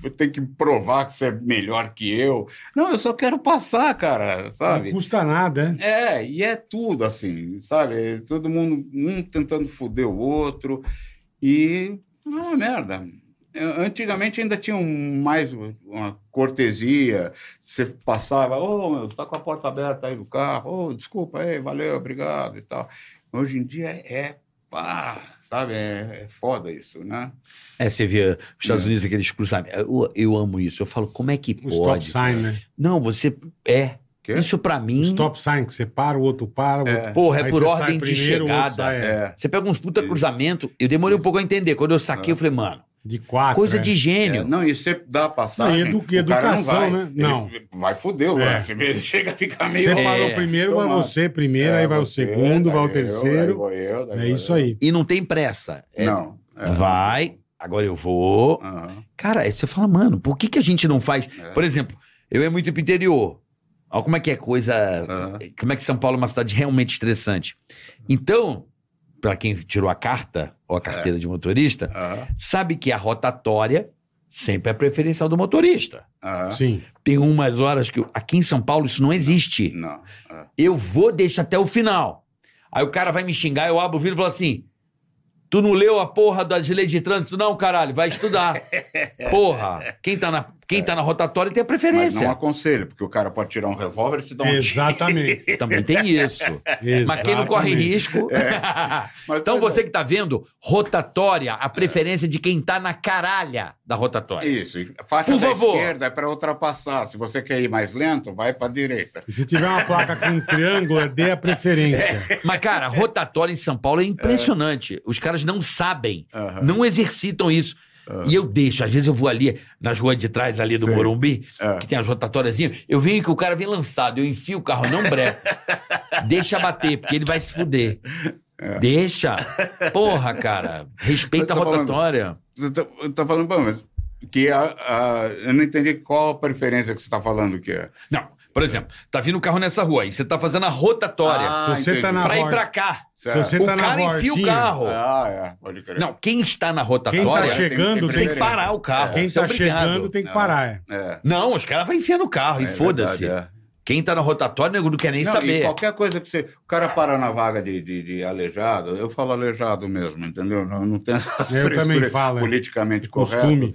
[SPEAKER 1] você tem que provar que você é melhor que eu? Não, eu só quero passar, cara, sabe?
[SPEAKER 3] Não custa nada, né?
[SPEAKER 1] É, e é tudo assim, sabe? Todo mundo, um tentando foder o outro. E é uma merda. É, Antigamente ainda tinha um- mais uma cortesia. Você passava, ô, meu, você tá com a porta aberta aí do carro. Ô, desculpa aí, valeu, obrigado e tal. Hoje em dia é pá, sabe? É, é foda isso, né?
[SPEAKER 4] É, você vê os Estados
[SPEAKER 1] É.
[SPEAKER 4] Unidos, aqueles cruzamentos. Eu, eu amo isso. Eu falo, como é que
[SPEAKER 3] O stop
[SPEAKER 4] pode?
[SPEAKER 3] sign, né?
[SPEAKER 4] Não, você. É.
[SPEAKER 1] Quê?
[SPEAKER 4] Isso pra
[SPEAKER 3] O
[SPEAKER 1] Hum.
[SPEAKER 4] mim.
[SPEAKER 3] stop sign que você para, o outro para, o outro...
[SPEAKER 4] Porra, é
[SPEAKER 3] Aí
[SPEAKER 4] por
[SPEAKER 3] você sai
[SPEAKER 4] ordem de
[SPEAKER 3] primeiro, o outro
[SPEAKER 4] chegada.
[SPEAKER 3] sai, é,
[SPEAKER 1] É,
[SPEAKER 4] Você pega uns puta
[SPEAKER 1] Isso.
[SPEAKER 4] cruzamento. Eu demorei um pouco a entender. Quando eu saquei, eu falei, mano,
[SPEAKER 3] De quatro,
[SPEAKER 4] coisa
[SPEAKER 3] Ah. é.
[SPEAKER 4] de
[SPEAKER 1] é,
[SPEAKER 4] gênio.
[SPEAKER 1] não, e você dá a passagem.
[SPEAKER 3] Não, e edu-
[SPEAKER 1] o cara não
[SPEAKER 3] educação,
[SPEAKER 1] vai.
[SPEAKER 3] né?
[SPEAKER 1] Ele
[SPEAKER 3] Não.
[SPEAKER 1] vai foder o
[SPEAKER 3] É.
[SPEAKER 1] lance. Ele chega a ficar meio. assim,
[SPEAKER 3] Você
[SPEAKER 4] É,
[SPEAKER 3] parou primeiro, vai
[SPEAKER 1] tomar.
[SPEAKER 3] você primeiro, É, aí vai
[SPEAKER 1] É, você,
[SPEAKER 3] o segundo,
[SPEAKER 1] daí
[SPEAKER 3] vai o
[SPEAKER 1] eu, daí
[SPEAKER 3] terceiro.
[SPEAKER 1] vou eu, daí
[SPEAKER 3] é
[SPEAKER 1] vou
[SPEAKER 3] isso
[SPEAKER 1] eu.
[SPEAKER 3] aí.
[SPEAKER 4] E não tem pressa. É,
[SPEAKER 1] Não. é. Ah,
[SPEAKER 4] Vai, agora eu vou.
[SPEAKER 1] Aham.
[SPEAKER 4] Cara, aí você fala, mano, por que, que a gente não faz?
[SPEAKER 1] É.
[SPEAKER 4] Por exemplo, eu ia muito pro interior. Olha como é que é coisa.
[SPEAKER 1] Aham.
[SPEAKER 4] Como é que São Paulo é uma cidade realmente estressante. Então, pra quem tirou a carta ou
[SPEAKER 3] É.
[SPEAKER 4] a carteira de motorista,
[SPEAKER 1] Aham.
[SPEAKER 4] sabe que a rotatória sempre é preferencial do motorista.
[SPEAKER 1] Aham.
[SPEAKER 3] Sim.
[SPEAKER 4] Tem umas horas que. eu- Aqui em São Paulo isso não existe.
[SPEAKER 1] Não. Ah,
[SPEAKER 4] Eu vou deixar até o final. Aí o cara vai me xingar, eu abro o vidro e falo assim: Tu não leu a porra das leis de trânsito, não, caralho, vai estudar. Porra, quem tá na, quem tá na rotatória tem a
[SPEAKER 1] É. Mas não
[SPEAKER 4] preferência.
[SPEAKER 1] aconselho, porque o cara pode tirar um revólver e te dar um tiro.
[SPEAKER 3] Exatamente.
[SPEAKER 4] Também tem isso. Mas quem não corre
[SPEAKER 3] exatamente.
[SPEAKER 4] risco.
[SPEAKER 1] É. Mas,
[SPEAKER 4] Então
[SPEAKER 1] pois é.
[SPEAKER 4] você que tá vendo, rotatória, a preferência de quem tá na caralha da
[SPEAKER 1] é.
[SPEAKER 4] rotatória.
[SPEAKER 1] Isso. e Faixa
[SPEAKER 4] Por
[SPEAKER 1] da
[SPEAKER 4] favor.
[SPEAKER 1] esquerda é para ultrapassar. Se você quer ir mais lento, vai para direita.
[SPEAKER 3] E se tiver uma placa com um triângulo, é dê a
[SPEAKER 1] É.
[SPEAKER 3] preferência.
[SPEAKER 4] Mas, cara, rotatória em São Paulo é impressionante. Os caras não sabem,
[SPEAKER 1] Aham.
[SPEAKER 4] não exercitam isso. E eu deixo, às vezes eu vou ali nas ruas de trás ali do
[SPEAKER 1] Sim.
[SPEAKER 4] Morumbi,
[SPEAKER 1] É.
[SPEAKER 4] que tem as rotatóriazinhas, eu venho que o cara vem lançado, eu enfio o carro, não breco. Deixa bater, porque ele vai se fuder. Deixa. Porra, cara. Respeita a
[SPEAKER 1] É. Mas tá falando-
[SPEAKER 4] rotatória.
[SPEAKER 1] Você está tá falando, bom, mas que a, a- eu não entendi qual a preferência que você está falando que é.
[SPEAKER 4] Não, por exemplo, tá vindo um carro nessa rua e você tá fazendo a rotatória
[SPEAKER 1] Ah,
[SPEAKER 3] se você
[SPEAKER 1] entendi.
[SPEAKER 3] tá na
[SPEAKER 4] pra ir
[SPEAKER 3] horta-
[SPEAKER 4] pra cá.
[SPEAKER 3] Se
[SPEAKER 1] Certo.
[SPEAKER 3] você
[SPEAKER 4] o
[SPEAKER 3] tá na
[SPEAKER 4] cara enfia o
[SPEAKER 3] hortinha,
[SPEAKER 4] carro.
[SPEAKER 1] Ah, é. Pode crer.
[SPEAKER 4] Não, quem está na
[SPEAKER 3] Quem tá
[SPEAKER 4] rotatória
[SPEAKER 1] né? tem- tem
[SPEAKER 3] chegando, tem,
[SPEAKER 4] tem que
[SPEAKER 1] preferência.
[SPEAKER 4] parar o carro.
[SPEAKER 3] quem
[SPEAKER 4] Você é
[SPEAKER 3] tá
[SPEAKER 4] obrigado.
[SPEAKER 3] chegando tem que parar. é.
[SPEAKER 1] É.
[SPEAKER 4] Não, os caras vão enfiar no carro e
[SPEAKER 1] É
[SPEAKER 4] foda-se.
[SPEAKER 1] verdade, é.
[SPEAKER 4] Quem tá na rotatória, nego não quer nem
[SPEAKER 1] Não,
[SPEAKER 4] saber.
[SPEAKER 1] E qualquer coisa que você. O cara para na vaga de, de, de aleijado, eu falo aleijado mesmo, entendeu? Não, não tem essa
[SPEAKER 3] Eu
[SPEAKER 1] frescura
[SPEAKER 3] também falo, é.
[SPEAKER 1] politicamente correta.
[SPEAKER 3] Costume.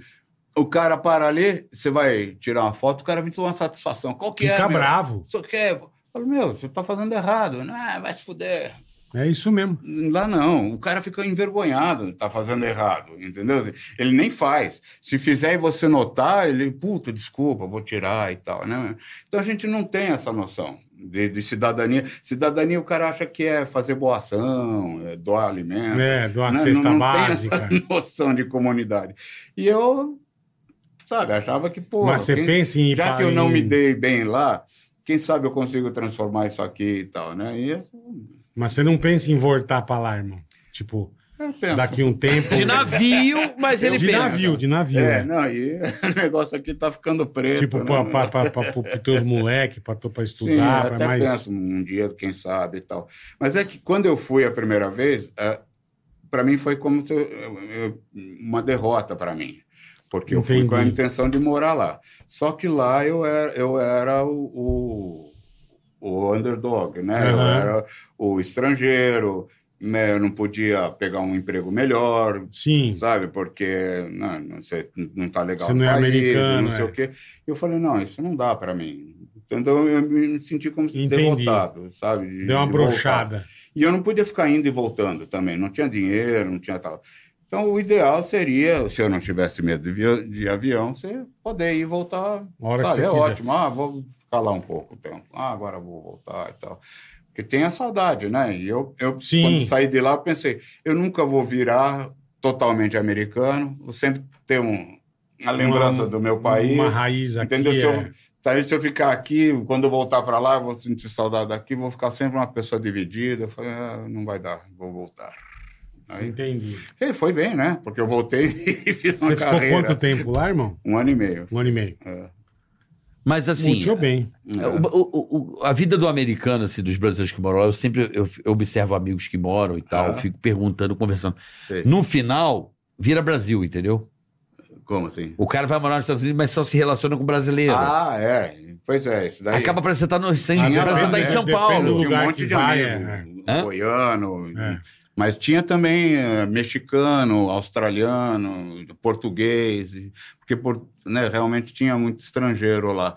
[SPEAKER 1] O cara para ali, você vai tirar uma foto, o cara vem te dar uma satisfação. Qual que é?
[SPEAKER 3] Fica
[SPEAKER 1] meu?
[SPEAKER 3] bravo.
[SPEAKER 1] Isso aqui é. Eu Falo, meu, você tá fazendo errado. Não, vai se fuder.
[SPEAKER 3] É isso mesmo.
[SPEAKER 1] Lá não, o cara fica envergonhado, tá fazendo errado, entendeu? Ele nem faz. Se fizer e você notar, ele, puta, desculpa, vou tirar e tal, né? Então a gente não tem essa noção de, de cidadania. Cidadania o cara acha que é fazer boa ação, é doar alimento.
[SPEAKER 3] É, de uma
[SPEAKER 1] Não-
[SPEAKER 3] cesta
[SPEAKER 1] não- não tem
[SPEAKER 3] básica.
[SPEAKER 1] essa noção de comunidade. E eu, sabe, achava que, pô,
[SPEAKER 3] Mas você
[SPEAKER 1] quem-
[SPEAKER 3] pensa em ir
[SPEAKER 1] já
[SPEAKER 3] pra-
[SPEAKER 1] que eu não
[SPEAKER 3] em-
[SPEAKER 1] me dei bem lá, quem sabe eu consigo transformar isso aqui e tal, né? E eu,
[SPEAKER 3] Mas você não pensa em voltar pra lá, irmão. Tipo,
[SPEAKER 1] eu penso.
[SPEAKER 3] daqui um tempo. É,
[SPEAKER 4] De navio, mas ele
[SPEAKER 3] de
[SPEAKER 4] pensa.
[SPEAKER 3] navio, de navio. né?
[SPEAKER 1] É, não, e o negócio aqui tá ficando preto.
[SPEAKER 3] Tipo,
[SPEAKER 1] né?
[SPEAKER 3] pra, pra, pra, pra, pros teus moleques, pra, tu- pra
[SPEAKER 1] Sim, eu
[SPEAKER 3] estudar,
[SPEAKER 1] até
[SPEAKER 3] pra mais.
[SPEAKER 1] penso um dia, quem sabe e tal. Mas é que quando eu fui a primeira vez, para mim foi como se eu- eu- eu- uma derrota para mim. Porque eu fui com a
[SPEAKER 3] Entendi.
[SPEAKER 1] intenção de morar lá. Só que lá eu era, eu era o, o, o underdog, né? Eu
[SPEAKER 3] Aham.
[SPEAKER 1] era o estrangeiro, né? eu não podia pegar um emprego melhor,
[SPEAKER 3] Sim.
[SPEAKER 1] sabe? Porque não, não, sei, não tá legal
[SPEAKER 3] Você
[SPEAKER 1] no
[SPEAKER 3] não é
[SPEAKER 1] país,
[SPEAKER 3] americano,
[SPEAKER 1] não sei
[SPEAKER 3] é.
[SPEAKER 1] o quê. Eu falei, não, isso não dá para mim. Então eu me senti como se
[SPEAKER 3] Entendi.
[SPEAKER 1] derrotado, sabe? De-
[SPEAKER 3] Deu uma
[SPEAKER 1] de voltar.
[SPEAKER 3] brochada.
[SPEAKER 1] E eu não podia ficar indo e voltando também, não tinha dinheiro, não tinha tal. Então o ideal seria, se eu não tivesse medo de, vi- de avião, você poder ir e voltar.
[SPEAKER 3] A hora que
[SPEAKER 1] sabe?
[SPEAKER 3] você
[SPEAKER 1] é
[SPEAKER 3] quiser.
[SPEAKER 1] ótimo, ah, vou ficar lá um pouco tempo. Ah, agora vou voltar e tal. Porque tem a saudade, né? E eu, eu
[SPEAKER 3] Sim.
[SPEAKER 1] quando saí de lá, eu pensei, eu nunca vou virar totalmente americano, vou sempre ter um, a lembrança
[SPEAKER 3] Uma-
[SPEAKER 1] do meu país.
[SPEAKER 3] Uma raiz aqui.
[SPEAKER 1] Entendeu? Se
[SPEAKER 3] é.
[SPEAKER 1] eu Talvez se eu ficar aqui, quando eu voltar para lá, eu vou sentir saudade daqui, vou ficar sempre uma pessoa dividida. Eu falei, ah, não vai dar, vou voltar. Aí,
[SPEAKER 3] Entendi.
[SPEAKER 1] e foi bem, né? Porque eu voltei e fiz uma
[SPEAKER 3] Você ficou
[SPEAKER 1] carreira.
[SPEAKER 3] quanto tempo lá, irmão?
[SPEAKER 1] Um ano e meio.
[SPEAKER 3] Um ano e meio.
[SPEAKER 4] Mas assim.
[SPEAKER 3] Muito bem.
[SPEAKER 4] É, o- o- o- a vida do americano, assim, dos brasileiros que moram lá, eu sempre eu, eu observo amigos que moram e tal,
[SPEAKER 1] Ah.
[SPEAKER 4] fico perguntando, conversando.
[SPEAKER 1] Sei.
[SPEAKER 4] No final, vira Brasil, entendeu?
[SPEAKER 1] Como assim?
[SPEAKER 4] O cara vai morar nos Estados Unidos, mas só se relaciona com brasileiro.
[SPEAKER 1] Ah, é. Pois é, isso daí.
[SPEAKER 4] Acaba parecendo que tá no, sem,
[SPEAKER 1] Ah,
[SPEAKER 4] parece
[SPEAKER 1] não,
[SPEAKER 4] que você tá em
[SPEAKER 1] depende-
[SPEAKER 4] São
[SPEAKER 3] depende do
[SPEAKER 4] Paulo.
[SPEAKER 1] Tinha
[SPEAKER 3] lugar
[SPEAKER 1] um monte
[SPEAKER 3] que
[SPEAKER 1] de
[SPEAKER 3] vai,
[SPEAKER 1] amigo.
[SPEAKER 4] é. Hã?
[SPEAKER 1] Goiano.
[SPEAKER 3] É.
[SPEAKER 1] Mas tinha também eh, mexicano, australiano, português, e- porque por- né, realmente tinha muito estrangeiro lá.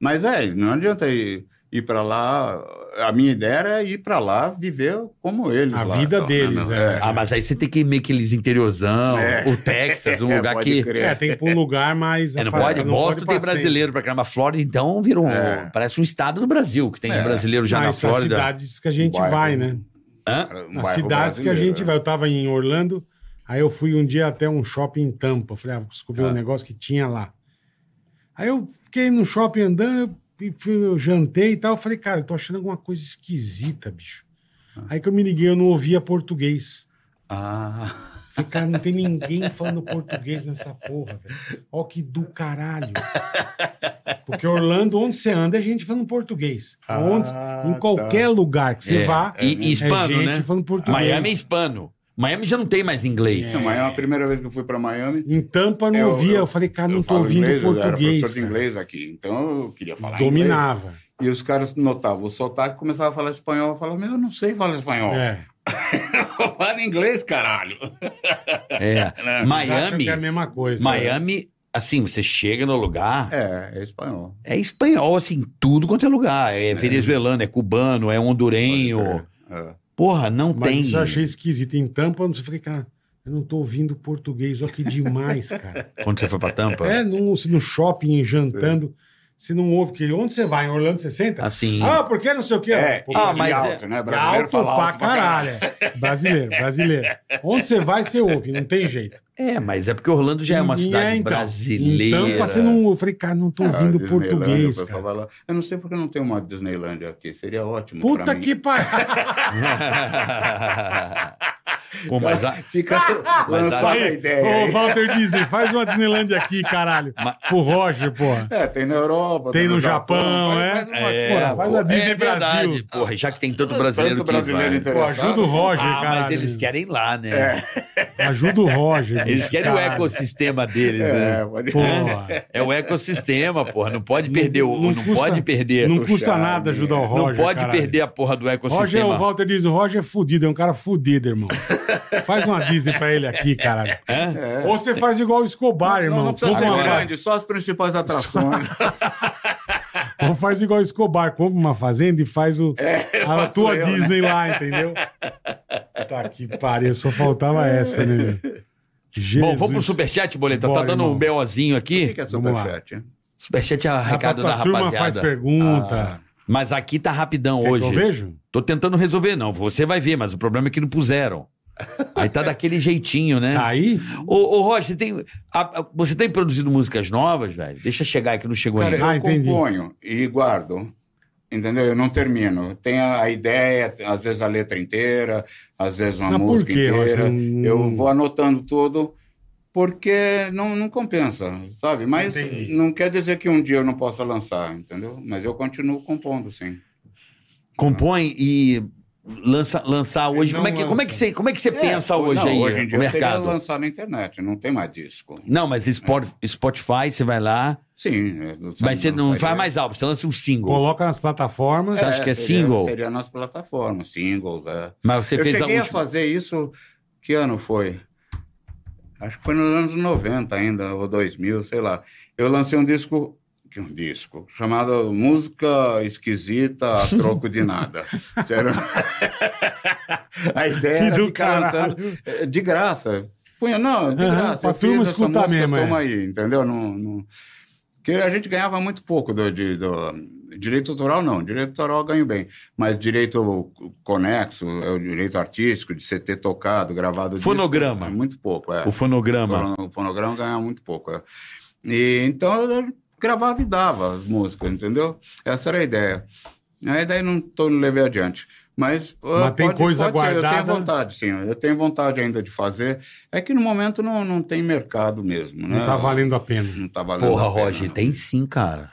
[SPEAKER 1] Mas é, não adianta ir, ir para lá. A minha ideia era ir para lá viver como eles.
[SPEAKER 3] A
[SPEAKER 1] lá,
[SPEAKER 3] vida
[SPEAKER 1] então,
[SPEAKER 3] deles,
[SPEAKER 1] né?
[SPEAKER 3] é.
[SPEAKER 4] Ah, mas aí você tem que ir meio que eles interiorzão, o Texas, um
[SPEAKER 1] É,
[SPEAKER 4] lugar
[SPEAKER 1] pode
[SPEAKER 4] que.
[SPEAKER 1] crer.
[SPEAKER 3] É, tem que pôr um lugar mais.
[SPEAKER 4] É, não
[SPEAKER 3] afastado,
[SPEAKER 4] pode, Boston
[SPEAKER 3] pode
[SPEAKER 4] tem
[SPEAKER 3] passeio.
[SPEAKER 4] brasileiro pra caramba. A Flórida, então, virou um,
[SPEAKER 1] É.
[SPEAKER 4] parece um estado do Brasil, que tem
[SPEAKER 1] É.
[SPEAKER 4] brasileiro já
[SPEAKER 3] Mas
[SPEAKER 4] na
[SPEAKER 3] essas
[SPEAKER 4] Flórida.
[SPEAKER 3] cidades que a gente
[SPEAKER 1] Bairro.
[SPEAKER 3] vai, né?
[SPEAKER 4] Hã?
[SPEAKER 1] Era um
[SPEAKER 3] As
[SPEAKER 1] bairro
[SPEAKER 3] cidades que a
[SPEAKER 1] brasileiro,
[SPEAKER 3] gente
[SPEAKER 1] é.
[SPEAKER 3] vai. Eu tava em Orlando, aí eu fui um dia até um shopping em Tampa. Falei, ah, vou descobrir
[SPEAKER 1] Ah.
[SPEAKER 3] um negócio que tinha lá. Aí eu fiquei no shopping andando, eu, fui, eu jantei e tal. Eu falei, cara, eu tô achando alguma coisa esquisita, bicho. Aí que eu me liguei, eu não ouvia português.
[SPEAKER 1] Ah,
[SPEAKER 3] Falei, cara, não tem ninguém falando português nessa porra, velho. Ó que do caralho. Porque Orlando, onde você anda, é gente falando português. Onde,
[SPEAKER 1] Ah,
[SPEAKER 3] em qualquer
[SPEAKER 1] tá.
[SPEAKER 3] lugar que você
[SPEAKER 4] É.
[SPEAKER 3] vá,
[SPEAKER 4] E- e hispano,
[SPEAKER 3] é gente
[SPEAKER 4] né?
[SPEAKER 3] falando português.
[SPEAKER 4] Miami é hispano. Miami já não tem mais inglês.
[SPEAKER 1] Isso, Miami, a é primeira vez que eu fui para Miami.
[SPEAKER 3] Em Tampa eu não
[SPEAKER 1] Eu-
[SPEAKER 3] ouvia. Eu,
[SPEAKER 1] eu-
[SPEAKER 3] falei, cara, Ah, não
[SPEAKER 1] eu
[SPEAKER 3] tô
[SPEAKER 1] falo
[SPEAKER 3] ouvindo
[SPEAKER 1] inglês, Eu era
[SPEAKER 3] português.
[SPEAKER 1] professor de
[SPEAKER 3] cara.
[SPEAKER 1] inglês aqui, então eu queria falar inglês.
[SPEAKER 3] Dominava.
[SPEAKER 1] E os caras notavam o sotaque, começavam a falar espanhol. Eu falava, meu, eu não sei falar espanhol.
[SPEAKER 3] É.
[SPEAKER 1] Eu falo inglês, caralho.
[SPEAKER 4] É.
[SPEAKER 1] Né?
[SPEAKER 3] Eles acham
[SPEAKER 4] Miami,
[SPEAKER 3] que é a mesma coisa.
[SPEAKER 4] Miami, assim, você chega no lugar,
[SPEAKER 1] É, é espanhol.
[SPEAKER 4] é espanhol, assim, tudo quanto é lugar. É venezuelano, é cubano, é hondurenho.
[SPEAKER 1] É.
[SPEAKER 4] Porra, não
[SPEAKER 3] Mas
[SPEAKER 4] tem.
[SPEAKER 3] isso eu achei esquisito. Em Tampa, eu falei, cara, eu não tô ouvindo português. Ó que demais, cara.
[SPEAKER 4] Quando você foi pra Tampa?
[SPEAKER 3] é, num, se no shopping, jantando, você não ouve. Porque onde você vai? Em Orlando, você senta?
[SPEAKER 4] Assim.
[SPEAKER 3] Ah, porque não sei o quê.
[SPEAKER 1] É,
[SPEAKER 3] Pô,
[SPEAKER 1] e
[SPEAKER 4] Ah, mas
[SPEAKER 1] alto, né?
[SPEAKER 3] É
[SPEAKER 1] Brasileiro
[SPEAKER 3] alto
[SPEAKER 1] fala
[SPEAKER 3] pra
[SPEAKER 1] alto pra
[SPEAKER 3] caralho. é. Brasileiro, brasileiro. Onde você vai, você ouve, não tem jeito.
[SPEAKER 4] É, mas é porque Orlando já é uma
[SPEAKER 3] E- e
[SPEAKER 4] cidade
[SPEAKER 3] então,
[SPEAKER 4] brasileira.
[SPEAKER 3] Em Tampa, você não ouve. um- Eu falei, cara, não tô
[SPEAKER 1] Ah,
[SPEAKER 3] ouvindo
[SPEAKER 1] Disneylândia,
[SPEAKER 3] português,
[SPEAKER 1] o pessoal
[SPEAKER 3] cara.
[SPEAKER 1] vai lá. Eu não sei porque não tem uma Disneylândia aqui. Seria ótimo. pra
[SPEAKER 3] Puta
[SPEAKER 1] mim.
[SPEAKER 3] que pariu.
[SPEAKER 4] Pô, mas a-
[SPEAKER 1] Fica lançada a
[SPEAKER 3] Ah, Aí,
[SPEAKER 1] ideia.
[SPEAKER 3] ô
[SPEAKER 1] aí.
[SPEAKER 3] Walter Disney, faz uma Disneylandia aqui, caralho. Pro Roger, porra.
[SPEAKER 1] É, tem na Europa.
[SPEAKER 3] Tem no Japão, é?
[SPEAKER 1] faz- faz uma-
[SPEAKER 4] É,
[SPEAKER 3] Porra, faz a
[SPEAKER 4] pô,
[SPEAKER 3] Disney
[SPEAKER 4] é verdade,
[SPEAKER 3] Brasil.
[SPEAKER 4] Porra, já que tem tanto brasileiro
[SPEAKER 1] Tanto
[SPEAKER 4] que
[SPEAKER 1] brasileiro
[SPEAKER 4] vai.
[SPEAKER 1] interessado. É.
[SPEAKER 3] Pô, ajuda o Roger,
[SPEAKER 4] Ah,
[SPEAKER 3] caralho.
[SPEAKER 4] mas eles querem lá, né?
[SPEAKER 3] Ajuda o Roger.
[SPEAKER 4] Eles
[SPEAKER 3] bicho,
[SPEAKER 4] querem o
[SPEAKER 3] caralho.
[SPEAKER 4] ecossistema deles, né?
[SPEAKER 1] É, pode...
[SPEAKER 3] Porra.
[SPEAKER 4] É o ecossistema, porra. Não pode perder o. Não,
[SPEAKER 3] custa-
[SPEAKER 4] pode perder.
[SPEAKER 3] Não
[SPEAKER 4] Não,
[SPEAKER 1] o
[SPEAKER 3] custa
[SPEAKER 1] charme.
[SPEAKER 3] nada ajudar o Roger.
[SPEAKER 4] pode
[SPEAKER 3] caralho.
[SPEAKER 4] perder a porra do
[SPEAKER 3] Roger,
[SPEAKER 4] ecossistema.
[SPEAKER 3] o Walter Disney, o Roger é fudido, é um cara fudido, irmão. Faz uma Disney pra ele aqui, caralho.
[SPEAKER 4] É?
[SPEAKER 1] É.
[SPEAKER 3] Ou você faz igual o Escobar,
[SPEAKER 1] Não,
[SPEAKER 3] irmão.
[SPEAKER 1] não precisa
[SPEAKER 3] Compra
[SPEAKER 1] ser
[SPEAKER 3] uma fa-
[SPEAKER 1] grande, só as principais atrações.
[SPEAKER 3] Ou faz igual o Escobar, compra uma fazenda e faz o, a
[SPEAKER 1] faço
[SPEAKER 3] tua
[SPEAKER 1] eu, né?
[SPEAKER 3] Disney lá, entendeu? Tá que pariu, só faltava essa, né? meu? Jesus.
[SPEAKER 4] Bom, vamos pro superchat, boleta. tá
[SPEAKER 3] Bora,
[SPEAKER 4] dando um
[SPEAKER 3] irmão.
[SPEAKER 4] beozinho
[SPEAKER 1] O que
[SPEAKER 4] aqui.
[SPEAKER 1] que é assim?
[SPEAKER 3] Vamos lá.
[SPEAKER 1] superchat? hein?
[SPEAKER 4] Superchat é
[SPEAKER 3] A,
[SPEAKER 4] recado
[SPEAKER 3] a
[SPEAKER 4] da
[SPEAKER 3] turma faz
[SPEAKER 4] rapaziada.
[SPEAKER 3] pergunta.
[SPEAKER 4] Mas aqui tá
[SPEAKER 3] Quer
[SPEAKER 4] rapidão
[SPEAKER 3] que eu
[SPEAKER 4] hoje.
[SPEAKER 3] vejo?
[SPEAKER 4] Tô tentando resolver, não. Você vai ver, mas o problema é que não puseram. Aí tá daquele jeitinho, né?
[SPEAKER 3] Tá aí?
[SPEAKER 4] Ô, ô Roger, você tem, a- a- você tem produzido músicas novas, velho? Deixa chegar aí que não chegou
[SPEAKER 1] Cara,
[SPEAKER 4] ainda.
[SPEAKER 1] eu
[SPEAKER 3] Ah, entendi.
[SPEAKER 1] componho e guardo. Entendeu? Eu não termino. Tem a a ideia, tem- às vezes a letra inteira, às vezes uma
[SPEAKER 3] Mas por
[SPEAKER 1] música
[SPEAKER 3] quê,
[SPEAKER 1] inteira.
[SPEAKER 3] Roger? Hum, Não-
[SPEAKER 1] Eu vou anotando tudo porque não, não compensa, sabe? Mas
[SPEAKER 3] Entendi.
[SPEAKER 1] não quer dizer que um dia eu não possa lançar, entendeu? Mas eu continuo compondo, sim.
[SPEAKER 4] Compõe e lança, lançar hoje.
[SPEAKER 3] Ele
[SPEAKER 4] Como é,
[SPEAKER 3] não
[SPEAKER 4] que, como é que
[SPEAKER 3] lança.
[SPEAKER 4] você, como é que você pensa hoje
[SPEAKER 1] não,
[SPEAKER 4] aí
[SPEAKER 1] Hoje em dia
[SPEAKER 4] o
[SPEAKER 1] eu seria
[SPEAKER 4] mercado?
[SPEAKER 1] lançar na internet, não tem mais disco.
[SPEAKER 4] Não, mas Spot- Spotify, você vai lá,
[SPEAKER 1] Sim. é,
[SPEAKER 4] mas você não
[SPEAKER 1] lançaria.
[SPEAKER 4] faz mais álbum, você lança um single.
[SPEAKER 3] Coloca nas plataformas.
[SPEAKER 4] Você acha que é
[SPEAKER 1] seria-
[SPEAKER 4] single?
[SPEAKER 1] Seria nas plataformas, singles, é.
[SPEAKER 4] Mas você
[SPEAKER 1] eu
[SPEAKER 4] fez a
[SPEAKER 1] cheguei a,
[SPEAKER 4] última.
[SPEAKER 1] fazer isso, que ano foi? Acho que foi nos anos 90 ainda, ou 2000, sei lá. Eu lancei um disco, que um disco, chamado Música Esquisita a Troco de Nada. Que era- a ideia
[SPEAKER 3] Que
[SPEAKER 1] era
[SPEAKER 3] do
[SPEAKER 1] ficar
[SPEAKER 3] caralho.
[SPEAKER 1] lançando eh, de graça. Punha, não, de
[SPEAKER 3] Aham,
[SPEAKER 1] graça.
[SPEAKER 3] pra
[SPEAKER 1] eu fiz
[SPEAKER 3] turma
[SPEAKER 1] essa
[SPEAKER 3] escutar
[SPEAKER 1] música,
[SPEAKER 3] mesmo, é.
[SPEAKER 1] Toma aí, entendeu? Não, não... Porque a gente ganhava muito pouco do, de- do- direito autoral, não. Direito autoral eu ganho bem. Mas direito conexo, é o direito artístico, de você ter tocado, gravado. disco,
[SPEAKER 4] Fonograma.
[SPEAKER 1] é muito pouco, é.
[SPEAKER 4] O fonograma.
[SPEAKER 1] Fono- O fonograma ganha muito pouco. é. E, então, eu gravava e dava as músicas, entendeu? Essa era a ideia. Aí daí não tô, não levei adiante. Mas, ah,
[SPEAKER 3] tem coisa
[SPEAKER 1] ser, Eu
[SPEAKER 3] guardada?
[SPEAKER 1] tenho vontade, sim. Eu tenho vontade ainda de fazer. É que no momento não, não tem mercado mesmo, né?
[SPEAKER 3] Não tá valendo a pena.
[SPEAKER 1] Não tá valendo
[SPEAKER 4] Porra,
[SPEAKER 1] a pena.
[SPEAKER 4] Roger, tem sim, cara.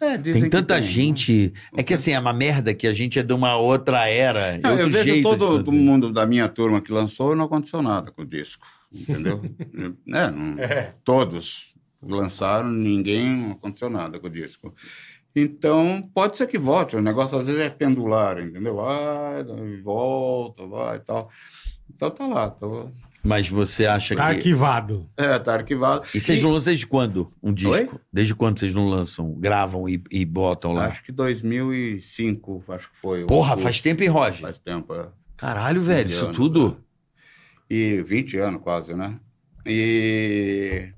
[SPEAKER 1] É, dizem
[SPEAKER 4] Tem
[SPEAKER 1] que
[SPEAKER 4] tanta
[SPEAKER 1] tem, né?
[SPEAKER 4] gente. É que assim, é uma merda que a gente é de uma outra era. É
[SPEAKER 1] Não,
[SPEAKER 4] outro
[SPEAKER 1] eu vejo
[SPEAKER 4] jeito
[SPEAKER 1] todo
[SPEAKER 4] de fazer.
[SPEAKER 1] mundo da minha turma que lançou e não aconteceu nada com o disco, entendeu? é, não-
[SPEAKER 3] É.
[SPEAKER 1] Todos lançaram, ninguém não aconteceu nada com o disco. Então, pode ser que volte, o negócio às vezes é pendular, entendeu? Vai, dá- volta, vai e tal. Então tá lá, tô...
[SPEAKER 4] Mas você acha
[SPEAKER 3] Tá
[SPEAKER 4] que.
[SPEAKER 3] arquivado.
[SPEAKER 1] é, tá arquivado.
[SPEAKER 4] E vocês
[SPEAKER 1] E-
[SPEAKER 4] não lançam desde quando um disco?
[SPEAKER 1] Oi?
[SPEAKER 4] Desde quando vocês não lançam, gravam e, e botam lá?
[SPEAKER 1] Acho que 2005, acho que foi. o-
[SPEAKER 4] Porra,
[SPEAKER 1] o-
[SPEAKER 4] faz tempo, hein, Roger?
[SPEAKER 1] Faz tempo, é.
[SPEAKER 4] Caralho, velho,
[SPEAKER 1] Vinte
[SPEAKER 4] isso
[SPEAKER 1] anos,
[SPEAKER 4] tudo.
[SPEAKER 1] e 20 anos quase, né? E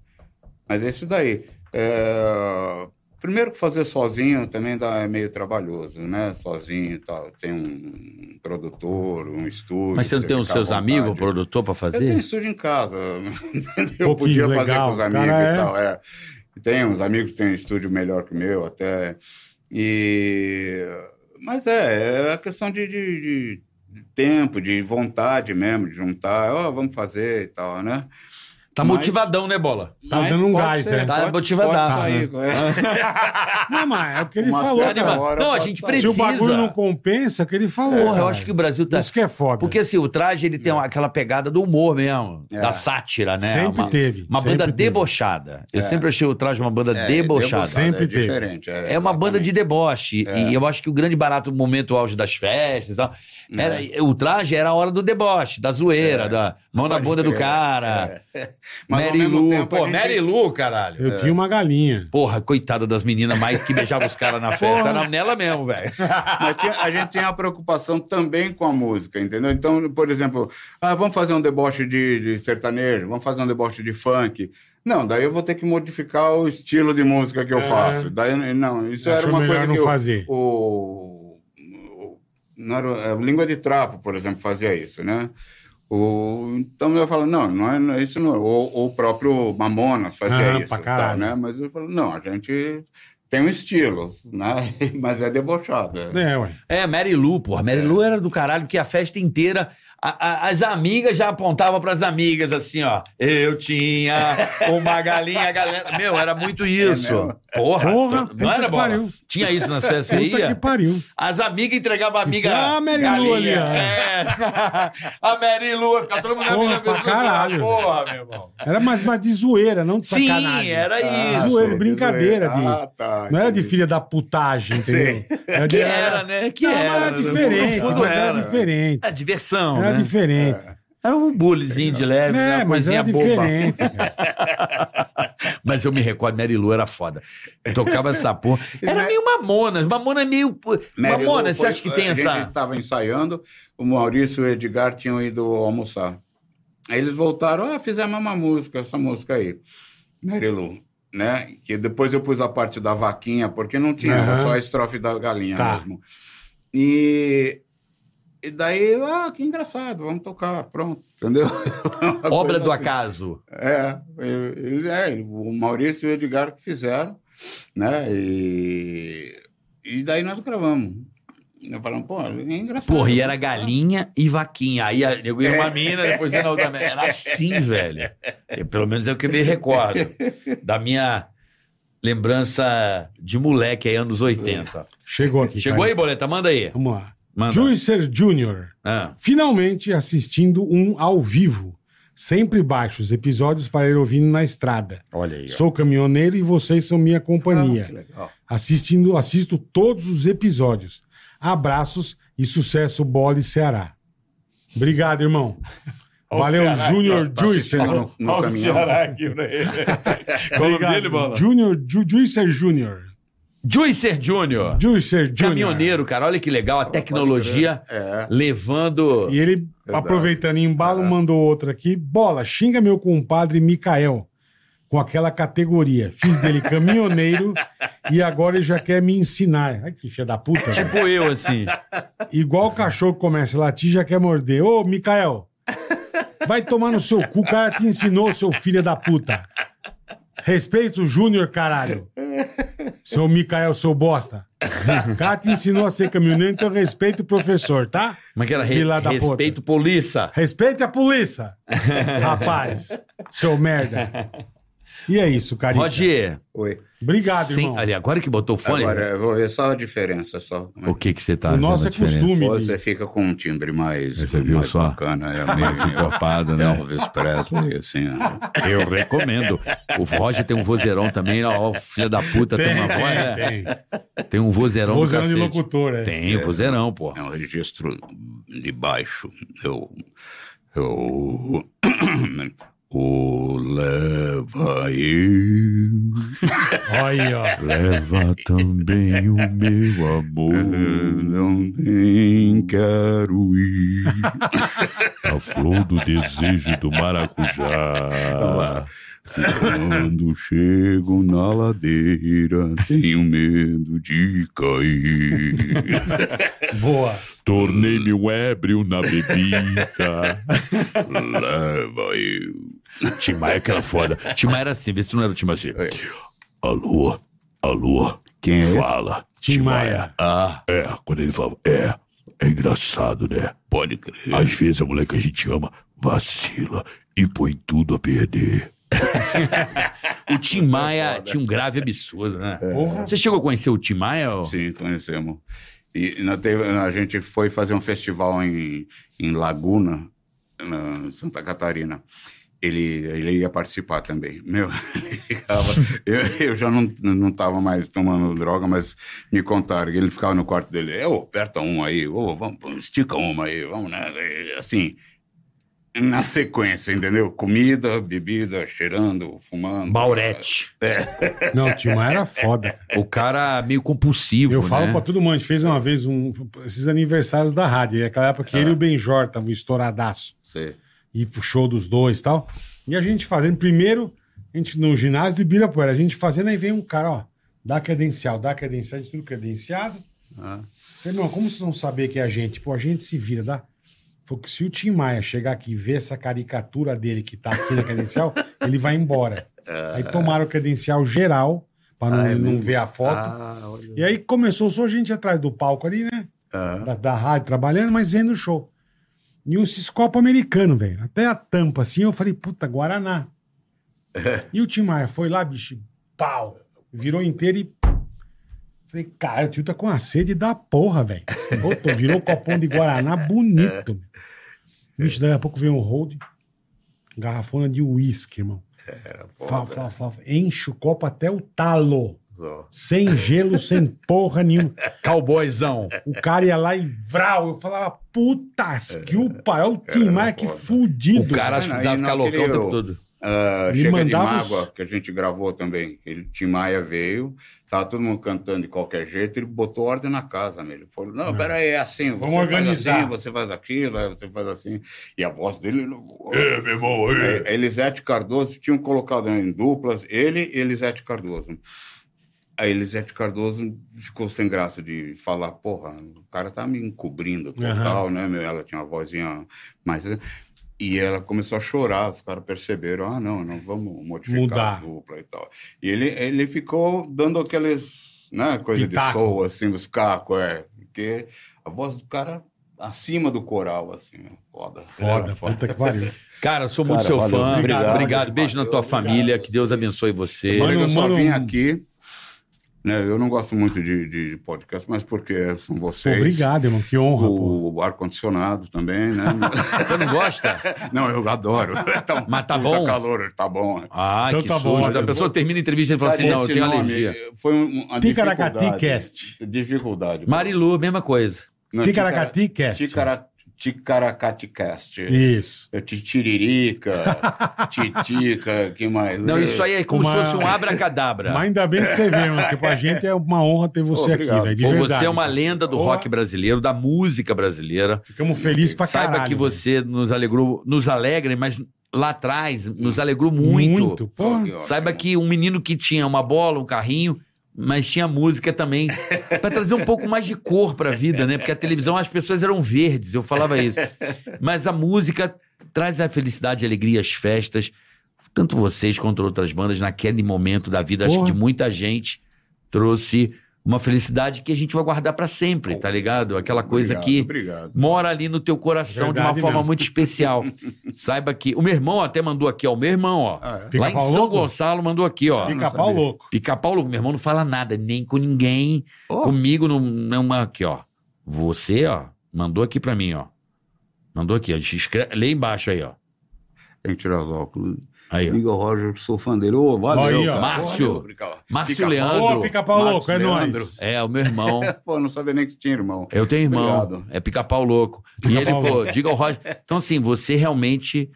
[SPEAKER 1] mas é isso daí. É, Primeiro que fazer sozinho também dá, é meio trabalhoso, né? Sozinho e tal. Tem um produtor, um estúdio.
[SPEAKER 4] Mas você não tem os
[SPEAKER 1] fica à
[SPEAKER 4] seus
[SPEAKER 1] vontade.
[SPEAKER 4] amigos, produtor, pra
[SPEAKER 1] Eu tenho
[SPEAKER 4] fazer?
[SPEAKER 1] estúdio em casa.
[SPEAKER 3] Pô,
[SPEAKER 1] eu
[SPEAKER 3] que
[SPEAKER 1] podia fazer
[SPEAKER 3] legal,
[SPEAKER 1] com os
[SPEAKER 3] cara,
[SPEAKER 1] amigos
[SPEAKER 3] é.
[SPEAKER 1] e tal. É. Tem uns amigos que têm um estúdio melhor que o meu, até. E... Mas é, é a questão de, de- de tempo, de vontade mesmo, de juntar. Ó, vamos fazer e tal, né?
[SPEAKER 4] Tá
[SPEAKER 1] Mas-
[SPEAKER 4] motivadão, né, bola?
[SPEAKER 3] Tá dando um gás, é.
[SPEAKER 4] Tá motivadaço,
[SPEAKER 1] sair, é.
[SPEAKER 3] Não, mas é o que ele
[SPEAKER 1] Uma
[SPEAKER 3] falou.
[SPEAKER 1] certa
[SPEAKER 3] cara.
[SPEAKER 1] hora
[SPEAKER 4] Tá Não, a
[SPEAKER 1] pode
[SPEAKER 4] gente
[SPEAKER 1] sair.
[SPEAKER 4] precisa.
[SPEAKER 3] Se o bagulho não compensa, é o que ele falou.
[SPEAKER 4] Porra, eu
[SPEAKER 3] cara.
[SPEAKER 4] acho que o Brasil tá.
[SPEAKER 3] Isso que é foda.
[SPEAKER 4] Porque assim, o traje ele tem uma- aquela pegada do humor mesmo,
[SPEAKER 1] É.
[SPEAKER 4] da sátira, né?
[SPEAKER 3] sempre
[SPEAKER 4] uma
[SPEAKER 3] teve.
[SPEAKER 4] uma
[SPEAKER 3] sempre
[SPEAKER 4] banda
[SPEAKER 3] teve.
[SPEAKER 4] debochada. Eu
[SPEAKER 1] É.
[SPEAKER 4] sempre achei o traje uma banda
[SPEAKER 1] É,
[SPEAKER 4] debochada.
[SPEAKER 3] debochada. Sempre
[SPEAKER 1] é
[SPEAKER 3] teve.
[SPEAKER 1] diferente. É,
[SPEAKER 4] É uma banda de
[SPEAKER 1] exatamente.
[SPEAKER 4] deboche. E eu acho que o grande barato, o momento auge das festas e tal, era, o traje era a hora do deboche, da zoeira,
[SPEAKER 1] É.
[SPEAKER 4] da mão na
[SPEAKER 1] Pode
[SPEAKER 4] bunda do
[SPEAKER 1] crer.
[SPEAKER 4] cara.
[SPEAKER 1] É. Mas ao
[SPEAKER 4] Mary
[SPEAKER 1] mesmo
[SPEAKER 4] Lu.
[SPEAKER 1] tempo, a
[SPEAKER 4] Pô,
[SPEAKER 1] gente-
[SPEAKER 4] Mary Lu, caralho.
[SPEAKER 3] Eu tinha uma galinha.
[SPEAKER 4] Porra, coitada das meninas mais que beijavam os caras na festa. Era nela mesmo, velho.
[SPEAKER 1] Mas tinha- a gente tem a preocupação também com a música, entendeu? Então, por exemplo, ah, vamos fazer um deboche de, de sertanejo, vamos fazer um deboche de funk. Não, daí eu vou ter que modificar o estilo de música que eu
[SPEAKER 3] É.
[SPEAKER 1] faço. Daí, não, isso
[SPEAKER 3] Acho
[SPEAKER 1] era uma
[SPEAKER 3] melhor
[SPEAKER 1] coisa
[SPEAKER 3] não
[SPEAKER 1] que eu,
[SPEAKER 3] fazer.
[SPEAKER 1] o, o- não era, a língua de trapo, por exemplo, fazia isso, né? O, então eu falo, não, não é, não é isso não. Ou, ou o próprio Mamonas fazia
[SPEAKER 3] Ah,
[SPEAKER 1] isso,
[SPEAKER 3] pra
[SPEAKER 1] tá,
[SPEAKER 3] caralho.
[SPEAKER 1] né? Mas eu falo, não, a gente tem um estilo, né? Mas é debochado. é.
[SPEAKER 3] É, ué.
[SPEAKER 4] É, Mary Lu, porra. Mary Lu era do caralho, porque a festa inteira. a- a- as amigas já apontavam pras amigas assim, ó. Eu tinha uma galinha, a galera. Meu, era muito isso.
[SPEAKER 1] mesmo?
[SPEAKER 4] porra,
[SPEAKER 3] É Porra,
[SPEAKER 4] tu-
[SPEAKER 3] puta
[SPEAKER 4] não era
[SPEAKER 3] que
[SPEAKER 4] bom.
[SPEAKER 3] pariu.
[SPEAKER 4] Tinha isso nas festas aí. É.
[SPEAKER 3] Puta que pariu.
[SPEAKER 4] As amigas entregavam a
[SPEAKER 3] Isso
[SPEAKER 4] amiga.
[SPEAKER 3] é a Mary Lu
[SPEAKER 4] galinha.
[SPEAKER 3] ali, ó.
[SPEAKER 4] É. a Mary Lu, ficava todo mundo na
[SPEAKER 3] Porra,
[SPEAKER 4] mesma
[SPEAKER 3] pra
[SPEAKER 4] pessoa.
[SPEAKER 3] caralho.
[SPEAKER 4] Porra, meu irmão.
[SPEAKER 3] Era mais, mais de zoeira, não de
[SPEAKER 4] Sim,
[SPEAKER 3] sacanagem.
[SPEAKER 4] era
[SPEAKER 1] Ah,
[SPEAKER 4] isso.
[SPEAKER 3] zoeira,
[SPEAKER 1] sim,
[SPEAKER 3] brincadeira
[SPEAKER 1] zoeira.
[SPEAKER 3] de-
[SPEAKER 1] Ah, tá,
[SPEAKER 3] Não era de
[SPEAKER 1] entendi.
[SPEAKER 3] filha da putagem, entendeu? Era de-
[SPEAKER 4] Que era, né? Que
[SPEAKER 3] não, mas
[SPEAKER 4] era.
[SPEAKER 3] era
[SPEAKER 4] né?
[SPEAKER 3] diferente,
[SPEAKER 4] No fundo
[SPEAKER 3] mas era,
[SPEAKER 4] era.
[SPEAKER 3] diferente.
[SPEAKER 4] É diversão,
[SPEAKER 3] Era
[SPEAKER 4] né?
[SPEAKER 3] diferente.
[SPEAKER 1] É.
[SPEAKER 4] Era um bullyzinho de leve, né?
[SPEAKER 3] É,
[SPEAKER 4] uma
[SPEAKER 3] mas
[SPEAKER 4] coisinha
[SPEAKER 3] era
[SPEAKER 4] boba.
[SPEAKER 3] diferente. cara.
[SPEAKER 4] Mas eu me recordo, Mary Lou era foda. Tocava essa porra. Era
[SPEAKER 1] Ma-
[SPEAKER 4] meio Mamonas. Mamona é meio.
[SPEAKER 1] Né? Mary Lou
[SPEAKER 4] Mamona, você
[SPEAKER 1] foi-
[SPEAKER 4] acha que tem
[SPEAKER 1] A gente
[SPEAKER 4] essa.
[SPEAKER 1] estava ensaiando, o Maurício e o Edgar tinham ido almoçar. Aí eles voltaram, ah, fizemos uma música, essa música aí, Marilu, né? Que depois eu pus a parte da vaquinha, porque não tinha, era
[SPEAKER 3] Aham.
[SPEAKER 1] só a estrofe da galinha
[SPEAKER 3] Tá.
[SPEAKER 1] mesmo. E, e daí, ah, que engraçado, vamos tocar, pronto, entendeu? Uma
[SPEAKER 4] Obra
[SPEAKER 1] coisa
[SPEAKER 4] do
[SPEAKER 1] assim.
[SPEAKER 4] acaso.
[SPEAKER 1] É, ele, é, o Maurício e o Edgar que fizeram, né? E, e daí nós gravamos. Eu falamos, pô, é engraçado.
[SPEAKER 4] Porra, e era galinha e vaquinha. Aí a- eu
[SPEAKER 1] É.
[SPEAKER 4] ganhei uma mina, depois era outra mina. Era assim, velho. Eu, pelo menos é o que eu me recordo. Da minha lembrança de moleque aí, anos 80.
[SPEAKER 3] Chegou aqui.
[SPEAKER 4] Chegou
[SPEAKER 3] cara.
[SPEAKER 4] aí, Boleta? Manda aí.
[SPEAKER 3] Vamos lá.
[SPEAKER 4] Manda.
[SPEAKER 3] Juicer Jr.
[SPEAKER 4] Ah,
[SPEAKER 3] Finalmente assistindo um ao vivo. Sempre baixo, os episódios para ir ouvindo na estrada.
[SPEAKER 4] olha aí. ó.
[SPEAKER 3] Sou caminhoneiro e vocês são minha
[SPEAKER 1] Ah, que
[SPEAKER 3] companhia.
[SPEAKER 1] legal.
[SPEAKER 3] Assistindo, assisto todos os episódios. Abraços e sucesso, Bola e Ceará. Obrigado, irmão.
[SPEAKER 4] Ó o
[SPEAKER 3] Valeu,
[SPEAKER 4] Ceará aqui,
[SPEAKER 3] Júnior
[SPEAKER 1] tá
[SPEAKER 3] Juicer.
[SPEAKER 1] assistindo no, no caminhão.
[SPEAKER 4] aqui, velho. Qual o nome dele,
[SPEAKER 3] Obrigado.
[SPEAKER 4] Bola?
[SPEAKER 3] Júnior, Ju, Juicer Júnior.
[SPEAKER 4] Juicer Júnior.
[SPEAKER 3] Juicer Júnior.
[SPEAKER 4] Caminhoneiro, cara. Olha que legal. A tecnologia
[SPEAKER 1] É.
[SPEAKER 4] levando.
[SPEAKER 3] E ele, aproveitando o embalo,
[SPEAKER 4] É.
[SPEAKER 3] mandou outra aqui. Bola, xinga meu compadre Micael com aquela categoria. Fiz dele caminhoneiro e agora ele já quer me ensinar. Ai, que filha da puta. velho.
[SPEAKER 4] Tipo eu, assim.
[SPEAKER 3] Igual o cachorro que começa a latir já quer morder. Ô, Micael, vai tomar no seu cu. O cara te ensinou, seu filho da puta. Respeita o Júnior, caralho. Seu Micael, seu bosta. Cate ensinou a ser caminhoneiro, então respeita o professor, tá?
[SPEAKER 4] Como é que era? Re-
[SPEAKER 3] Fila da puta.
[SPEAKER 4] Respeito polícia.
[SPEAKER 3] Respeita a polícia, rapaz. Seu merda. E é isso, carinho.
[SPEAKER 4] Roger.
[SPEAKER 1] Oi.
[SPEAKER 3] Obrigado,
[SPEAKER 4] sim-
[SPEAKER 3] irmão.
[SPEAKER 4] Ali, agora que botou o fone,
[SPEAKER 1] Agora, é. eu vou ver só a diferença. Só.
[SPEAKER 4] o que que você tá
[SPEAKER 3] O nosso
[SPEAKER 4] vendo
[SPEAKER 3] é
[SPEAKER 4] a diferença?
[SPEAKER 3] costume.
[SPEAKER 1] Você fica com um timbre mais,
[SPEAKER 4] Você viu
[SPEAKER 1] mais
[SPEAKER 4] só?
[SPEAKER 1] bacana. É
[SPEAKER 4] Mais
[SPEAKER 1] meio
[SPEAKER 4] encorpado, né?
[SPEAKER 1] Elvis Presley, assim. ó.
[SPEAKER 4] Eu recomendo. O Roger tem um vozeirão também, ó, o filho da puta tem, uma voz. né? Tem,
[SPEAKER 3] tem.
[SPEAKER 4] um vozeirão do
[SPEAKER 3] Vozeirão de
[SPEAKER 4] cacete.
[SPEAKER 3] locutor, é.
[SPEAKER 4] assim. Tem, vozeirão, pô.
[SPEAKER 1] É um registro de baixo. Eu. Eu. O leva eu.
[SPEAKER 3] Olha aí, ó.
[SPEAKER 4] Leva também o meu amor,
[SPEAKER 1] Não tem quero ir.
[SPEAKER 4] a flor do desejo do maracujá.
[SPEAKER 1] Quando chego na ladeira, tenho medo de cair.
[SPEAKER 3] Boa.
[SPEAKER 4] Tornei-me um ébrio na bebida.
[SPEAKER 1] Leva eu.
[SPEAKER 4] Tim Maia que era é foda. Tim Maia era assim, vê se não era o Tim Maia assim. Alô, alô,
[SPEAKER 1] Quem é?
[SPEAKER 4] fala.
[SPEAKER 3] Tim
[SPEAKER 4] Tim
[SPEAKER 3] Maia.
[SPEAKER 4] Maia.
[SPEAKER 1] Ah,
[SPEAKER 4] É, quando ele fala, é, é engraçado, né?
[SPEAKER 1] pode crer.
[SPEAKER 4] Às vezes a mulher que a gente ama vacila e põe tudo a perder. o Tim
[SPEAKER 1] é
[SPEAKER 4] Maia tinha um grave absurdo, né?
[SPEAKER 3] Porra.
[SPEAKER 4] Você chegou a conhecer o Tim Maia? ô?
[SPEAKER 1] Sim, conhecemos. E nós teve- a gente foi fazer um festival em, em Laguna, na Santa Catarina. Ele, ele ia participar também. Meu, ele ficava, eu, eu já não não estava mais tomando droga, mas me contaram que ele ficava no quarto dele. Eu, aperta um aí, ô, vamos, estica uma aí, vamos, né? Assim, na sequência, entendeu? Comida, bebida, cheirando, fumando.
[SPEAKER 4] Baurete.
[SPEAKER 3] Não, o Tim Maia era foda. cara.
[SPEAKER 4] O cara meio compulsivo,
[SPEAKER 3] Eu falo
[SPEAKER 4] né?
[SPEAKER 3] pra todo mundo, a gente fez uma vez um, esses aniversários da rádio. E aquela época que ele e o Benjor estavam estouradaço.
[SPEAKER 1] Sei.
[SPEAKER 3] E pro show dos dois e tal. E a gente fazendo, primeiro, a gente no ginásio do Ibirapuera, a gente fazendo, aí vem um cara, ó, dá credencial, dá credencial, a gente tudo credenciado.
[SPEAKER 1] Ah.
[SPEAKER 3] Falei, irmão, como vocês vão saber que é a gente? Pô, a gente se vira, dá. Falei que se o Tim Maia chegar aqui e ver essa caricatura dele que tá aqui na credencial, ele vai embora. Aí tomaram o credencial geral, pra não,
[SPEAKER 1] Ah, é
[SPEAKER 3] não
[SPEAKER 1] mesmo?
[SPEAKER 3] ver a foto.
[SPEAKER 1] Ah, olha.
[SPEAKER 3] E aí começou só a gente atrás do palco ali, né?
[SPEAKER 1] Ah.
[SPEAKER 3] Da, da rádio trabalhando, mas vendo o show. E um ciscopo americano, velho. Até a tampa, assim, eu falei, puta, Guaraná. e o Tim Maia foi lá, bicho, e pau. Virou inteiro e. Falei, cara, o tio tá com a sede da porra, velho. Botou, virou um copão de Guaraná bonito. meu. Bicho, daqui a pouco veio um hold. Garrafona de uísque, irmão. Fala, fala, fala, fala. Enche o copo até o talo.
[SPEAKER 1] Só.
[SPEAKER 3] Sem gelo, sem porra nenhuma.
[SPEAKER 4] Cowboyzão.
[SPEAKER 3] O cara ia lá e vral. Eu falava,
[SPEAKER 1] É,
[SPEAKER 3] puta que o pai, olha o Tim Maia que
[SPEAKER 1] foda.
[SPEAKER 3] fudido.
[SPEAKER 4] O cara acho que
[SPEAKER 1] Não,
[SPEAKER 4] precisava
[SPEAKER 1] e
[SPEAKER 4] ficar
[SPEAKER 1] naquele-
[SPEAKER 4] loucão o tempo todo.
[SPEAKER 1] Ah,
[SPEAKER 3] Me
[SPEAKER 1] Chega
[SPEAKER 3] mandava
[SPEAKER 1] de
[SPEAKER 3] os-
[SPEAKER 1] Mágoa, que a gente gravou também. Ele, Tim Maia veio, tava todo mundo cantando de qualquer jeito, ele botou ordem na casa, meu. Ele falou, não, peraí, é assim, você
[SPEAKER 3] Vamos organizar.
[SPEAKER 1] faz assim, você faz aquilo, aí você faz assim. E a voz dele... ele-
[SPEAKER 4] É, meu irmão, é.
[SPEAKER 1] É, Elisete Cardoso, tinham colocado em duplas, ele e Elisete Cardoso. A Elisete Cardoso ficou sem graça de falar, porra, o cara tá me encobrindo total, né? meu? Ela tinha uma vozinha mais... eh, E ela começou a chorar, os caras perceberam, ah, não, não, vamos modificar
[SPEAKER 3] Mudar.
[SPEAKER 1] a dupla e tal. E ele, ele ficou dando aqueles, né, coisa
[SPEAKER 3] Pitaco.
[SPEAKER 1] de soul, assim, os cacos, é. Porque a voz do cara acima do coral, assim, foda.
[SPEAKER 3] Foda, puta que pariu.
[SPEAKER 4] Cara, eu sou muito
[SPEAKER 1] Cara,
[SPEAKER 4] seu
[SPEAKER 1] valeu,
[SPEAKER 4] fã.
[SPEAKER 1] obrigado.
[SPEAKER 4] Obrigado. Beijo na tua
[SPEAKER 1] Obrigado.
[SPEAKER 4] família. Que Deus abençoe
[SPEAKER 3] Mano,
[SPEAKER 4] você.
[SPEAKER 1] Falei que eu só
[SPEAKER 3] mano,
[SPEAKER 1] vim
[SPEAKER 3] um-
[SPEAKER 1] aqui. Né, eu não gosto muito de, de podcast, mas porque são vocês.
[SPEAKER 3] Obrigado, irmão. Que honra, pô.
[SPEAKER 1] O, ar-condicionado também, né?
[SPEAKER 4] Você não gosta?
[SPEAKER 1] não, eu adoro. Tá um
[SPEAKER 4] Mas tá
[SPEAKER 1] puta
[SPEAKER 4] bom?
[SPEAKER 1] calor, tá bom.
[SPEAKER 4] Ah,
[SPEAKER 3] Então
[SPEAKER 4] que
[SPEAKER 3] tá bom,
[SPEAKER 4] sujo.
[SPEAKER 3] olha,
[SPEAKER 4] a pessoa
[SPEAKER 3] vou-
[SPEAKER 4] termina a entrevista e fala assim,
[SPEAKER 1] Cara,
[SPEAKER 4] não, eu
[SPEAKER 1] esse
[SPEAKER 4] tenho
[SPEAKER 1] nome,
[SPEAKER 4] alergia.
[SPEAKER 1] eh, Foi um- uma
[SPEAKER 3] Ticaracati
[SPEAKER 1] dificuldade.
[SPEAKER 3] Cast.
[SPEAKER 1] Dificuldade.
[SPEAKER 4] Marilu, mesma coisa.
[SPEAKER 1] Não,
[SPEAKER 3] Ticaracati Cast.
[SPEAKER 1] Ticara- Ticaracati Cast.
[SPEAKER 3] Isso.
[SPEAKER 1] Eh, Titiririca, Titica, que mais?
[SPEAKER 4] Não, isso aí é como
[SPEAKER 3] Uma-
[SPEAKER 4] se fosse um abracadabra.
[SPEAKER 3] Mas ainda bem que você veio, mano. Que pra gente é uma honra ter você
[SPEAKER 1] Obrigado.
[SPEAKER 3] aqui, velho. De
[SPEAKER 4] Ou
[SPEAKER 3] verdade.
[SPEAKER 4] você é uma lenda do
[SPEAKER 3] Porra,
[SPEAKER 4] rock brasileiro, da música brasileira.
[SPEAKER 3] Ficamos felizes pra
[SPEAKER 4] Saiba
[SPEAKER 3] caralho.
[SPEAKER 4] que você nos alegrou, nos alegra, mas lá atrás nos alegrou
[SPEAKER 3] velho.
[SPEAKER 4] é muito.
[SPEAKER 3] Muito, porra.
[SPEAKER 1] ótimo.
[SPEAKER 4] Saiba que um menino que tinha uma bola, um carrinho, mas tinha música também. Pra trazer um pouco mais de cor pra vida, né? Porque a televisão as pessoas eram verdes, eu falava isso. Mas a música traz a felicidade, a alegria, as festas. Tanto vocês quanto outras bandas, naquele momento da vida, acho que
[SPEAKER 3] Porra.
[SPEAKER 4] de muita gente. trouxe uma felicidade que a gente vai guardar pra sempre, tá ligado? Aquela coisa
[SPEAKER 1] obrigado,
[SPEAKER 4] que
[SPEAKER 1] Obrigado.
[SPEAKER 4] mora ali no teu coração de uma
[SPEAKER 3] Verdade
[SPEAKER 4] forma
[SPEAKER 3] mesmo.
[SPEAKER 4] muito especial. Saiba que o meu irmão até mandou aqui, ó, o meu irmão, ó,
[SPEAKER 1] Ah, é.
[SPEAKER 3] Fica
[SPEAKER 4] lá em
[SPEAKER 3] pau
[SPEAKER 4] São
[SPEAKER 3] louco?
[SPEAKER 4] Gonçalo mandou aqui, ó.
[SPEAKER 1] Fica-
[SPEAKER 3] Pica-pau
[SPEAKER 1] sabia.
[SPEAKER 3] louco.
[SPEAKER 4] Pica-pau louco, meu irmão não fala nada, nem com ninguém.
[SPEAKER 1] Oh.
[SPEAKER 4] Comigo não, não aqui, ó. Você, ó, mandou aqui pra mim, ó. Mandou aqui, ó. Escreve, lê embaixo aí, ó.
[SPEAKER 1] Tem que tirar os óculos.
[SPEAKER 4] Aí, ó.
[SPEAKER 1] Liga o Roger, sou fã dele. Ô, valeu,
[SPEAKER 3] Aí, ó.
[SPEAKER 1] cara.
[SPEAKER 4] Márcio.
[SPEAKER 1] Valeu, obrigado.
[SPEAKER 4] Márcio
[SPEAKER 1] Fica-
[SPEAKER 4] Leandro.
[SPEAKER 3] Ô, pica-pau
[SPEAKER 1] Marcos
[SPEAKER 3] louco, é
[SPEAKER 1] Leandro.
[SPEAKER 3] nóis.
[SPEAKER 4] É, o meu irmão.
[SPEAKER 1] Pô, não sabia nem que tinha, irmão.
[SPEAKER 4] Eu tenho irmão.
[SPEAKER 1] Obrigado.
[SPEAKER 4] É pica-pau louco. e ele,
[SPEAKER 3] Pica-pau
[SPEAKER 4] pô, diga ao Roger. Então, assim, você realmente.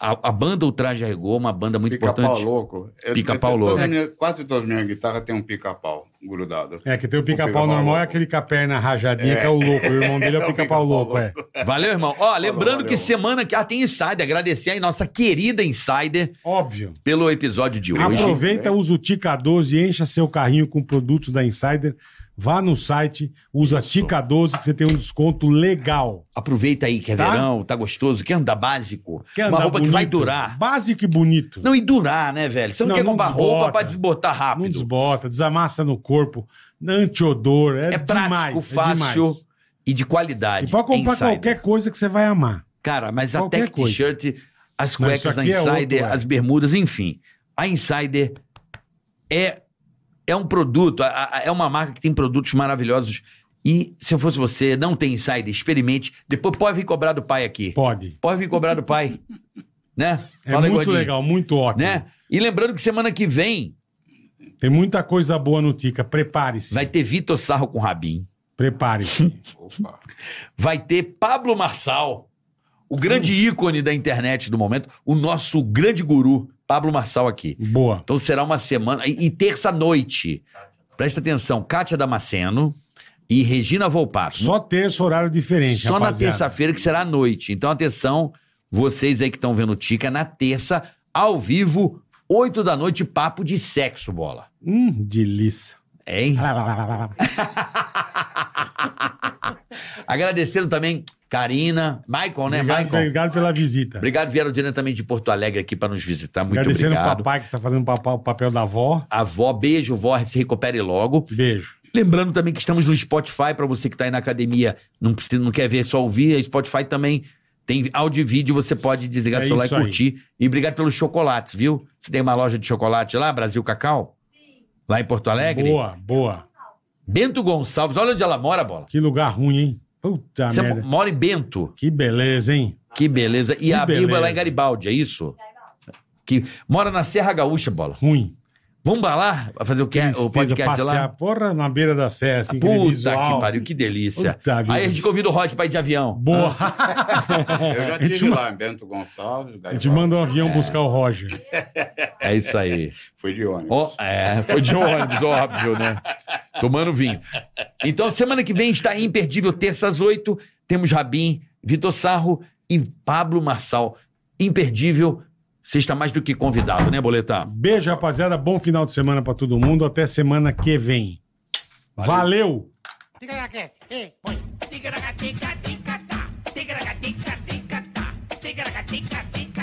[SPEAKER 4] A, a banda Ultraje Rigor, uma banda muito
[SPEAKER 1] Pica-pau
[SPEAKER 4] importante.
[SPEAKER 1] louco. Eu-
[SPEAKER 4] Pica-pau
[SPEAKER 1] eu- toda
[SPEAKER 4] louco.
[SPEAKER 1] minha- quase todas as minhas guitarras tem um pica-pau grudado.
[SPEAKER 3] É, que tem o pica-pau
[SPEAKER 1] pica-pau
[SPEAKER 3] normal, é
[SPEAKER 1] louco.
[SPEAKER 3] aquele com a perna rajadinha, que é o louco. O irmão dele é
[SPEAKER 1] É
[SPEAKER 3] o
[SPEAKER 1] o
[SPEAKER 3] pica-pau
[SPEAKER 1] pica-pau
[SPEAKER 3] louco, é.
[SPEAKER 4] Valeu, irmão. Ó, lembrando que
[SPEAKER 1] valeu.
[SPEAKER 4] semana que. Ah, tem Insider. Agradecer aí nossa querida Insider
[SPEAKER 3] Óbvio.
[SPEAKER 4] pelo episódio de hoje. é.
[SPEAKER 3] Aproveita, usa o Tica 12 e encha seu carrinho com produtos da Insider. Vá no site, usa Tica 12 que você tem um desconto legal.
[SPEAKER 4] Aproveita aí que é
[SPEAKER 3] Tá?
[SPEAKER 4] verão, tá gostoso, quer andar básico.
[SPEAKER 3] Quer
[SPEAKER 4] uma
[SPEAKER 3] andar
[SPEAKER 4] roupa que vai
[SPEAKER 3] bonito?
[SPEAKER 4] durar.
[SPEAKER 3] Básico e bonito.
[SPEAKER 4] Não, e durar, né, velho? Você não,
[SPEAKER 3] Não,
[SPEAKER 4] quer
[SPEAKER 3] não
[SPEAKER 4] comprar
[SPEAKER 3] desbota.
[SPEAKER 4] roupa pra desbotar
[SPEAKER 3] Não,
[SPEAKER 4] rápido.
[SPEAKER 3] desbota, desamassa no corpo, antiodor. É,
[SPEAKER 4] é, prático,
[SPEAKER 3] demais, é
[SPEAKER 4] fácil
[SPEAKER 3] demais.
[SPEAKER 4] e de qualidade.
[SPEAKER 3] E pode comprar
[SPEAKER 4] Insider.
[SPEAKER 3] qualquer coisa que você vai amar.
[SPEAKER 4] Cara, mas
[SPEAKER 3] qualquer
[SPEAKER 4] até que
[SPEAKER 3] coisa.
[SPEAKER 4] t-shirt, as
[SPEAKER 3] Não,
[SPEAKER 4] cuecas
[SPEAKER 3] isso
[SPEAKER 4] da
[SPEAKER 3] aqui é outro,
[SPEAKER 4] Insider,
[SPEAKER 3] é.
[SPEAKER 4] as bermudas, enfim. A Insider é, é um produto, a- a- é uma marca que tem produtos maravilhosos. E se eu fosse você, não tem Insider, experimente. Depois pode vir cobrar do pai aqui.
[SPEAKER 3] Pode.
[SPEAKER 4] Pode vir cobrar do pai. né?
[SPEAKER 3] É
[SPEAKER 4] Fala aí,
[SPEAKER 3] muito
[SPEAKER 4] gordinho.
[SPEAKER 3] legal, muito ótimo.
[SPEAKER 4] Né? E lembrando que semana que vem
[SPEAKER 3] Tem muita coisa boa no Tica. Prepare-se.
[SPEAKER 4] vai ter Vitor Sarro com Rabin.
[SPEAKER 3] Prepare-se.
[SPEAKER 1] Opa.
[SPEAKER 4] Vai ter Pablo Marçal, o grande ícone da internet do momento, o nosso grande guru, Pablo Marçal aqui.
[SPEAKER 3] boa.
[SPEAKER 4] Então será uma semana. E, e terça-noite, presta atenção, Kátia Damasceno e Regina Volpato.
[SPEAKER 3] Só terça, horário diferente.
[SPEAKER 4] Só na
[SPEAKER 3] rapaziada.
[SPEAKER 4] terça-feira que será à noite. Então atenção, vocês aí que estão vendo o Tica, na terça, ao vivo, 8 da noite, papo de sexo, bola. É
[SPEAKER 3] Hum, delícia.
[SPEAKER 4] Hein? Agradecendo também Karina, Michael, né,
[SPEAKER 3] obrigado,
[SPEAKER 4] Michael?
[SPEAKER 3] obrigado pela visita.
[SPEAKER 4] Obrigado, vieram diretamente de Porto Alegre aqui para nos visitar. Muito
[SPEAKER 3] Agradecendo o
[SPEAKER 4] obrigado.
[SPEAKER 3] papai que está fazendo o papa- o papel da avó.
[SPEAKER 4] A Avó, beijo, vó, se recupere logo.
[SPEAKER 3] Beijo.
[SPEAKER 4] Lembrando também que estamos no Spotify, para você que está aí na academia, não, precisa, não quer ver, só ouvir. Spotify também tem áudio e vídeo, você pode desligar
[SPEAKER 3] É
[SPEAKER 4] celular e
[SPEAKER 3] isso aí.
[SPEAKER 4] curtir. E obrigado pelos chocolates, viu? Você tem uma loja de chocolate lá, Brasil Cacau? Lá em Porto Alegre?
[SPEAKER 3] Boa, boa.
[SPEAKER 4] Bento Gonçalves, olha onde ela mora, bola.
[SPEAKER 3] Que lugar ruim, hein? Puta
[SPEAKER 4] Você é
[SPEAKER 3] merda.
[SPEAKER 4] mora em Bento.
[SPEAKER 3] Que beleza, hein?
[SPEAKER 4] Que beleza. E
[SPEAKER 3] Que
[SPEAKER 4] a Biba é lá
[SPEAKER 3] beleza.
[SPEAKER 4] em Garibaldi, é isso? Que mora na Serra Gaúcha, bola.
[SPEAKER 3] Ruim.
[SPEAKER 4] Vamos pra lá fazer o, que, É, o
[SPEAKER 3] Tristeza,
[SPEAKER 4] podcast de lá?
[SPEAKER 3] passear, porra, na beira da serra, assim, aquele
[SPEAKER 4] Puta
[SPEAKER 3] visual.
[SPEAKER 4] que pariu, que delícia.
[SPEAKER 3] Puta vida.
[SPEAKER 4] Aí a gente convida o Rod pra ir de avião.
[SPEAKER 3] Boa.
[SPEAKER 1] Eu já
[SPEAKER 3] A gente
[SPEAKER 1] tive
[SPEAKER 3] ma-
[SPEAKER 1] lá em Bento Gonçalves.
[SPEAKER 3] A
[SPEAKER 1] Garibaldi.
[SPEAKER 3] gente manda um avião buscar o Roger.
[SPEAKER 4] É isso aí.
[SPEAKER 1] Foi de ônibus.
[SPEAKER 4] Ó, é, foi de ônibus, óbvio, né? Tomando vinho. Então, semana que vem está imperdível, terça às oito. Temos Rabin, Vitor Sarro e Pablo Marçal. Imperdível. Você está mais do que convidado, né, Boletar?
[SPEAKER 3] Beijo, rapaziada. Bom final de semana pra todo mundo. Até semana que vem. Valeu.
[SPEAKER 2] Ticaracast, e põe. Ticaracatica, ticatá. Ticaracatica, ticatá. Ticaracatica, ticatá.